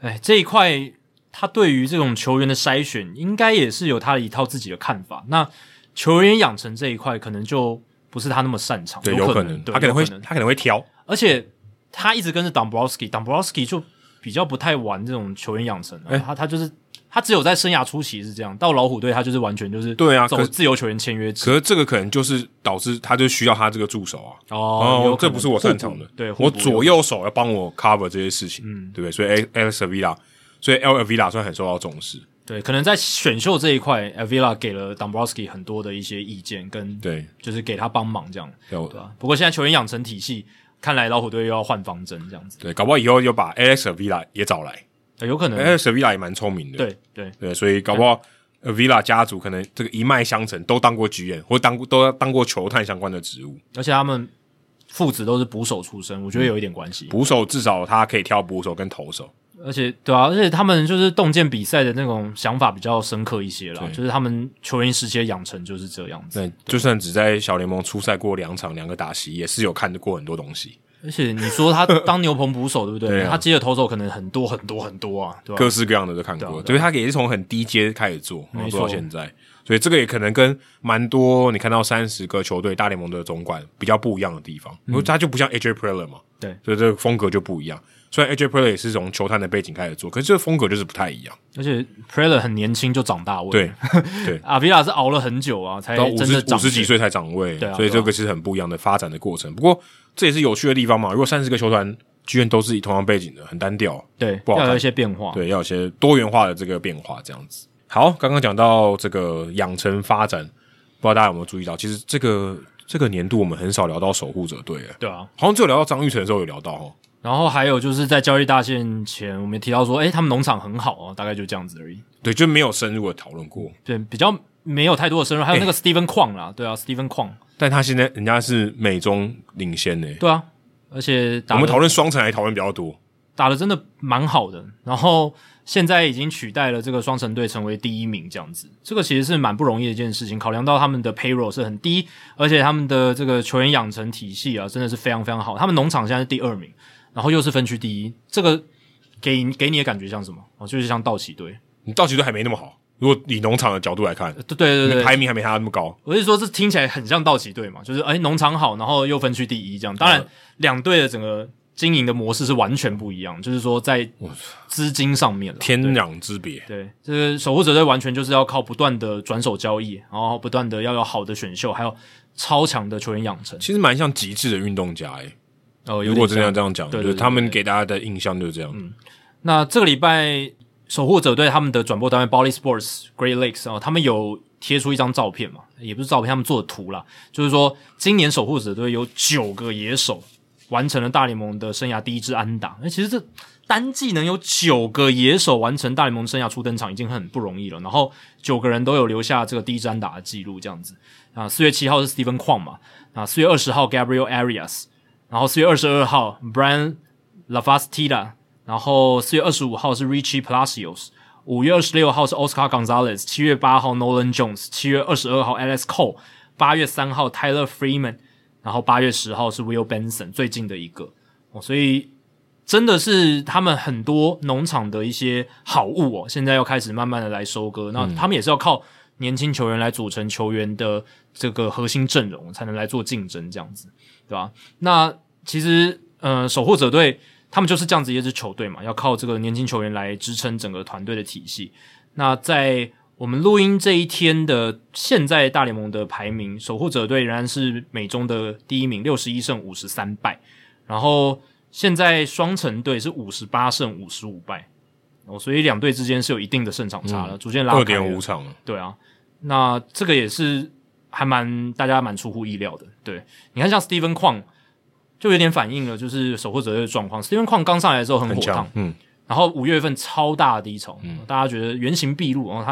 A: 哎，这一块他对于这种球员的筛选，应该也是有他的一套自己的看法。那球员养成这一块，可能就不是他那么擅长，
B: 对，
A: 有
B: 可
A: 能，对
B: 他可能会
A: 有
B: 他可能会挑，
A: 而且他一直跟着 Dombrowski，Dombrowski 就比较不太玩这种球员养成、
B: 哎
A: 啊，他他就是他只有在生涯初期是这样，到老虎队他就是完全就是
B: 对啊
A: 走
B: 可是
A: 自由球员签约制
B: 可是这个可能就是导致他就需要他这个助手啊。
A: 哦有可
B: 这
A: 能
B: 不是我擅长
A: 互
B: 的
A: 补，对，互
B: 我
A: 补
B: 左
A: 有嗯
B: 右手要帮我 cover 这些事情，对不对？所以 Alex Avila，所以 L Avila 算很受到重视，
A: 对，可能在选秀这一块，Avila 给了 Dombrowski 很多的一些意见跟
B: 对，
A: 就是给他帮忙这样。
B: 对
A: 对啊，不过现在球员养成体系看来老虎队又要换方针这样子，
B: 对，搞不好以后又把 Alex Villa 也找来
A: 呃有可能，
B: ，Alex Villa 也蛮聪明的，
A: 对对，
B: 对，所以搞不好呃 Villa 家族可能这个一脉相承，都当过局员，或当过都当过球探相关的职务。
A: 而且他们父子都是捕手出身，我觉得有一点关系。
B: 捕手至少他可以挑捕手跟投手，
A: 而且对啊，而且他们就是洞见比赛的那种想法比较深刻一些啦，
B: 对
A: 就是他们球员时期的养成就是这样子。
B: 对，就算只在小联盟出赛过两场，两个打席，也是有看过很多东西，
A: 而且你说他当牛棚捕手对不对？
B: 对啊
A: 他接的投手可能很多很多很多啊，对吧、啊
B: 各式各样的都看过。所以他也是从很低阶开始做，然后做到
A: 没错
B: 现在。所以这个也可能跟蛮多你看到三十个球队大联盟的总管比较不一样的地方，因为他就不像 AJ Preller 嘛，
A: 嗯对，
B: 所以这个风格就不一样。虽然 AJ Preller 也是从球探的背景开始做，可是这个风格就是不太一样。
A: 而且 Preller 很年轻就长大位，
B: 对，
A: 阿维拉是熬了很久啊，才
B: 到五
A: 哎真的
B: 十
A: 长
B: 五十几
A: 成
B: 岁才长位，
A: 对啊
B: 所以
A: 对啊
B: 这个是很不一样的发展的过程。不过这也是有趣的地方嘛。如果三十个球团居然都是以同样背景的，很单调，
A: 对，
B: 不好
A: 要有
B: 看
A: 一些变化。
B: 对，要有些多元化的这个变化，这样子。好，刚刚讲到这个养成发展，不知道大家有没有注意到，其实这个这个年度我们很少聊到守护者队，哎
A: 对啊，
B: 好像只有聊到张玉成的时候有聊到哦。
A: 然后还有就是在交易大限前，我们也提到说，诶，他们农场很好哦，大概就这样子而已。
B: 对，就没有深入的讨论过。
A: 对，比较没有太多的深入。还有那
B: 哎
A: 个 Steven 矿啦，对啊，Steven 矿，
B: 但他现在人家是美中领先呢，
A: 对啊，而且
B: 我
A: 打
B: 们
A: 的
B: 讨论双城还讨论比较多。
A: 打的真的蛮好的，然后现在已经取代了这个双城队成为第一名这样子，这个其实是蛮不容易的一件事情。考量到他们的 payroll 是很低，而且他们的这个球员养成体系啊，真的是非常非常好。他们农场现在是第二名，然后又是分区第一，这个给你给你的感觉像什么？哦，就是像道奇队，呃
B: 你道奇队还没那么好，如果以农场的角度来看，
A: 对对对
B: 你
A: 对，
B: 排名还没他那么高。
A: 我是说这听起来很像道奇队嘛，就是哎农场好，然后又分区第一这样。当然，两队的整个经营的模式是完全不一样，就是说在资金上面了。
B: 天壤之别。
A: 对，这个守护者队完全就是要靠不断的转手交易，然后不断的要有好的选秀，还有超强的球员养成。
B: 其实蛮像极致的运动家诶、
A: 呃，有
B: 如果
A: 点
B: 真的要这样讲，
A: 对对
B: 就是
A: 对
B: 他们
A: 对嗯
B: 给大家的印象就是这样。
A: 那这个礼拜守护者队他们的转播单位 Bally Sports Great Lakes 哦，他们有贴出一张照片嘛，也不是照片，他们做的图啦，就是说今年守护者队有九个野手完成了大联盟的生涯第一支安打，那其实这单季能有九个野手完成大联盟生涯初登场已经很不容易了，然后九个人都有留下这个第一支安打的记录，这样子啊，四月七号是 Steven Kwong 嘛，啊，四月二十号 Gabriel Arias，然后四月二十二号 Brian Lafastida，然后四月二十五号是 Richie Palacios，五月二十六号是 Oscar Gonzalez，七月八号 Nolan Jones，七月二十二号 Alex Cole，八月三号 Tyler Freeman，然后八月十号是 Will Benson 最近的一个哦，所以真的是他们很多农场的一些好物哦，现在要开始慢慢的来收割，那他们也是要靠年轻球员来组成球员的这个核心阵容，才能来做竞争这样子，对吧？那其实呃，守护者队他们就是这样子一支球队嘛，要靠这个年轻球员来支撑整个团队的体系。那在我们录音这一天的现在大联盟的排名，守护者队仍然是美中的第一名，六十一胜五十三败。然后现在双城队是五十八胜五十五败，哦，所以两队之间是有一定的胜场差了，逐渐拉开了。
B: 嗯二点五场，
A: 对啊，那这个也是还蛮大家蛮出乎意料的。对，你看像 Steven 矿就有点反映了，就是守护者队的状况。Steven 矿刚上来的时候很火
B: 很强
A: 烫，，
B: 嗯，
A: 然后五月份超大的低潮，大家觉得原形毕露。然后哦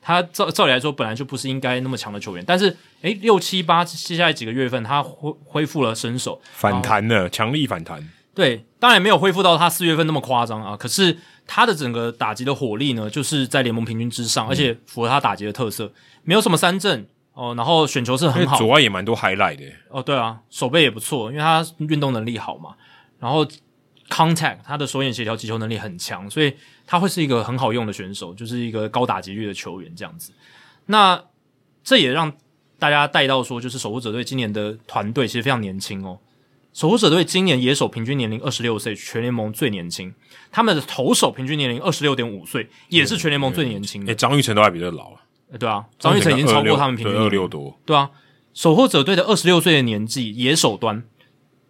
A: 他他照照理来说本来就不是应该那么强的球员，但是诶六七八接下来几个月份他恢恢复了身手，
B: 反弹
A: 哦
B: 了，强力反弹，
A: 对，当然没有恢复到他四月份那么夸张啊，可是他的整个打击的火力呢，就是在联盟平均之上，而且符合他打击的特色，没有什么三振哦，然后选球是
B: 因为
A: 很好
B: 左外也蛮多 highlight 的，
A: 哦，对啊，手背也不错，因为他运动能力好嘛，然后 contact 他的手眼协调击球能力很强，所以他会是一个很好用的选手，就是一个高打击率的球员这样子。那这也让大家带到说，就是守护者队今年的团队其实非常年轻哦。守护者队今年野手平均年龄二十六岁，全联盟最年轻。他们的投手平均年龄二十六点五岁，也是全联盟最年轻的
B: 哎，。张玉成都还比这老，
A: 呃对啊，嗯张玉成已经超过他们平均年
B: 二
A: 龄
B: 六多，
A: 对啊，守护者队的二十六岁的年纪，野手端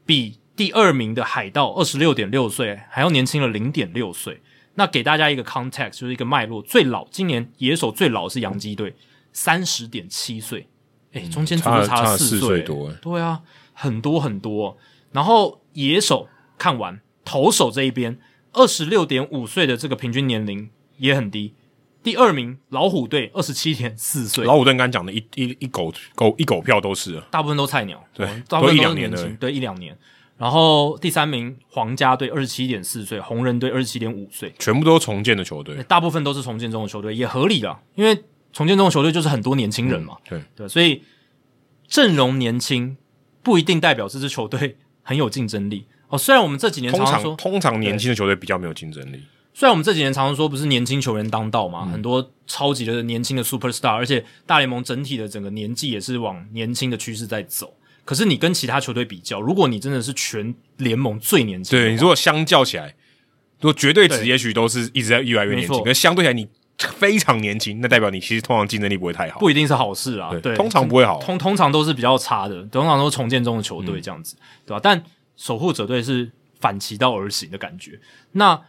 A: 比第二名的海盗二十六点六岁还要年轻了零点六岁。那给大家一个 context，就是一个脉络，最老今年野手最老是洋基队，三十点七岁，哎、中间足足
B: 差嗯了差
A: 了
B: 了
A: 四
B: 四
A: 岁
B: 岁多，
A: 对啊，很多很多。然后野手看完，投手这一边二十六点五岁的这个平均年龄也很低。第二名老虎队二十七点四岁，
B: 老虎队刚刚讲的一一一狗狗一狗票都是啊了，
A: 大部分都菜鸟，
B: 对
A: 大部分都是
B: 都一两年
A: 年
B: 而
A: 轻
B: 已，
A: 对一两年。然后第三名皇家队二十七点四岁，红人队二十七点五岁，
B: 全部都是重建的球队。
A: 大部分都是重建中的球队，也合理啦，因为重建中的球队就是很多年轻人嘛，
B: 嗯对，
A: 对，所以阵容年轻不一定代表这支球队很有竞争力哦。虽然我们这几年
B: 通
A: 常常说
B: 常，通常年轻的球队比较没有竞争力。
A: 虽然我们这几年常常说不是年轻球员当道嘛，
B: 嗯
A: 很多超级的年轻的 super star，而且大联盟整体的整个年纪也是往年轻的趋势在走。可是你跟其他球队比较，如果你真的是全联盟最年轻的话，
B: 对你如果相较起来，如果绝对值
A: 对
B: 也许都是一直在越来越年
A: 没
B: 轻，
A: 错
B: 可是相对起来你非常年轻，那代表你其实通常竞争力不会太好。
A: 不一定是好事啊。
B: 对
A: 对，
B: 通常不会好
A: 通通常都是比较差的，通常都是重建中的球队这样子，对吧、但守护者队是反其道而行的感觉。那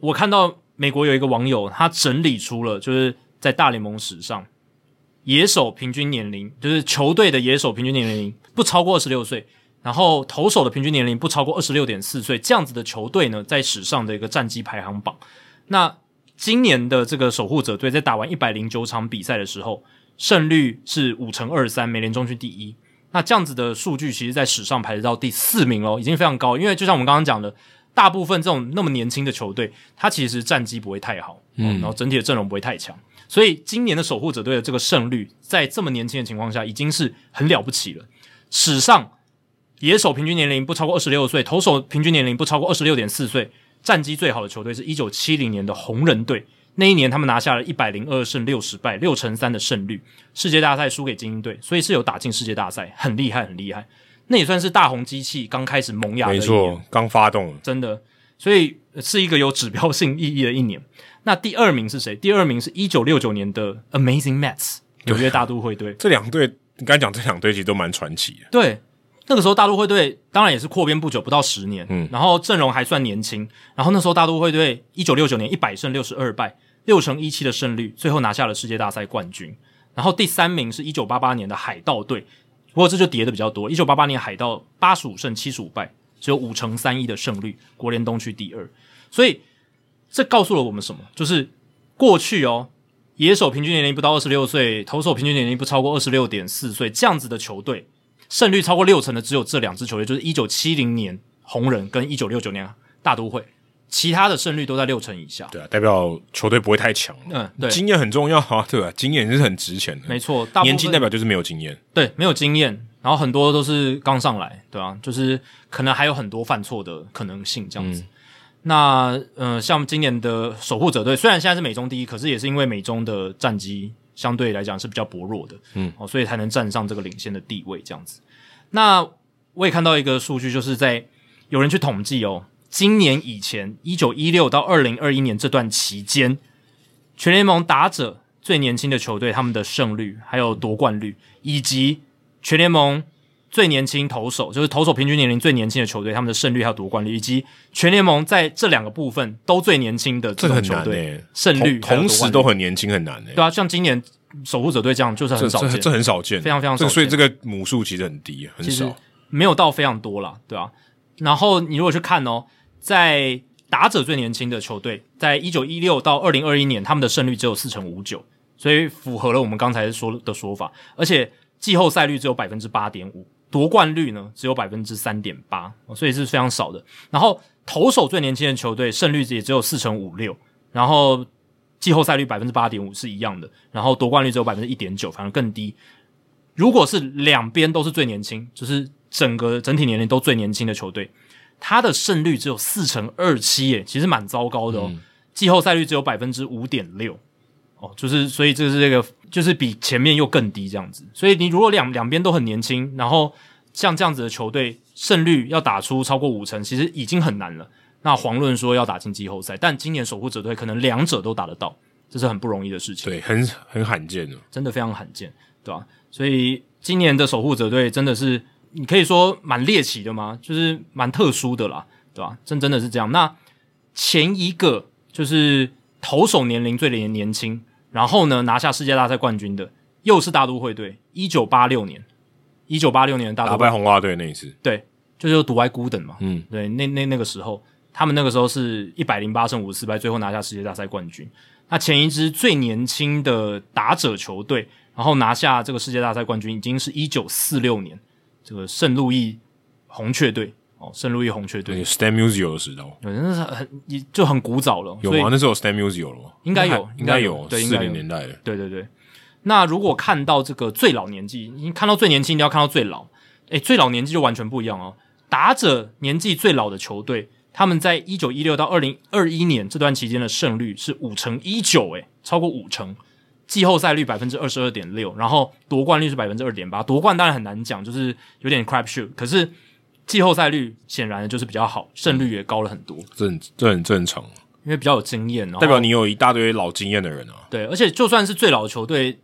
A: 我看到美国有一个网友，他整理出了就是在大联盟史上野手平均年龄，就是球队的野手平均年龄不超过二十六岁。然后投手的平均年龄不超过二十六点四岁，这样子的球队呢，在史上的一个战绩排行榜。那今年的这个守护者队在打完一百零九场比赛的时候，胜率是五乘二三，美联中区第一。那这样子的数据，其实在史上排到第四名哦，已经非常高。因为就像我们刚刚讲的，大部分这种那么年轻的球队，它其实战绩不会太好，嗯，然后整体的阵容不会太强，所以今年的守护者队的这个胜率，在这么年轻的情况下，已经是很了不起了。史上野手平均年龄不超过二十六岁，投手平均年龄不超过二十六点四岁，战绩最好的球队是一九七零年的红人队。那一年他们拿下了一百零二胜六十败，六成三的胜率，世界大赛输给精英队，所以是有打进世界大赛，很厉害，很厉害。那也算是大红机器刚开始萌芽的一
B: 没
A: 年，
B: 错，刚发动，
A: 真的，所以呃是一个有指标性意义的一年。那第二名是谁？第二名是一九六九年的 Amazing Mets 纽约大都会队。
B: 这两队你刚才讲这两队其实都蛮传奇的。
A: 对，那个时候大都会队当然也是扩编不久，不到十年，嗯，然后阵容还算年轻。然后那时候大都会队一九六九年一百胜六十二败，六成一七的胜率，最后拿下了世界大赛冠军。然后第三名是一九八八年的海盗队，不过这就跌的比较多。一九八八年海盗八十五胜七十五败，只有五成三一的胜率，国联东区第二。所以这告诉了我们什么？就是过去哦，野手平均年龄不到二十六岁，投手平均年龄不超过二十六点四岁，这样子的球队胜率超过六成的只有这两支球队，就是一九七零年红人跟一九六九年大都会，其他的胜率都在六成以下。
B: 对啊，代表球队不会太强。
A: 嗯，对，
B: 经验很重要啊， 对吧、经验是很值钱的。
A: 没错，大部分
B: 年轻代表就是没有经验，
A: 对，没有经验，然后很多都是刚上来，对啊，就是可能还有很多犯错的可能性这样子。那呃，像今年的守护者队，虽然现在是美中第一，可是也是因为美中的战绩相对来讲是比较薄弱的，嗯，哦，所以才能站上这个领先的地位这样子。那我也看到一个数据，就是在有人去统计哦，今年以前一九一六到二零二一年这段期间，全联盟打者最年轻的球队他们的胜率还有夺冠率，以及全联盟最年轻投手，就是投手平均年龄最年轻的球队，他们的胜率还有夺冠率，以及全联盟在这两个部分都最年轻的
B: 这
A: 这
B: 个
A: 种
B: 很
A: 球
B: 难
A: 队，
B: 诶、
A: 胜率还
B: 同
A: 有夺
B: 同时
A: 冠率
B: 都很年轻，很难诶、
A: 对啊，像今年守护者队这样就是
B: 这
A: 很少
B: 这
A: 见，
B: 这很少见，
A: 非常非常
B: 这个
A: 少
B: 所以
A: 见
B: 这个母数其实很低，很
A: 其实
B: 少。
A: 没有到非常多啦，对啊。然后你如果去看哦，在打者最年轻的球队，在一九一六到二零二一年，他们的胜率只有四成五九，所以符合了我们刚才说的说法。而且季后赛率只有百分之八点五，夺冠率呢只有百分之三点八，哦所以是非常少的。然后投手最年轻的球队胜率也只有四成五六，然后季后赛率百分之八点五是一样的，然后夺冠率只有百分之一点九，反而更低。如果是两边都是最年轻，就是整个整体年龄都最年轻的球队，他的胜率只有四成二七，耶，其实蛮糟糕的哦。季后赛率只有百分之五点六，哦，就是所以这是这个就是比前面又更低这样子。所以你如果两两边都很年轻，然后像这样子的球队胜率要打出超过五成，其实已经很难了。那遑论说要打进季后赛，但今年守护者队可能两者都打得到，这是很不容易的事情。
B: 对，很很罕见的。
A: 真的非常罕见，对吧、所以今年的守护者队真的是，你可以说蛮猎奇的吗？就是蛮特殊的啦，对吧、真真的是这样。那前一个就是投手年龄最年年轻，然后呢拿下世界大赛冠军的，又是大都会队，一九八六年，一九八六年的大
B: 打
A: 都会
B: 败红袜队那一次，
A: 对，就是独爱孤等嘛，
B: 嗯，
A: 对，那那那个时候，他们那个时候是一百零八胜五十四败，最后拿下世界大赛冠军。那前一支最年轻的打者球队，然后拿下这个世界大赛冠军，已经是一九四六年这个圣路易红雀队哦，圣路易红雀队，
B: 有 Stan Musial 的时候
A: 对，那是很也就很古早了，
B: 有
A: 所以
B: 吗？那时候有 Stan Musial 了吗？
A: 应该有
B: 应该
A: 应
B: 有
A: 该有
B: 哦
A: 对应
B: 四
A: 该有
B: 零年代的。
A: 对对对。那如果看到这个最老年纪，你看到最年轻，一定要看到最老。诶，最老年纪就完全不一样哦。打者年纪最老的球队，他们在一九一六到二零二一年这段期间的胜率是五成一九，诶，超过五成。季后赛率百分之二十二点六，然后夺冠率是百分之二点八。夺冠当然很难讲，就是有点 crap shoot。可是季后赛率显然的就是比较好，胜率也高了很多，
B: 这很这很正常，啊
A: 因为比较有经验。哦然后
B: 代表你有一大堆老经验的人啊。
A: 对，而且就算是最老的球队，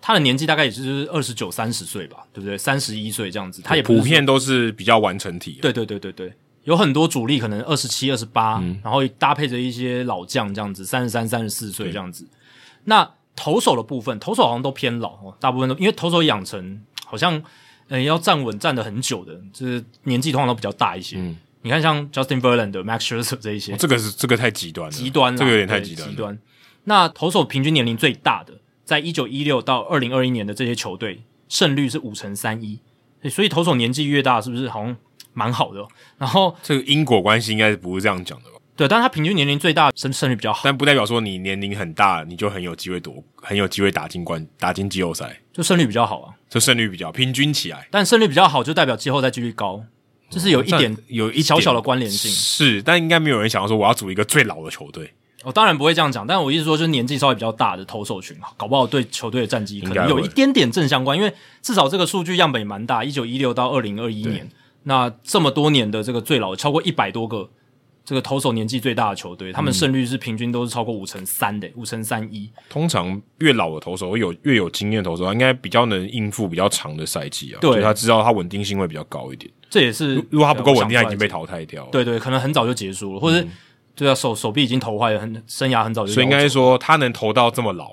A: 他的年纪大概也就是二十九、三十岁吧，对不对？三十一岁这样子，他也不是
B: 普遍都是比较完成体的。
A: 对对对对对，有很多主力可能二十七、二十八，
B: 嗯
A: 然后搭配着一些老将这样子，三十三、三十四岁这样子。那投手的部分，投手好像都偏老哦，大部分都因为投手养成好像呃要站稳站的很久的，就是年纪通常都比较大一些。
B: 嗯
A: 你看像 Justin Verlander、Max Scherzer 这一些
B: 哦，这个是这个太极端了，
A: 极端啦，
B: 这个有点太
A: 对
B: 极端了。
A: 极端。那投手平均年龄最大的，在一九一六到二零二一年的这些球队，胜率是五成三一，诶所以投手年纪越大，是不是好像蛮好的哦、然后
B: 这个因果关系应该不是这样讲的吧？
A: 对，但是他平均年龄最大，胜胜率比较好，
B: 但不代表说你年龄很大，你就很有机会夺，很有机会打进冠，打进季后赛，
A: 就胜率比较好啊。
B: 就胜率比较平均起来，
A: 但胜率比较好，就代表季后赛几率高，这是有一
B: 这
A: 点、
B: 有一
A: 小小的
B: 点
A: 关联性。
B: 是，但应该没有人想要说我要组一个最老的球队，
A: 我、哦当然不会这样讲，但我意思说，就是年纪稍微比较大的投手群，搞不好对球队的战绩可
B: 应该
A: 能
B: 会
A: 有一点点正相关，因为至少这个数据样本也蛮大，一九一六到二零二一年，那这么多年的这个最老超过一百多个这个投手年纪最大的球队，他们
B: 嗯
A: 胜率是平均都是超过五成三的，五成三一。
B: 通常越老的投手会有越有经验的投手，他应该比较能应付比较长的赛季啊，
A: 对
B: 就他知道他稳定性会比较高一点。
A: 这也是
B: 如果他不够稳
A: 呃
B: 定，
A: 我想
B: 他
A: 出来
B: 已经被淘汰掉了。，
A: 对对，可能很早就结束了，或者、对啊，手手臂已经投坏了，很生涯很早就夭折，
B: 所以应该说他能投到这么老，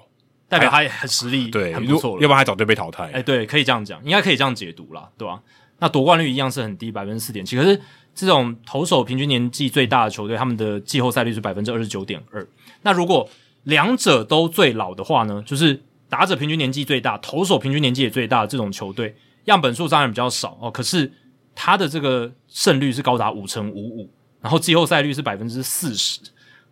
A: 代表他也很实力，
B: 对，
A: 很
B: 如
A: 不错了
B: 要。不然他早就被淘汰。
A: 哎、对，可以这样讲，应该可以这样解读啦，对吧、那夺冠率一样是很低，百分之四点七。可是这种投手平均年纪最大的球队，他们的季后赛率是百分之二十九点二。那如果两者都最老的话呢，就是打者平均年纪最大，投手平均年纪也最大的这种球队，样本数当然比较少哦，可是他的这个胜率是高达五成五五，然后季后赛率是百分之四十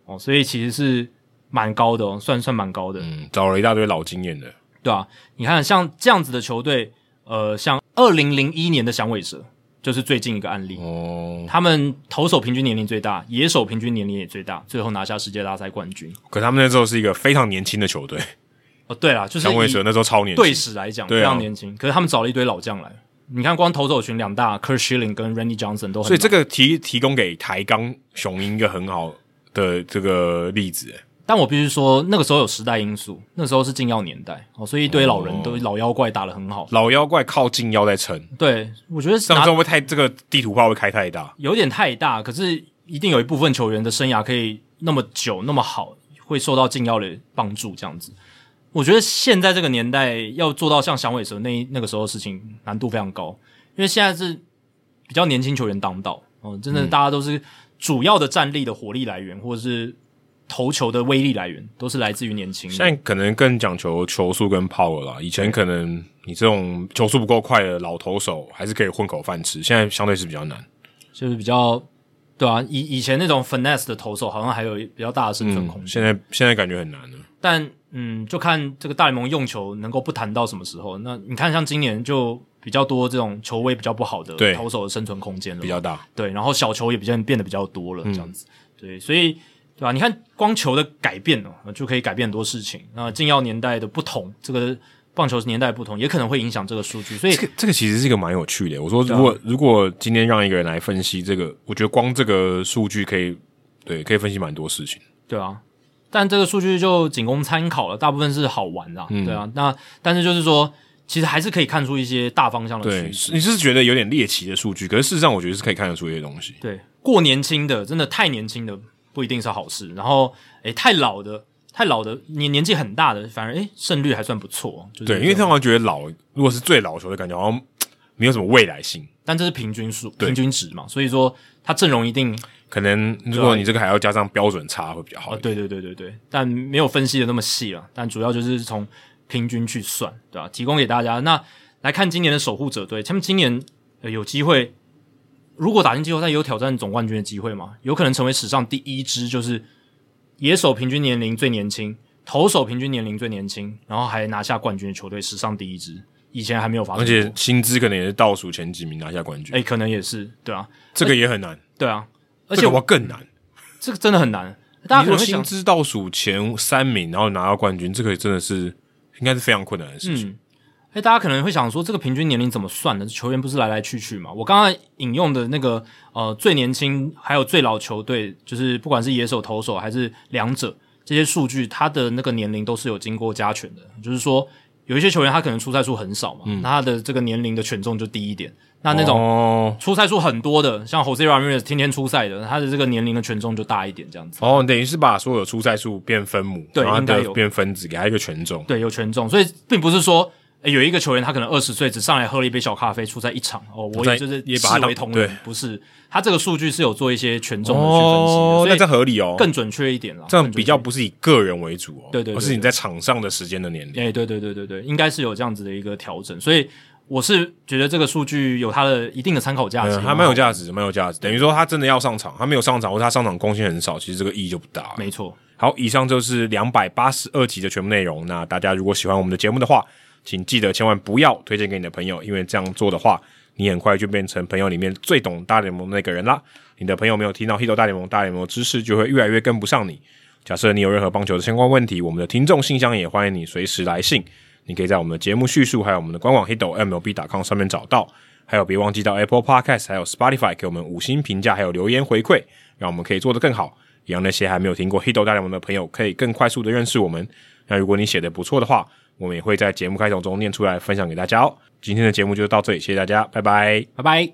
A: 哦，所以其实是蛮高的哦，算算蛮高的。
B: 嗯，找了一大堆老经验的，
A: 对啊，你看像这样子的球队，呃，像二零零一年的响尾蛇就是最近一个案例，
B: 哦，
A: 他们投手平均年龄最大，野手平均年龄也最大，最后拿下世界大赛冠军。
B: 可他们那时候是一个非常年轻的球 队，
A: 哦，对啦，就是
B: 响尾蛇
A: 以
B: 那时候超年轻，
A: 队史来讲
B: 对啊
A: 非常年轻，可是他们找了一堆老将来。你看，光投手群两大 k e r Schilling 跟 Randy Johnson 都很老，
B: 所以这个提提供给台钢雄鹰一个很好的这个例子。
A: 但我必须说，那个时候有时代因素，那时候是禁药年代哦，所以一堆老人都、老妖怪打得很好。
B: 老妖怪靠近腰在撑，
A: 对，我觉得
B: 这样
A: 拿
B: 会不会太这个地图炮会开太大？
A: 有点太大，可是一定有一部分球员的生涯可以那么久那么好，会受到禁药的帮助这样子。我觉得现在这个年代要做到像响尾蛇那那个时候的事情难度非常高，因为现在是比较年轻球员当道，哦、真的大家都是主要的战力的火力来源，或者是投球的威力来源，都是来自于年轻人。
B: 现在可能更讲求球速跟 power 啦，以前可能你这种球速不够快的老投手还是可以混口饭吃，现在相对是比较难。
A: 就是比较对啊，以以前那种 finesse 的投手好像还有比较大的生存空间、
B: 嗯，现在现在感觉很难了。
A: 但嗯，就看这个大联盟用球能够不谈到什么时候。那你看，像今年就比较多这种球位比较不好的
B: 对
A: 投手的生存空间了嘛，
B: 比较嗯大，
A: 对，然后小球也比较变得比较多了，这样子，对，所以对吧、你看光球的改变哦，呃就可以改变很多事情。那禁药年代的不同，这个棒球年代的不同，也可能会影响这个数据。所以
B: 这个这个其实是一个蛮有趣的。我说，
A: 啊
B: 如果、如果今天让一个人来分析这个，我觉得光这个数据可以，对，可以分析蛮多事情。
A: 对啊，但这个数据就仅供参考了，大部分是好玩的、对啊。那但是就是说，其实还是可以看出一些大方向的
B: 对
A: 趋，势。
B: 你是觉得有点猎奇的数据，可是事实上我觉得是可以看得出一些东西。
A: 对，过年轻的真的太年轻的不一定是好事，然后诶太老的太老的年年纪很大的，反而诶胜率还算不错。就是、啊
B: 对，因为通常觉得老，如果是最老的球队，感觉好像嘖没有什么未来性。
A: 但这是平均数、
B: 对
A: 平均值嘛，所以说他阵容一定
B: 可能如果你这个还要加上标准差会比较好
A: 啊，
B: 一点。
A: 对对对对对，但没有分析的那么细了，但主要就是从平均去算，对吧、提供给大家。那来看今年的守护者队，他们今年、呃、有机会，如果打进季后赛，有挑战总冠军的机会吗？有可能成为史上第一支，就是野手平均年龄最年轻，投手平均年龄最年轻，然后还拿下冠军的球队，史上第一支，以前还没有发生
B: 而
A: 过。
B: 且薪资可能也是倒数前几名拿下冠军，
A: 呃哎、可能也是，对啊，
B: 这个也很难，
A: 对啊，而
B: 而
A: 且
B: 且我
A: 我
B: 更难。
A: 这个真的很难。大家
B: 你
A: 可
B: 说
A: 能会
B: 薪
A: 想，
B: 资倒数前三名，然后拿到冠军，这个真的是应该是非常困难的事情。
A: 嗯，哎、大家可能会想说，这个平均年龄怎么算的？球员不是来来去去嘛？我刚刚引用的那个呃，最年轻还有最老球队，就是不管是野手、投手还是两者，这些数据他的那个年龄都是有经过加权的。就是说，有一些球员他可能出赛数很少嘛，那他的这个年龄的权重就低一点。那那种
B: 哦
A: 出赛数很多的，像 Jose Ramirez 天天出赛的，他的这个年龄的权重就大一点，这样子。
B: 哦，等于是把所有出赛数变分母，
A: 对
B: 然后
A: 应该
B: 它
A: 有
B: 的变分子，给它一个权重。
A: 对，有权重，所以并不是说、诶有一个球员他可能二十岁只上来喝了一杯小咖啡，出赛一场哦，我也
B: 在
A: 就是
B: 也把他
A: 视
B: 当
A: 为同
B: 对
A: 仁，不是他这个数据是有做一些权重的去分析的，
B: 哦，那
A: 所
B: 这
A: 以
B: 合理哦，
A: 更准确一点了，
B: 这样
A: 更准
B: 比较
A: 确。
B: 不是以个人为主哦，
A: 对对对
B: 而是你在场上的时间的年龄。
A: 哎、对对对对对，应该是有这样子的一个调整，所以我是觉得这个数据有它的一定的参考价值，
B: 嗯，还蛮有价值，蛮有价值。等于说他真的要上场，他没有上场，或者他上场贡献很少，其实这个意义就不大。
A: 没错。
B: 好，以上就是两百八十二集的全部内容。那大家如果喜欢我们的节目的话，请记得千万不要推荐给你的朋友，因为这样做的话，你很快就变成朋友里面最懂大联盟的那个人啦。你的朋友没有听到《h i t 大联盟》大联盟的知识，就会越来越跟不上你。假设你有任何棒球的相关问题，我们的听众信箱也欢迎你随时来信。你可以在我们的节目叙述，还有我们的官网 hito mlb.com 上面找到。还有，别忘记到 Apple Podcast 还有 Spotify 给我们五星评价，还有留言回馈，让我们可以做得更好，也让那些还没有听过 Hito 大联盟的朋友可以更快速的认识我们。那如果你写的不错的话，我们也会在节目开头中念出来，分享给大家哦。今天的节目就到这里，谢谢大家，拜拜。
A: 拜拜。